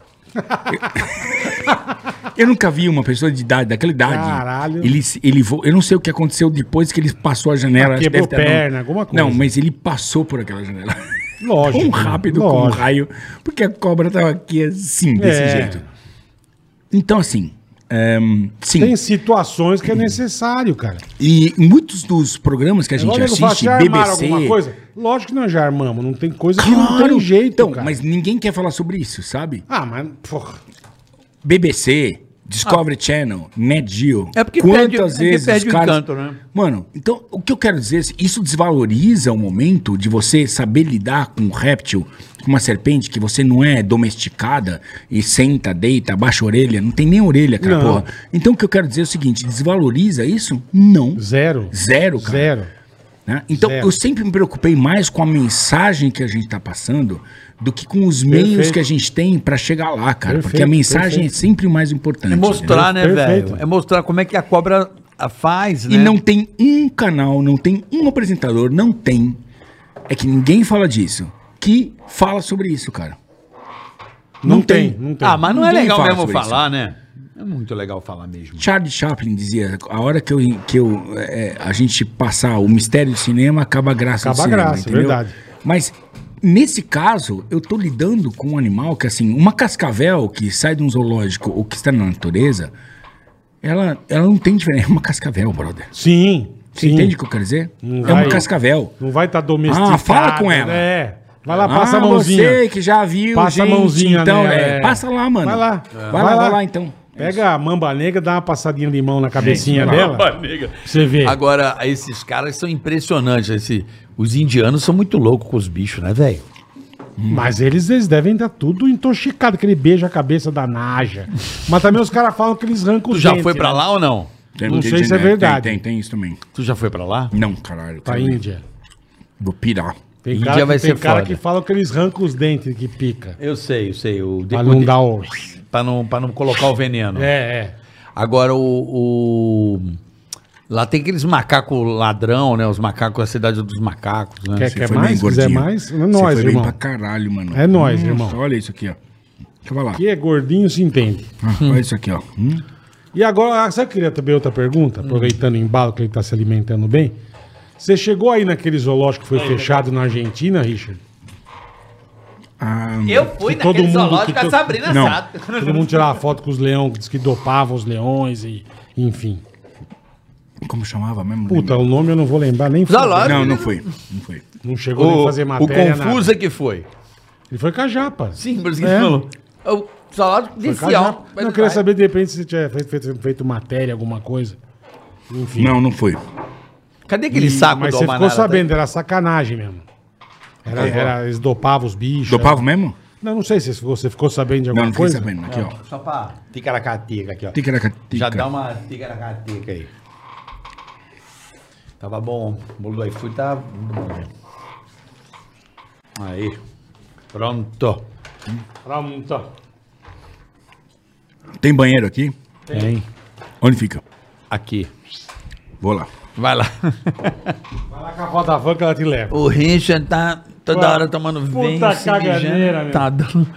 Speaker 4: Eu nunca vi uma pessoa de idade, daquela idade.
Speaker 2: Caralho.
Speaker 4: Ele, se- ele vo... Eu não sei o que aconteceu depois que ele passou a janela.
Speaker 2: Ah,
Speaker 4: acho que deve
Speaker 2: quebrou
Speaker 4: ter dado- um-
Speaker 2: perna, alguma coisa.
Speaker 4: Não, mas ele passou por aquela janela.
Speaker 2: Lógico.
Speaker 4: Tão rápido como um
Speaker 2: lógico.
Speaker 4: raio, porque a cobra tava aqui assim, desse
Speaker 2: É.
Speaker 4: jeito. Então, assim, ehm, sim.
Speaker 2: Tem situações que é necessário, cara.
Speaker 4: E muitos dos programas que a gente
Speaker 2: Agora eu falo,
Speaker 4: assiste,
Speaker 2: já armaram alguma
Speaker 4: BBC...
Speaker 2: coisa? Lógico que nós já armamos. Não tem coisa que não
Speaker 4: Claro,
Speaker 2: tem jeito,
Speaker 4: então,
Speaker 2: cara.
Speaker 4: mas ninguém quer falar sobre isso, sabe?
Speaker 2: Ah, mas... Porra.
Speaker 4: BBC, Discovery Channel, Net Geo.
Speaker 3: Ah. É porque perde- é
Speaker 4: quantas
Speaker 3: porque
Speaker 4: vezes
Speaker 3: perde
Speaker 4: os
Speaker 3: o
Speaker 4: caras...
Speaker 3: encanto, né?
Speaker 4: Mano, então o que eu quero dizer é isso desvaloriza o momento de você saber lidar com um réptil, com uma serpente que você não é domesticada e senta, deita, abaixa a orelha, não tem nem orelha, cara,
Speaker 2: Não.
Speaker 4: porra. Então o que eu quero dizer é o seguinte, desvaloriza isso? Não.
Speaker 2: Zero.
Speaker 4: Zero, cara.
Speaker 2: Zero.
Speaker 4: né? Então
Speaker 2: Zero.
Speaker 4: eu sempre me preocupei mais com a mensagem que a gente está passando do que com os meios
Speaker 2: Perfeito.
Speaker 4: que a gente tem para chegar lá, cara. porque
Speaker 2: Perfeito,
Speaker 4: a mensagem é
Speaker 2: perfeito.
Speaker 4: sempre o mais importante.
Speaker 3: É mostrar, né,
Speaker 2: entendeu? Perfeito.
Speaker 3: velho? É mostrar como é que a cobra ah, faz, né?
Speaker 4: entendeu? E não tem um canal, não tem um apresentador, não tem. É que ninguém fala disso. Que fala sobre isso, cara.
Speaker 2: Não, tem. Não tem.
Speaker 3: Ah, mas não é
Speaker 4: Ninguém
Speaker 3: legal
Speaker 4: fala
Speaker 3: mesmo
Speaker 4: sobre isso.
Speaker 3: falar, né? É muito legal falar mesmo.
Speaker 4: Charlie Chaplin dizia: a hora que, eu, que eu, é, a gente passar o mistério do cinema, acaba a graça
Speaker 2: Acaba
Speaker 4: do
Speaker 2: a
Speaker 4: cinema.
Speaker 2: graça, verdade.
Speaker 4: Mas nesse caso, eu tô lidando com um animal que, assim, uma cascavel que sai de um zoológico ou que está na natureza, ela, ela não tem diferença. É uma cascavel, brother.
Speaker 2: Sim.
Speaker 4: Você
Speaker 2: sim. Hum,
Speaker 4: entende o que eu quero dizer?
Speaker 2: Não
Speaker 4: é uma
Speaker 2: vai-
Speaker 4: cascavel.
Speaker 2: Não vai estar tá domesticado.
Speaker 4: Ah, fala com ela.
Speaker 2: É. Vai lá, passa
Speaker 4: Ah,
Speaker 2: a mãozinha.
Speaker 4: Você que já viu,
Speaker 2: Passa a mãozinha,
Speaker 4: então,
Speaker 2: né?
Speaker 4: é,
Speaker 2: É.
Speaker 4: Passa lá, mano.
Speaker 2: Vai lá.
Speaker 4: Vai, lá, vai lá, então.
Speaker 2: Pega a mamba negra, dá uma passadinha de mão na cabecinha dela. Pra você vê.
Speaker 3: Agora, esses caras são impressionantes. Esse... Os indianos são muito loucos com os bichos, né, velho?
Speaker 2: Mas eles, eles devem estar tudo intoxicado, que ele beija a cabeça da Naja. Mas também os caras falam que eles arrancam
Speaker 3: Tu
Speaker 2: os
Speaker 3: já
Speaker 2: dentes,
Speaker 3: foi pra
Speaker 2: né?
Speaker 3: lá ou não?
Speaker 4: Tem-
Speaker 2: Não
Speaker 4: tem-
Speaker 2: sei se é
Speaker 4: tem-
Speaker 2: verdade. Tá
Speaker 4: Tem, tem, tem isso também.
Speaker 3: Tu já foi pra lá?
Speaker 4: Não, caralho.
Speaker 2: Pra
Speaker 4: cara.
Speaker 2: Índia.
Speaker 4: Vou pirar.
Speaker 2: Tem
Speaker 3: Índia
Speaker 2: cara, que-
Speaker 3: vai
Speaker 2: tem
Speaker 3: ser
Speaker 2: cara
Speaker 3: foda.
Speaker 2: que fala que eles arrancam os dentes que pica.
Speaker 3: Eu sei, eu sei. O...
Speaker 2: Pra não dar o...
Speaker 3: Pra não, pra não colocar o veneno.
Speaker 2: É, é.
Speaker 3: Agora, o, o- Lá tem aqueles macacos ladrão, né? Os macacos, a cidade dos macacos, né?
Speaker 2: Quer,
Speaker 4: Você
Speaker 2: quer
Speaker 4: foi bem
Speaker 2: mais? Quiser
Speaker 4: gordinho.
Speaker 2: mais? É
Speaker 4: Você
Speaker 2: nóis,
Speaker 4: foi bem
Speaker 2: irmão.
Speaker 4: pra caralho, mano. Hum,
Speaker 2: É nóis, irmão.
Speaker 4: Olha isso aqui, ó. Deixa eu lá.
Speaker 2: Que é gordinho se entende.
Speaker 4: Ah, olha isso aqui, ó. Hum?
Speaker 2: E agora, ah, sabe que eu queria também outra pergunta?
Speaker 3: Hum.
Speaker 2: Aproveitando o embalo que ele tá se alimentando bem. Você chegou aí naquele zoológico que foi fechado na Argentina, Richard?
Speaker 4: Ah,
Speaker 8: Eu fui
Speaker 2: Que
Speaker 8: naquele
Speaker 2: todo mundo
Speaker 8: zoológico
Speaker 2: que
Speaker 8: com a
Speaker 2: to-
Speaker 8: Sabrina
Speaker 4: Não.
Speaker 8: Sato.
Speaker 2: Todo mundo tirava foto com os leões, que diz que dopava os leões e... Enfim.
Speaker 4: como chamava mesmo?
Speaker 2: Puta, o nome eu não vou lembrar nem...
Speaker 3: Zoológico.
Speaker 4: Não, não foi. Não foi.
Speaker 2: Não chegou nem a
Speaker 3: O,
Speaker 2: fazer
Speaker 3: o
Speaker 2: matéria,
Speaker 3: confuso
Speaker 2: nada.
Speaker 3: é que foi.
Speaker 2: Ele foi com a japa.
Speaker 3: Sim, por isso que
Speaker 2: É.
Speaker 3: você falou. O salário
Speaker 2: Foi com a
Speaker 3: desse ó.
Speaker 2: japa. Não, eu queria saber, de repente, se tinha feito, feito- feito matéria, alguma coisa. Enfim.
Speaker 4: Não, não foi.
Speaker 3: Cadê aquele saco
Speaker 2: Mas
Speaker 3: do
Speaker 2: você ficou
Speaker 4: tá
Speaker 3: Almanara?
Speaker 2: sabendo, era sacanagem mesmo. Era, era, eles dopavam os bichos.
Speaker 4: Dopava mesmo?
Speaker 2: Não, não sei se você ficou sabendo de
Speaker 4: Não,
Speaker 2: alguma
Speaker 4: não fiquei
Speaker 2: coisa. Ah.
Speaker 4: sabendo. Aqui, ó.
Speaker 3: Só pra ticaracatica aqui, ó.
Speaker 4: Ticaracatica.
Speaker 3: Já dá uma ticaracatica aí. Tava bom. O bolo do iFood tá muito bom, né? Aí. Pronto.
Speaker 2: então, Pronto.
Speaker 3: um-
Speaker 4: Tem banheiro aqui?
Speaker 3: Tem.
Speaker 4: Onde fica?
Speaker 3: Aqui.
Speaker 4: Vou lá.
Speaker 3: Vai lá.
Speaker 2: Vai lá com a roda van que ela te leva.
Speaker 3: O Richard tá toda
Speaker 2: Ué,
Speaker 3: hora tomando
Speaker 2: puta
Speaker 3: vinho. se
Speaker 2: caganeira,
Speaker 3: mijando.
Speaker 2: meu.
Speaker 3: Tá dando.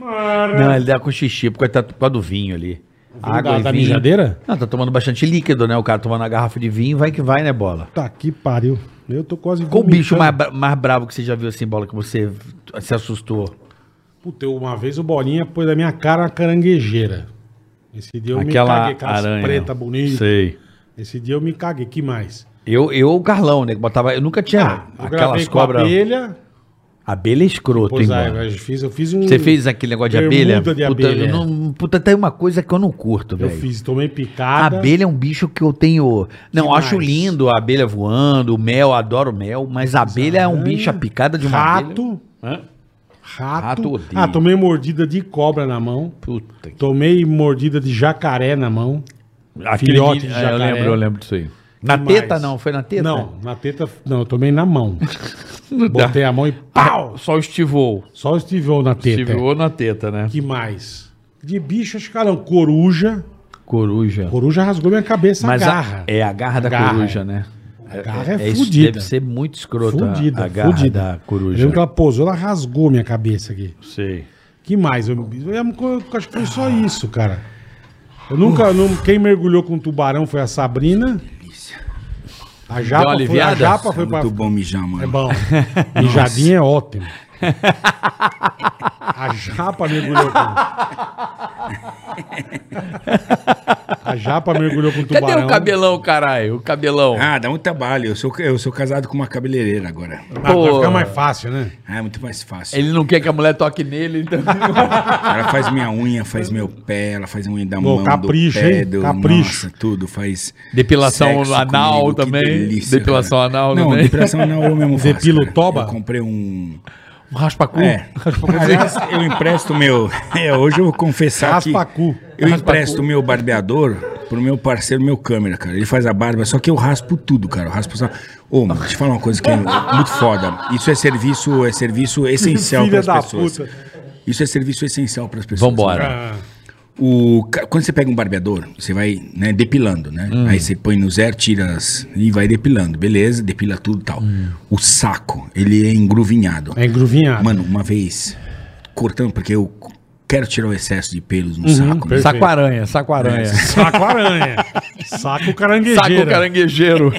Speaker 2: É.
Speaker 3: Não, ele dá com xixi, porque tá por causa do vinho ali. Água
Speaker 2: da-
Speaker 3: e
Speaker 2: da
Speaker 3: vinho.
Speaker 2: É mijadeira?
Speaker 3: Não, tá tomando bastante líquido, né? O cara tomando a garrafa de vinho, vai que vai, né, bola?
Speaker 2: Tá que pariu. Eu tô quase.
Speaker 3: Qual o
Speaker 2: vomitando.
Speaker 3: bicho mais, bra- mais bravo que você já viu assim, bola, que você se assustou?
Speaker 2: Puta, eu- uma vez o Bolinha pôs na minha cara uma caranguejeira. Esse dia eu me caguei, aquelas preta bonita.
Speaker 3: Sei.
Speaker 2: Esse dia eu me caguei. Que mais? Ah,
Speaker 3: Eu, eu, o Carlão, né? Que botava. Eu nunca tinha.
Speaker 2: É, eu
Speaker 3: aquelas
Speaker 2: gravei com
Speaker 3: cobras. Abelha.
Speaker 2: abelha.
Speaker 3: é escroto, hein,
Speaker 2: Pois é,
Speaker 3: mano?
Speaker 2: eu fiz, eu fiz um.
Speaker 3: Você fez aquele negócio de
Speaker 2: bermuda
Speaker 3: abelha?
Speaker 2: de
Speaker 3: puta,
Speaker 2: abelha.
Speaker 3: eu não- puta, tem uma coisa que eu não curto,
Speaker 2: Eu
Speaker 3: velho.
Speaker 2: fiz, tomei
Speaker 3: A
Speaker 2: picada.
Speaker 3: abelha é um bicho que eu tenho. Não,
Speaker 2: Demais.
Speaker 3: acho lindo a abelha voando, o mel, adoro mel, mas a abelha é um
Speaker 2: aranha,
Speaker 3: bicho a picada de uma abelha.
Speaker 2: rato. né?
Speaker 3: Rato
Speaker 2: Rato.
Speaker 3: odeio.
Speaker 2: ah, tomei mordida de cobra na mão.
Speaker 3: Puta que.
Speaker 2: Tomei mordida de jacaré na mão.
Speaker 5: Aquele
Speaker 2: Filhote
Speaker 5: que-
Speaker 2: de
Speaker 5: é, Eu
Speaker 2: jacaré.
Speaker 5: lembro, eu lembro disso aí.
Speaker 3: Na
Speaker 2: Que
Speaker 3: teta
Speaker 2: mais?
Speaker 3: não, foi na teta?
Speaker 2: Não, na teta. Não, eu tomei na mão.
Speaker 5: Não dá.
Speaker 2: Botei a mão e
Speaker 5: Pau!
Speaker 2: pau!
Speaker 5: Só estivou.
Speaker 2: Só estivou na teta. é.
Speaker 5: Estivou na teta, né?
Speaker 2: Que mais? De bicho, acho que cara, não. Coruja.
Speaker 3: Coruja.
Speaker 2: Coruja rasgou minha cabeça
Speaker 3: Mas
Speaker 2: a
Speaker 3: a-
Speaker 2: garra.
Speaker 3: é a garra da
Speaker 2: Garra,
Speaker 3: coruja, né?
Speaker 2: A garra é,
Speaker 3: isso
Speaker 2: fudida.
Speaker 3: Deve ser muito escroto a-
Speaker 2: fudida,
Speaker 3: a garra
Speaker 2: fudida.
Speaker 3: da
Speaker 2: Eu
Speaker 3: coruja.
Speaker 2: lembro que ela pousou, ela rasgou minha cabeça aqui.
Speaker 5: Sei.
Speaker 2: Que mais? Eu, eu, eu acho que foi só isso, cara. Eu nunca. não- quem mergulhou com tubarão foi a Sabrina. A
Speaker 3: uma
Speaker 2: japa, foi, a
Speaker 3: aliviada?
Speaker 2: japa foi
Speaker 4: é
Speaker 2: pra.
Speaker 4: muito bom mijar,
Speaker 2: É
Speaker 4: mano.
Speaker 2: bom. Mijadinha é ótimo. A japa mergulhou com. A japa mergulhou com tubarão.
Speaker 3: Cadê o cabelão, caralho? O cabelão.
Speaker 4: Ah, dá muito trabalho. Eu sou, eu sou casado com uma cabeleireira agora.
Speaker 2: Ah, agora
Speaker 3: Pô.
Speaker 2: fica mais fácil, né?
Speaker 4: Ah, é muito mais fácil.
Speaker 3: Ele não quer que a mulher toque nele, então.
Speaker 4: Ela faz minha unha, faz meu pé, ela faz a unha da
Speaker 2: Pô,
Speaker 4: mão,
Speaker 2: capricho,
Speaker 4: do pé,
Speaker 2: hein?
Speaker 4: do,
Speaker 2: Capricho.
Speaker 4: nossa, tudo, faz
Speaker 3: Depilação
Speaker 4: sexo
Speaker 3: anal
Speaker 4: comigo, que
Speaker 3: também.
Speaker 4: delícia,
Speaker 3: Depilação
Speaker 4: cara.
Speaker 3: anal
Speaker 4: Não,
Speaker 3: também.
Speaker 4: depilação anal eu mesmo faço,
Speaker 2: Depilo
Speaker 4: cara.
Speaker 2: toba?
Speaker 4: Eu comprei um...
Speaker 3: Um Raspa-cu.
Speaker 4: É, aliás, eu empresto meu... É, hoje eu vou confessar que...
Speaker 2: Raspa cu.
Speaker 4: Eu empresto o meu barbeador pro meu parceiro, meu câmera, cara. Ele faz a barba, só que eu raspo tudo, cara. Eu raspo só. Ô, mano, deixa eu falar uma coisa que é muito foda. Isso é serviço, é serviço essencial para
Speaker 2: Filha
Speaker 4: as
Speaker 2: da
Speaker 4: pessoas.
Speaker 2: puta.
Speaker 4: Isso é serviço essencial para as pessoas.
Speaker 3: Vambora.
Speaker 2: Ah,
Speaker 4: O, ca- quando você pega um barbeador, você vai né, depilando, né? Aí você põe no zero, tira as, e vai depilando. Beleza, depila tudo e tal. O saco, ele é engruvinhado.
Speaker 2: é engruvinhado.
Speaker 4: Mano, uma vez, cortando, porque eu quero tirar o excesso de pelos no saco. né?
Speaker 2: perfeito. É.
Speaker 3: Saco-aranha, saco-aranha.
Speaker 2: Saco aranha. Saco caranguejeira.
Speaker 3: Saco caranguejeiro.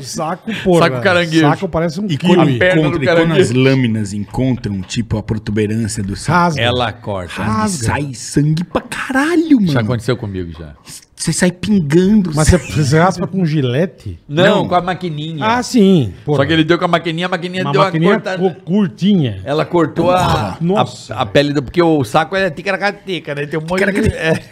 Speaker 2: Saco, porra.
Speaker 3: Saco caranguejo.
Speaker 2: Saco parece um
Speaker 4: E quando,
Speaker 2: kiwi.
Speaker 3: perna do
Speaker 4: encontra, e quando as
Speaker 3: caranguejo.
Speaker 4: lâminas encontram, tipo, a protuberância do saco,
Speaker 2: Rasga.
Speaker 3: Ela corta.
Speaker 2: Hum.
Speaker 4: rasga, sai sangue pra caralho,
Speaker 3: Já
Speaker 4: mano.
Speaker 3: aconteceu comigo já.
Speaker 4: Você sai pingando.
Speaker 2: Mas você, você raspa com gilete?
Speaker 3: Não, com a maquininha.
Speaker 2: Ah, sim.
Speaker 3: Só que ele deu com a maquininha, a maquininha
Speaker 2: Uma
Speaker 3: deu uma
Speaker 2: maquininha
Speaker 3: cortada.
Speaker 2: cu- curtinha.
Speaker 3: Ela cortou a,
Speaker 2: Nossa,
Speaker 3: a, a pele do. Porque o saco é ticaracateca, né? Tem um monte de. É,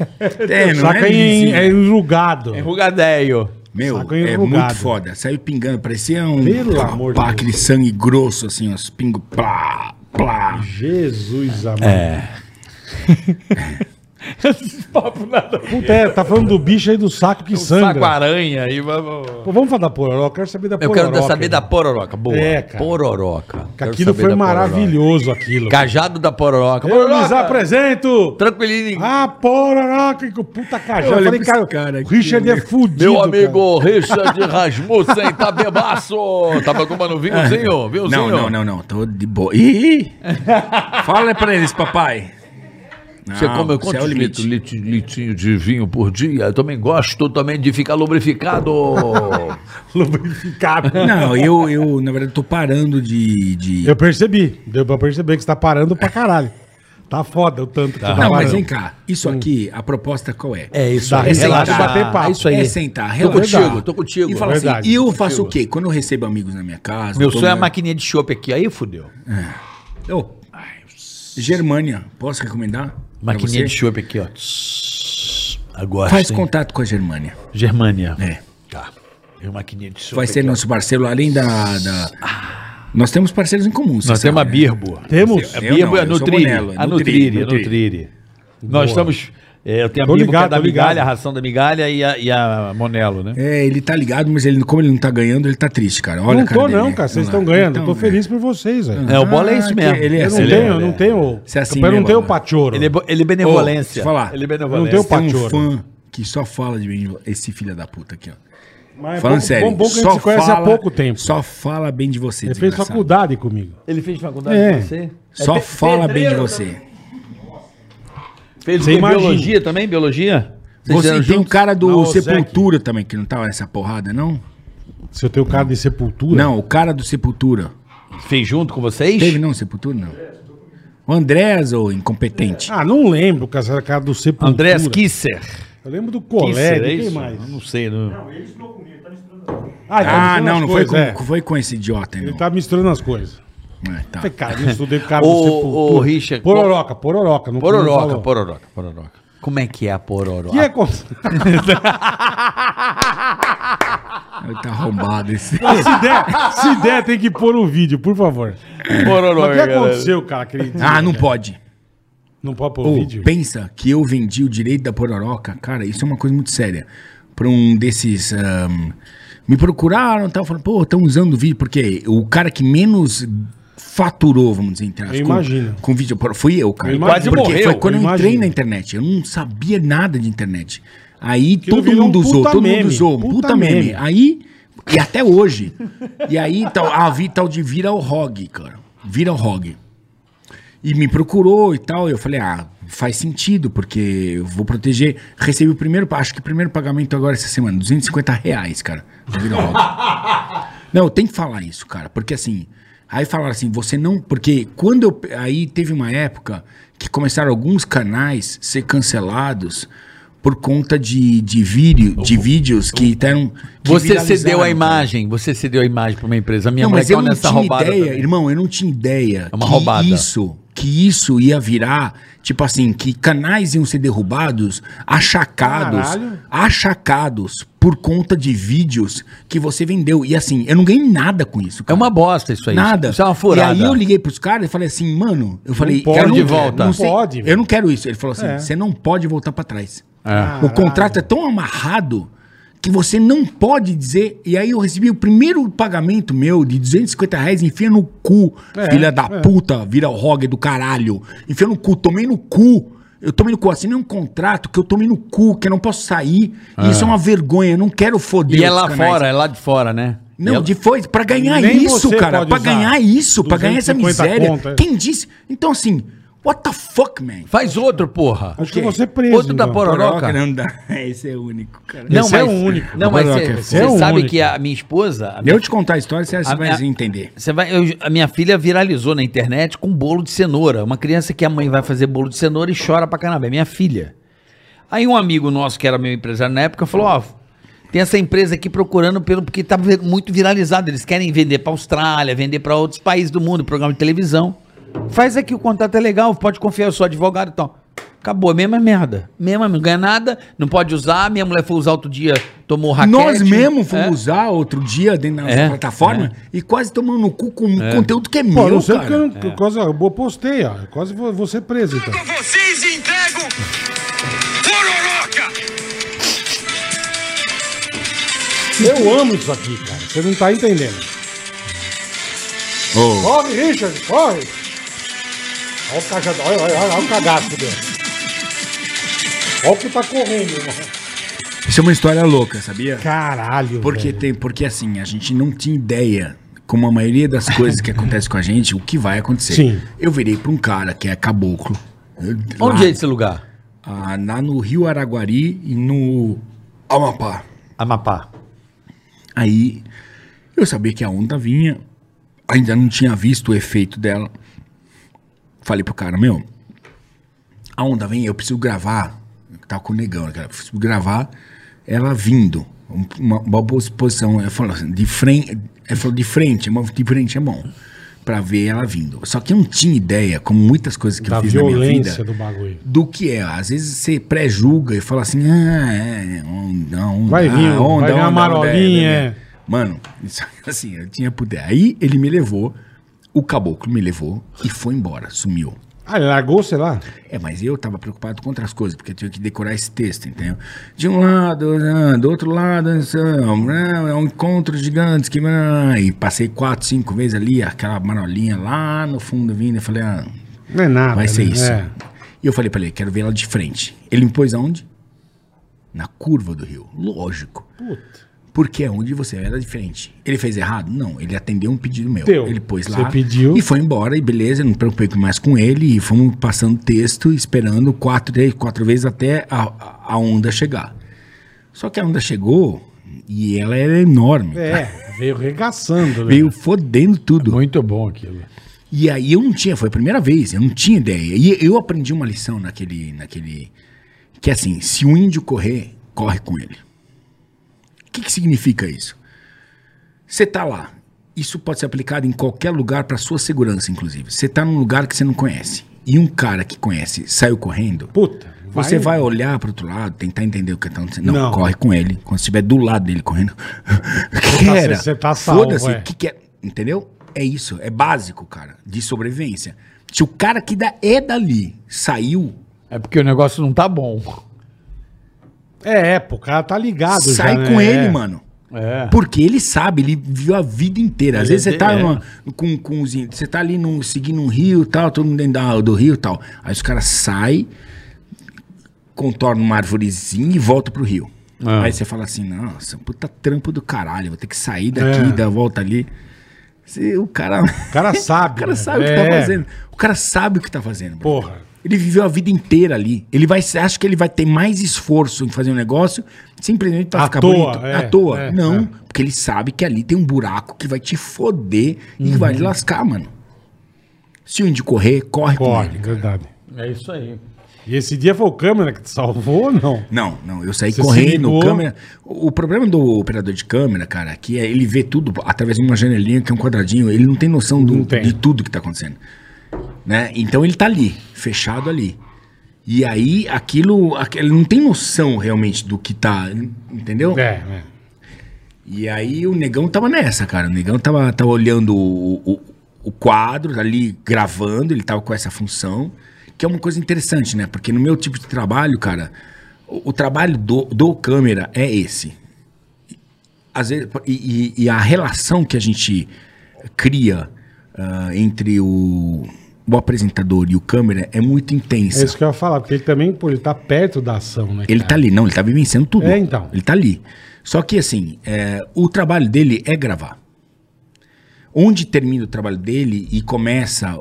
Speaker 4: É, não
Speaker 2: Saco
Speaker 4: é
Speaker 2: é, em-
Speaker 4: lisinho.
Speaker 2: é enrugado.
Speaker 3: enrugadéio.
Speaker 4: Meu,
Speaker 2: saco
Speaker 4: é
Speaker 2: enrugado.
Speaker 4: muito foda. Saiu pingando, parecia um...
Speaker 2: Pelo
Speaker 4: pá,
Speaker 2: amor de
Speaker 4: pá,
Speaker 2: Deus.
Speaker 4: Aquele sangue grosso, assim, os pingos... Plá, plá.
Speaker 2: Jesus amado. É.
Speaker 3: Esses papo nada.
Speaker 2: Puta, é, tá falando do bicho aí do saco que sangra.
Speaker 3: Saco-aranha. aí, vamos-
Speaker 2: Pô, vamos falar da pororó, eu quero saber da
Speaker 3: Eu
Speaker 2: pororó.
Speaker 3: quero saber da pororoca. Boa.
Speaker 2: É, cara.
Speaker 3: Pororoca. Quero
Speaker 2: Aquilo
Speaker 3: saber
Speaker 2: foi
Speaker 3: da pororoca.
Speaker 2: maravilhoso, aquilo.
Speaker 3: Cajado da pororoca.
Speaker 2: Eu lhes apresento
Speaker 3: Tranquilinho.
Speaker 2: a pororoca com puta
Speaker 4: Eu
Speaker 2: cajão. Eu
Speaker 4: olhei
Speaker 2: falei,
Speaker 4: pra
Speaker 2: cara,
Speaker 4: esse cara
Speaker 2: o
Speaker 4: aqui,
Speaker 2: Richard é
Speaker 4: meu-
Speaker 2: fudido,
Speaker 3: Meu
Speaker 2: cara.
Speaker 3: amigo Richard Rasmussen tá bebaço. Tava tomando vinhozinho, vinhozinho.
Speaker 4: Não, não, não, não. Tô de boa. Ih! Fala pra eles, papai.
Speaker 3: Você
Speaker 4: Não,
Speaker 3: come
Speaker 4: esse é o
Speaker 3: quantos
Speaker 4: limite.
Speaker 3: litros lit- litrinho de vinho por dia? Eu também gosto também de ficar lubrificado.
Speaker 2: Lubrificado.
Speaker 4: Não, eu, eu, na verdade, tô parando de... de...
Speaker 2: Eu percebi. Deu pra perceber que você tá parando pra caralho. Tá foda o tanto que você tá
Speaker 4: Não, mas
Speaker 2: parando. Hum.
Speaker 4: vem cá. Isso aqui, a proposta qual é?
Speaker 3: é isso
Speaker 2: Dá
Speaker 3: aí.
Speaker 2: risada,
Speaker 3: Relaxa,
Speaker 2: bater papo.
Speaker 3: É isso aí.
Speaker 4: É sentar,
Speaker 3: Tô
Speaker 4: relaxar.
Speaker 3: contigo, tô contigo.
Speaker 4: E fala
Speaker 2: Verdade.
Speaker 4: assim, e eu faço o quê? Quando eu recebo amigos na minha casa...
Speaker 3: Meu
Speaker 4: tô
Speaker 3: sonho é a
Speaker 4: na-
Speaker 3: maquininha de chopp aqui. Aí fudeu.
Speaker 4: Ô, ai, Germânia, posso recomendar? pra
Speaker 3: Maquininha
Speaker 4: você?
Speaker 3: de chopp aqui, ó. Agora
Speaker 4: Faz
Speaker 3: sim.
Speaker 4: contato com a Germânia.
Speaker 3: Germânia.
Speaker 4: É.
Speaker 3: Tá. E uma maquininha de chopp
Speaker 4: Vai ser nosso parceiro, além da... da-
Speaker 2: Ah.
Speaker 4: Nós temos parceiros em comum, você
Speaker 3: Nós
Speaker 4: sabe,
Speaker 3: temos a
Speaker 4: né?
Speaker 3: Birbo.
Speaker 2: Temos?
Speaker 3: A
Speaker 4: Eu
Speaker 3: Birbo
Speaker 4: não,
Speaker 3: é a
Speaker 4: eu sou
Speaker 3: Nutrire.
Speaker 4: Monello, é
Speaker 3: A
Speaker 4: Nutrire,
Speaker 3: Nutrire, a
Speaker 4: Nutrire.
Speaker 3: Nutrire. Nós estamos
Speaker 5: É, eu tenho
Speaker 2: Tô
Speaker 5: a bíblia
Speaker 2: ligado,
Speaker 5: da
Speaker 2: tô ligado.
Speaker 5: migalha, a ração da migalha e a, e a Monelo, né?
Speaker 4: É, ele tá ligado, mas ele, como ele não tá ganhando, ele tá triste, cara. Olha,
Speaker 2: não
Speaker 4: a cara
Speaker 2: tô,
Speaker 4: dele,
Speaker 2: não,
Speaker 4: né?
Speaker 2: cara. Vocês
Speaker 4: Olha lá.
Speaker 2: estão ganhando.
Speaker 4: Então,
Speaker 2: tô feliz
Speaker 4: é.
Speaker 2: por vocês, velho.
Speaker 5: É, o Bola é isso
Speaker 4: que
Speaker 5: mesmo.
Speaker 4: Ele é
Speaker 2: Eu não
Speaker 4: assim,
Speaker 2: tenho,
Speaker 4: né?
Speaker 2: eu não tenho.
Speaker 4: Você é assim
Speaker 2: eu não
Speaker 4: mesmo,
Speaker 2: tenho
Speaker 4: né?
Speaker 2: pachorro.
Speaker 5: Ele é, bo- ele é benevolência.
Speaker 4: Ô, deixa eu falar.
Speaker 5: Ele é
Speaker 2: Eu não tenho
Speaker 5: benevolência.
Speaker 4: Tem um
Speaker 2: pachorro.
Speaker 4: fã que só fala de bem de vo- esse filho da puta aqui, ó.
Speaker 2: Mas é
Speaker 4: Falando
Speaker 2: bom-
Speaker 4: sério,
Speaker 2: Bom, bom que a gente
Speaker 4: só
Speaker 2: se conhece há
Speaker 4: fala- né?
Speaker 2: pouco tempo.
Speaker 4: Só fala bem de você,
Speaker 2: Ele fez
Speaker 4: desgraçado.
Speaker 2: faculdade comigo.
Speaker 5: Ele fez faculdade
Speaker 2: É. né?
Speaker 5: com você?
Speaker 4: Só
Speaker 5: pe-
Speaker 4: fala bem de
Speaker 5: pedreiro
Speaker 4: você.
Speaker 5: Fez
Speaker 2: Você
Speaker 5: o quê?
Speaker 2: imagina.
Speaker 5: biologia também? Biologia? Vocês
Speaker 4: Você
Speaker 5: eram
Speaker 4: tem um o
Speaker 5: juntos?
Speaker 4: cara do
Speaker 2: Na Ozec.
Speaker 4: Sepultura também, que não tava essa porrada, não?
Speaker 2: Se eu tenho cara de sepultura.
Speaker 4: Não, o cara do Sepultura.
Speaker 5: Fez junto com vocês?
Speaker 4: Teve não, Sepultura, não. O Andrés, ou incompetente.
Speaker 2: Ah, não lembro, cara. se era cara do sepultura.
Speaker 5: Andrés Kisser.
Speaker 2: Eu lembro do colégio.
Speaker 5: é
Speaker 2: Quem
Speaker 5: isso?
Speaker 2: mais?
Speaker 5: Eu Não sei. Não...
Speaker 2: Ah, ele tá
Speaker 4: Ah,
Speaker 2: misturando
Speaker 4: não,
Speaker 2: as
Speaker 4: não foi,
Speaker 2: coisas,
Speaker 4: com,
Speaker 2: é.
Speaker 4: foi com esse idiota,
Speaker 2: Ele
Speaker 4: irmão.
Speaker 2: tá misturando as coisas.
Speaker 4: É, tá.
Speaker 2: Falei, cara, eu estudei com cara
Speaker 3: Ô,
Speaker 2: do sepultura.
Speaker 3: ô, Richard,
Speaker 2: Pororoca, pororoca. Não não
Speaker 3: Pororoca,
Speaker 2: falou.
Speaker 3: pororoca, pororoca. Como é que é a pororoca?
Speaker 2: O que aconteceu?
Speaker 4: Ele tá arrombado esse.
Speaker 2: Se der, se der, tem que pôr o vídeo, por favor. Mas o que
Speaker 5: Pororoca,
Speaker 2: aconteceu, cara, aquele dia?
Speaker 4: Ah, não pode.
Speaker 2: Não pode pôr o
Speaker 4: Ô,
Speaker 2: vídeo?
Speaker 4: pensa que eu vendi o direito da Pororoca, cara, isso é uma coisa muito séria. Pra um desses. ahm, me procuraram e tal, falaram, pô, estão usando o vídeo, porque o cara que menos faturou, vamos dizer, entre aspas,
Speaker 2: Eu
Speaker 4: com-
Speaker 2: imagino.
Speaker 4: Com vídeo porno, fui eu, cara.
Speaker 2: Eu imagino.
Speaker 4: porque
Speaker 5: Quase
Speaker 4: foi
Speaker 5: morreu,
Speaker 4: quando
Speaker 2: eu
Speaker 4: eu entrei
Speaker 2: imagino.
Speaker 4: na internet, eu não sabia nada de internet. Aí
Speaker 2: Aquilo
Speaker 4: todo
Speaker 2: virou um
Speaker 4: mundo usou,
Speaker 2: puta
Speaker 4: todo
Speaker 2: meme,
Speaker 4: mundo usou, um
Speaker 2: puta
Speaker 4: puta meme.
Speaker 2: meme.
Speaker 4: Aí, e até hoje. e aí, tal, ah, vi tal de Vira o Rog, cara. Vira o Rog. E me procurou e tal. Eu falei, ah, faz sentido, porque eu vou proteger. Recebi o primeiro, pa- acho que o primeiro pagamento agora essa semana, 250 reais, cara. do Vila Rock. não, tem que falar isso, cara, porque assim. Aí falaram assim, você não. Porque quando eu. pe- Aí teve uma época que começaram alguns canais ser cancelados por conta de, de, vídeo, de vídeos que deram. que
Speaker 3: Uhum. Você cedeu
Speaker 4: viralizaram,
Speaker 3: a
Speaker 4: cara.
Speaker 3: imagem, você cedeu a imagem pra uma empresa. A minha
Speaker 4: Não,
Speaker 3: mulher
Speaker 4: mas eu
Speaker 3: caiu
Speaker 4: não
Speaker 3: nessa
Speaker 4: tinha
Speaker 3: roubada.
Speaker 4: ideia,
Speaker 3: também.
Speaker 4: irmão, eu não tinha ideia
Speaker 3: É uma
Speaker 4: que
Speaker 3: roubada.
Speaker 4: isso, que isso ia virar, tipo assim, que canais iam ser derrubados, achacados,
Speaker 2: Caralho.
Speaker 4: achacados por conta de vídeos que você vendeu. E assim, eu não ganhei nada com isso.
Speaker 3: É
Speaker 4: cara.
Speaker 3: uma bosta isso aí.
Speaker 4: Nada.
Speaker 3: Isso é uma furada.
Speaker 4: E aí eu liguei pros caras e falei assim, mano, eu falei,
Speaker 2: pode,
Speaker 4: eu
Speaker 3: de volta.
Speaker 4: Não sei-
Speaker 2: Não pode, velho.
Speaker 4: Eu não quero isso. Ele falou assim,
Speaker 2: É. Ah.
Speaker 4: você não pode voltar pra trás.
Speaker 2: Caralho.
Speaker 4: O contrato é tão amarrado que você não pode dizer. E aí eu recebi o primeiro pagamento meu de 250 reais, enfia no cu,
Speaker 2: É,
Speaker 4: filha da
Speaker 2: é.
Speaker 4: puta, vira o rogue do caralho. Enfia no cu, tomei no cu. Eu tomei no cu, assinei um contrato que eu tomei no cu, que eu não posso sair. E Isso é uma vergonha, eu não quero foder
Speaker 3: Ah. E é
Speaker 4: os
Speaker 3: lá
Speaker 4: canais.
Speaker 3: fora, é lá de fora, né?
Speaker 4: Não,
Speaker 3: é...
Speaker 4: depois, pra ganhar
Speaker 2: Nem
Speaker 4: isso,
Speaker 2: você
Speaker 4: cara,
Speaker 2: pode
Speaker 4: pra
Speaker 2: usar
Speaker 4: ganhar isso, pra ganhar essa
Speaker 2: 250
Speaker 4: miséria.
Speaker 2: conto, é.
Speaker 4: Quem disse? Então assim, what the fuck, man?
Speaker 3: Faz outro, porra.
Speaker 2: Acho que
Speaker 4: quê?
Speaker 2: você é preso.
Speaker 3: Outro da
Speaker 2: então.
Speaker 3: Pororoca.
Speaker 4: não dá. Esse é único, cara.
Speaker 3: Não,
Speaker 2: Esse é o único.
Speaker 3: Não, mas
Speaker 4: Pororoca é
Speaker 3: você
Speaker 2: foda.
Speaker 3: sabe
Speaker 2: Esse é o
Speaker 3: que a minha esposa, a minha,
Speaker 4: Eu te contar a história, você
Speaker 3: A
Speaker 4: vai
Speaker 3: minha-
Speaker 4: entender.
Speaker 3: você vai, eu- a minha filha viralizou na internet com bolo de cenoura. Uma criança que a mãe vai fazer bolo de cenoura e chora pra caramba. É minha filha. Aí um amigo nosso, que era meu empresário na época, falou: Ó, tem essa empresa aqui procurando pelo. Porque tá vi- muito viralizado. Eles querem vender pra Austrália, vender pra outros países do mundo, programa de televisão. Faz aqui, o contato é legal, pode confiar, eu sou advogado e tal. Acabou, a mesma merda. Mesma, não ganha nada, não pode usar. Minha mulher foi usar outro dia, tomou raquete.
Speaker 4: Nós mesmo
Speaker 3: É.
Speaker 4: fomos usar outro dia dentro da
Speaker 3: É,
Speaker 4: nossa plataforma e quase tomamos no cu com conteúdo que é
Speaker 2: É. Pô, eu
Speaker 4: meu,
Speaker 2: não sei porque
Speaker 4: cara.
Speaker 2: eu não.
Speaker 3: É.
Speaker 2: eu Quase, eu postei, ó. Eu Quase vou, vou ser preso, então.
Speaker 1: vocês entregam Pororoca!
Speaker 2: Eu amo isso aqui, cara. Você não tá entendendo. Corre, Richard, corre! Olha o, caja... olha, olha, olha, olha o cagaço dele. Olha o que tá correndo, irmão.
Speaker 4: Isso é uma história louca, sabia?
Speaker 2: Caralho,
Speaker 4: Porque, tem, porque assim, a gente não tinha ideia, como a maioria das coisas que acontece com a gente, o que vai acontecer.
Speaker 2: Sim.
Speaker 4: Eu virei pra um cara que é caboclo.
Speaker 3: Onde
Speaker 4: lá,
Speaker 3: é esse lugar?
Speaker 4: ah, lá no Rio Araguari e no Amapá.
Speaker 3: Amapá.
Speaker 4: Aí eu sabia que a onda vinha, ainda não tinha visto o efeito dela. Falei pro cara, meu, a onda vem, eu preciso gravar. Eu Tava com o negão, né, cara? Eu Preciso gravar ela vindo. Um- Uma, uma boa posição. Eu falo assim, de frente. Ele falou, de frente, é bom, de frente é bom. Pra ver ela vindo. Só que eu não tinha ideia, como muitas coisas que
Speaker 2: Da
Speaker 4: eu fiz na minha vida
Speaker 2: violência do bagulho.
Speaker 4: do que é. Às vezes você pré-julga e fala assim, ah, é, onda, onda,
Speaker 2: Vai vir, um,
Speaker 4: ah, onda,
Speaker 2: vai vir uma
Speaker 4: onda, onda,
Speaker 2: marolinha,
Speaker 4: é, é,
Speaker 2: é.
Speaker 4: é. Mano, isso, assim, eu tinha poder. Aí ele me levou, o caboclo me levou e foi embora, sumiu.
Speaker 2: Ah, ele largou, sei lá.
Speaker 4: É, mas eu tava preocupado com outras coisas, porque eu tinha que decorar esse texto, entendeu? De um lado, né, do outro lado, né, é um encontro gigante que. né, E passei quatro, cinco vezes ali, aquela marolinha lá no fundo vindo, eu falei, ah,
Speaker 2: Não é nada.
Speaker 4: vai ser
Speaker 2: né?
Speaker 4: isso.
Speaker 2: É.
Speaker 4: E eu falei pra ele, quero ver ela de frente. Ele me pôs aonde? Na curva do rio, lógico.
Speaker 2: Puta.
Speaker 4: Porque é onde você era de frente. Ele fez errado? Não, ele atendeu um pedido meu.
Speaker 2: Teu.
Speaker 4: Ele pôs
Speaker 2: Você
Speaker 4: lá.
Speaker 2: pediu.
Speaker 4: E foi embora, e beleza, não me preocupei mais com ele. E fomos passando texto, esperando quatro, três, quatro vezes até a, a onda chegar. Só que a onda chegou e ela era enorme. cara.
Speaker 2: É, veio regaçando. né?
Speaker 4: Veio fodendo tudo.
Speaker 6: Muito bom aquilo.
Speaker 4: E aí eu não tinha, foi a primeira vez, eu não tinha ideia. E eu aprendi uma lição naquele. naquele que é assim, se o índio correr, corre com ele. O que, que significa isso? Você tá lá. Isso pode ser aplicado em qualquer lugar para sua segurança, inclusive. Você tá num lugar que você não conhece. E um cara que conhece saiu correndo.
Speaker 2: Puta.
Speaker 4: Você vai olhar para outro lado, tentar entender o que está acontecendo. Não,
Speaker 2: Não.
Speaker 4: corre com ele. Quando estiver do lado dele correndo. que
Speaker 2: tá-
Speaker 4: era?
Speaker 2: você tá salvo,
Speaker 4: Foda-se.
Speaker 2: é.
Speaker 4: O que, que é? Entendeu? É isso. É básico, cara. De sobrevivência. Se o cara que dá, é dali saiu,
Speaker 6: É porque o negócio não tá bom.
Speaker 2: É, é, pô, o cara tá ligado
Speaker 4: sai
Speaker 2: já, né?
Speaker 4: com ele,
Speaker 2: É.
Speaker 4: mano.
Speaker 6: É.
Speaker 4: Porque ele sabe, ele viu a vida inteira. Às
Speaker 5: Ele
Speaker 4: vezes você
Speaker 5: é-
Speaker 4: tá,
Speaker 5: é.
Speaker 4: numa- com, com os, índios, você tá ali num, seguindo um rio e tal, todo mundo dentro da- do rio e tal. Aí os caras saem, contornam uma arvorezinha e voltam pro rio.
Speaker 2: Ah.
Speaker 4: Aí você fala assim, nossa, puta trampo do caralho, vou ter que sair daqui,
Speaker 2: É.
Speaker 4: dar a volta ali. Você- o cara...
Speaker 2: O cara sabe.
Speaker 4: O cara
Speaker 2: né?
Speaker 4: sabe o que tá
Speaker 2: É.
Speaker 4: fazendo. O cara sabe o que tá fazendo. bro.
Speaker 2: Porra.
Speaker 4: Ele viveu a vida inteira ali. Ele vai, acha que ele vai ter mais esforço em fazer um negócio simplesmente pra
Speaker 2: À
Speaker 4: ficar
Speaker 2: toa,
Speaker 4: bonito.
Speaker 2: é,
Speaker 4: à toa.
Speaker 2: é,
Speaker 4: Não,
Speaker 2: é.
Speaker 4: porque ele sabe que ali tem um buraco que vai te foder e que vai te lascar, mano. Se o índio correr, corre, com
Speaker 2: Uhum. Corre,
Speaker 4: ele.
Speaker 2: verdade.
Speaker 5: É isso aí.
Speaker 2: E esse dia foi o câmera que te salvou ou não?
Speaker 4: Não, não, eu saí
Speaker 2: Você se
Speaker 4: correndo,
Speaker 2: ligou?
Speaker 4: câmera. O, o problema do operador de câmera, cara, que é ele vê tudo através de uma janelinha que é um quadradinho, ele não tem noção do-
Speaker 2: Não tem.
Speaker 4: de tudo que tá acontecendo. Né? Então ele tá ali, fechado ali. E aí aquilo, aqu- ele não tem noção realmente do que tá, entendeu?
Speaker 2: É, é.
Speaker 4: E aí o negão tava nessa, cara. O negão tava, tava olhando o, o, o quadro ali, gravando, ele tava com essa função. Que é uma coisa interessante, né? Porque no meu tipo de trabalho, cara, o, o trabalho do, do câmera é esse. Às vezes, e, e- e a relação que a gente cria ah, entre o, o apresentador e o câmera é muito
Speaker 2: É
Speaker 4: intensa.
Speaker 2: isso que eu ia falar, porque ele também, pô, ele tá perto da ação, né?
Speaker 4: Ele tá ali, não, ele tá vivenciando tudo.
Speaker 2: É, então.
Speaker 4: Ele tá ali. Só que, assim, é, o trabalho dele é gravar. Onde termina o trabalho dele e começa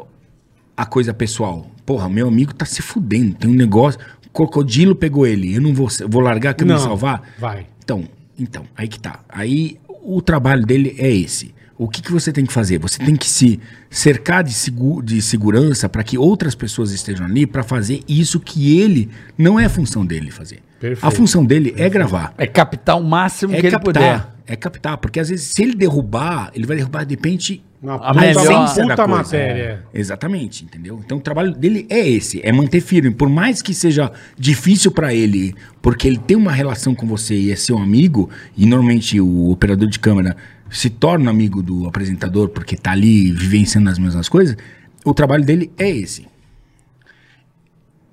Speaker 4: a coisa pessoal? Porra, meu amigo tá se fudendo, tem um negócio. Crocodilo pegou ele, eu não vou, vou largar que eu me
Speaker 2: Não,
Speaker 4: salvar?
Speaker 2: vai.
Speaker 4: Então, então, aí que tá. Aí o trabalho dele é esse. O que, que você tem que fazer? Você tem que se cercar de, segu- de segurança para que outras pessoas estejam ali para fazer isso que ele não é função dele fazer.
Speaker 2: Perfeito.
Speaker 4: A função dele é gravar.
Speaker 3: É captar o máximo
Speaker 4: É
Speaker 3: que ele puder.
Speaker 4: captar. É captar, porque às vezes se ele derrubar, ele vai derrubar de repente
Speaker 2: Uma
Speaker 3: A
Speaker 2: puta,
Speaker 3: melhor-
Speaker 2: é uma
Speaker 4: essência da
Speaker 2: puta
Speaker 4: é coisa.
Speaker 2: matéria.
Speaker 4: É. Exatamente, entendeu? Então o trabalho dele é esse, é manter firme, por mais que seja difícil pra ele, porque ele tem uma relação com você e é seu amigo, e normalmente o operador de câmera se torna amigo do apresentador porque tá ali vivenciando as mesmas coisas, o trabalho dele é esse.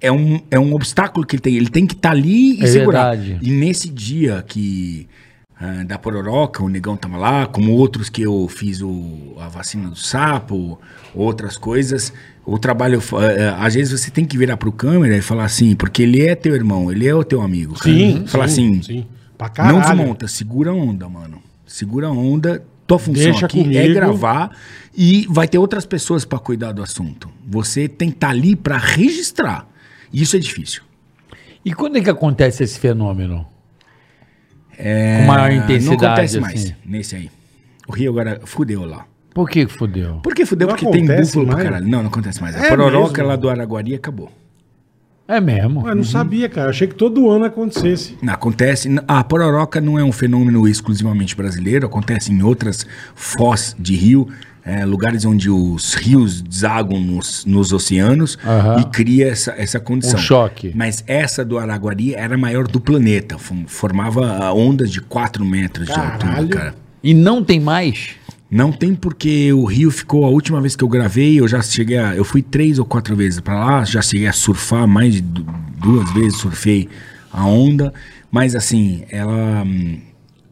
Speaker 4: É um, é um obstáculo que ele tem. Ele tem que estar ali e
Speaker 3: É
Speaker 4: segurar.
Speaker 3: verdade.
Speaker 4: E nesse dia que ah, da Pororoca, o Negão tava lá, como outros que eu fiz o, a vacina do sapo, outras coisas, o trabalho, ah, ah, às vezes você tem que virar pro câmera e falar assim, porque ele é teu irmão, ele é o teu amigo. cara.
Speaker 2: Sim.
Speaker 4: Falar
Speaker 2: sim,
Speaker 4: assim,
Speaker 2: Sim. Uhum. Pra caralho.
Speaker 4: não desmonta, segura a onda, mano. Segura a onda. Tua função
Speaker 2: Deixa
Speaker 4: aqui é
Speaker 2: comigo.
Speaker 4: gravar e vai ter outras pessoas pra cuidar do assunto. Você tem que estar ali pra registrar. Isso é difícil.
Speaker 3: E quando é que acontece esse fenômeno? Com maior
Speaker 4: Ah,
Speaker 3: intensidade.
Speaker 4: Não acontece
Speaker 3: assim.
Speaker 4: mais nesse aí. O Rio agora fudeu lá.
Speaker 3: Por que que fudeu?
Speaker 4: Por que fudeu?
Speaker 2: Não
Speaker 4: Porque tem
Speaker 2: acontece
Speaker 4: búfalo pra
Speaker 2: mais?
Speaker 4: caralho. Não, não acontece mais.
Speaker 2: É
Speaker 4: a pororoca
Speaker 2: mesmo?
Speaker 4: lá do Araguari acabou.
Speaker 3: É mesmo.
Speaker 4: Uhum.
Speaker 2: Ué, não sabia, cara. Achei que todo ano acontecesse.
Speaker 4: Não, acontece. A pororoca não é um fenômeno exclusivamente brasileiro, acontece em outras foz de rio, é, lugares onde os rios desagam nos, nos oceanos
Speaker 3: Aham.
Speaker 4: e cria essa, essa condição.
Speaker 3: Um choque.
Speaker 4: Mas essa do Araguari era a maior do planeta, fom- formava ah, ondas de 4 metros de altura,
Speaker 2: Caralho.
Speaker 4: cara.
Speaker 3: E não tem mais?
Speaker 4: Não tem porque o Rio ficou a última vez que eu gravei, eu já cheguei a, eu fui três ou quatro vezes pra lá, já cheguei a surfar mais de du- duas vezes, surfei a onda, mas assim, ela hum,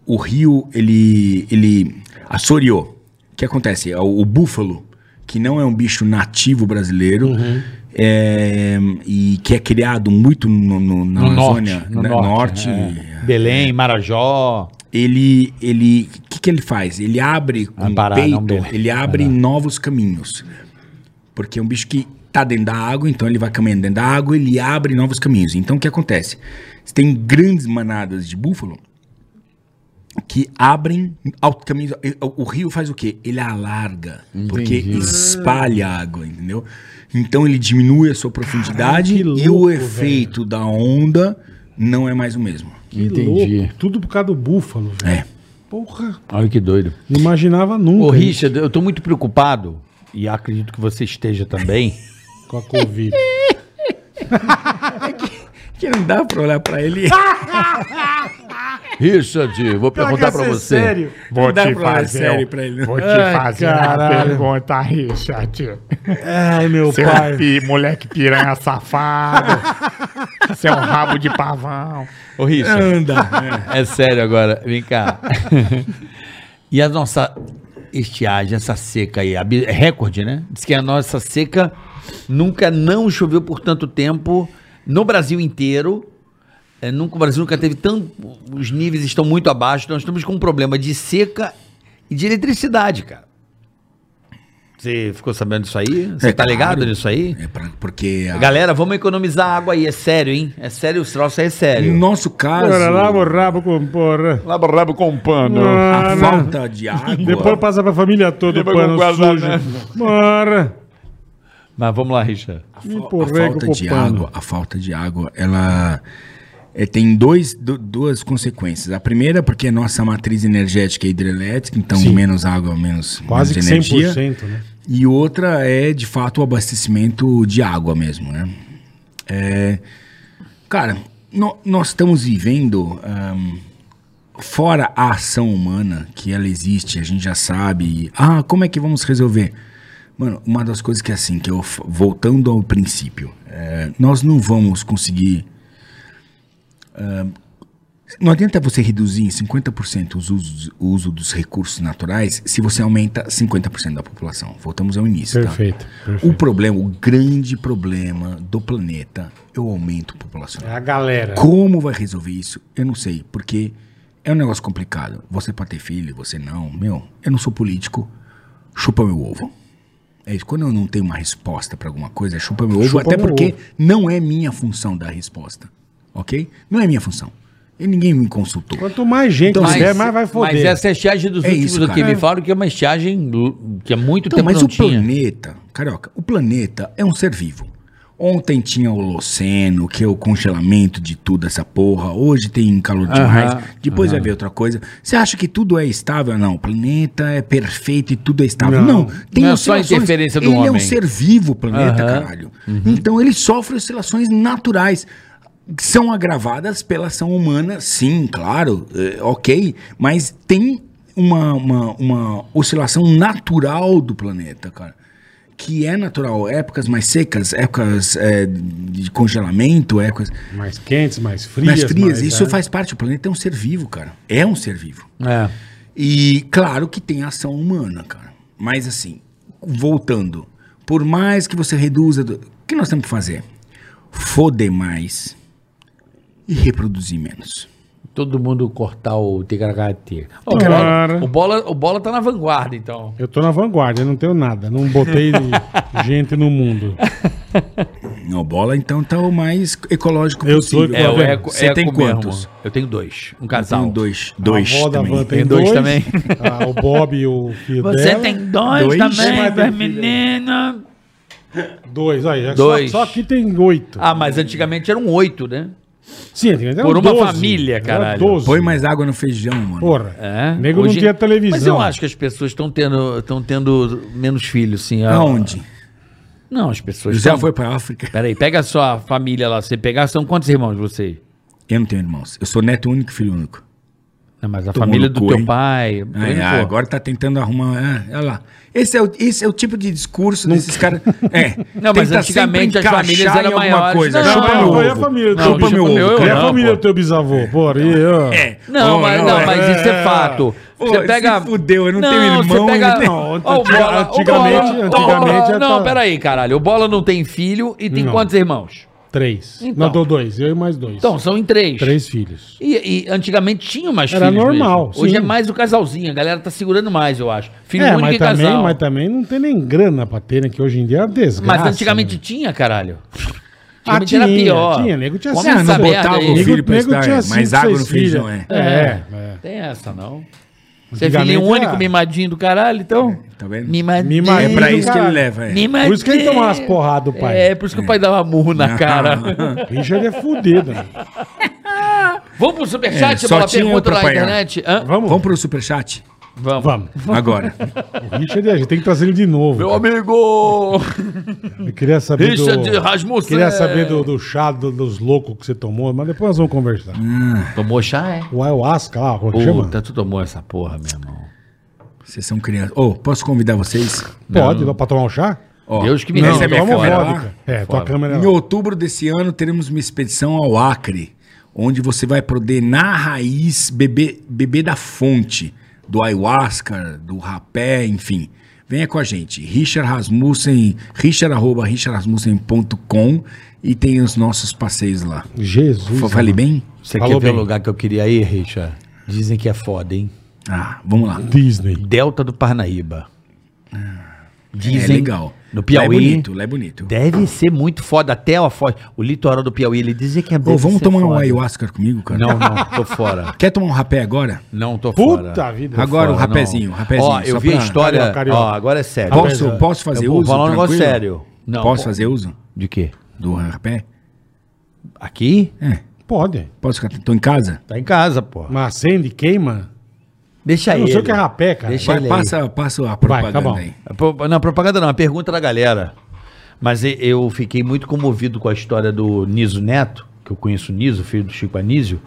Speaker 4: o Rio ele ele assoreou. O que acontece? É O, o búfalo, que não é um bicho nativo brasileiro,
Speaker 6: Uhum.
Speaker 4: é, e que é criado muito no, no- na
Speaker 6: No norte,
Speaker 4: Amazônia,
Speaker 6: no
Speaker 4: né,
Speaker 6: norte, é.
Speaker 4: norte,
Speaker 3: né?
Speaker 4: é.
Speaker 5: Belém, Marajó.
Speaker 4: ele ele o que, que ele faz? Ele abre com
Speaker 3: Ah,
Speaker 4: o
Speaker 2: um
Speaker 3: Pará, não,
Speaker 4: peito,
Speaker 3: Belém.
Speaker 4: ele abre novos caminhos. Porque é um bicho que tá dentro da água, então ele vai caminhando dentro da água, ele abre novos caminhos. Então o que acontece? Você tem grandes manadas de búfalo que abrem ao- caminhos. O o rio faz o quê? Ele alarga, porque espalha a água, entendeu? Então ele diminui a sua profundidade
Speaker 2: Caralho, que
Speaker 4: e
Speaker 2: louco,
Speaker 4: o efeito da onda não é mais o mesmo.
Speaker 2: Que
Speaker 6: Entendi.
Speaker 2: louco. Tudo por causa do búfalo, velho.
Speaker 4: É.
Speaker 2: Porra,
Speaker 3: Olha que doido.
Speaker 2: não imaginava nunca.
Speaker 3: Ô,
Speaker 2: hein,
Speaker 3: Richard, eu tô muito preocupado, e acredito que você esteja também.
Speaker 2: Com a Covid.
Speaker 4: Que não dá pra olhar pra ele.
Speaker 3: Richard, vou perguntar
Speaker 5: é
Speaker 3: pra você.
Speaker 7: Vou
Speaker 4: Dá
Speaker 7: te
Speaker 4: pra olhar
Speaker 7: fazer. um-
Speaker 4: sério pra ele, né?
Speaker 7: Vou te
Speaker 2: Ai,
Speaker 7: fazer
Speaker 2: caralho.
Speaker 7: uma pergunta, Richard.
Speaker 2: Ai, meu
Speaker 4: é
Speaker 7: Seu
Speaker 2: pai.
Speaker 7: pi- moleque piranha safado. seu rabo de pavão.
Speaker 3: Ô, Richard,
Speaker 4: Anda.
Speaker 3: é sério agora, vem cá. e a nossa estiagem, essa seca aí, a bi- é recorde, né? Diz que a nossa seca nunca não choveu por tanto tempo no Brasil inteiro. É, nunca, o Brasil nunca teve tanto. Os níveis estão muito abaixo. Nós estamos com um problema de seca e de eletricidade, cara. Você ficou sabendo disso aí? Você
Speaker 4: É,
Speaker 3: tá ligado
Speaker 4: claro.
Speaker 3: nisso aí?
Speaker 4: É pra- porque a-
Speaker 3: Galera, vamos economizar água aí. É sério, hein? É sério, o troço aí é sério.
Speaker 4: no nosso caso,
Speaker 2: Bora lá, o rabo com porra.
Speaker 6: Lava rabo com pano.
Speaker 4: a
Speaker 2: Mano.
Speaker 4: falta de água.
Speaker 2: Depois passa pra família toda o
Speaker 6: Lembra
Speaker 2: pano
Speaker 6: com guardanapo.
Speaker 2: sujo. Bora.
Speaker 3: Mas vamos lá, Richard.
Speaker 2: Um
Speaker 4: a
Speaker 2: porreco
Speaker 4: falta de
Speaker 2: pro pano.
Speaker 4: água, a falta de água, ela é, tem dois, du- duas consequências. A primeira, porque a nossa matriz energética é hidrelétrica, então menos água, menos,
Speaker 2: Quase que
Speaker 4: menos
Speaker 2: 100%, né?
Speaker 4: E outra é, de fato, o abastecimento de água mesmo, né? É, cara, no- nós estamos vivendo, ahm, fora a ação humana, que ela existe, a gente já sabe. e, ah, como é que vamos resolver? Mano, uma das coisas que é assim, que eu, f- voltando ao princípio, é, nós não vamos conseguir... ahm, não adianta você reduzir em 50% os usos- o uso dos recursos naturais se você aumenta 50% da população. Voltamos ao início. tá?
Speaker 2: Perfeito,
Speaker 4: O problema, o grande problema do planeta é o aumento populacional.
Speaker 2: É a galera.
Speaker 4: Como vai resolver isso? Eu não sei, porque é um negócio complicado. Você pode ter filho, você não. Meu, eu não sou político, chupa meu ovo. É isso. Quando eu não tenho uma resposta para alguma coisa, é chupa meu ovo,
Speaker 2: Chupa
Speaker 4: até
Speaker 2: meu
Speaker 4: porque
Speaker 2: ovo.
Speaker 4: não é minha função dar resposta. Ok? Não é minha função. E ninguém me consultou.
Speaker 2: Quanto mais gente
Speaker 4: Então,
Speaker 2: tiver,
Speaker 4: mas-
Speaker 2: mais vai foder.
Speaker 3: Mas essa é a estiagem dos
Speaker 4: É
Speaker 3: últimos
Speaker 4: isso,
Speaker 3: do
Speaker 4: cara.
Speaker 3: que me
Speaker 4: É.
Speaker 3: falam que é uma estiagem l- que há muito
Speaker 4: Então,
Speaker 3: tempo
Speaker 4: mas
Speaker 3: não
Speaker 4: o
Speaker 3: tinha.
Speaker 4: planeta, carioca, o planeta é um ser vivo. Ontem tinha o Holoceno, que é o congelamento de tudo essa porra. Hoje tem um calor demais. Depois vai ver outra coisa. Você acha que tudo é estável? Não, o planeta é perfeito e tudo é estável. Não, tem
Speaker 3: Não é só
Speaker 4: oscilações.
Speaker 3: interferência do
Speaker 4: ele é um
Speaker 3: homem.
Speaker 4: ser vivo, o planeta,
Speaker 3: Aham. Uhum.
Speaker 4: caralho. Então ele sofre oscilações naturais. que São agravadas pela ação humana, sim, claro, é, ok, mas tem uma, uma, uma oscilação natural do planeta, cara. Que é natural. Épocas mais secas, épocas é, de congelamento, épocas
Speaker 2: Mais quentes, mais frias.
Speaker 4: mais frias.
Speaker 2: mais-
Speaker 3: né?
Speaker 4: isso
Speaker 2: é.
Speaker 4: faz parte. O planeta é um ser vivo, cara. É um ser vivo.
Speaker 3: É.
Speaker 4: E claro que tem ação humana, cara. Mas assim, voltando, por mais que você reduza, do- o que nós temos que fazer? Foder mais e reproduzir menos.
Speaker 3: Todo mundo cortar o ticaracati. Ó, o
Speaker 2: Cara.
Speaker 3: bola- o, bola, o bola tá na vanguarda, então.
Speaker 2: Eu tô na vanguarda, eu não tenho nada. Não botei gente no mundo.
Speaker 4: No bola, então, tá o mais ecológico
Speaker 2: Eu sou
Speaker 4: possível.
Speaker 2: ecológico. É, o
Speaker 4: eco- Você tem
Speaker 3: mesmo.
Speaker 4: quantos?
Speaker 3: Eu tenho dois. Um casal.
Speaker 4: Tem dois. Dois
Speaker 2: a avó da
Speaker 4: também.
Speaker 2: van tem,
Speaker 3: Tem
Speaker 2: dois,
Speaker 3: dois também.
Speaker 2: Ah, o Bob e o filho dela.
Speaker 3: dois, é
Speaker 2: Vai ter filho.
Speaker 3: menina.
Speaker 2: Dois, aí. só-
Speaker 3: Dois.
Speaker 2: Só, aqui tem oito.
Speaker 3: Ah, mas antigamente eram oito, né?
Speaker 2: Sim, antigamente era
Speaker 3: Por uma
Speaker 2: 12,
Speaker 3: família,
Speaker 2: era
Speaker 3: caralho.
Speaker 2: 12.
Speaker 4: Põe mais água no feijão, mano.
Speaker 2: Porra.
Speaker 3: É.
Speaker 2: O Nego não
Speaker 3: Hoje-
Speaker 2: tinha televisão.
Speaker 3: Mas eu acho que as pessoas estão tendo, tão tendo menos filhos, sim. A-
Speaker 4: Aonde?
Speaker 2: Ah.
Speaker 3: Não, as pessoas.
Speaker 4: José
Speaker 3: tão-
Speaker 4: foi pra África.
Speaker 3: Peraí, pega a sua família lá. Você pegar, são quantos irmãos você?
Speaker 4: Eu não tenho irmãos. Eu sou neto único, filho único.
Speaker 3: Não, mas a
Speaker 4: Tomou
Speaker 3: família
Speaker 4: no
Speaker 3: do
Speaker 4: cu,
Speaker 3: teu
Speaker 4: hein?
Speaker 3: pai.
Speaker 4: Ah, é,
Speaker 3: pô,
Speaker 4: agora tá tentando arrumar. é, olha lá. Esse é, o, esse é o tipo de discurso desses caras. É.
Speaker 9: Não, mas
Speaker 4: tenta
Speaker 9: antigamente
Speaker 4: sempre
Speaker 9: as famílias
Speaker 4: encaixar
Speaker 9: eram
Speaker 4: em alguma
Speaker 9: maiores.
Speaker 4: Coisa.
Speaker 9: Não,
Speaker 4: chupa
Speaker 2: é,
Speaker 4: meu
Speaker 2: foi a
Speaker 4: ovo.
Speaker 2: família do
Speaker 4: Chupa
Speaker 2: bicho
Speaker 4: meu
Speaker 3: comeu
Speaker 4: ovo.
Speaker 3: eu,
Speaker 2: É
Speaker 3: Não,
Speaker 2: a família
Speaker 3: pô.
Speaker 2: do teu bisavô, pô, ali, ó.
Speaker 4: É.
Speaker 9: Não,
Speaker 4: Oh,
Speaker 9: mas, não,
Speaker 4: é.
Speaker 9: mas isso é fato.
Speaker 4: Pô,
Speaker 9: Você
Speaker 4: se
Speaker 9: pega.
Speaker 4: fudeu, eu não tenho
Speaker 9: você
Speaker 4: irmão,
Speaker 9: Pega...
Speaker 4: eu não-
Speaker 2: Não,
Speaker 9: Ó, o
Speaker 2: antiga-
Speaker 9: Bola- o
Speaker 2: antigamente-
Speaker 9: Bola- o
Speaker 2: antigamente
Speaker 9: Bola-
Speaker 2: já
Speaker 9: Não,
Speaker 2: tá-
Speaker 9: peraí, caralho. O Bola não tem filho e tem
Speaker 2: Não.
Speaker 9: quantos irmãos?
Speaker 2: Três.
Speaker 9: Então.
Speaker 2: Não, dou dois, eu e mais dois.
Speaker 9: Então, são em três.
Speaker 2: Três filhos.
Speaker 9: E, e antigamente tinha mais
Speaker 2: Era
Speaker 9: filhos
Speaker 2: normal,
Speaker 9: mesmo. Hoje
Speaker 2: sim.
Speaker 9: é mais o casalzinho. A galera tá segurando mais, eu acho. Filho
Speaker 2: É,
Speaker 9: único
Speaker 2: mas
Speaker 9: e
Speaker 2: também,
Speaker 9: casal.
Speaker 2: mas também não tem nem grana pra ter, né? Que hoje em dia é uma desgraça.
Speaker 9: Mas antigamente
Speaker 2: né?
Speaker 9: tinha, caralho.
Speaker 2: Ah,
Speaker 9: Antigamente era
Speaker 2: tinha,
Speaker 9: pior.
Speaker 2: tinha, nego tinha
Speaker 9: Como
Speaker 2: cinco,
Speaker 9: essa
Speaker 4: não
Speaker 9: merda
Speaker 4: botava
Speaker 9: aí?
Speaker 4: o filho pra
Speaker 2: nego
Speaker 4: estudar,
Speaker 2: tinha
Speaker 4: é,
Speaker 2: cinco,
Speaker 4: mas água
Speaker 2: seis
Speaker 4: no filho
Speaker 2: filhos.
Speaker 4: não é.
Speaker 2: É, é.
Speaker 9: Tem essa, não. Você é
Speaker 2: Antigamente
Speaker 9: filhinho único,
Speaker 2: era. É,
Speaker 9: mimadinho do caralho, então?
Speaker 4: tá vendo?
Speaker 9: Mimadinho.
Speaker 2: Mimadinho.
Speaker 4: É pra isso que ele
Speaker 2: Caralho.
Speaker 4: leva. É.
Speaker 9: Mimadinho.
Speaker 2: Por isso que ele tomava umas porradas do pai.
Speaker 9: É, por isso que o pai dava murro
Speaker 4: Ah,
Speaker 9: na cara.
Speaker 2: Richard é fudido. né?
Speaker 9: Vamos pro superchat,
Speaker 4: É,
Speaker 9: bola
Speaker 4: só tinha
Speaker 9: pergunta
Speaker 4: pra
Speaker 9: lá na
Speaker 4: apanhar.
Speaker 9: internet. Hã?
Speaker 2: Vamos,
Speaker 4: Vamos pro superchat?
Speaker 9: Vamos.
Speaker 2: vamos.
Speaker 4: Agora.
Speaker 2: O Richard, a gente tem que trazer ele de novo.
Speaker 9: Meu amigo!
Speaker 2: Eu queria saber
Speaker 9: Richard
Speaker 2: do...
Speaker 9: Rasmussen.
Speaker 2: Queria saber do, do chá do- dos loucos que você tomou, mas depois nós vamos conversar.
Speaker 9: Tomou chá, é?
Speaker 2: O ayahuasca lá, como é que chama?
Speaker 9: Puta, tu tomou essa porra, meu irmão.
Speaker 4: Vocês são crianças. Ô, posso convidar vocês?
Speaker 2: Pode, pra tomar um chá?
Speaker 4: Ó,
Speaker 9: Deus que me
Speaker 4: essa
Speaker 9: livre.
Speaker 4: é a minha
Speaker 2: toma
Speaker 4: câmera lá.
Speaker 2: vodka. É, tua câmera...
Speaker 4: Em outubro desse ano, teremos uma expedição ao Acre, onde você vai poder, na raiz, beber, beber da fonte, do ayahuasca, do rapé, enfim. Venha com a gente, Richard Rasmussen, richard, arroba, richardrasmussen.com e tem os nossos passeios lá.
Speaker 2: Jesus.
Speaker 4: Fa- Falei
Speaker 3: né?
Speaker 2: mano.
Speaker 4: bem?
Speaker 3: Você
Speaker 2: Falou
Speaker 3: quer ver
Speaker 2: bem.
Speaker 3: o lugar que eu queria ir, Richard? Dizem que é foda, hein?
Speaker 4: Ah, vamos lá.
Speaker 2: Disney.
Speaker 3: Delta do Parnaíba.
Speaker 9: Ah,
Speaker 4: É
Speaker 3: Dizem.
Speaker 4: legal.
Speaker 3: No
Speaker 4: Lá é
Speaker 3: Piauí.
Speaker 4: bonito, lá é bonito.
Speaker 3: Deve ser muito foda. Até a foz. O litoral do Piauí, ele dizem que é
Speaker 4: Ô,
Speaker 3: deve
Speaker 4: vamos
Speaker 3: ser
Speaker 4: tomar um
Speaker 3: foda.
Speaker 4: ayahuasca comigo, cara?
Speaker 3: Não, não, tô fora.
Speaker 4: Quer tomar um rapé agora?
Speaker 3: Não, tô fora.
Speaker 2: Puta vida.
Speaker 4: Agora o
Speaker 3: Fora, não.
Speaker 4: rapézinho, o rapézinho.
Speaker 3: Ó, eu
Speaker 4: só
Speaker 3: vi a
Speaker 4: pra-
Speaker 3: história.
Speaker 2: Carioca, carioca.
Speaker 3: Ó, agora é sério.
Speaker 4: Posso, posso fazer
Speaker 3: eu
Speaker 4: uso?
Speaker 3: vou falar um negócio
Speaker 4: tranquilo?
Speaker 3: sério. Não,
Speaker 4: posso
Speaker 3: pô-
Speaker 4: fazer uso
Speaker 3: De quê?
Speaker 4: do rapé?
Speaker 3: Aqui?
Speaker 2: Pode.
Speaker 4: Posso ficar? Tô em casa?
Speaker 3: Tá em casa, pô.
Speaker 2: Mas acende, queima.
Speaker 3: Deixa
Speaker 2: Eu
Speaker 3: aí.
Speaker 2: não sei o que é rapé, cara.
Speaker 3: Deixa
Speaker 4: Vai,
Speaker 3: ele aí.
Speaker 4: passa, passa a
Speaker 2: Vai,
Speaker 4: propaganda
Speaker 2: tá bom.
Speaker 4: aí.
Speaker 3: Pro- Não, propaganda não, é pergunta da galera. Mas e- eu fiquei muito comovido com a história do Niso Neto, que eu conheço o Niso, filho do Chico Anísio,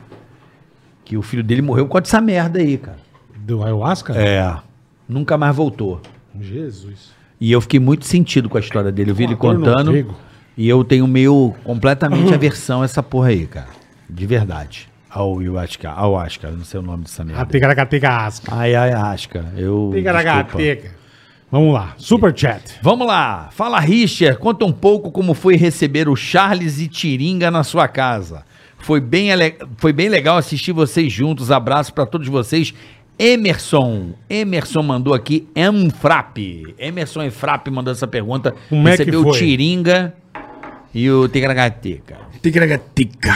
Speaker 3: que o filho dele morreu por causa dessa merda aí, cara.
Speaker 2: Do ayahuasca?
Speaker 3: É. Nunca mais voltou.
Speaker 2: Jesus.
Speaker 3: E eu fiquei muito sentido com a história dele. Eu vi
Speaker 2: Uma
Speaker 3: ele
Speaker 2: dor no
Speaker 3: contando.
Speaker 2: umbigo.
Speaker 3: E eu tenho meio completamente aversão a essa porra aí, cara. De verdade. Ao Ayahuasca. Ayahuasca, não sei o nome dessa merda.
Speaker 2: Aticaracaticasca.
Speaker 3: Ai, ai, asca. Eu. desculpa.
Speaker 2: Ticaracateca. Vamos lá. Super chat.
Speaker 3: Vamos lá. Fala, Richard. Conta um pouco como foi receber o Charles e Tiringa na sua casa. Foi bem, ale- foi bem legal assistir vocês juntos. Abraço pra todos vocês. Emerson. Emerson mandou aqui Enfrap. Emerson Enfrap mandou essa pergunta.
Speaker 2: Como é que
Speaker 3: Recebeu o
Speaker 2: foi?
Speaker 3: Tiringa e o Tigragate, cara.
Speaker 4: Tigragatica.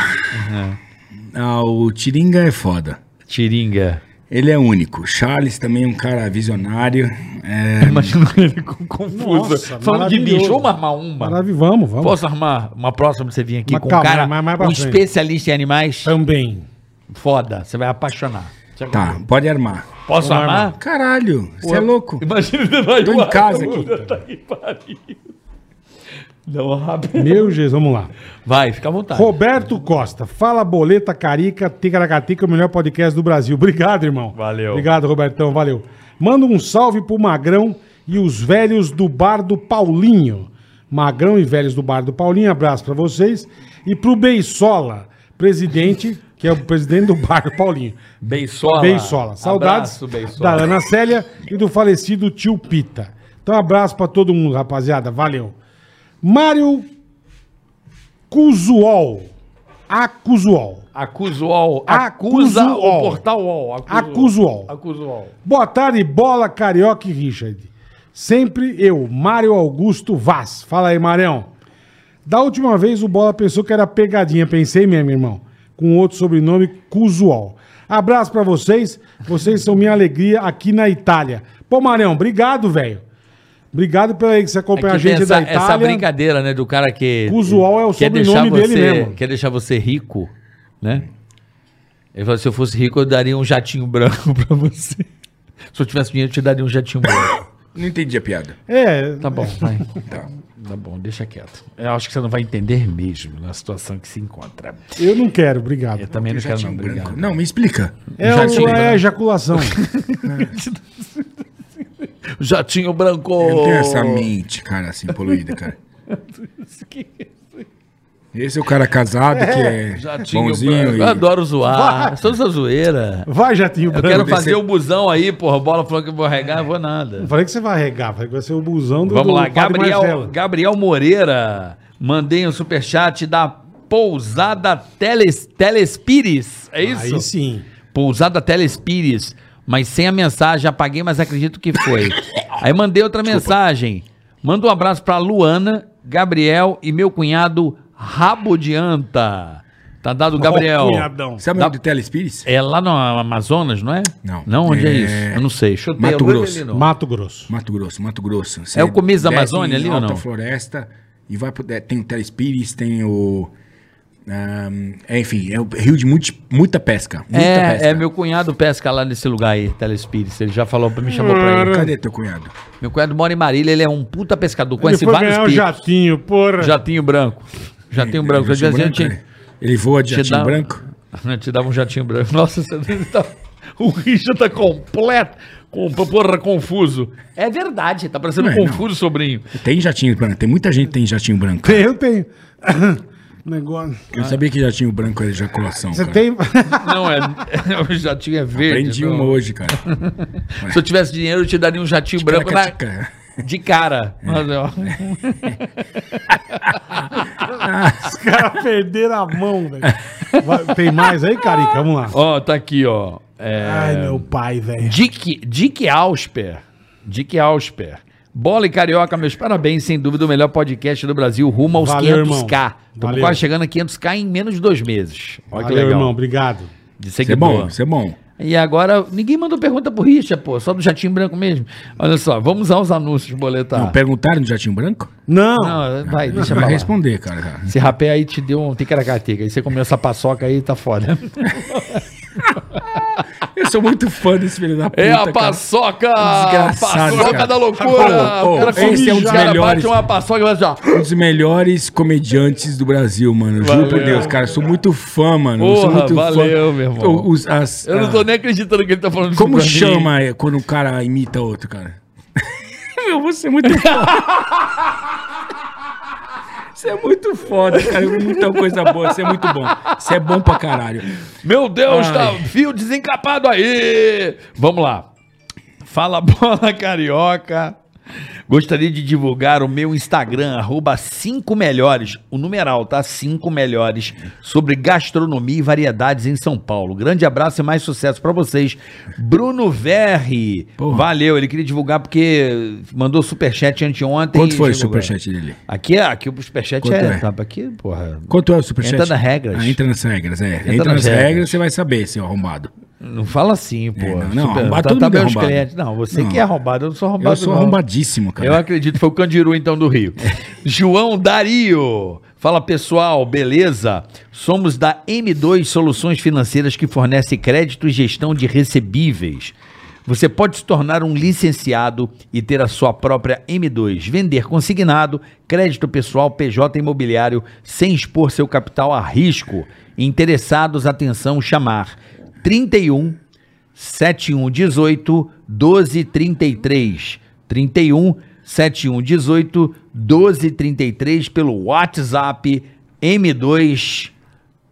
Speaker 4: Ah, o Tiringa é foda.
Speaker 3: Tiringa.
Speaker 4: Ele é único. Charles também é um cara visionário. É,
Speaker 3: Imagina ele com- confuso.
Speaker 2: Nossa,
Speaker 3: Falando de
Speaker 2: maravilhoso.
Speaker 3: bicho. Vamos armar uma.
Speaker 2: Maravilha, vamos, vamos.
Speaker 3: Posso armar uma próxima pra você vir aqui
Speaker 2: Mas
Speaker 3: com
Speaker 2: calma,
Speaker 3: um cara,
Speaker 2: mais- mais pra
Speaker 3: um
Speaker 2: frente.
Speaker 3: especialista em animais?
Speaker 2: Também.
Speaker 3: Foda, você vai apaixonar.
Speaker 4: tá, pode armar.
Speaker 3: Posso armar?
Speaker 4: Caralho, você é louco.
Speaker 3: Imagina ele vai tá
Speaker 4: Tô em casa aqui.
Speaker 3: Não, rápido.
Speaker 2: Meu Jesus, vamos lá.
Speaker 3: Vai, fica à vontade.
Speaker 2: Roberto Costa, fala boleta carica, ticaracatica, o melhor podcast do Brasil. Obrigado, irmão.
Speaker 3: Valeu.
Speaker 2: Obrigado, Robertão, valeu. Manda um salve pro Magrão e os velhos do Bar do Paulinho. Magrão e velhos do Bar do Paulinho, abraço pra vocês. E pro Beisola, presidente, que é o presidente do Bar do Paulinho.
Speaker 3: Beisola.
Speaker 2: Beisola. Saudades
Speaker 3: Abraço,
Speaker 2: da
Speaker 3: Beisola.
Speaker 2: Ana Célia e do falecido tio Pita. Então, abraço pra todo mundo, rapaziada. Valeu. Mário Cusuol. Acusuol.
Speaker 3: Acusa o UOL.
Speaker 2: Acusa
Speaker 3: Acusa
Speaker 2: o UOL.
Speaker 3: o portal UOL.
Speaker 2: Acusa o UOL.
Speaker 3: Acusa o UOL.
Speaker 2: Boa tarde, bola, carioca e Richard. Sempre eu, Mário Augusto Vaz. Fala aí, Marião. Da última vez o Bola pensou que era pegadinha. Pensei mesmo, irmão. Com outro sobrenome, Cusual. Abraço pra vocês. Vocês são minha alegria aqui na Itália. Pô, Marião, obrigado, velho. Obrigado pela aí que você
Speaker 3: É que
Speaker 2: acompanha a
Speaker 3: tem
Speaker 2: gente
Speaker 3: essa,
Speaker 2: da Itália.
Speaker 3: essa brincadeira, né, do cara que...
Speaker 2: Acusa o UOL é o
Speaker 3: quer
Speaker 2: sobrenome
Speaker 3: deixar
Speaker 2: dele
Speaker 3: você-
Speaker 2: mesmo.
Speaker 3: Quer deixar você rico, né? Ele falou, se eu fosse rico, eu daria um jatinho branco pra você. Se eu tivesse dinheiro, eu te daria um jatinho branco.
Speaker 4: Não entendi a piada.
Speaker 2: É,
Speaker 3: Tá bom, vai.
Speaker 4: Tá.
Speaker 3: Tá bom, deixa quieto. Eu acho que você não vai entender mesmo na situação que se encontra.
Speaker 2: eu não quero, obrigado.
Speaker 3: Eu também não quero, não.
Speaker 4: Jatinho um branco.
Speaker 3: Obrigado.
Speaker 4: Não, me explica.
Speaker 2: É,
Speaker 3: Já
Speaker 2: o-
Speaker 3: tinha-
Speaker 2: é a ejaculação.
Speaker 3: Jatinho branco!
Speaker 4: Eu não tenho essa mente, cara, assim, poluída, cara. Esse é o cara casado que é
Speaker 3: Jatinho branco.
Speaker 4: bonzinho e...
Speaker 3: Eu adoro zoar. Só essa zoeira.
Speaker 2: Vai, Jatinho
Speaker 3: Eu
Speaker 2: Branco.
Speaker 3: quero
Speaker 4: descer.
Speaker 3: fazer o busão aí, porra. Bola falou que eu vou regar, eu vou nada.
Speaker 2: Não falei que você vai regar, falei que vai ser o busão do
Speaker 3: Vamos
Speaker 2: do
Speaker 3: lá,
Speaker 2: Padre
Speaker 3: Gabriel,
Speaker 2: Marcelo.
Speaker 3: Gabriel Moreira. Mandei um superchat da Pousada Teles, Telespires. É isso?
Speaker 2: Aí sim.
Speaker 3: Pousada Telespires. Mas sem a mensagem, apaguei, mas acredito que foi. Aí mandei outra mensagem. Manda um abraço pra Luana, Gabriel e meu cunhado Rabo de Anta. Tá dado, Gabriel.
Speaker 2: Ó, cunhadão.
Speaker 4: Sabe o
Speaker 3: Dá-
Speaker 4: nome do Telespires?
Speaker 3: É lá no Amazonas, não é?
Speaker 4: Não.
Speaker 3: Não, onde é,
Speaker 4: É-
Speaker 3: isso? Eu não sei. Chutei.
Speaker 4: Mato
Speaker 3: eu vou
Speaker 4: Grosso.
Speaker 3: ali, não.
Speaker 2: Mato Grosso.
Speaker 4: Mato Grosso, Mato Grosso. Você
Speaker 3: É o começo da
Speaker 4: desce
Speaker 3: Amazônia
Speaker 4: em
Speaker 3: ali ou
Speaker 4: alta
Speaker 3: não?
Speaker 4: floresta e vai pro... é, Tem o Telespires, tem o... ahm, é, enfim, é o rio de muita, muita pesca. Muita pesca.
Speaker 3: É, é, meu cunhado pesca lá nesse lugar aí, Telespires. Ele já falou, pra- me chamou pra ele.
Speaker 4: Cadê teu cunhado?
Speaker 3: Meu cunhado mora em Marília, ele é um puta pescador,
Speaker 2: Ele
Speaker 3: conhece
Speaker 2: foi
Speaker 3: vários
Speaker 2: ganhar o
Speaker 3: picos.
Speaker 2: jatinho, porra.
Speaker 3: Jatinho branco. Jatinho um branco.
Speaker 4: Ele,
Speaker 3: Às vezes eu
Speaker 4: branco,
Speaker 3: te,
Speaker 4: né? ele voa de
Speaker 3: te
Speaker 4: jatinho
Speaker 3: dá-
Speaker 4: branco?
Speaker 3: eu te dava um jatinho branco. Nossa, você tá, o Richard tá completo, com, porra, confuso. É verdade, tá parecendo
Speaker 4: Não é,
Speaker 3: confuso, sobrinho.
Speaker 4: Tem jatinho branco, tem muita gente que tem jatinho branco.
Speaker 2: Tem, Eu tenho. Negócio.
Speaker 3: Ah.
Speaker 4: Eu não sabia que jatinho branco era ejaculação.
Speaker 2: Você
Speaker 4: cara.
Speaker 2: tem.
Speaker 3: Não, é, o jatinho é verde.
Speaker 4: Aprendi um
Speaker 3: não.
Speaker 4: uma hoje, cara.
Speaker 3: Se eu tivesse dinheiro, eu te daria um jatinho branco na-
Speaker 4: Caracatica.
Speaker 3: de cara.
Speaker 4: É.
Speaker 3: Mas, ó,
Speaker 2: Os caras perderam a mão, velho. Vai- Tem mais aí, Carica? Vamos lá.
Speaker 3: Ó, tá aqui, ó. É,
Speaker 2: Ai, meu pai, velho.
Speaker 3: Dick, Dick Ausper. Dick Ausper. Bola e Carioca, meus parabéns, sem dúvida, o melhor podcast do Brasil, rumo aos
Speaker 2: Valeu,
Speaker 3: 500k.
Speaker 2: irmão.
Speaker 3: Estamos
Speaker 2: Valeu.
Speaker 3: quase chegando a 500k em menos de dois meses. Olha
Speaker 2: Valeu,
Speaker 3: que legal.
Speaker 2: irmão. Obrigado.
Speaker 3: De
Speaker 4: Isso é
Speaker 3: seguidor.
Speaker 4: bom, isso é bom.
Speaker 3: E agora, ninguém mandou pergunta pro Richard, pô, só do Jatinho Branco mesmo. Olha só, vamos aos anúncios, boletar.
Speaker 4: Não, perguntaram do jatinho branco?
Speaker 2: Não.
Speaker 3: Não, Ah. vai, deixa pra
Speaker 4: Vai
Speaker 3: lá.
Speaker 4: responder, cara.
Speaker 3: Esse rapé aí te deu um ticaracateca, aí você comeu essa paçoca aí, tá foda.
Speaker 4: Eu sou muito fã desse filho da puta.
Speaker 3: É a
Speaker 4: cara.
Speaker 3: paçoca!
Speaker 4: Desgraçado,
Speaker 3: Paçoca
Speaker 4: cara.
Speaker 3: da loucura!
Speaker 4: Ô, ô, esse é um dos
Speaker 3: cara
Speaker 4: melhores.
Speaker 3: bate uma paçoca e assim, vai já.
Speaker 4: Um dos melhores comediantes do Brasil, mano. Eu Juro por
Speaker 3: Valeu.
Speaker 4: Deus, cara. eu Sou muito fã, mano. eu sou
Speaker 3: Porra,
Speaker 4: muito
Speaker 3: valeu, meu irmão.
Speaker 4: O- os- as-
Speaker 3: Eu não
Speaker 4: ah,
Speaker 3: tô nem acreditando que ele tá falando
Speaker 4: Como
Speaker 3: pra mim.
Speaker 4: chama é, quando um cara imita outro, cara? Meu, você é muito foda. Você é muito foda, cara. Muita coisa boa. Você é muito bom. Você é bom pra caralho.
Speaker 3: Meu Deus,
Speaker 4: Ai.
Speaker 3: tá fio desencapado aí! Vamos lá. Fala bola carioca. Gostaria de divulgar o meu Instagram, arroba 5 melhores, o numeral, tá? 5 melhores, sobre gastronomia e variedades em São Paulo. Grande abraço e mais sucesso pra vocês. Bruno Verri, valeu, ele queria divulgar porque mandou superchat anteontem.
Speaker 4: Quanto
Speaker 3: e
Speaker 4: foi o
Speaker 3: chegou agora.
Speaker 4: superchat dele?
Speaker 3: Aqui, é- aqui o superchat
Speaker 4: Quanto
Speaker 3: é,
Speaker 4: é?
Speaker 3: tá? Aqui, porra,
Speaker 4: Quanto é o superchat?
Speaker 3: Entra nas regras.
Speaker 4: Ah, entra nas regras, é. Entra,
Speaker 3: nas
Speaker 4: nas,
Speaker 3: regras.
Speaker 4: regras. você vai saber, seu arrombado.
Speaker 3: Não fala assim, pô.
Speaker 4: É, não, não,
Speaker 3: Super-
Speaker 4: arrombado,
Speaker 3: tá,
Speaker 4: todo mundo
Speaker 3: tá
Speaker 4: é
Speaker 3: bem os
Speaker 4: arrombado.
Speaker 3: clientes. Não, você
Speaker 4: Não.
Speaker 3: que é arrombado, eu não sou arrombado.
Speaker 4: Eu sou
Speaker 3: não.
Speaker 4: arrombadíssimo,
Speaker 3: Eu
Speaker 4: cara.
Speaker 3: acredito, foi o Candiru então do Rio. João Dario. Fala pessoal, beleza? Somos da M2 Soluções Financeiras que fornece crédito e gestão de recebíveis. Você pode se tornar um licenciado e ter a sua própria M2, vender consignado, crédito pessoal, PJ imobiliário, sem expor seu capital a risco. Interessados, atenção, chamar 31 7118 1233 31 7118 1233 pelo WhatsApp M2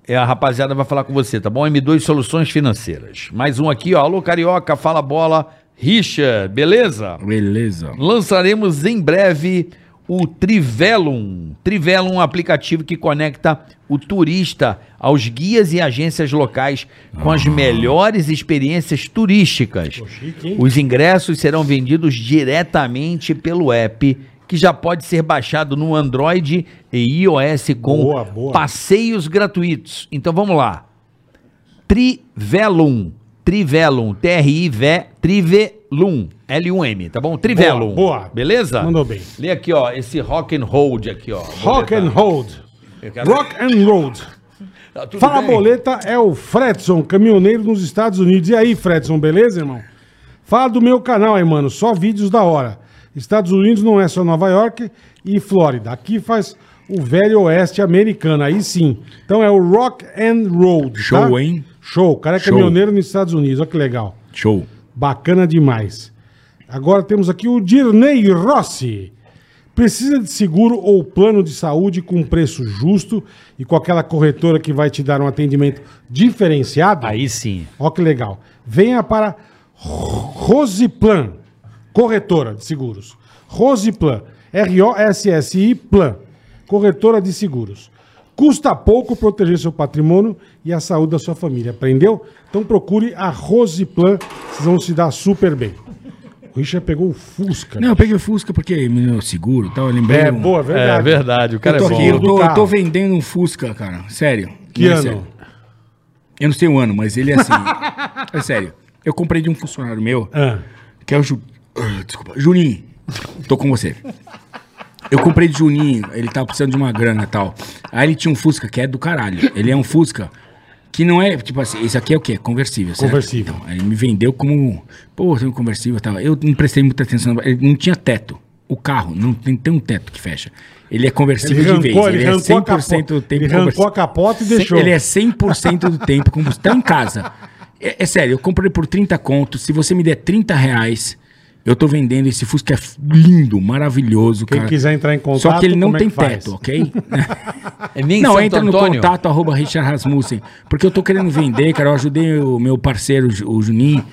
Speaker 3: é, a rapaziada vai falar com você, tá bom? M2 Soluções Financeiras. Mais um aqui, ó. Alô, Carioca, fala bola. Richard, beleza?
Speaker 4: Beleza.
Speaker 3: Lançaremos em breve o Trivelum. Trivelum é um aplicativo que conecta o turista aos guias e agências locais com as melhores experiências turísticas.
Speaker 2: Ah. chique, hein?
Speaker 3: Os ingressos serão vendidos diretamente pelo app, que já pode ser baixado no Android e iOS com
Speaker 2: Boa, boa.
Speaker 3: passeios gratuitos. Então vamos lá. Trivelum. Trivelum. T-R-I-V. Trivelum. L-U-M, tá bom? Trivelum.
Speaker 2: Boa, boa.
Speaker 3: Beleza?
Speaker 2: Mandou bem.
Speaker 3: Lê aqui, ó, esse rock and hold aqui, ó.
Speaker 2: Rock and hold. Rock and roll.
Speaker 3: Tá
Speaker 2: Fala Boleta é o Fredson, caminhoneiro nos Estados Unidos. E aí, Fredson, beleza, irmão? Fala do meu canal aí, mano. Só vídeos da hora. Estados Unidos não é só Nova York e Flórida. Aqui faz o velho oeste americano, aí sim. Então é o Rock and Road. tá?
Speaker 4: Show, hein?
Speaker 2: Show. O cara é
Speaker 4: Show.
Speaker 2: caminhoneiro nos Estados Unidos, olha que legal.
Speaker 4: Show.
Speaker 2: Bacana demais. Agora temos aqui o Dirney Rossi. Precisa de seguro ou plano de saúde com preço justo e com aquela corretora que vai te dar um atendimento diferenciado?
Speaker 3: Aí sim.
Speaker 2: Ó que legal. Venha para Rosiplan, corretora de seguros. Rosiplan, R-O-S-S-I Plan, corretora de seguros. Custa pouco proteger seu patrimônio e a saúde da sua família. Aprendeu? Então procure a Rosiplan, vocês vão se dar super bem. O Richard pegou o Fusca.
Speaker 4: Não, eu peguei o Fusca porque meu seguro e tal, eu lembrei.
Speaker 2: é,
Speaker 4: um-
Speaker 2: boa, é verdade.
Speaker 5: É verdade, o cara
Speaker 4: eu tô
Speaker 5: é
Speaker 4: aqui,
Speaker 5: bom.
Speaker 4: eu tô,
Speaker 2: Do
Speaker 4: eu tô
Speaker 2: carro.
Speaker 4: vendendo um Fusca, cara. Sério.
Speaker 2: Que
Speaker 4: Não é
Speaker 2: ano?
Speaker 4: sério. Eu não sei o ano, mas ele é assim. é sério. Eu comprei de um funcionário meu,
Speaker 2: Ah,
Speaker 4: que é o Ju... Ah, Desculpa. Juninho. Tô com você. Eu comprei de Juninho, ele tava precisando de uma grana e tal. Aí ele tinha um Fusca que é do caralho. Ele é um Fusca que não é, tipo assim, esse aqui é o quê? Conversível, certo?
Speaker 2: Conversível.
Speaker 4: Então, aí ele me vendeu como, pô, tem um conversível e tal. Eu não prestei muita atenção, ele não tinha teto. O carro não tem, tem um teto que fecha. Ele é
Speaker 2: Ele
Speaker 4: conversível de vez.
Speaker 2: arrancou, ele
Speaker 4: Ele, é
Speaker 2: arrancou, a
Speaker 4: 100%
Speaker 2: capota,
Speaker 4: do tempo
Speaker 2: ele arrancou a
Speaker 4: conversível.
Speaker 2: capota e
Speaker 4: Cem-
Speaker 2: deixou.
Speaker 4: Ele é 100% do tempo como está em casa. É, é sério, eu comprei por 30 contos. Se você me der 30 reais, eu tô vendendo esse Fusca é f- lindo, maravilhoso,
Speaker 2: Quem
Speaker 4: cara.
Speaker 2: quiser entrar em contato,
Speaker 4: Só que ele não
Speaker 2: como é
Speaker 4: tem
Speaker 2: que faz?
Speaker 4: teto, ok?
Speaker 3: É nem
Speaker 4: não,
Speaker 3: Santo
Speaker 4: entra no
Speaker 3: Antônio.
Speaker 4: contato arroba Richard Rasmussen. Porque eu tô querendo vender, cara. Eu ajudei o meu parceiro, Ju- o Juninho,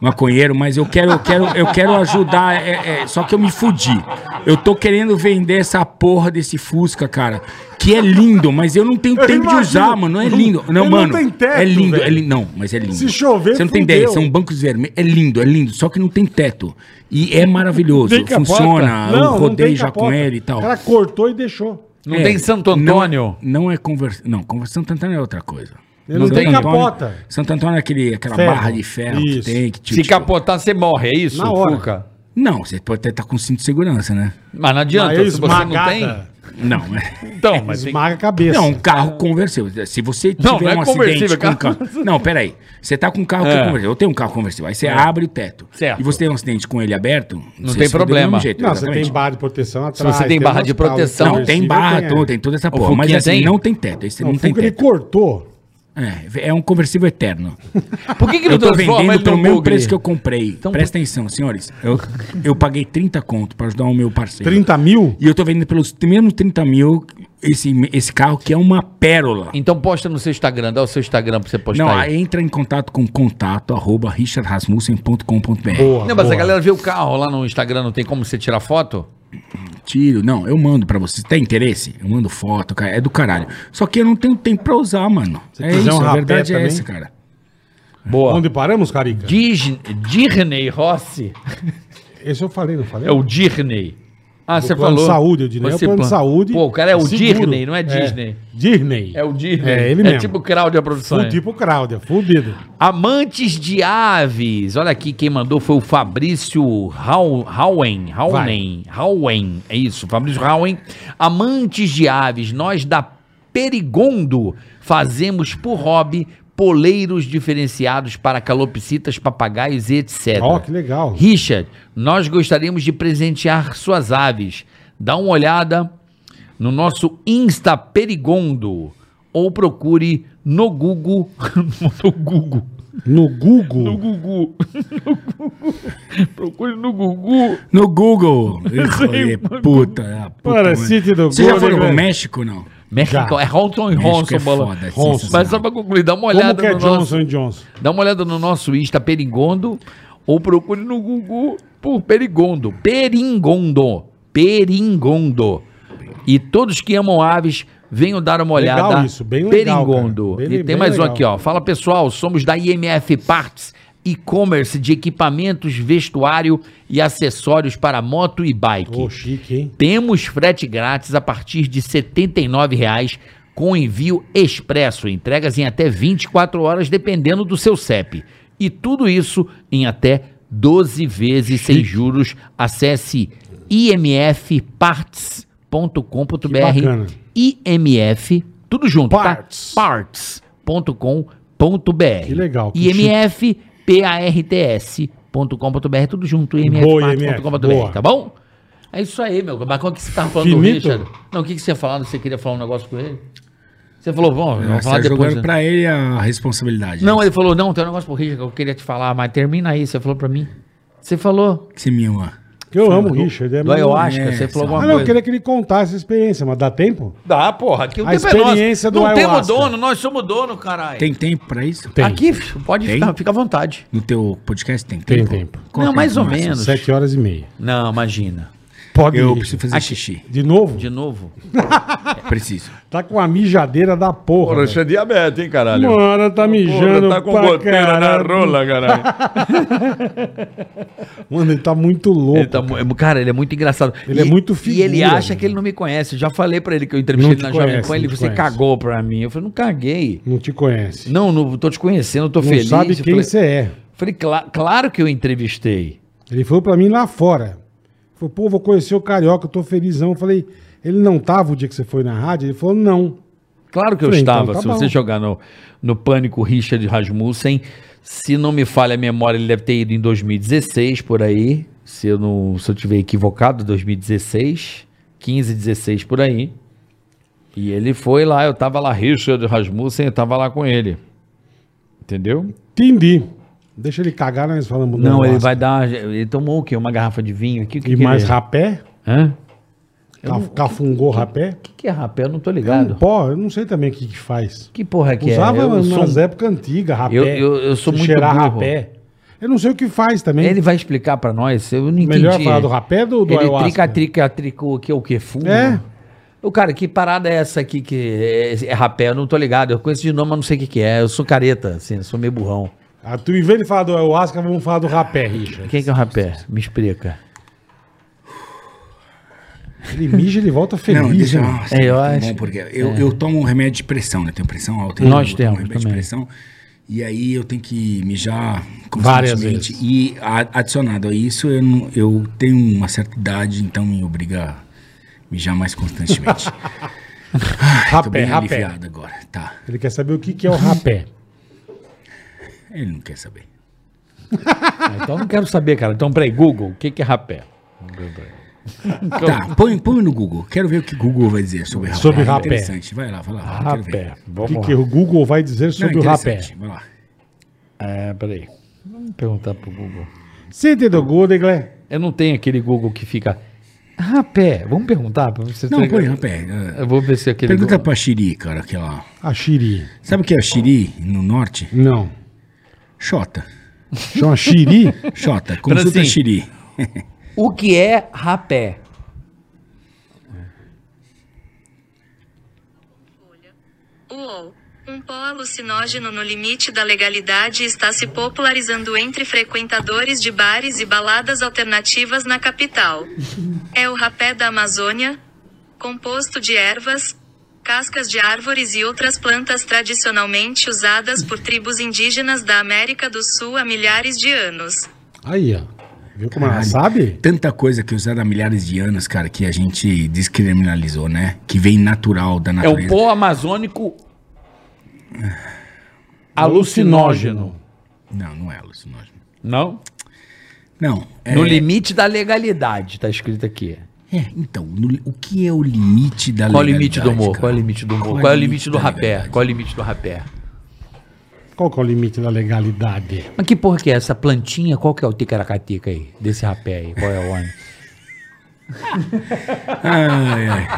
Speaker 4: maconheiro, mas eu quero, eu quero, eu quero ajudar. é, é, só que eu me fudi. Eu tô querendo vender essa porra desse Fusca, cara. Que é lindo, mas eu não tenho
Speaker 2: Eu
Speaker 4: tempo
Speaker 2: imagino.
Speaker 4: de usar, mano. Não é
Speaker 2: Não-
Speaker 4: lindo. Não,
Speaker 2: ele não
Speaker 4: mano.
Speaker 2: tem teto,
Speaker 4: é lindo.
Speaker 2: velho.
Speaker 4: É lindo. Não, mas é lindo.
Speaker 2: Se chover,
Speaker 4: Você não tem
Speaker 2: fudeu.
Speaker 4: ideia. São bancos vermelhos. É lindo, é lindo. Só que não tem teto. E é maravilhoso.
Speaker 2: Tem capota?
Speaker 4: Funciona. eu
Speaker 2: Não, não
Speaker 4: rodei
Speaker 2: tem
Speaker 4: já com
Speaker 2: capota.
Speaker 4: ele e tal.
Speaker 2: O cara cortou e deixou.
Speaker 3: Não tem Santo Antônio.
Speaker 4: É. Não, é conversa. Não, conversa Santo Antônio é outra coisa.
Speaker 2: Ele não
Speaker 4: Santo
Speaker 2: tem
Speaker 4: Antônio-
Speaker 2: capota.
Speaker 4: Santo Antônio é aquele, aquela
Speaker 2: Ferro.
Speaker 4: barra de ferro
Speaker 2: Isso.
Speaker 4: que tem. Que te-
Speaker 3: Se
Speaker 4: te-
Speaker 3: capotar, você morre, é isso?
Speaker 2: Na hora.
Speaker 3: Fuca?
Speaker 4: Não, você pode até estar com cinto de segurança, né?
Speaker 3: Mas não adianta,
Speaker 2: Aí
Speaker 3: se você não
Speaker 2: esmagada.
Speaker 3: tem.
Speaker 4: Não, é.
Speaker 3: Então, mas tem...
Speaker 2: Esmaga a cabeça.
Speaker 4: Não, um carro conversível. Se você tiver
Speaker 3: Não, não é
Speaker 4: um
Speaker 3: conversível,
Speaker 4: acidente com um
Speaker 3: carro.
Speaker 4: carro. Não, peraí. Você tá com um carro que é conversível. Eu tenho um carro conversível. Aí você abre o teto.
Speaker 3: Ah. Certo.
Speaker 4: E você tem um acidente com ele aberto. você
Speaker 3: tem
Speaker 4: se fudeu do
Speaker 3: problema.
Speaker 4: mesmo jeito,
Speaker 2: Não, você
Speaker 4: exatamente.
Speaker 2: tem barra de proteção atrás.
Speaker 3: você tem barra
Speaker 2: umas
Speaker 3: de
Speaker 2: calças
Speaker 3: proteção-
Speaker 4: Não, tem
Speaker 2: conversíveis,
Speaker 4: barra,
Speaker 2: é.
Speaker 4: tem, tem toda essa porra.
Speaker 3: Fuquinha
Speaker 4: Mas assim,
Speaker 3: tem?
Speaker 4: não tem teto. Esse
Speaker 2: Não,
Speaker 4: não,
Speaker 2: o
Speaker 4: tem
Speaker 2: Fuca, ele
Speaker 4: teto.
Speaker 2: cortou.
Speaker 4: É, é um conversível eterno.
Speaker 3: Por que, que
Speaker 4: Eu
Speaker 3: não
Speaker 4: tô
Speaker 3: transforma
Speaker 4: vendendo
Speaker 3: ele
Speaker 4: pelo
Speaker 3: num
Speaker 4: mesmo
Speaker 3: bugre?
Speaker 4: preço que eu comprei. Presta atenção, senhores. Eu, eu paguei 30 conto pra ajudar o meu parceiro.
Speaker 2: 30 mil?
Speaker 4: E eu tô vendendo pelos mesmos 30 mil esse, esse carro que é uma pérola.
Speaker 3: Então posta no seu Instagram, dá o seu Instagram pra você postar
Speaker 4: Não,
Speaker 3: tá aí.
Speaker 4: aí entra em contato com contato arroba richardrasmussen.com.br.
Speaker 2: Boa,
Speaker 3: Não, mas
Speaker 2: boa.
Speaker 3: a galera vê o carro lá no Instagram, não tem como você tirar foto?
Speaker 4: Tiro, não, eu mando pra você. Tem interesse? Eu mando foto, cara. É do caralho. Só que eu não tenho tempo pra usar, mano.
Speaker 2: Se
Speaker 4: é
Speaker 2: quiser
Speaker 4: isso,
Speaker 2: um
Speaker 4: a
Speaker 2: rapé
Speaker 4: verdade é
Speaker 2: também.
Speaker 4: essa, cara.
Speaker 3: Boa.
Speaker 2: Onde paramos, Carica?
Speaker 3: Dis- Dirney Rossi.
Speaker 2: Esse eu falei, não falei?
Speaker 3: É o Dirney. Ah, você
Speaker 2: plano
Speaker 3: falou.
Speaker 2: de saúde, eu diria. É o
Speaker 3: Você
Speaker 2: plano de
Speaker 3: plan-
Speaker 2: saúde.
Speaker 3: Pô, o cara é o
Speaker 2: seguro.
Speaker 3: Dirney, não é Disney.
Speaker 2: Disney.
Speaker 3: É, o Dirney.
Speaker 2: É ele mesmo.
Speaker 3: É tipo o Claudio a produção. né?
Speaker 2: Full tipo Crowder, fudido.
Speaker 3: Amantes de aves. Olha aqui quem mandou foi o Fabrício Hau- Hauen. Hauen. Hauen. É isso, Fabrício Hauen. Amantes de aves, nós da Perigondo fazemos por hobby poleiros diferenciados para calopsitas, papagaios e etc.
Speaker 2: Ó, que legal.
Speaker 3: Richard, nós gostaríamos de presentear suas aves. Dá uma olhada no nosso Insta Perigondo ou procure no Google, no Google,
Speaker 2: No Google.
Speaker 3: no Google, no Google. procure no Google.
Speaker 4: No Google. Ih, puta, é a puta.
Speaker 2: Para,
Speaker 4: mano.
Speaker 2: sítio do
Speaker 4: Você já
Speaker 2: Google,
Speaker 4: foi
Speaker 2: né?
Speaker 4: pro México, não?
Speaker 3: México, é Ronson e
Speaker 4: México
Speaker 3: Ronson,
Speaker 4: é
Speaker 3: bola.
Speaker 4: foda, é
Speaker 3: Ronson. Mas só
Speaker 4: sensacional.
Speaker 3: pra concluir, dá uma
Speaker 2: Como
Speaker 3: olhada
Speaker 2: que é
Speaker 3: no
Speaker 2: Johnson
Speaker 3: nosso,
Speaker 2: Johnson?
Speaker 3: dá uma olhada no nosso Insta Perigondo ou procure no Google por Perigondo, Peringondo, Peringondo. E todos que amam aves, venham dar uma olhada.
Speaker 2: Legal isso, bem legal,
Speaker 3: Peringondo.
Speaker 2: cara.
Speaker 3: e
Speaker 2: Bem-
Speaker 3: tem
Speaker 2: bem
Speaker 3: mais um
Speaker 2: legal.
Speaker 3: aqui, ó. Fala pessoal, somos da IMF Parts, e-commerce de equipamentos, vestuário e acessórios para moto e bike.
Speaker 2: Ô, chique, hein?
Speaker 3: Temos frete grátis a partir de R$ 79,00 com envio expresso, entregas em até 24 horas, dependendo do seu CEP. E tudo isso em até 12 vezes sem juros. Acesse
Speaker 2: Que bacana.
Speaker 3: imfparts.com.br. IMF, tudo junto,
Speaker 2: Parts.
Speaker 3: tá? Parts.com.br.
Speaker 2: Que legal, que
Speaker 3: IMF, P-A-R-T-S
Speaker 10: mf.com.br, tudo junto,
Speaker 2: Boa, IMF, boa.
Speaker 10: mf.com.br, tá bom? É isso aí, meu. Mas qual que você tá falando
Speaker 2: Finito?
Speaker 10: do Richard? Não, o que, que você ia falar? Você queria falar um negócio com ele? Você falou, bom,
Speaker 4: É,
Speaker 10: vamos
Speaker 4: você
Speaker 10: falar
Speaker 4: tá
Speaker 10: depois.
Speaker 4: jogando
Speaker 10: né?
Speaker 4: pra ele a responsabilidade.
Speaker 10: Não, ele falou, não, tem um negócio pro Richard que eu queria te falar, mas termina aí, você falou pra mim. Você falou.
Speaker 4: Que você me ama.
Speaker 2: Que eu amo o Richard. É
Speaker 10: Do
Speaker 2: meu-
Speaker 10: ayahuasca,
Speaker 4: é,
Speaker 10: você falou
Speaker 4: só-
Speaker 2: Ah,
Speaker 10: alguma
Speaker 2: não, eu
Speaker 10: coisa.
Speaker 2: queria que ele contasse a experiência, mas dá tempo?
Speaker 10: Dá, porra. Aqui o
Speaker 2: A
Speaker 10: tempo é nosso.
Speaker 2: experiência do
Speaker 10: Não temos
Speaker 2: ayahuasca.
Speaker 10: dono, nós somos dono, caralho.
Speaker 4: Tem tempo pra isso?
Speaker 10: Aqui, f- pode
Speaker 4: Tem?
Speaker 10: ficar, fica à vontade.
Speaker 4: No teu podcast tem
Speaker 2: Tem
Speaker 4: tempo?
Speaker 2: tempo.
Speaker 4: Qual
Speaker 10: Não,
Speaker 4: é? tempo
Speaker 10: mais ou
Speaker 4: máximo?
Speaker 10: menos.
Speaker 2: Sete horas e meia.
Speaker 10: Não, imagina.
Speaker 2: Pode
Speaker 4: Eu
Speaker 2: ir.
Speaker 4: preciso fazer
Speaker 10: Aqui.
Speaker 4: xixi.
Speaker 2: De novo?
Speaker 10: De novo.
Speaker 4: Preciso.
Speaker 2: Tá com a mijadeira da porra.
Speaker 3: Porra,
Speaker 2: velho.
Speaker 3: isso é diabetes, hein, caralho?
Speaker 2: Mano, tá mijando
Speaker 3: tá com
Speaker 2: pra
Speaker 3: goteira
Speaker 2: caralho.
Speaker 3: na rola, caralho.
Speaker 2: Mano, ele tá muito louco.
Speaker 3: Ele tá mu- é mu- cara, ele é muito engraçado.
Speaker 2: Ele é muito
Speaker 3: E ele
Speaker 2: figura,
Speaker 3: acha
Speaker 2: né?
Speaker 3: que ele não me conhece. Já falei pra ele que eu entrevistei
Speaker 2: Não
Speaker 3: ele
Speaker 2: te
Speaker 3: na Jovem
Speaker 2: conhece,
Speaker 3: Pan, ele
Speaker 2: não te
Speaker 3: você
Speaker 2: conhece."
Speaker 3: cagou pra mim. Eu falei, não caguei.
Speaker 2: Não te conhece.
Speaker 3: Não, não tô te conhecendo, eu tô
Speaker 2: Não
Speaker 3: feliz.
Speaker 2: sabe
Speaker 3: Eu
Speaker 2: quem
Speaker 3: falei,
Speaker 2: você é.
Speaker 3: falei, "Cla- claro que eu entrevistei.
Speaker 2: Ele falou pra mim lá fora. Falou, pô, vou conhecer o Carioca, eu tô felizão. Eu falei, ele não tava o dia que você foi na rádio? Ele falou, não.
Speaker 3: Claro que eu
Speaker 2: Falei,
Speaker 3: estava.
Speaker 2: então tá
Speaker 3: se
Speaker 2: bom.
Speaker 3: você jogar no, no Pânico Richard Rasmussen, se não me falha a memória, ele deve ter ido em 2016, por aí. Se eu não se eu tiver equivocado, 2016, 15, 16, por aí. E ele foi lá, eu tava lá, Richard Rasmussen, eu tava lá com ele. Entendeu?
Speaker 2: Entendi. Deixa ele cagar, nós falamos. do
Speaker 3: Não, ele
Speaker 2: Alaska.
Speaker 3: vai dar. Ele tomou o quê? Uma garrafa de vinho aqui? O que
Speaker 2: E
Speaker 3: que
Speaker 2: mais
Speaker 3: ele- é?
Speaker 2: rapé?
Speaker 3: Hã?
Speaker 2: Ca- Cafungou rapé?
Speaker 3: O que, que é rapé? Eu não tô
Speaker 2: É um
Speaker 3: ligado.
Speaker 2: pó, eu não sei também o que, que faz.
Speaker 3: Que porra que
Speaker 2: Usava
Speaker 3: é? Eu
Speaker 2: nas
Speaker 3: sou um-
Speaker 2: épocas antigas, rapé.
Speaker 3: Eu- eu- eu sou
Speaker 2: Se
Speaker 3: muito
Speaker 2: cheirar
Speaker 3: burro.
Speaker 2: rapé. Eu não sei o que faz também.
Speaker 3: Ele vai explicar pra nós. Eu não entendi.
Speaker 2: Melhor falar do rapé ou do
Speaker 3: Ele
Speaker 2: ayahuasca?
Speaker 3: trica, trica, tricou, que é o que? Fumo?
Speaker 2: É.
Speaker 3: O cara, que parada é essa aqui que é, é rapé? Eu não tô ligado. Eu conheço de nome, mas não sei o que, que é. Eu sou careta, assim, eu sou meio burrão.
Speaker 2: Ah, tu, em vez de falar do ayahuasca, vamos falar do rapé,
Speaker 3: O
Speaker 2: Richard.
Speaker 3: que é, que é o rapé? Me explica.
Speaker 2: Ele mija, ele volta feliz.
Speaker 4: Não, deixa eu...
Speaker 2: né?
Speaker 4: Nossa,
Speaker 3: É, eu
Speaker 4: muito
Speaker 3: acho-
Speaker 4: bom, porque eu, eu tomo um remédio de pressão, né? Tenho pressão alta.
Speaker 3: Nós
Speaker 4: eu tomo
Speaker 3: temos
Speaker 4: remédio
Speaker 3: também.
Speaker 4: de pressão. E aí eu tenho que mijar
Speaker 2: Várias
Speaker 4: constantemente. E a- adicionado a isso, eu, não- eu tenho uma certa idade, então me obriga a mijar mais constantemente. Tô
Speaker 2: rapé,
Speaker 4: bem
Speaker 2: rapé.
Speaker 4: aliviado agora, tá.
Speaker 2: Ele quer saber o que, que é o rapé.
Speaker 4: Ele não quer saber.
Speaker 3: Então eu não quero saber, cara. Então, peraí, Google, o que, que é rapé? Então,
Speaker 4: Tá, põe, põe no Google. Quero ver o que o Google vai dizer sobre rapé.
Speaker 2: Sobre rapé.
Speaker 4: Interessante. Vai lá, vai lá. vai lá, quero Ah, ver.
Speaker 3: Rapé.
Speaker 2: O
Speaker 3: Vamos
Speaker 2: que,
Speaker 3: lá.
Speaker 2: que o Google vai dizer
Speaker 4: Não,
Speaker 2: sobre o rapé?
Speaker 4: interessante, Vai lá.
Speaker 3: É, peraí. Vamos perguntar pro Google.
Speaker 2: Você entendeu, Google?
Speaker 3: Eu não tenho aquele Google que fica. Rapé, vamos perguntar pra você.
Speaker 4: Não, põe rapé. Ah,
Speaker 3: Eu vou ver se é aquele.
Speaker 4: Pergunta
Speaker 3: Google-
Speaker 4: pra Xiri, cara, aquela.
Speaker 2: A xiri.
Speaker 4: Sabe o que é Xiri no norte?
Speaker 2: Não.
Speaker 4: Xota.
Speaker 2: Chama xiri?
Speaker 4: Xota, consulta
Speaker 3: Francine.
Speaker 4: Xiri.
Speaker 10: O que é rapé?
Speaker 8: UOL. Um pó alucinógeno no limite da legalidade está se popularizando entre frequentadores de bares e baladas alternativas na capital. É o rapé da Amazônia, composto de ervas, cascas de árvores e outras plantas tradicionalmente usadas por tribos indígenas da América do Sul há milhares de anos.
Speaker 2: Aí, ó. Viu como ela
Speaker 4: Caralho.
Speaker 2: sabe?
Speaker 4: Tanta coisa que é usada há milhares de anos, cara, que a gente descriminalizou, né? Que vem natural da
Speaker 3: É o
Speaker 4: natureza.
Speaker 3: pó amazônico alucinógeno.
Speaker 4: Não, não é alucinógeno.
Speaker 3: Não?
Speaker 4: Não. É...
Speaker 3: No limite da legalidade, tá escrito aqui.
Speaker 4: É, então, no- o que é o limite da
Speaker 3: Qual é o limite do humor?
Speaker 4: cara?
Speaker 3: Qual é o limite do humor? Qual é o limite do
Speaker 4: da
Speaker 3: rapé?
Speaker 4: legalidade?
Speaker 3: Qual é o limite do rapé?
Speaker 2: Qual que é o limite da legalidade?
Speaker 3: Mas que porra que é essa plantinha? Qual que é o ticaracatica aí? Desse rapé aí? Qual é o ano?
Speaker 4: Ai, ai.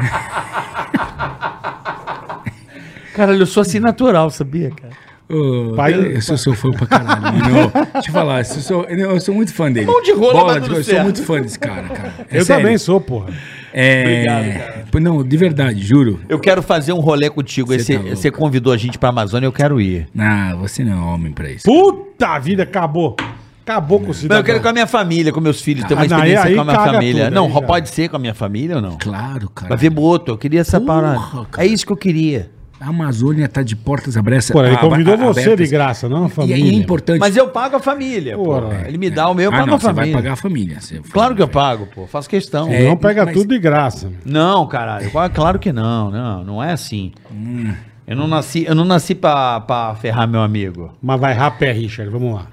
Speaker 3: Caralho, eu sou assim natural, sabia, cara?
Speaker 4: Ô,
Speaker 2: Pai-
Speaker 4: eu, eu sou seu fã pra caralho, mano. Deixa eu falar, eu sou, eu, eu sou muito fã dele. Mão
Speaker 3: de rola, mas
Speaker 4: eu
Speaker 3: tudo
Speaker 4: sou
Speaker 3: certo.
Speaker 4: muito fã desse cara, cara. É
Speaker 2: eu
Speaker 4: sério.
Speaker 2: também sou, porra.
Speaker 4: É, pô, Não, de verdade, juro.
Speaker 3: Eu quero fazer um rolê contigo.
Speaker 4: Você
Speaker 3: Esse-
Speaker 4: tá louco.
Speaker 3: você Tá convidou a gente pra Amazônia, eu quero ir.
Speaker 4: Ah, você não é homem pra isso.
Speaker 2: Puta vida, acabou. Acabou com o
Speaker 3: Mas
Speaker 2: cidadão.
Speaker 3: eu quero ir com a minha família, com meus filhos, ter uma
Speaker 2: Ah, não, aí-
Speaker 3: experiência
Speaker 2: aí
Speaker 3: com a minha
Speaker 2: caga
Speaker 3: família.
Speaker 2: tudo,
Speaker 3: não,
Speaker 2: aí já.
Speaker 3: pode ser com a minha família ou não?
Speaker 4: Claro, cara.
Speaker 3: Pra
Speaker 2: é
Speaker 3: ver boto, eu queria essa
Speaker 4: Porra,
Speaker 3: parada.
Speaker 4: cara.
Speaker 3: É isso que eu queria.
Speaker 4: A Amazônia tá de portas abertas.
Speaker 2: Pô, ele
Speaker 4: ab-
Speaker 2: convidou
Speaker 4: abertas.
Speaker 2: você de graça, não a
Speaker 4: E
Speaker 2: família.
Speaker 4: aí é importante.
Speaker 3: Mas eu pago a família, pô.
Speaker 2: Porra.
Speaker 3: Ele me dá o meu, eu
Speaker 4: ah,
Speaker 3: pago
Speaker 4: não,
Speaker 3: a
Speaker 4: você
Speaker 3: família.
Speaker 4: vai pagar a família. você-
Speaker 3: Claro que eu pago, pô. Faço questão.
Speaker 2: Não
Speaker 4: É,
Speaker 2: pega
Speaker 4: mas-
Speaker 2: tudo de graça.
Speaker 3: Não, caralho. qua- Claro que não. Não, não é assim.
Speaker 4: Hum,
Speaker 3: Eu não nasci, eu não nasci pra, pra ferrar meu amigo.
Speaker 2: Mas vai rapé, Richard, vamos lá.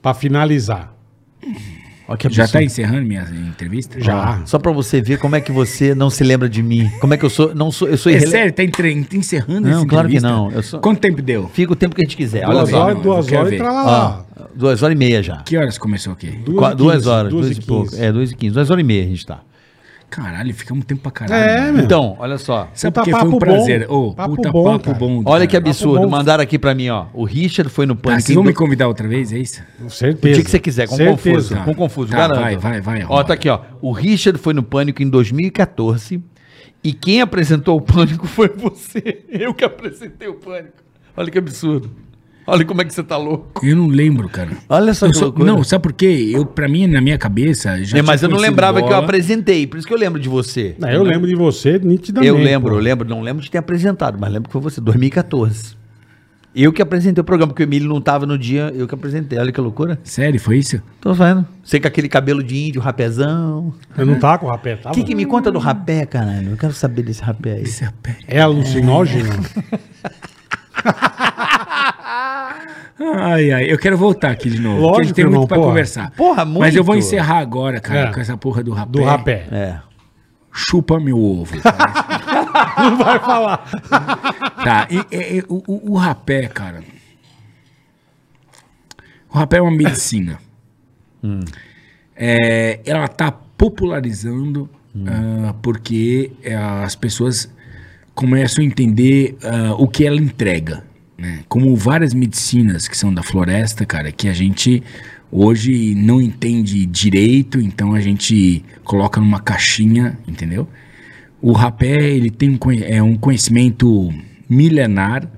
Speaker 2: Pra finalizar.
Speaker 3: Olha que
Speaker 4: Já
Speaker 3: absurdo.
Speaker 4: tá encerrando minha entrevista?
Speaker 2: é Já.
Speaker 3: Só pra você ver como é que você não se lembra de mim. Como é que eu sou. Não sou eu sou
Speaker 4: É
Speaker 3: irrele-
Speaker 4: sério, tá entre- tá encerrando
Speaker 3: Não,
Speaker 4: essa
Speaker 3: claro que
Speaker 4: entrevista?
Speaker 3: não, eu sou-
Speaker 4: Quanto tempo deu?
Speaker 3: Fica o tempo que a gente quiser. Olha
Speaker 2: Duas
Speaker 3: só.
Speaker 4: não,
Speaker 2: horas,
Speaker 4: eu
Speaker 2: duas
Speaker 4: quero
Speaker 2: horas e
Speaker 4: ver.
Speaker 2: tra lá,
Speaker 3: Ó,
Speaker 2: lá.
Speaker 3: duas horas e meia já.
Speaker 4: Que horas começou aqui?
Speaker 2: Duas
Speaker 3: Ah, Qua-
Speaker 2: e
Speaker 3: Duas,
Speaker 2: quinze,
Speaker 3: horas, duas,
Speaker 2: duas
Speaker 3: e
Speaker 2: e
Speaker 3: pouco.
Speaker 2: quinze.
Speaker 3: É, duas e quinze. Duas horas e meia a gente tá.
Speaker 4: Caralho, ficamos um tempo pra
Speaker 2: É,
Speaker 4: caralho.
Speaker 2: meu.
Speaker 3: Então, olha só.
Speaker 4: Sabe
Speaker 2: Puta
Speaker 4: por quê? Foi
Speaker 2: papo
Speaker 4: um prazer.
Speaker 2: bom.
Speaker 4: Ô,
Speaker 2: Papo
Speaker 4: puta Tá
Speaker 2: bom,
Speaker 4: papo
Speaker 2: cara.
Speaker 4: bom.
Speaker 3: Olha que
Speaker 4: cara.
Speaker 3: absurdo.
Speaker 2: bom.
Speaker 3: Mandaram aqui pra mim, ó. O Richard foi no
Speaker 4: Ah,
Speaker 3: pânico.
Speaker 4: vocês vão me convidar outra vez, é isso?
Speaker 2: Certeza.
Speaker 3: O dia que você quiser, com
Speaker 2: Certeza.
Speaker 3: confuso. Com confuso,
Speaker 4: Tá,
Speaker 3: garanto.
Speaker 4: vai, vai, vai,
Speaker 3: Ó, tá
Speaker 4: arruma.
Speaker 3: aqui, ó. O Richard foi no Pânico em 2014 e quem apresentou o Pânico foi você. Eu que apresentei o Pânico. Olha que absurdo. Olha como é que você tá louco.
Speaker 4: Eu não lembro, cara.
Speaker 3: Olha só
Speaker 4: Eu
Speaker 3: que
Speaker 4: sou-
Speaker 3: loucura.
Speaker 4: Não, sabe por quê? Eu, pra mim, na minha cabeça... Já
Speaker 3: É, mas eu
Speaker 4: tinha conhecido
Speaker 3: não lembrava que eu
Speaker 4: bola.
Speaker 3: apresentei, por isso que eu lembro de você.
Speaker 2: Não, eu lembro de você nitidamente.
Speaker 3: Eu lembro,
Speaker 2: pô.
Speaker 3: eu lembro, não lembro de ter apresentado, mas lembro que foi você, 2014. Eu que apresentei o programa, porque o Emílio não tava no dia, eu que apresentei. Olha que loucura.
Speaker 4: Sério, foi isso?
Speaker 3: Tô vendo. Você com aquele cabelo de índio, rapezão.
Speaker 2: Eu não tava com o rapé, tá
Speaker 3: O
Speaker 4: Tá
Speaker 2: tava?
Speaker 3: que, que me conta do rapé, caralho? Eu quero saber desse rapé aí.
Speaker 4: Isso é pé.
Speaker 2: É alucinógeno?
Speaker 4: Ai, ai, eu quero voltar aqui de novo.
Speaker 2: Lógico,
Speaker 4: porque a gente tem
Speaker 2: irmão,
Speaker 4: muito pra
Speaker 2: porra.
Speaker 4: conversar.
Speaker 3: Porra,
Speaker 4: Mas
Speaker 3: muito.
Speaker 4: eu vou encerrar agora, cara,
Speaker 2: É.
Speaker 4: com essa porra do rapé.
Speaker 2: Do rapé.
Speaker 3: É.
Speaker 4: Chupa meu ovo. cara.
Speaker 2: Não vai falar.
Speaker 4: tá, e, e- e- o, o- o rapé, cara. O rapé é uma medicina. É, ela tá popularizando ah, porque eh, as pessoas começam a entender ah, o que ela entrega. né? Como várias medicinas que são da floresta, cara, que a gente hoje não entende direito, então a gente coloca numa caixinha, entendeu? O rapé, ele tem um, conhe- é um conhecimento milenar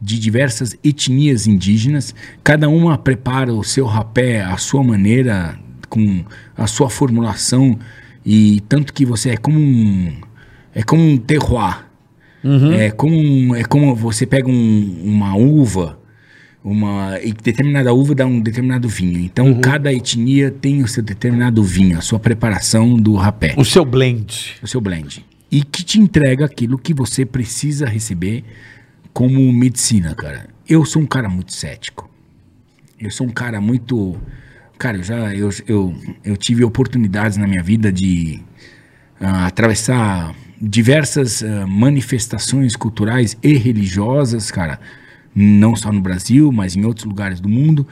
Speaker 4: de diversas etnias indígenas. Cada uma prepara o seu rapé à sua maneira, com a sua formulação. E tanto que você é como um, é como um terroir. É, como, um- é como você pega um- uma uva, uma e determinada uva dá um determinado vinho. Então, cada etnia tem o seu determinado vinho, a sua preparação do rapé
Speaker 3: O seu blend.
Speaker 4: o seu blend. E que te entrega aquilo que você precisa receber como medicina, cara. Eu sou um cara muito cético. Eu sou um cara muito. Cara, eu já eu, eu, eu tive oportunidades na minha vida de ah, atravessar diversas ah, manifestações culturais e religiosas, cara. Não só no Brasil, mas em outros lugares do mundo.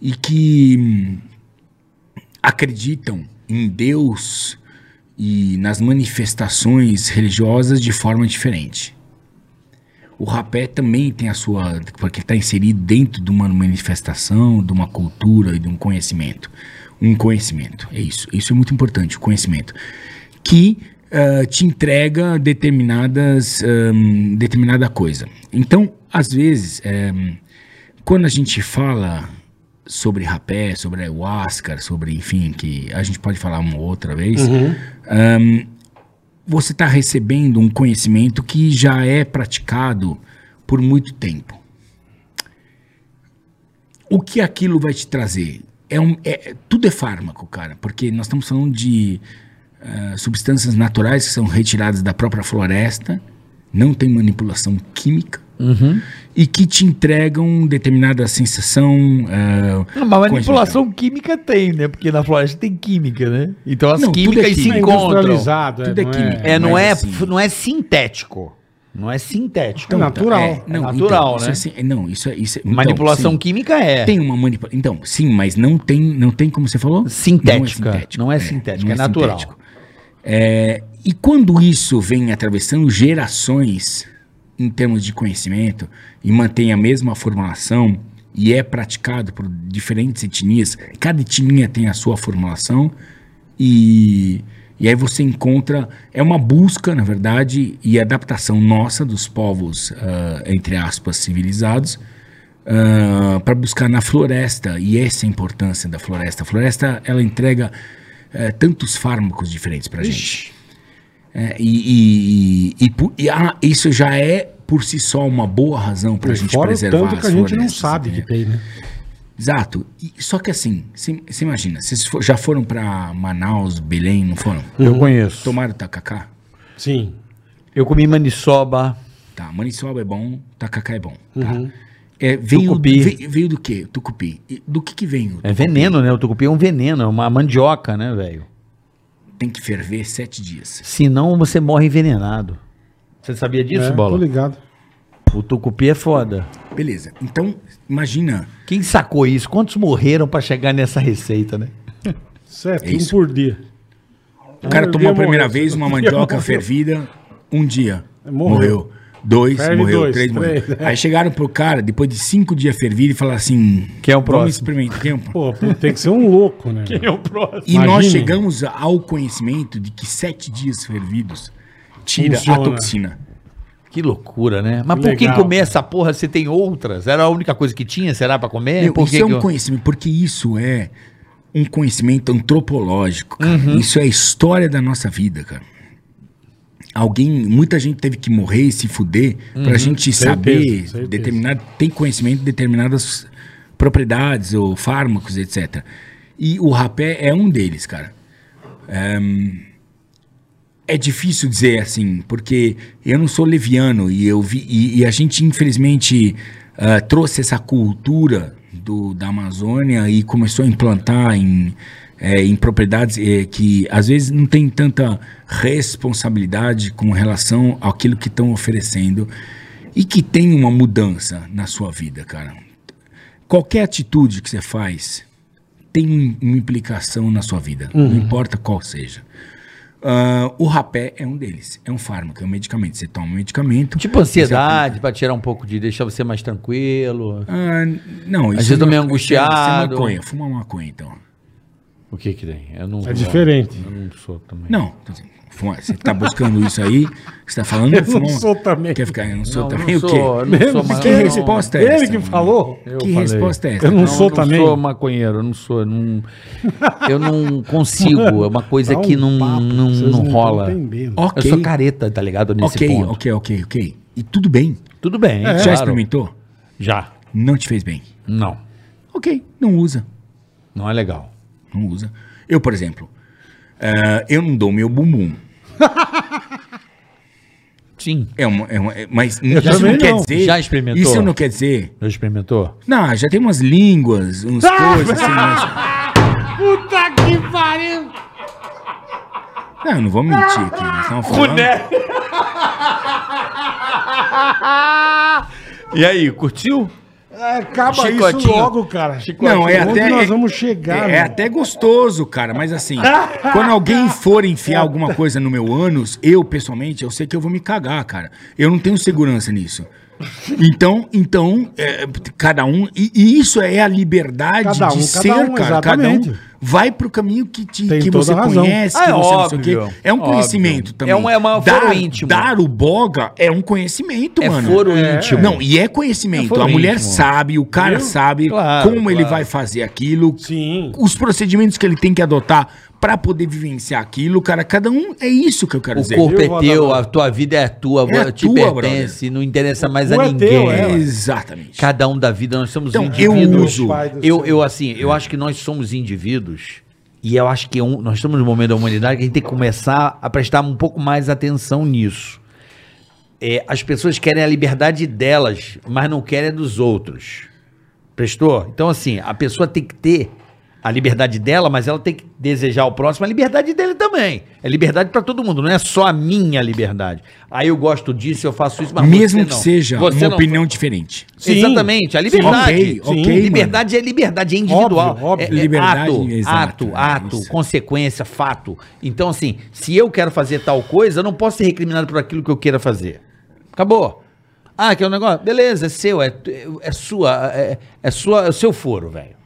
Speaker 4: E que hum, acreditam em Deus e nas manifestações religiosas de forma diferente. O rapé também tem a sua, porque está inserido dentro de uma manifestação, de uma cultura e de um conhecimento. Um conhecimento, é isso. Isso é muito importante, o conhecimento. Que ah, te entrega determinadas, ahm, determinada coisa. Então, às vezes, ehm, quando a gente fala sobre rapé, sobre ayahuasca, sobre, enfim, que a gente pode falar uma outra vez, ahm, você está recebendo um conhecimento que já é praticado por muito tempo. O que aquilo vai te trazer? É um, é- tudo é fármaco, cara, porque nós estamos falando de ah, substâncias naturais que são retiradas da própria floresta, não tem manipulação química
Speaker 3: Uhum.
Speaker 4: e que te entregam determinada sensação. ah,
Speaker 3: Mas
Speaker 4: coisa
Speaker 3: manipulação química tem, né? Porque na floresta tem química, né? Então as
Speaker 4: Não, tudo
Speaker 3: químicas
Speaker 4: é
Speaker 3: se
Speaker 4: química.
Speaker 3: encontram.
Speaker 2: Industrializado,
Speaker 4: Tudo é
Speaker 2: não
Speaker 4: química.
Speaker 3: É, não
Speaker 4: Mas
Speaker 3: é,
Speaker 4: assim-
Speaker 3: não é sintético. Não é sintético.
Speaker 2: É natural.
Speaker 4: É, não,
Speaker 3: natural,
Speaker 4: então,
Speaker 3: né?
Speaker 4: Isso é, assim- não, isso é. Isso é então,
Speaker 3: manipulação
Speaker 4: sim.
Speaker 3: química é.
Speaker 4: Tem uma manipulação. Então, sim, mas não tem, não tem como você falou?
Speaker 3: Sintética.
Speaker 4: Não é sintético.
Speaker 3: Não é sintética, é natural.
Speaker 4: É, e quando isso vem atravessando gerações em termos de conhecimento e mantém a mesma formulação e é praticado por diferentes etnias, cada etnia tem a sua formulação e, e aí você encontra, é uma busca, na verdade, e adaptação nossa dos povos, ah, entre aspas, civilizados, para Ah, buscar na floresta e essa é a importância da floresta. A floresta ela entrega eh, tantos fármacos diferentes para gente. É, e e, e, e pu- e, ah, isso já é por si só uma boa razão para a gente
Speaker 2: Fora o
Speaker 4: preservar
Speaker 2: tanto que a
Speaker 4: as
Speaker 2: gente não
Speaker 4: florestas,
Speaker 2: sabe que
Speaker 4: entendeu?
Speaker 2: tem, né?
Speaker 4: Exato. E- só que assim, você imagina, vocês fo- já foram para Manaus, Belém, não foram?
Speaker 3: Eu conheço.
Speaker 4: Tomaram tacacá?
Speaker 2: Sim.
Speaker 3: Eu comi maniçoba.
Speaker 2: Uhum.
Speaker 4: Tá, maniçoba é bom, tacacá é bom. tá? É, veio,
Speaker 3: Tucupi.
Speaker 4: Veio, veio do quê? Tucupi. E Do que que vem? o
Speaker 3: É veneno, né? O tucupi é um veneno, é uma mandioca, né, velho?
Speaker 4: Tem que ferver sete dias.
Speaker 3: Senão você morre envenenado. Você sabia disso,
Speaker 2: É, Tô
Speaker 3: Bola?
Speaker 2: ligado.
Speaker 3: O tucupi é foda.
Speaker 4: Beleza. Então, imagina.
Speaker 3: Quem sacou isso? Quantos morreram pra chegar nessa receita, né?
Speaker 2: Certo,
Speaker 4: É isso.
Speaker 2: um por dia.
Speaker 4: O cara
Speaker 2: Eu
Speaker 4: tomou a
Speaker 2: ia
Speaker 4: primeira
Speaker 2: morrer.
Speaker 4: vez uma
Speaker 2: Eu ia
Speaker 4: mandioca
Speaker 2: morrer.
Speaker 4: fervida, um dia.
Speaker 2: Um Morreu.
Speaker 4: Morreu. Dois,
Speaker 2: Ferve
Speaker 4: morreu.
Speaker 2: dois,
Speaker 4: três, morreu.
Speaker 2: três, é.
Speaker 4: Aí chegaram pro cara, depois de cinco dias fervido, e falaram assim:
Speaker 3: Quem é o próximo?"
Speaker 4: Vamos experimentar. Quem é o próximo?
Speaker 2: Pô, pô, tem que ser um louco, né?
Speaker 3: É o próximo.
Speaker 4: E
Speaker 2: Imagine.
Speaker 4: nós chegamos ao conhecimento de que sete dias fervidos tira
Speaker 2: Funciona.
Speaker 4: a toxina.
Speaker 3: Que loucura, né? Mas por que
Speaker 2: Legal.
Speaker 3: comer essa porra se tem outras? Era a única coisa que tinha, será, pra comer?
Speaker 4: Meu,
Speaker 3: por
Speaker 4: isso
Speaker 3: que
Speaker 4: é um
Speaker 3: que eu-
Speaker 4: conhecimento, porque isso é um conhecimento antropológico, cara.
Speaker 3: Uhum.
Speaker 4: Isso é a história da nossa vida, cara. Alguém, muita gente teve que morrer e se fuder
Speaker 3: Uhum.
Speaker 4: pra gente saber
Speaker 2: certeza.
Speaker 4: determinado, tem conhecimento de determinadas propriedades ou fármacos, etc. E o rapé é um deles, cara. É difícil dizer assim, porque eu não sou leviano e eu vi e, e a gente infelizmente ah, trouxe essa cultura do, da Amazônia e começou a implantar em, eh, em propriedades eh, que às vezes não tem tanta responsabilidade com relação àquilo que estão oferecendo e que tem uma mudança na sua vida, cara. Qualquer atitude que você faz tem um, uma implicação na sua vida, não
Speaker 3: Uhum.
Speaker 4: importa qual seja. Ah, o rapé é um deles. É um fármaco, é um medicamento. Você toma um medicamento.
Speaker 3: Tipo ansiedade, pra tirar um pouco de... Deixar você mais tranquilo.
Speaker 4: Ah, não,
Speaker 3: Às vezes eu tô
Speaker 4: é
Speaker 3: meio
Speaker 4: ma- isso é- isso
Speaker 3: angustiado.
Speaker 4: É maconha, fuma maconha então.
Speaker 3: O que que tem? Eu não...
Speaker 2: É diferente.
Speaker 3: Eu não sou também.
Speaker 4: Não, quer dizer, fuma- você tá buscando isso aí, você tá falando.
Speaker 2: Eu não
Speaker 4: fuma uma-
Speaker 2: sou também.
Speaker 4: Quer ficar, eu não sou
Speaker 3: Não,
Speaker 4: também
Speaker 3: eu não
Speaker 4: o quê?
Speaker 3: sou, eu não sou mais-
Speaker 4: que
Speaker 3: não,
Speaker 4: resposta é
Speaker 2: Ele
Speaker 4: essa?
Speaker 2: que falou.
Speaker 3: Eu
Speaker 4: Que
Speaker 3: falei.
Speaker 4: resposta é essa?
Speaker 2: Eu não
Speaker 3: Não,
Speaker 2: Um sou
Speaker 3: eu
Speaker 2: também.
Speaker 3: Não sou maconheiro, eu não sou. eu não- eu não consigo. É uma coisa
Speaker 2: Dá um
Speaker 3: que não,
Speaker 2: papo que
Speaker 3: não,
Speaker 2: vocês
Speaker 3: não
Speaker 2: não
Speaker 3: rola.
Speaker 2: tão entendendo.
Speaker 4: Ok,
Speaker 3: Eu sou careta, tá ligado? Nesse
Speaker 4: ok,
Speaker 3: ponto.
Speaker 4: ok, ok, ok. E tudo bem.
Speaker 3: Tudo bem,
Speaker 2: É.
Speaker 4: Já
Speaker 3: claro.
Speaker 4: experimentou?
Speaker 3: Já.
Speaker 4: Não te fez bem.
Speaker 3: Não.
Speaker 4: Ok, não usa.
Speaker 3: Não é legal.
Speaker 4: Não usa. Eu, por exemplo, ah, eu não dou meu bumbum.
Speaker 3: Sim.
Speaker 4: É uma, é uma- é- mas isso
Speaker 2: também
Speaker 4: não quer
Speaker 2: não.
Speaker 4: dizer.
Speaker 3: Já experimentou?
Speaker 4: Isso não quer dizer.
Speaker 3: Já experimentou?
Speaker 4: Não, já tem umas línguas, uns coisas assim. mas-
Speaker 2: Ah! Puta que pariu!
Speaker 4: Não, não vou mentir aqui. né? nós estamos falando-
Speaker 3: E aí, curtiu?
Speaker 2: Acaba isso
Speaker 3: Chicotinho.
Speaker 2: logo, cara.
Speaker 4: Não, é
Speaker 2: Onde
Speaker 4: até.
Speaker 2: nós
Speaker 4: é-
Speaker 2: vamos chegar?
Speaker 4: É, é
Speaker 2: mano?
Speaker 4: até gostoso, cara, mas assim, quando alguém for enfiar alguma coisa no meu ânus, eu, pessoalmente, eu sei que eu vou me cagar, cara. Eu não tenho segurança nisso. Então, então, é, cada um. E, e isso é a liberdade
Speaker 2: Cada um,
Speaker 4: de
Speaker 2: cada
Speaker 4: ser,
Speaker 2: um,
Speaker 4: cara. Cada um
Speaker 2: exatamente.
Speaker 4: vai pro caminho que, te,
Speaker 2: Tem
Speaker 4: que
Speaker 2: toda
Speaker 4: você
Speaker 2: a razão.
Speaker 4: conhece,
Speaker 3: Ah,
Speaker 4: que
Speaker 3: é
Speaker 4: você não sei o
Speaker 3: óbvio,
Speaker 4: quê. É um
Speaker 3: óbvio.
Speaker 4: conhecimento também.
Speaker 3: É um- é uma-
Speaker 4: dar,
Speaker 3: foro íntimo.
Speaker 4: Dar o boga é um conhecimento,
Speaker 3: É
Speaker 4: mano.
Speaker 3: foro íntimo.
Speaker 4: Não, e é conhecimento.
Speaker 3: foro
Speaker 4: a mulher
Speaker 3: íntimo.
Speaker 4: sabe, o cara sabe
Speaker 3: Claro,
Speaker 4: como ele
Speaker 3: claro.
Speaker 4: vai fazer aquilo,
Speaker 2: Sim.
Speaker 4: os procedimentos que ele tem que adotar pra poder vivenciar aquilo, cara, cada um é isso que eu quero
Speaker 3: O
Speaker 4: dizer.
Speaker 3: corpo
Speaker 2: Viu,
Speaker 3: é teu,
Speaker 2: Rodabalho?
Speaker 3: a tua vida é tua,
Speaker 4: É a
Speaker 3: te
Speaker 4: tua,
Speaker 3: pertence, não interessa mais a
Speaker 2: é
Speaker 3: ninguém.
Speaker 2: teu, é, ué.
Speaker 4: Exatamente.
Speaker 3: Cada um da vida, nós somos
Speaker 4: Então, eu
Speaker 3: indivíduos.
Speaker 4: uso.
Speaker 2: Pai do
Speaker 3: Eu,
Speaker 2: céu.
Speaker 3: eu assim, eu acho que nós somos indivíduos e eu acho que é um- nós estamos num momento da humanidade que a gente tem que começar a prestar um pouco mais atenção nisso. É, as pessoas querem a liberdade delas, mas não querem a dos outros. Prestou? Então, assim, a pessoa tem que ter a liberdade dela, mas ela tem que desejar ao próximo a liberdade dele também. É liberdade pra todo mundo, não é só a minha liberdade. Aí eu gosto disso, eu faço isso, mas
Speaker 4: Mesmo
Speaker 3: um, você
Speaker 4: que
Speaker 3: não.
Speaker 4: seja
Speaker 3: Você
Speaker 4: uma
Speaker 3: não.
Speaker 4: opinião diferente.
Speaker 2: Sim.
Speaker 3: Exatamente, a liberdade.
Speaker 4: Sim, ok, ok, mano.
Speaker 3: liberdade é liberdade, é individual.
Speaker 2: Óbvio, óbvio.
Speaker 3: É- é
Speaker 4: Liberdade,
Speaker 3: ato,
Speaker 4: exato,
Speaker 3: ato,
Speaker 4: é
Speaker 3: ato,
Speaker 4: isso.
Speaker 3: consequência, fato. Então, assim, se eu quero fazer tal coisa, eu não posso ser recriminado por aquilo que eu queira fazer. Acabou. Ah, que é um negócio. Beleza, é seu, é, é sua, é, é sua, é o seu foro, velho.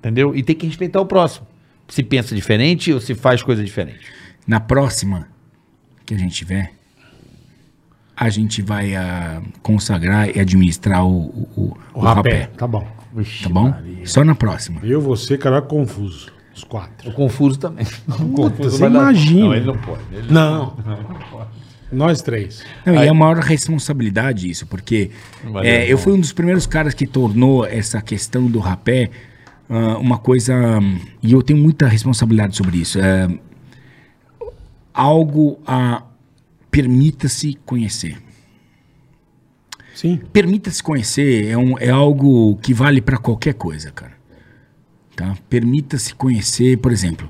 Speaker 3: Entendeu? E tem que respeitar o próximo. Se pensa diferente ou se faz coisa diferente.
Speaker 4: Na próxima que a gente tiver, a gente vai ah, consagrar e administrar o, o, o- o
Speaker 2: O rapé. Tá bom.
Speaker 4: Tá bom? Só na próxima.
Speaker 2: Eu, você, cara, confuso. Os quatro.
Speaker 3: O confuso também.
Speaker 2: Puta, você imagina.
Speaker 3: Não, ele não pode. Ele-
Speaker 2: Não. Nós três.
Speaker 4: Não, e é a maior responsabilidade isso, porque
Speaker 3: Valeu,
Speaker 4: é,
Speaker 3: irmão.
Speaker 4: eu fui um dos primeiros caras que tornou essa questão do rapé ah, uma coisa. hum, E eu tenho muita responsabilidade sobre isso. é, algo a. Permita-se conhecer.
Speaker 2: Sim.
Speaker 4: Permita-se conhecer é, um, é algo que vale para qualquer coisa, cara. Tá? Permita-se conhecer, por exemplo,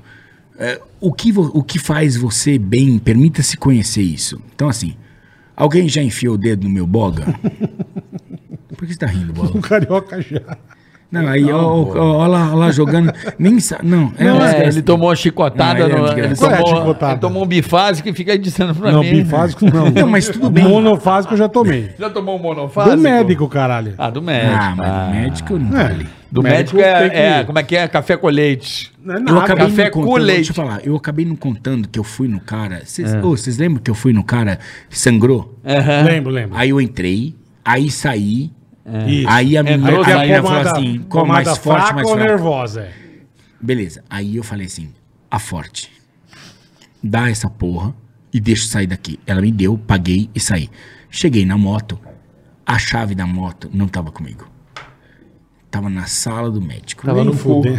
Speaker 4: é, o, que vo- o que faz você bem, permita-se conhecer isso. Então, assim, alguém já enfiou o dedo no meu boga? Por que você tá rindo, bola?
Speaker 2: O carioca já.
Speaker 4: Não, aí, ó, ó, ó, ó lá, ó lá jogando. Nem sa- Não, é,
Speaker 3: É,
Speaker 4: esquece.
Speaker 3: ele tomou uma chicotada,
Speaker 4: Não, ele é
Speaker 3: no-
Speaker 4: um
Speaker 3: ele,
Speaker 4: desgraçado.
Speaker 2: Qual é a
Speaker 3: tomou,
Speaker 2: chicotada?
Speaker 3: ele tomou um bifásico e fica aí dizendo pra
Speaker 2: Não,
Speaker 3: mim. né?
Speaker 2: bifásico um não.
Speaker 4: Não, mas tudo bem.
Speaker 2: Monofásico eu já tomei.
Speaker 3: Já tomou um monofásico?
Speaker 2: Do médico, caralho.
Speaker 3: Ah, do médico.
Speaker 4: Ah, mas
Speaker 3: Ah.
Speaker 4: médico não tá ali.
Speaker 3: Do
Speaker 2: médico
Speaker 3: médico,
Speaker 2: tem
Speaker 3: é,
Speaker 2: que-
Speaker 3: é, como é que é? Café com leite.
Speaker 2: Não é
Speaker 4: Eu
Speaker 2: nada.
Speaker 4: acabei
Speaker 3: café
Speaker 4: não
Speaker 3: com
Speaker 4: contando,
Speaker 3: leite.
Speaker 4: Deixa eu falar, eu acabei não contando que eu fui no cara. Vocês ô, vocês lembram que eu fui no cara que sangrou?
Speaker 3: É.
Speaker 2: Lembro, lembro.
Speaker 4: Aí eu entrei, aí saí.
Speaker 2: Isso.
Speaker 4: Aí a
Speaker 3: Entrou,
Speaker 4: menina,
Speaker 2: Porque
Speaker 4: a
Speaker 2: a
Speaker 4: menina
Speaker 2: pomada-
Speaker 4: falou assim: qual
Speaker 2: pomada
Speaker 4: mais forte,
Speaker 2: fraca
Speaker 4: mais
Speaker 2: ou
Speaker 4: fraca?
Speaker 2: nervosa? é?
Speaker 4: Beleza. Aí eu falei assim: a forte. Dá essa porra e deixa eu sair daqui. Ela me deu, paguei e saí. Cheguei na moto, a chave da moto não tava comigo. Tava na sala do médico.
Speaker 2: Nem fudeu.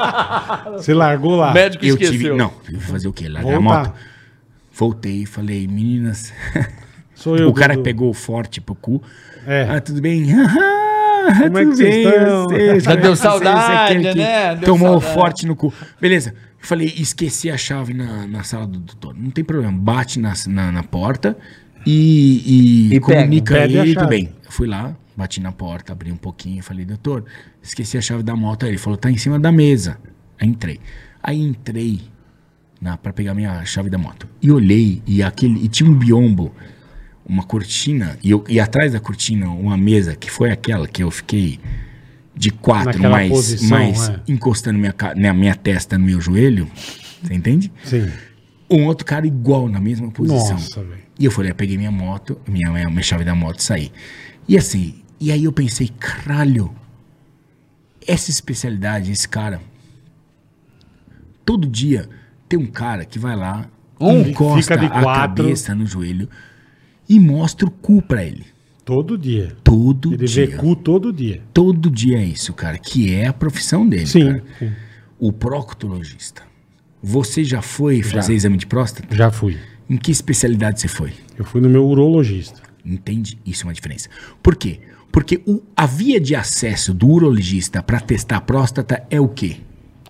Speaker 2: Você largou lá. tá.
Speaker 3: O médico
Speaker 4: eu
Speaker 3: esqueceu.
Speaker 4: tive. Não, eu vou fazer o quê? Largar É a
Speaker 2: Voltar.
Speaker 4: moto? Voltei e falei, meninas.
Speaker 2: Sou eu,
Speaker 4: o cara
Speaker 2: Dudu.
Speaker 4: pegou forte pro cu.
Speaker 2: É.
Speaker 4: Ah, tudo bem? Ah,
Speaker 2: Como é que
Speaker 4: tudo
Speaker 2: vocês
Speaker 4: bem,
Speaker 2: estão?
Speaker 4: vocês,
Speaker 3: Já
Speaker 4: como é
Speaker 3: deu
Speaker 4: que vocês,
Speaker 3: saudade,
Speaker 4: aquele que
Speaker 3: né? Deu
Speaker 4: tomou um
Speaker 3: saudade.
Speaker 4: forte no cu. Beleza. Eu falei, esqueci a chave na, na sala do doutor. Não tem problema. Bate na, na, na porta e, e,
Speaker 11: E pega.
Speaker 4: comunica
Speaker 2: Pede a
Speaker 4: aí, tudo
Speaker 2: chave.
Speaker 4: bem. Eu fui lá, bati na porta, abri um pouquinho, falei, doutor, esqueci a chave da moto. Aí ele falou, tá em cima da mesa. Aí entrei. Aí entrei na, pra pegar minha chave da moto. E olhei, e aquele. E tinha um biombo, uma cortina, e, eu- e atrás da cortina, uma mesa, que foi aquela que eu fiquei de quatro,
Speaker 2: Naquela
Speaker 4: mais,
Speaker 2: posição,
Speaker 4: mais
Speaker 2: é.
Speaker 4: encostando minha, ca- né, minha testa no meu joelho. Você entende?
Speaker 2: Sim.
Speaker 4: Um outro cara igual na mesma posição.
Speaker 2: Nossa, velho.
Speaker 4: E eu falei, eu peguei minha moto, minha, minha, minha chave da moto e saí. E assim, e aí eu pensei, caralho, essa especialidade, esse cara. Todo dia tem um cara que vai lá,
Speaker 2: Um
Speaker 4: encosta
Speaker 2: fica de
Speaker 4: a
Speaker 2: quatro.
Speaker 4: cabeça no joelho e mostra o cu pra ele.
Speaker 2: Todo dia.
Speaker 4: Todo
Speaker 2: Ele
Speaker 4: dia.
Speaker 2: vê cu todo dia.
Speaker 4: Todo dia é isso, cara, que é a profissão dele,
Speaker 2: Sim.
Speaker 4: cara. O proctologista. Você já foi fazer exame de próstata?
Speaker 2: Já fui.
Speaker 4: Em que especialidade você foi?
Speaker 2: Eu fui no meu urologista.
Speaker 4: Entende? Isso é uma diferença. Por quê? Porque o- a via de acesso do urologista para testar a próstata é o quê?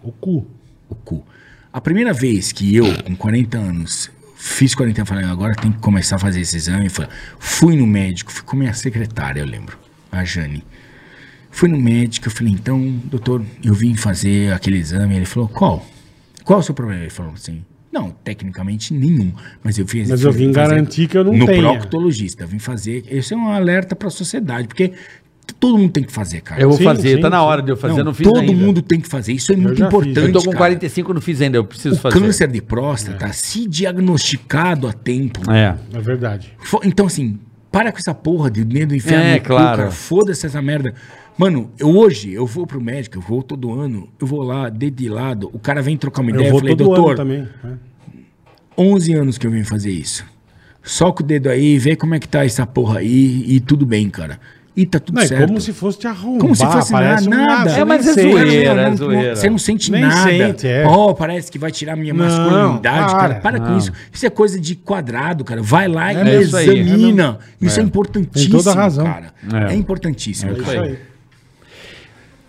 Speaker 2: O cu.
Speaker 4: O cu. A primeira vez que eu, com 40 anos, fiz 40 anos, falei, agora tem que começar a fazer esse exame. Foi- Fui no médico, fui com minha secretária, eu lembro, a Jane. Fui no médico, eu falei, então, doutor, eu vim fazer aquele exame. Ele falou, qual? Qual é o seu problema? Ele falou assim, não, tecnicamente nenhum, mas eu fiz...
Speaker 2: Mas eu
Speaker 4: fui
Speaker 2: vim
Speaker 4: fazer
Speaker 2: garantir que eu não
Speaker 4: no
Speaker 2: tenha.
Speaker 4: proctologista, eu vim fazer... Esse é um alerta para a sociedade, porque t- todo mundo tem que fazer, cara.
Speaker 3: Eu vou
Speaker 2: Sim,
Speaker 3: fazer,
Speaker 2: sim,
Speaker 3: tá na
Speaker 2: sim.
Speaker 3: hora de eu fazer,
Speaker 4: Não,
Speaker 3: não, fiz
Speaker 4: todo
Speaker 3: ainda.
Speaker 4: mundo tem que fazer, isso é muito
Speaker 2: já fiz,
Speaker 4: importante,
Speaker 3: Eu tô com
Speaker 4: cara.
Speaker 3: 45, não fiz ainda, eu preciso
Speaker 4: O
Speaker 3: fazer.
Speaker 4: câncer de próstata, se diagnosticado a tempo.
Speaker 3: É.
Speaker 2: É verdade.
Speaker 4: fo- Então, assim, para com essa porra de dedo enfiado
Speaker 3: É,
Speaker 4: no cu,
Speaker 3: claro.
Speaker 4: cara. Foda-se essa merda. Mano, eu hoje, eu vou pro médico, eu vou todo ano, eu vou lá, dedo de lado, o cara vem trocar uma
Speaker 2: Eu
Speaker 4: ideia. Eu
Speaker 2: vou
Speaker 4: falei,
Speaker 2: todo ano
Speaker 4: doutor,
Speaker 2: também. né?
Speaker 4: 11 anos que eu venho fazer isso. Soca o dedo aí, vê como é que tá essa porra aí e tudo bem, cara. E tá tudo
Speaker 2: Não, é
Speaker 4: certo.
Speaker 2: como se fosse te arrombar.
Speaker 4: Como se fosse
Speaker 2: parece um
Speaker 4: nada. nada.
Speaker 2: nada.
Speaker 3: É, mas
Speaker 2: Nem
Speaker 3: é
Speaker 2: sei.
Speaker 3: zoeira.
Speaker 4: Não, não,
Speaker 3: é zoeira.
Speaker 4: não, Você não sente
Speaker 2: Nem
Speaker 4: nada.
Speaker 2: sente, é.
Speaker 4: Oh, parece que vai tirar minha
Speaker 2: Não,
Speaker 4: masculinidade,
Speaker 2: para,
Speaker 4: cara. Para com isso. Isso é coisa de quadrado, cara. Vai lá e
Speaker 3: É isso aí.
Speaker 4: examina. Isso é, importantíssimo,
Speaker 2: Tem toda a razão.
Speaker 4: cara. É, importantíssimo,
Speaker 2: É
Speaker 4: cara.
Speaker 2: isso aí.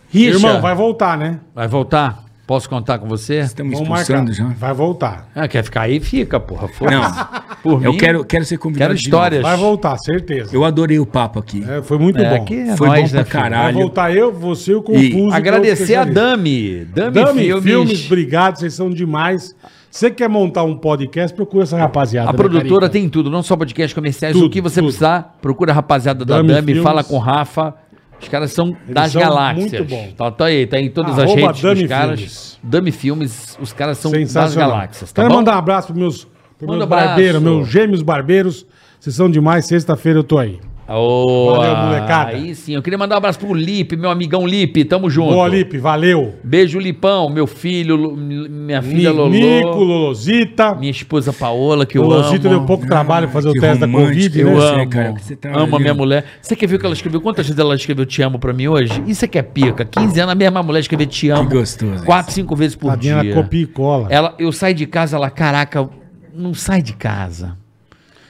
Speaker 3: Richa,
Speaker 2: Irmão, vai
Speaker 3: vai...
Speaker 2: voltar, né?
Speaker 3: voltar? Posso contar com você?
Speaker 4: Estamos
Speaker 2: Vamos
Speaker 4: expulsando
Speaker 2: marcar.
Speaker 4: já.
Speaker 2: Vai voltar.
Speaker 3: Ah, quer ficar aí? Fica, porra. foda-se.
Speaker 4: Não.
Speaker 3: Por
Speaker 4: Eu
Speaker 3: mim,
Speaker 4: quero, quero ser convidado.
Speaker 3: quero
Speaker 4: de novo.
Speaker 3: histórias.
Speaker 2: Vai voltar, certeza.
Speaker 4: Eu adorei o papo aqui.
Speaker 2: É, foi muito
Speaker 3: É,
Speaker 2: bom.
Speaker 3: que é
Speaker 4: Foi
Speaker 3: nóis,
Speaker 4: bom pra
Speaker 3: né, filho?
Speaker 2: Vai
Speaker 4: caralho.
Speaker 2: voltar eu, você e o Confuso. que é o
Speaker 3: Agradecer a
Speaker 2: especialista.
Speaker 3: Dami. Dami,
Speaker 2: Dami Filmes,
Speaker 3: Filmes.
Speaker 2: obrigado, vocês são demais. Você quer montar um podcast, procura essa rapaziada.
Speaker 3: A
Speaker 2: né,
Speaker 3: produtora
Speaker 2: Carica?
Speaker 3: tem tudo, não só podcast comerciais,
Speaker 2: Tudo,
Speaker 3: o que você
Speaker 2: tudo.
Speaker 3: precisar, procura a rapaziada da
Speaker 2: Dami
Speaker 3: Dami,
Speaker 2: Filmes.
Speaker 3: fala com o Rafa. Os caras são das
Speaker 2: são
Speaker 3: galáxias.
Speaker 2: muito bom.
Speaker 3: Tá, tá aí, tá em todas as
Speaker 2: Arroba
Speaker 3: redes
Speaker 2: Dami
Speaker 3: dos caras.
Speaker 2: Filmes.
Speaker 3: Dami Filmes, os caras são das
Speaker 2: Sensacional.
Speaker 3: galáxias, tá
Speaker 2: Quero
Speaker 3: bom?
Speaker 2: mandar um abraço pros meus, pros
Speaker 3: Manda
Speaker 2: meus
Speaker 3: abraço.
Speaker 2: barbeiros, meus gêmeos barbeiros. Vocês são demais, sexta-feira eu tô aí.
Speaker 3: Ah, Ô,
Speaker 2: Valeu, molecada.
Speaker 3: Aí sim, eu queria mandar um abraço pro Lipe, meu amigão Lipe, tamo junto.
Speaker 2: Boa, Lipe, valeu.
Speaker 3: Beijo, Lipão, meu filho, Lu- minha filha Lolo,
Speaker 2: Nico, Lolosita.
Speaker 3: minha esposa Paola, que eu
Speaker 2: Lolosita deu
Speaker 3: amo.
Speaker 2: é um pouco trabalho fazer o
Speaker 4: que
Speaker 2: teste da
Speaker 4: romântico.
Speaker 2: Covid,
Speaker 4: Eu
Speaker 2: né?
Speaker 4: Você,
Speaker 3: amo,
Speaker 4: cara, você tá
Speaker 3: amo a minha
Speaker 4: olhando.
Speaker 3: mulher. Você quer ver o que ela escreveu? Quantas vezes ela escreveu te amo pra mim hoje? Isso é que é pica. 15 anos, a mesma mulher escreveu te amo.
Speaker 4: Que gostoso
Speaker 3: Quatro, cinco vezes por
Speaker 2: Tadinha, ela
Speaker 3: dia.
Speaker 2: copia e cola.
Speaker 3: Ela, eu saio de casa, ela, caraca, não sai de casa.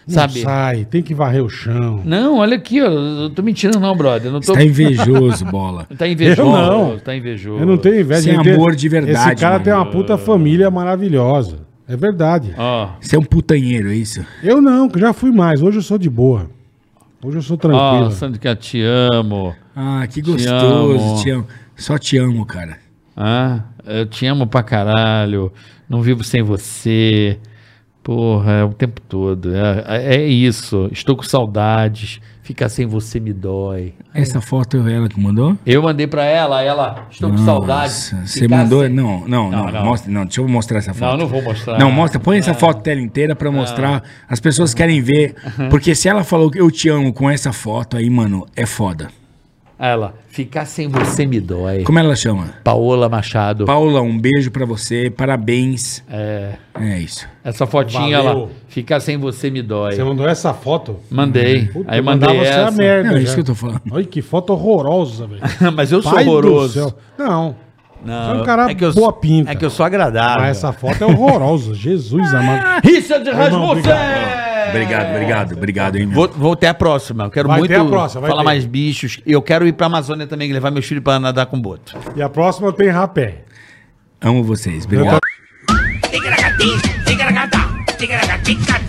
Speaker 3: sabe?
Speaker 2: Sai, tem que varrer o chão.
Speaker 3: Não, olha aqui, ó. Eu tô mentindo, não, brother. Eu não tô.
Speaker 4: Você tá invejoso, bola.
Speaker 3: Tá invejoso.
Speaker 2: Eu não.
Speaker 3: Tá invejoso.
Speaker 2: Eu não tenho inveja.
Speaker 4: Sem
Speaker 2: ele tem-
Speaker 4: amor de verdade, né?
Speaker 2: Esse cara
Speaker 4: mano.
Speaker 2: tem uma puta família maravilhosa. É verdade.
Speaker 3: Ó,
Speaker 4: Você é um putanheiro, é isso?
Speaker 2: Eu não, que já fui mais. Hoje eu sou de boa. Hoje eu sou
Speaker 3: ó,
Speaker 2: tranquilo.
Speaker 3: Sandro, que eu te amo.
Speaker 4: Ah, que gostoso.
Speaker 3: amo.
Speaker 4: Te amo. Só te amo, cara.
Speaker 3: Ah, eu te amo pra caralho. Não vivo sem você. Porra, é o tempo todo. É, é isso. Estou com saudades. Ficar sem você me dói.
Speaker 4: Essa foto é ela que mandou?
Speaker 3: Eu mandei pra ela, ela. Estou com saudades.
Speaker 4: Você
Speaker 3: Ficar
Speaker 4: mandou?
Speaker 3: sem-
Speaker 4: Não, não, não.
Speaker 3: não.
Speaker 4: Mostra, não, deixa eu mostrar essa foto.
Speaker 3: Não, Ah. não vou mostrar.
Speaker 4: Não, mostra, põe essa foto tela inteira pra mostrar. As pessoas querem ver. Porque se ela falou que eu te amo com essa foto aí, mano, é foda.
Speaker 3: Ela. Ficar sem você me dói.
Speaker 4: Como ela chama?
Speaker 3: Paola Machado.
Speaker 4: Paula, um beijo pra você, parabéns. É. É isso.
Speaker 3: Essa fotinha
Speaker 2: Valeu.
Speaker 3: lá. Ficar sem você me dói.
Speaker 2: Você mandou essa foto?
Speaker 3: Mandei.
Speaker 2: Puta,
Speaker 3: Aí
Speaker 2: eu
Speaker 3: mandei
Speaker 2: mandava
Speaker 3: essa.
Speaker 2: a merda.
Speaker 4: Não, é isso
Speaker 2: já.
Speaker 4: que eu tô falando.
Speaker 2: Olha que foto horrorosa, velho.
Speaker 3: Mas eu sou
Speaker 2: Pai do
Speaker 3: horroroso.
Speaker 2: céu. Não. Você é um
Speaker 3: eu-
Speaker 2: cara
Speaker 3: é que eu
Speaker 2: boa
Speaker 3: sou-
Speaker 2: pinta.
Speaker 3: É que eu sou agradável.
Speaker 2: Mas essa foto é horrorosa. Jesus amado.
Speaker 3: Richard Rasmussen!
Speaker 4: Obrigado, obrigado, obrigado, hein, meu.
Speaker 5: Vou, vou até a próxima. Eu quero
Speaker 2: Vai
Speaker 5: muito
Speaker 2: ter a próxima, vai
Speaker 5: falar
Speaker 2: ter.
Speaker 5: mais bichos. E eu quero ir pra Amazônia também, levar meus filhos pra nadar com boto.
Speaker 2: E a próxima tem rapé.
Speaker 4: Amo vocês, obrigado.
Speaker 1: Ticaracati, ticaracata, ticaracatica,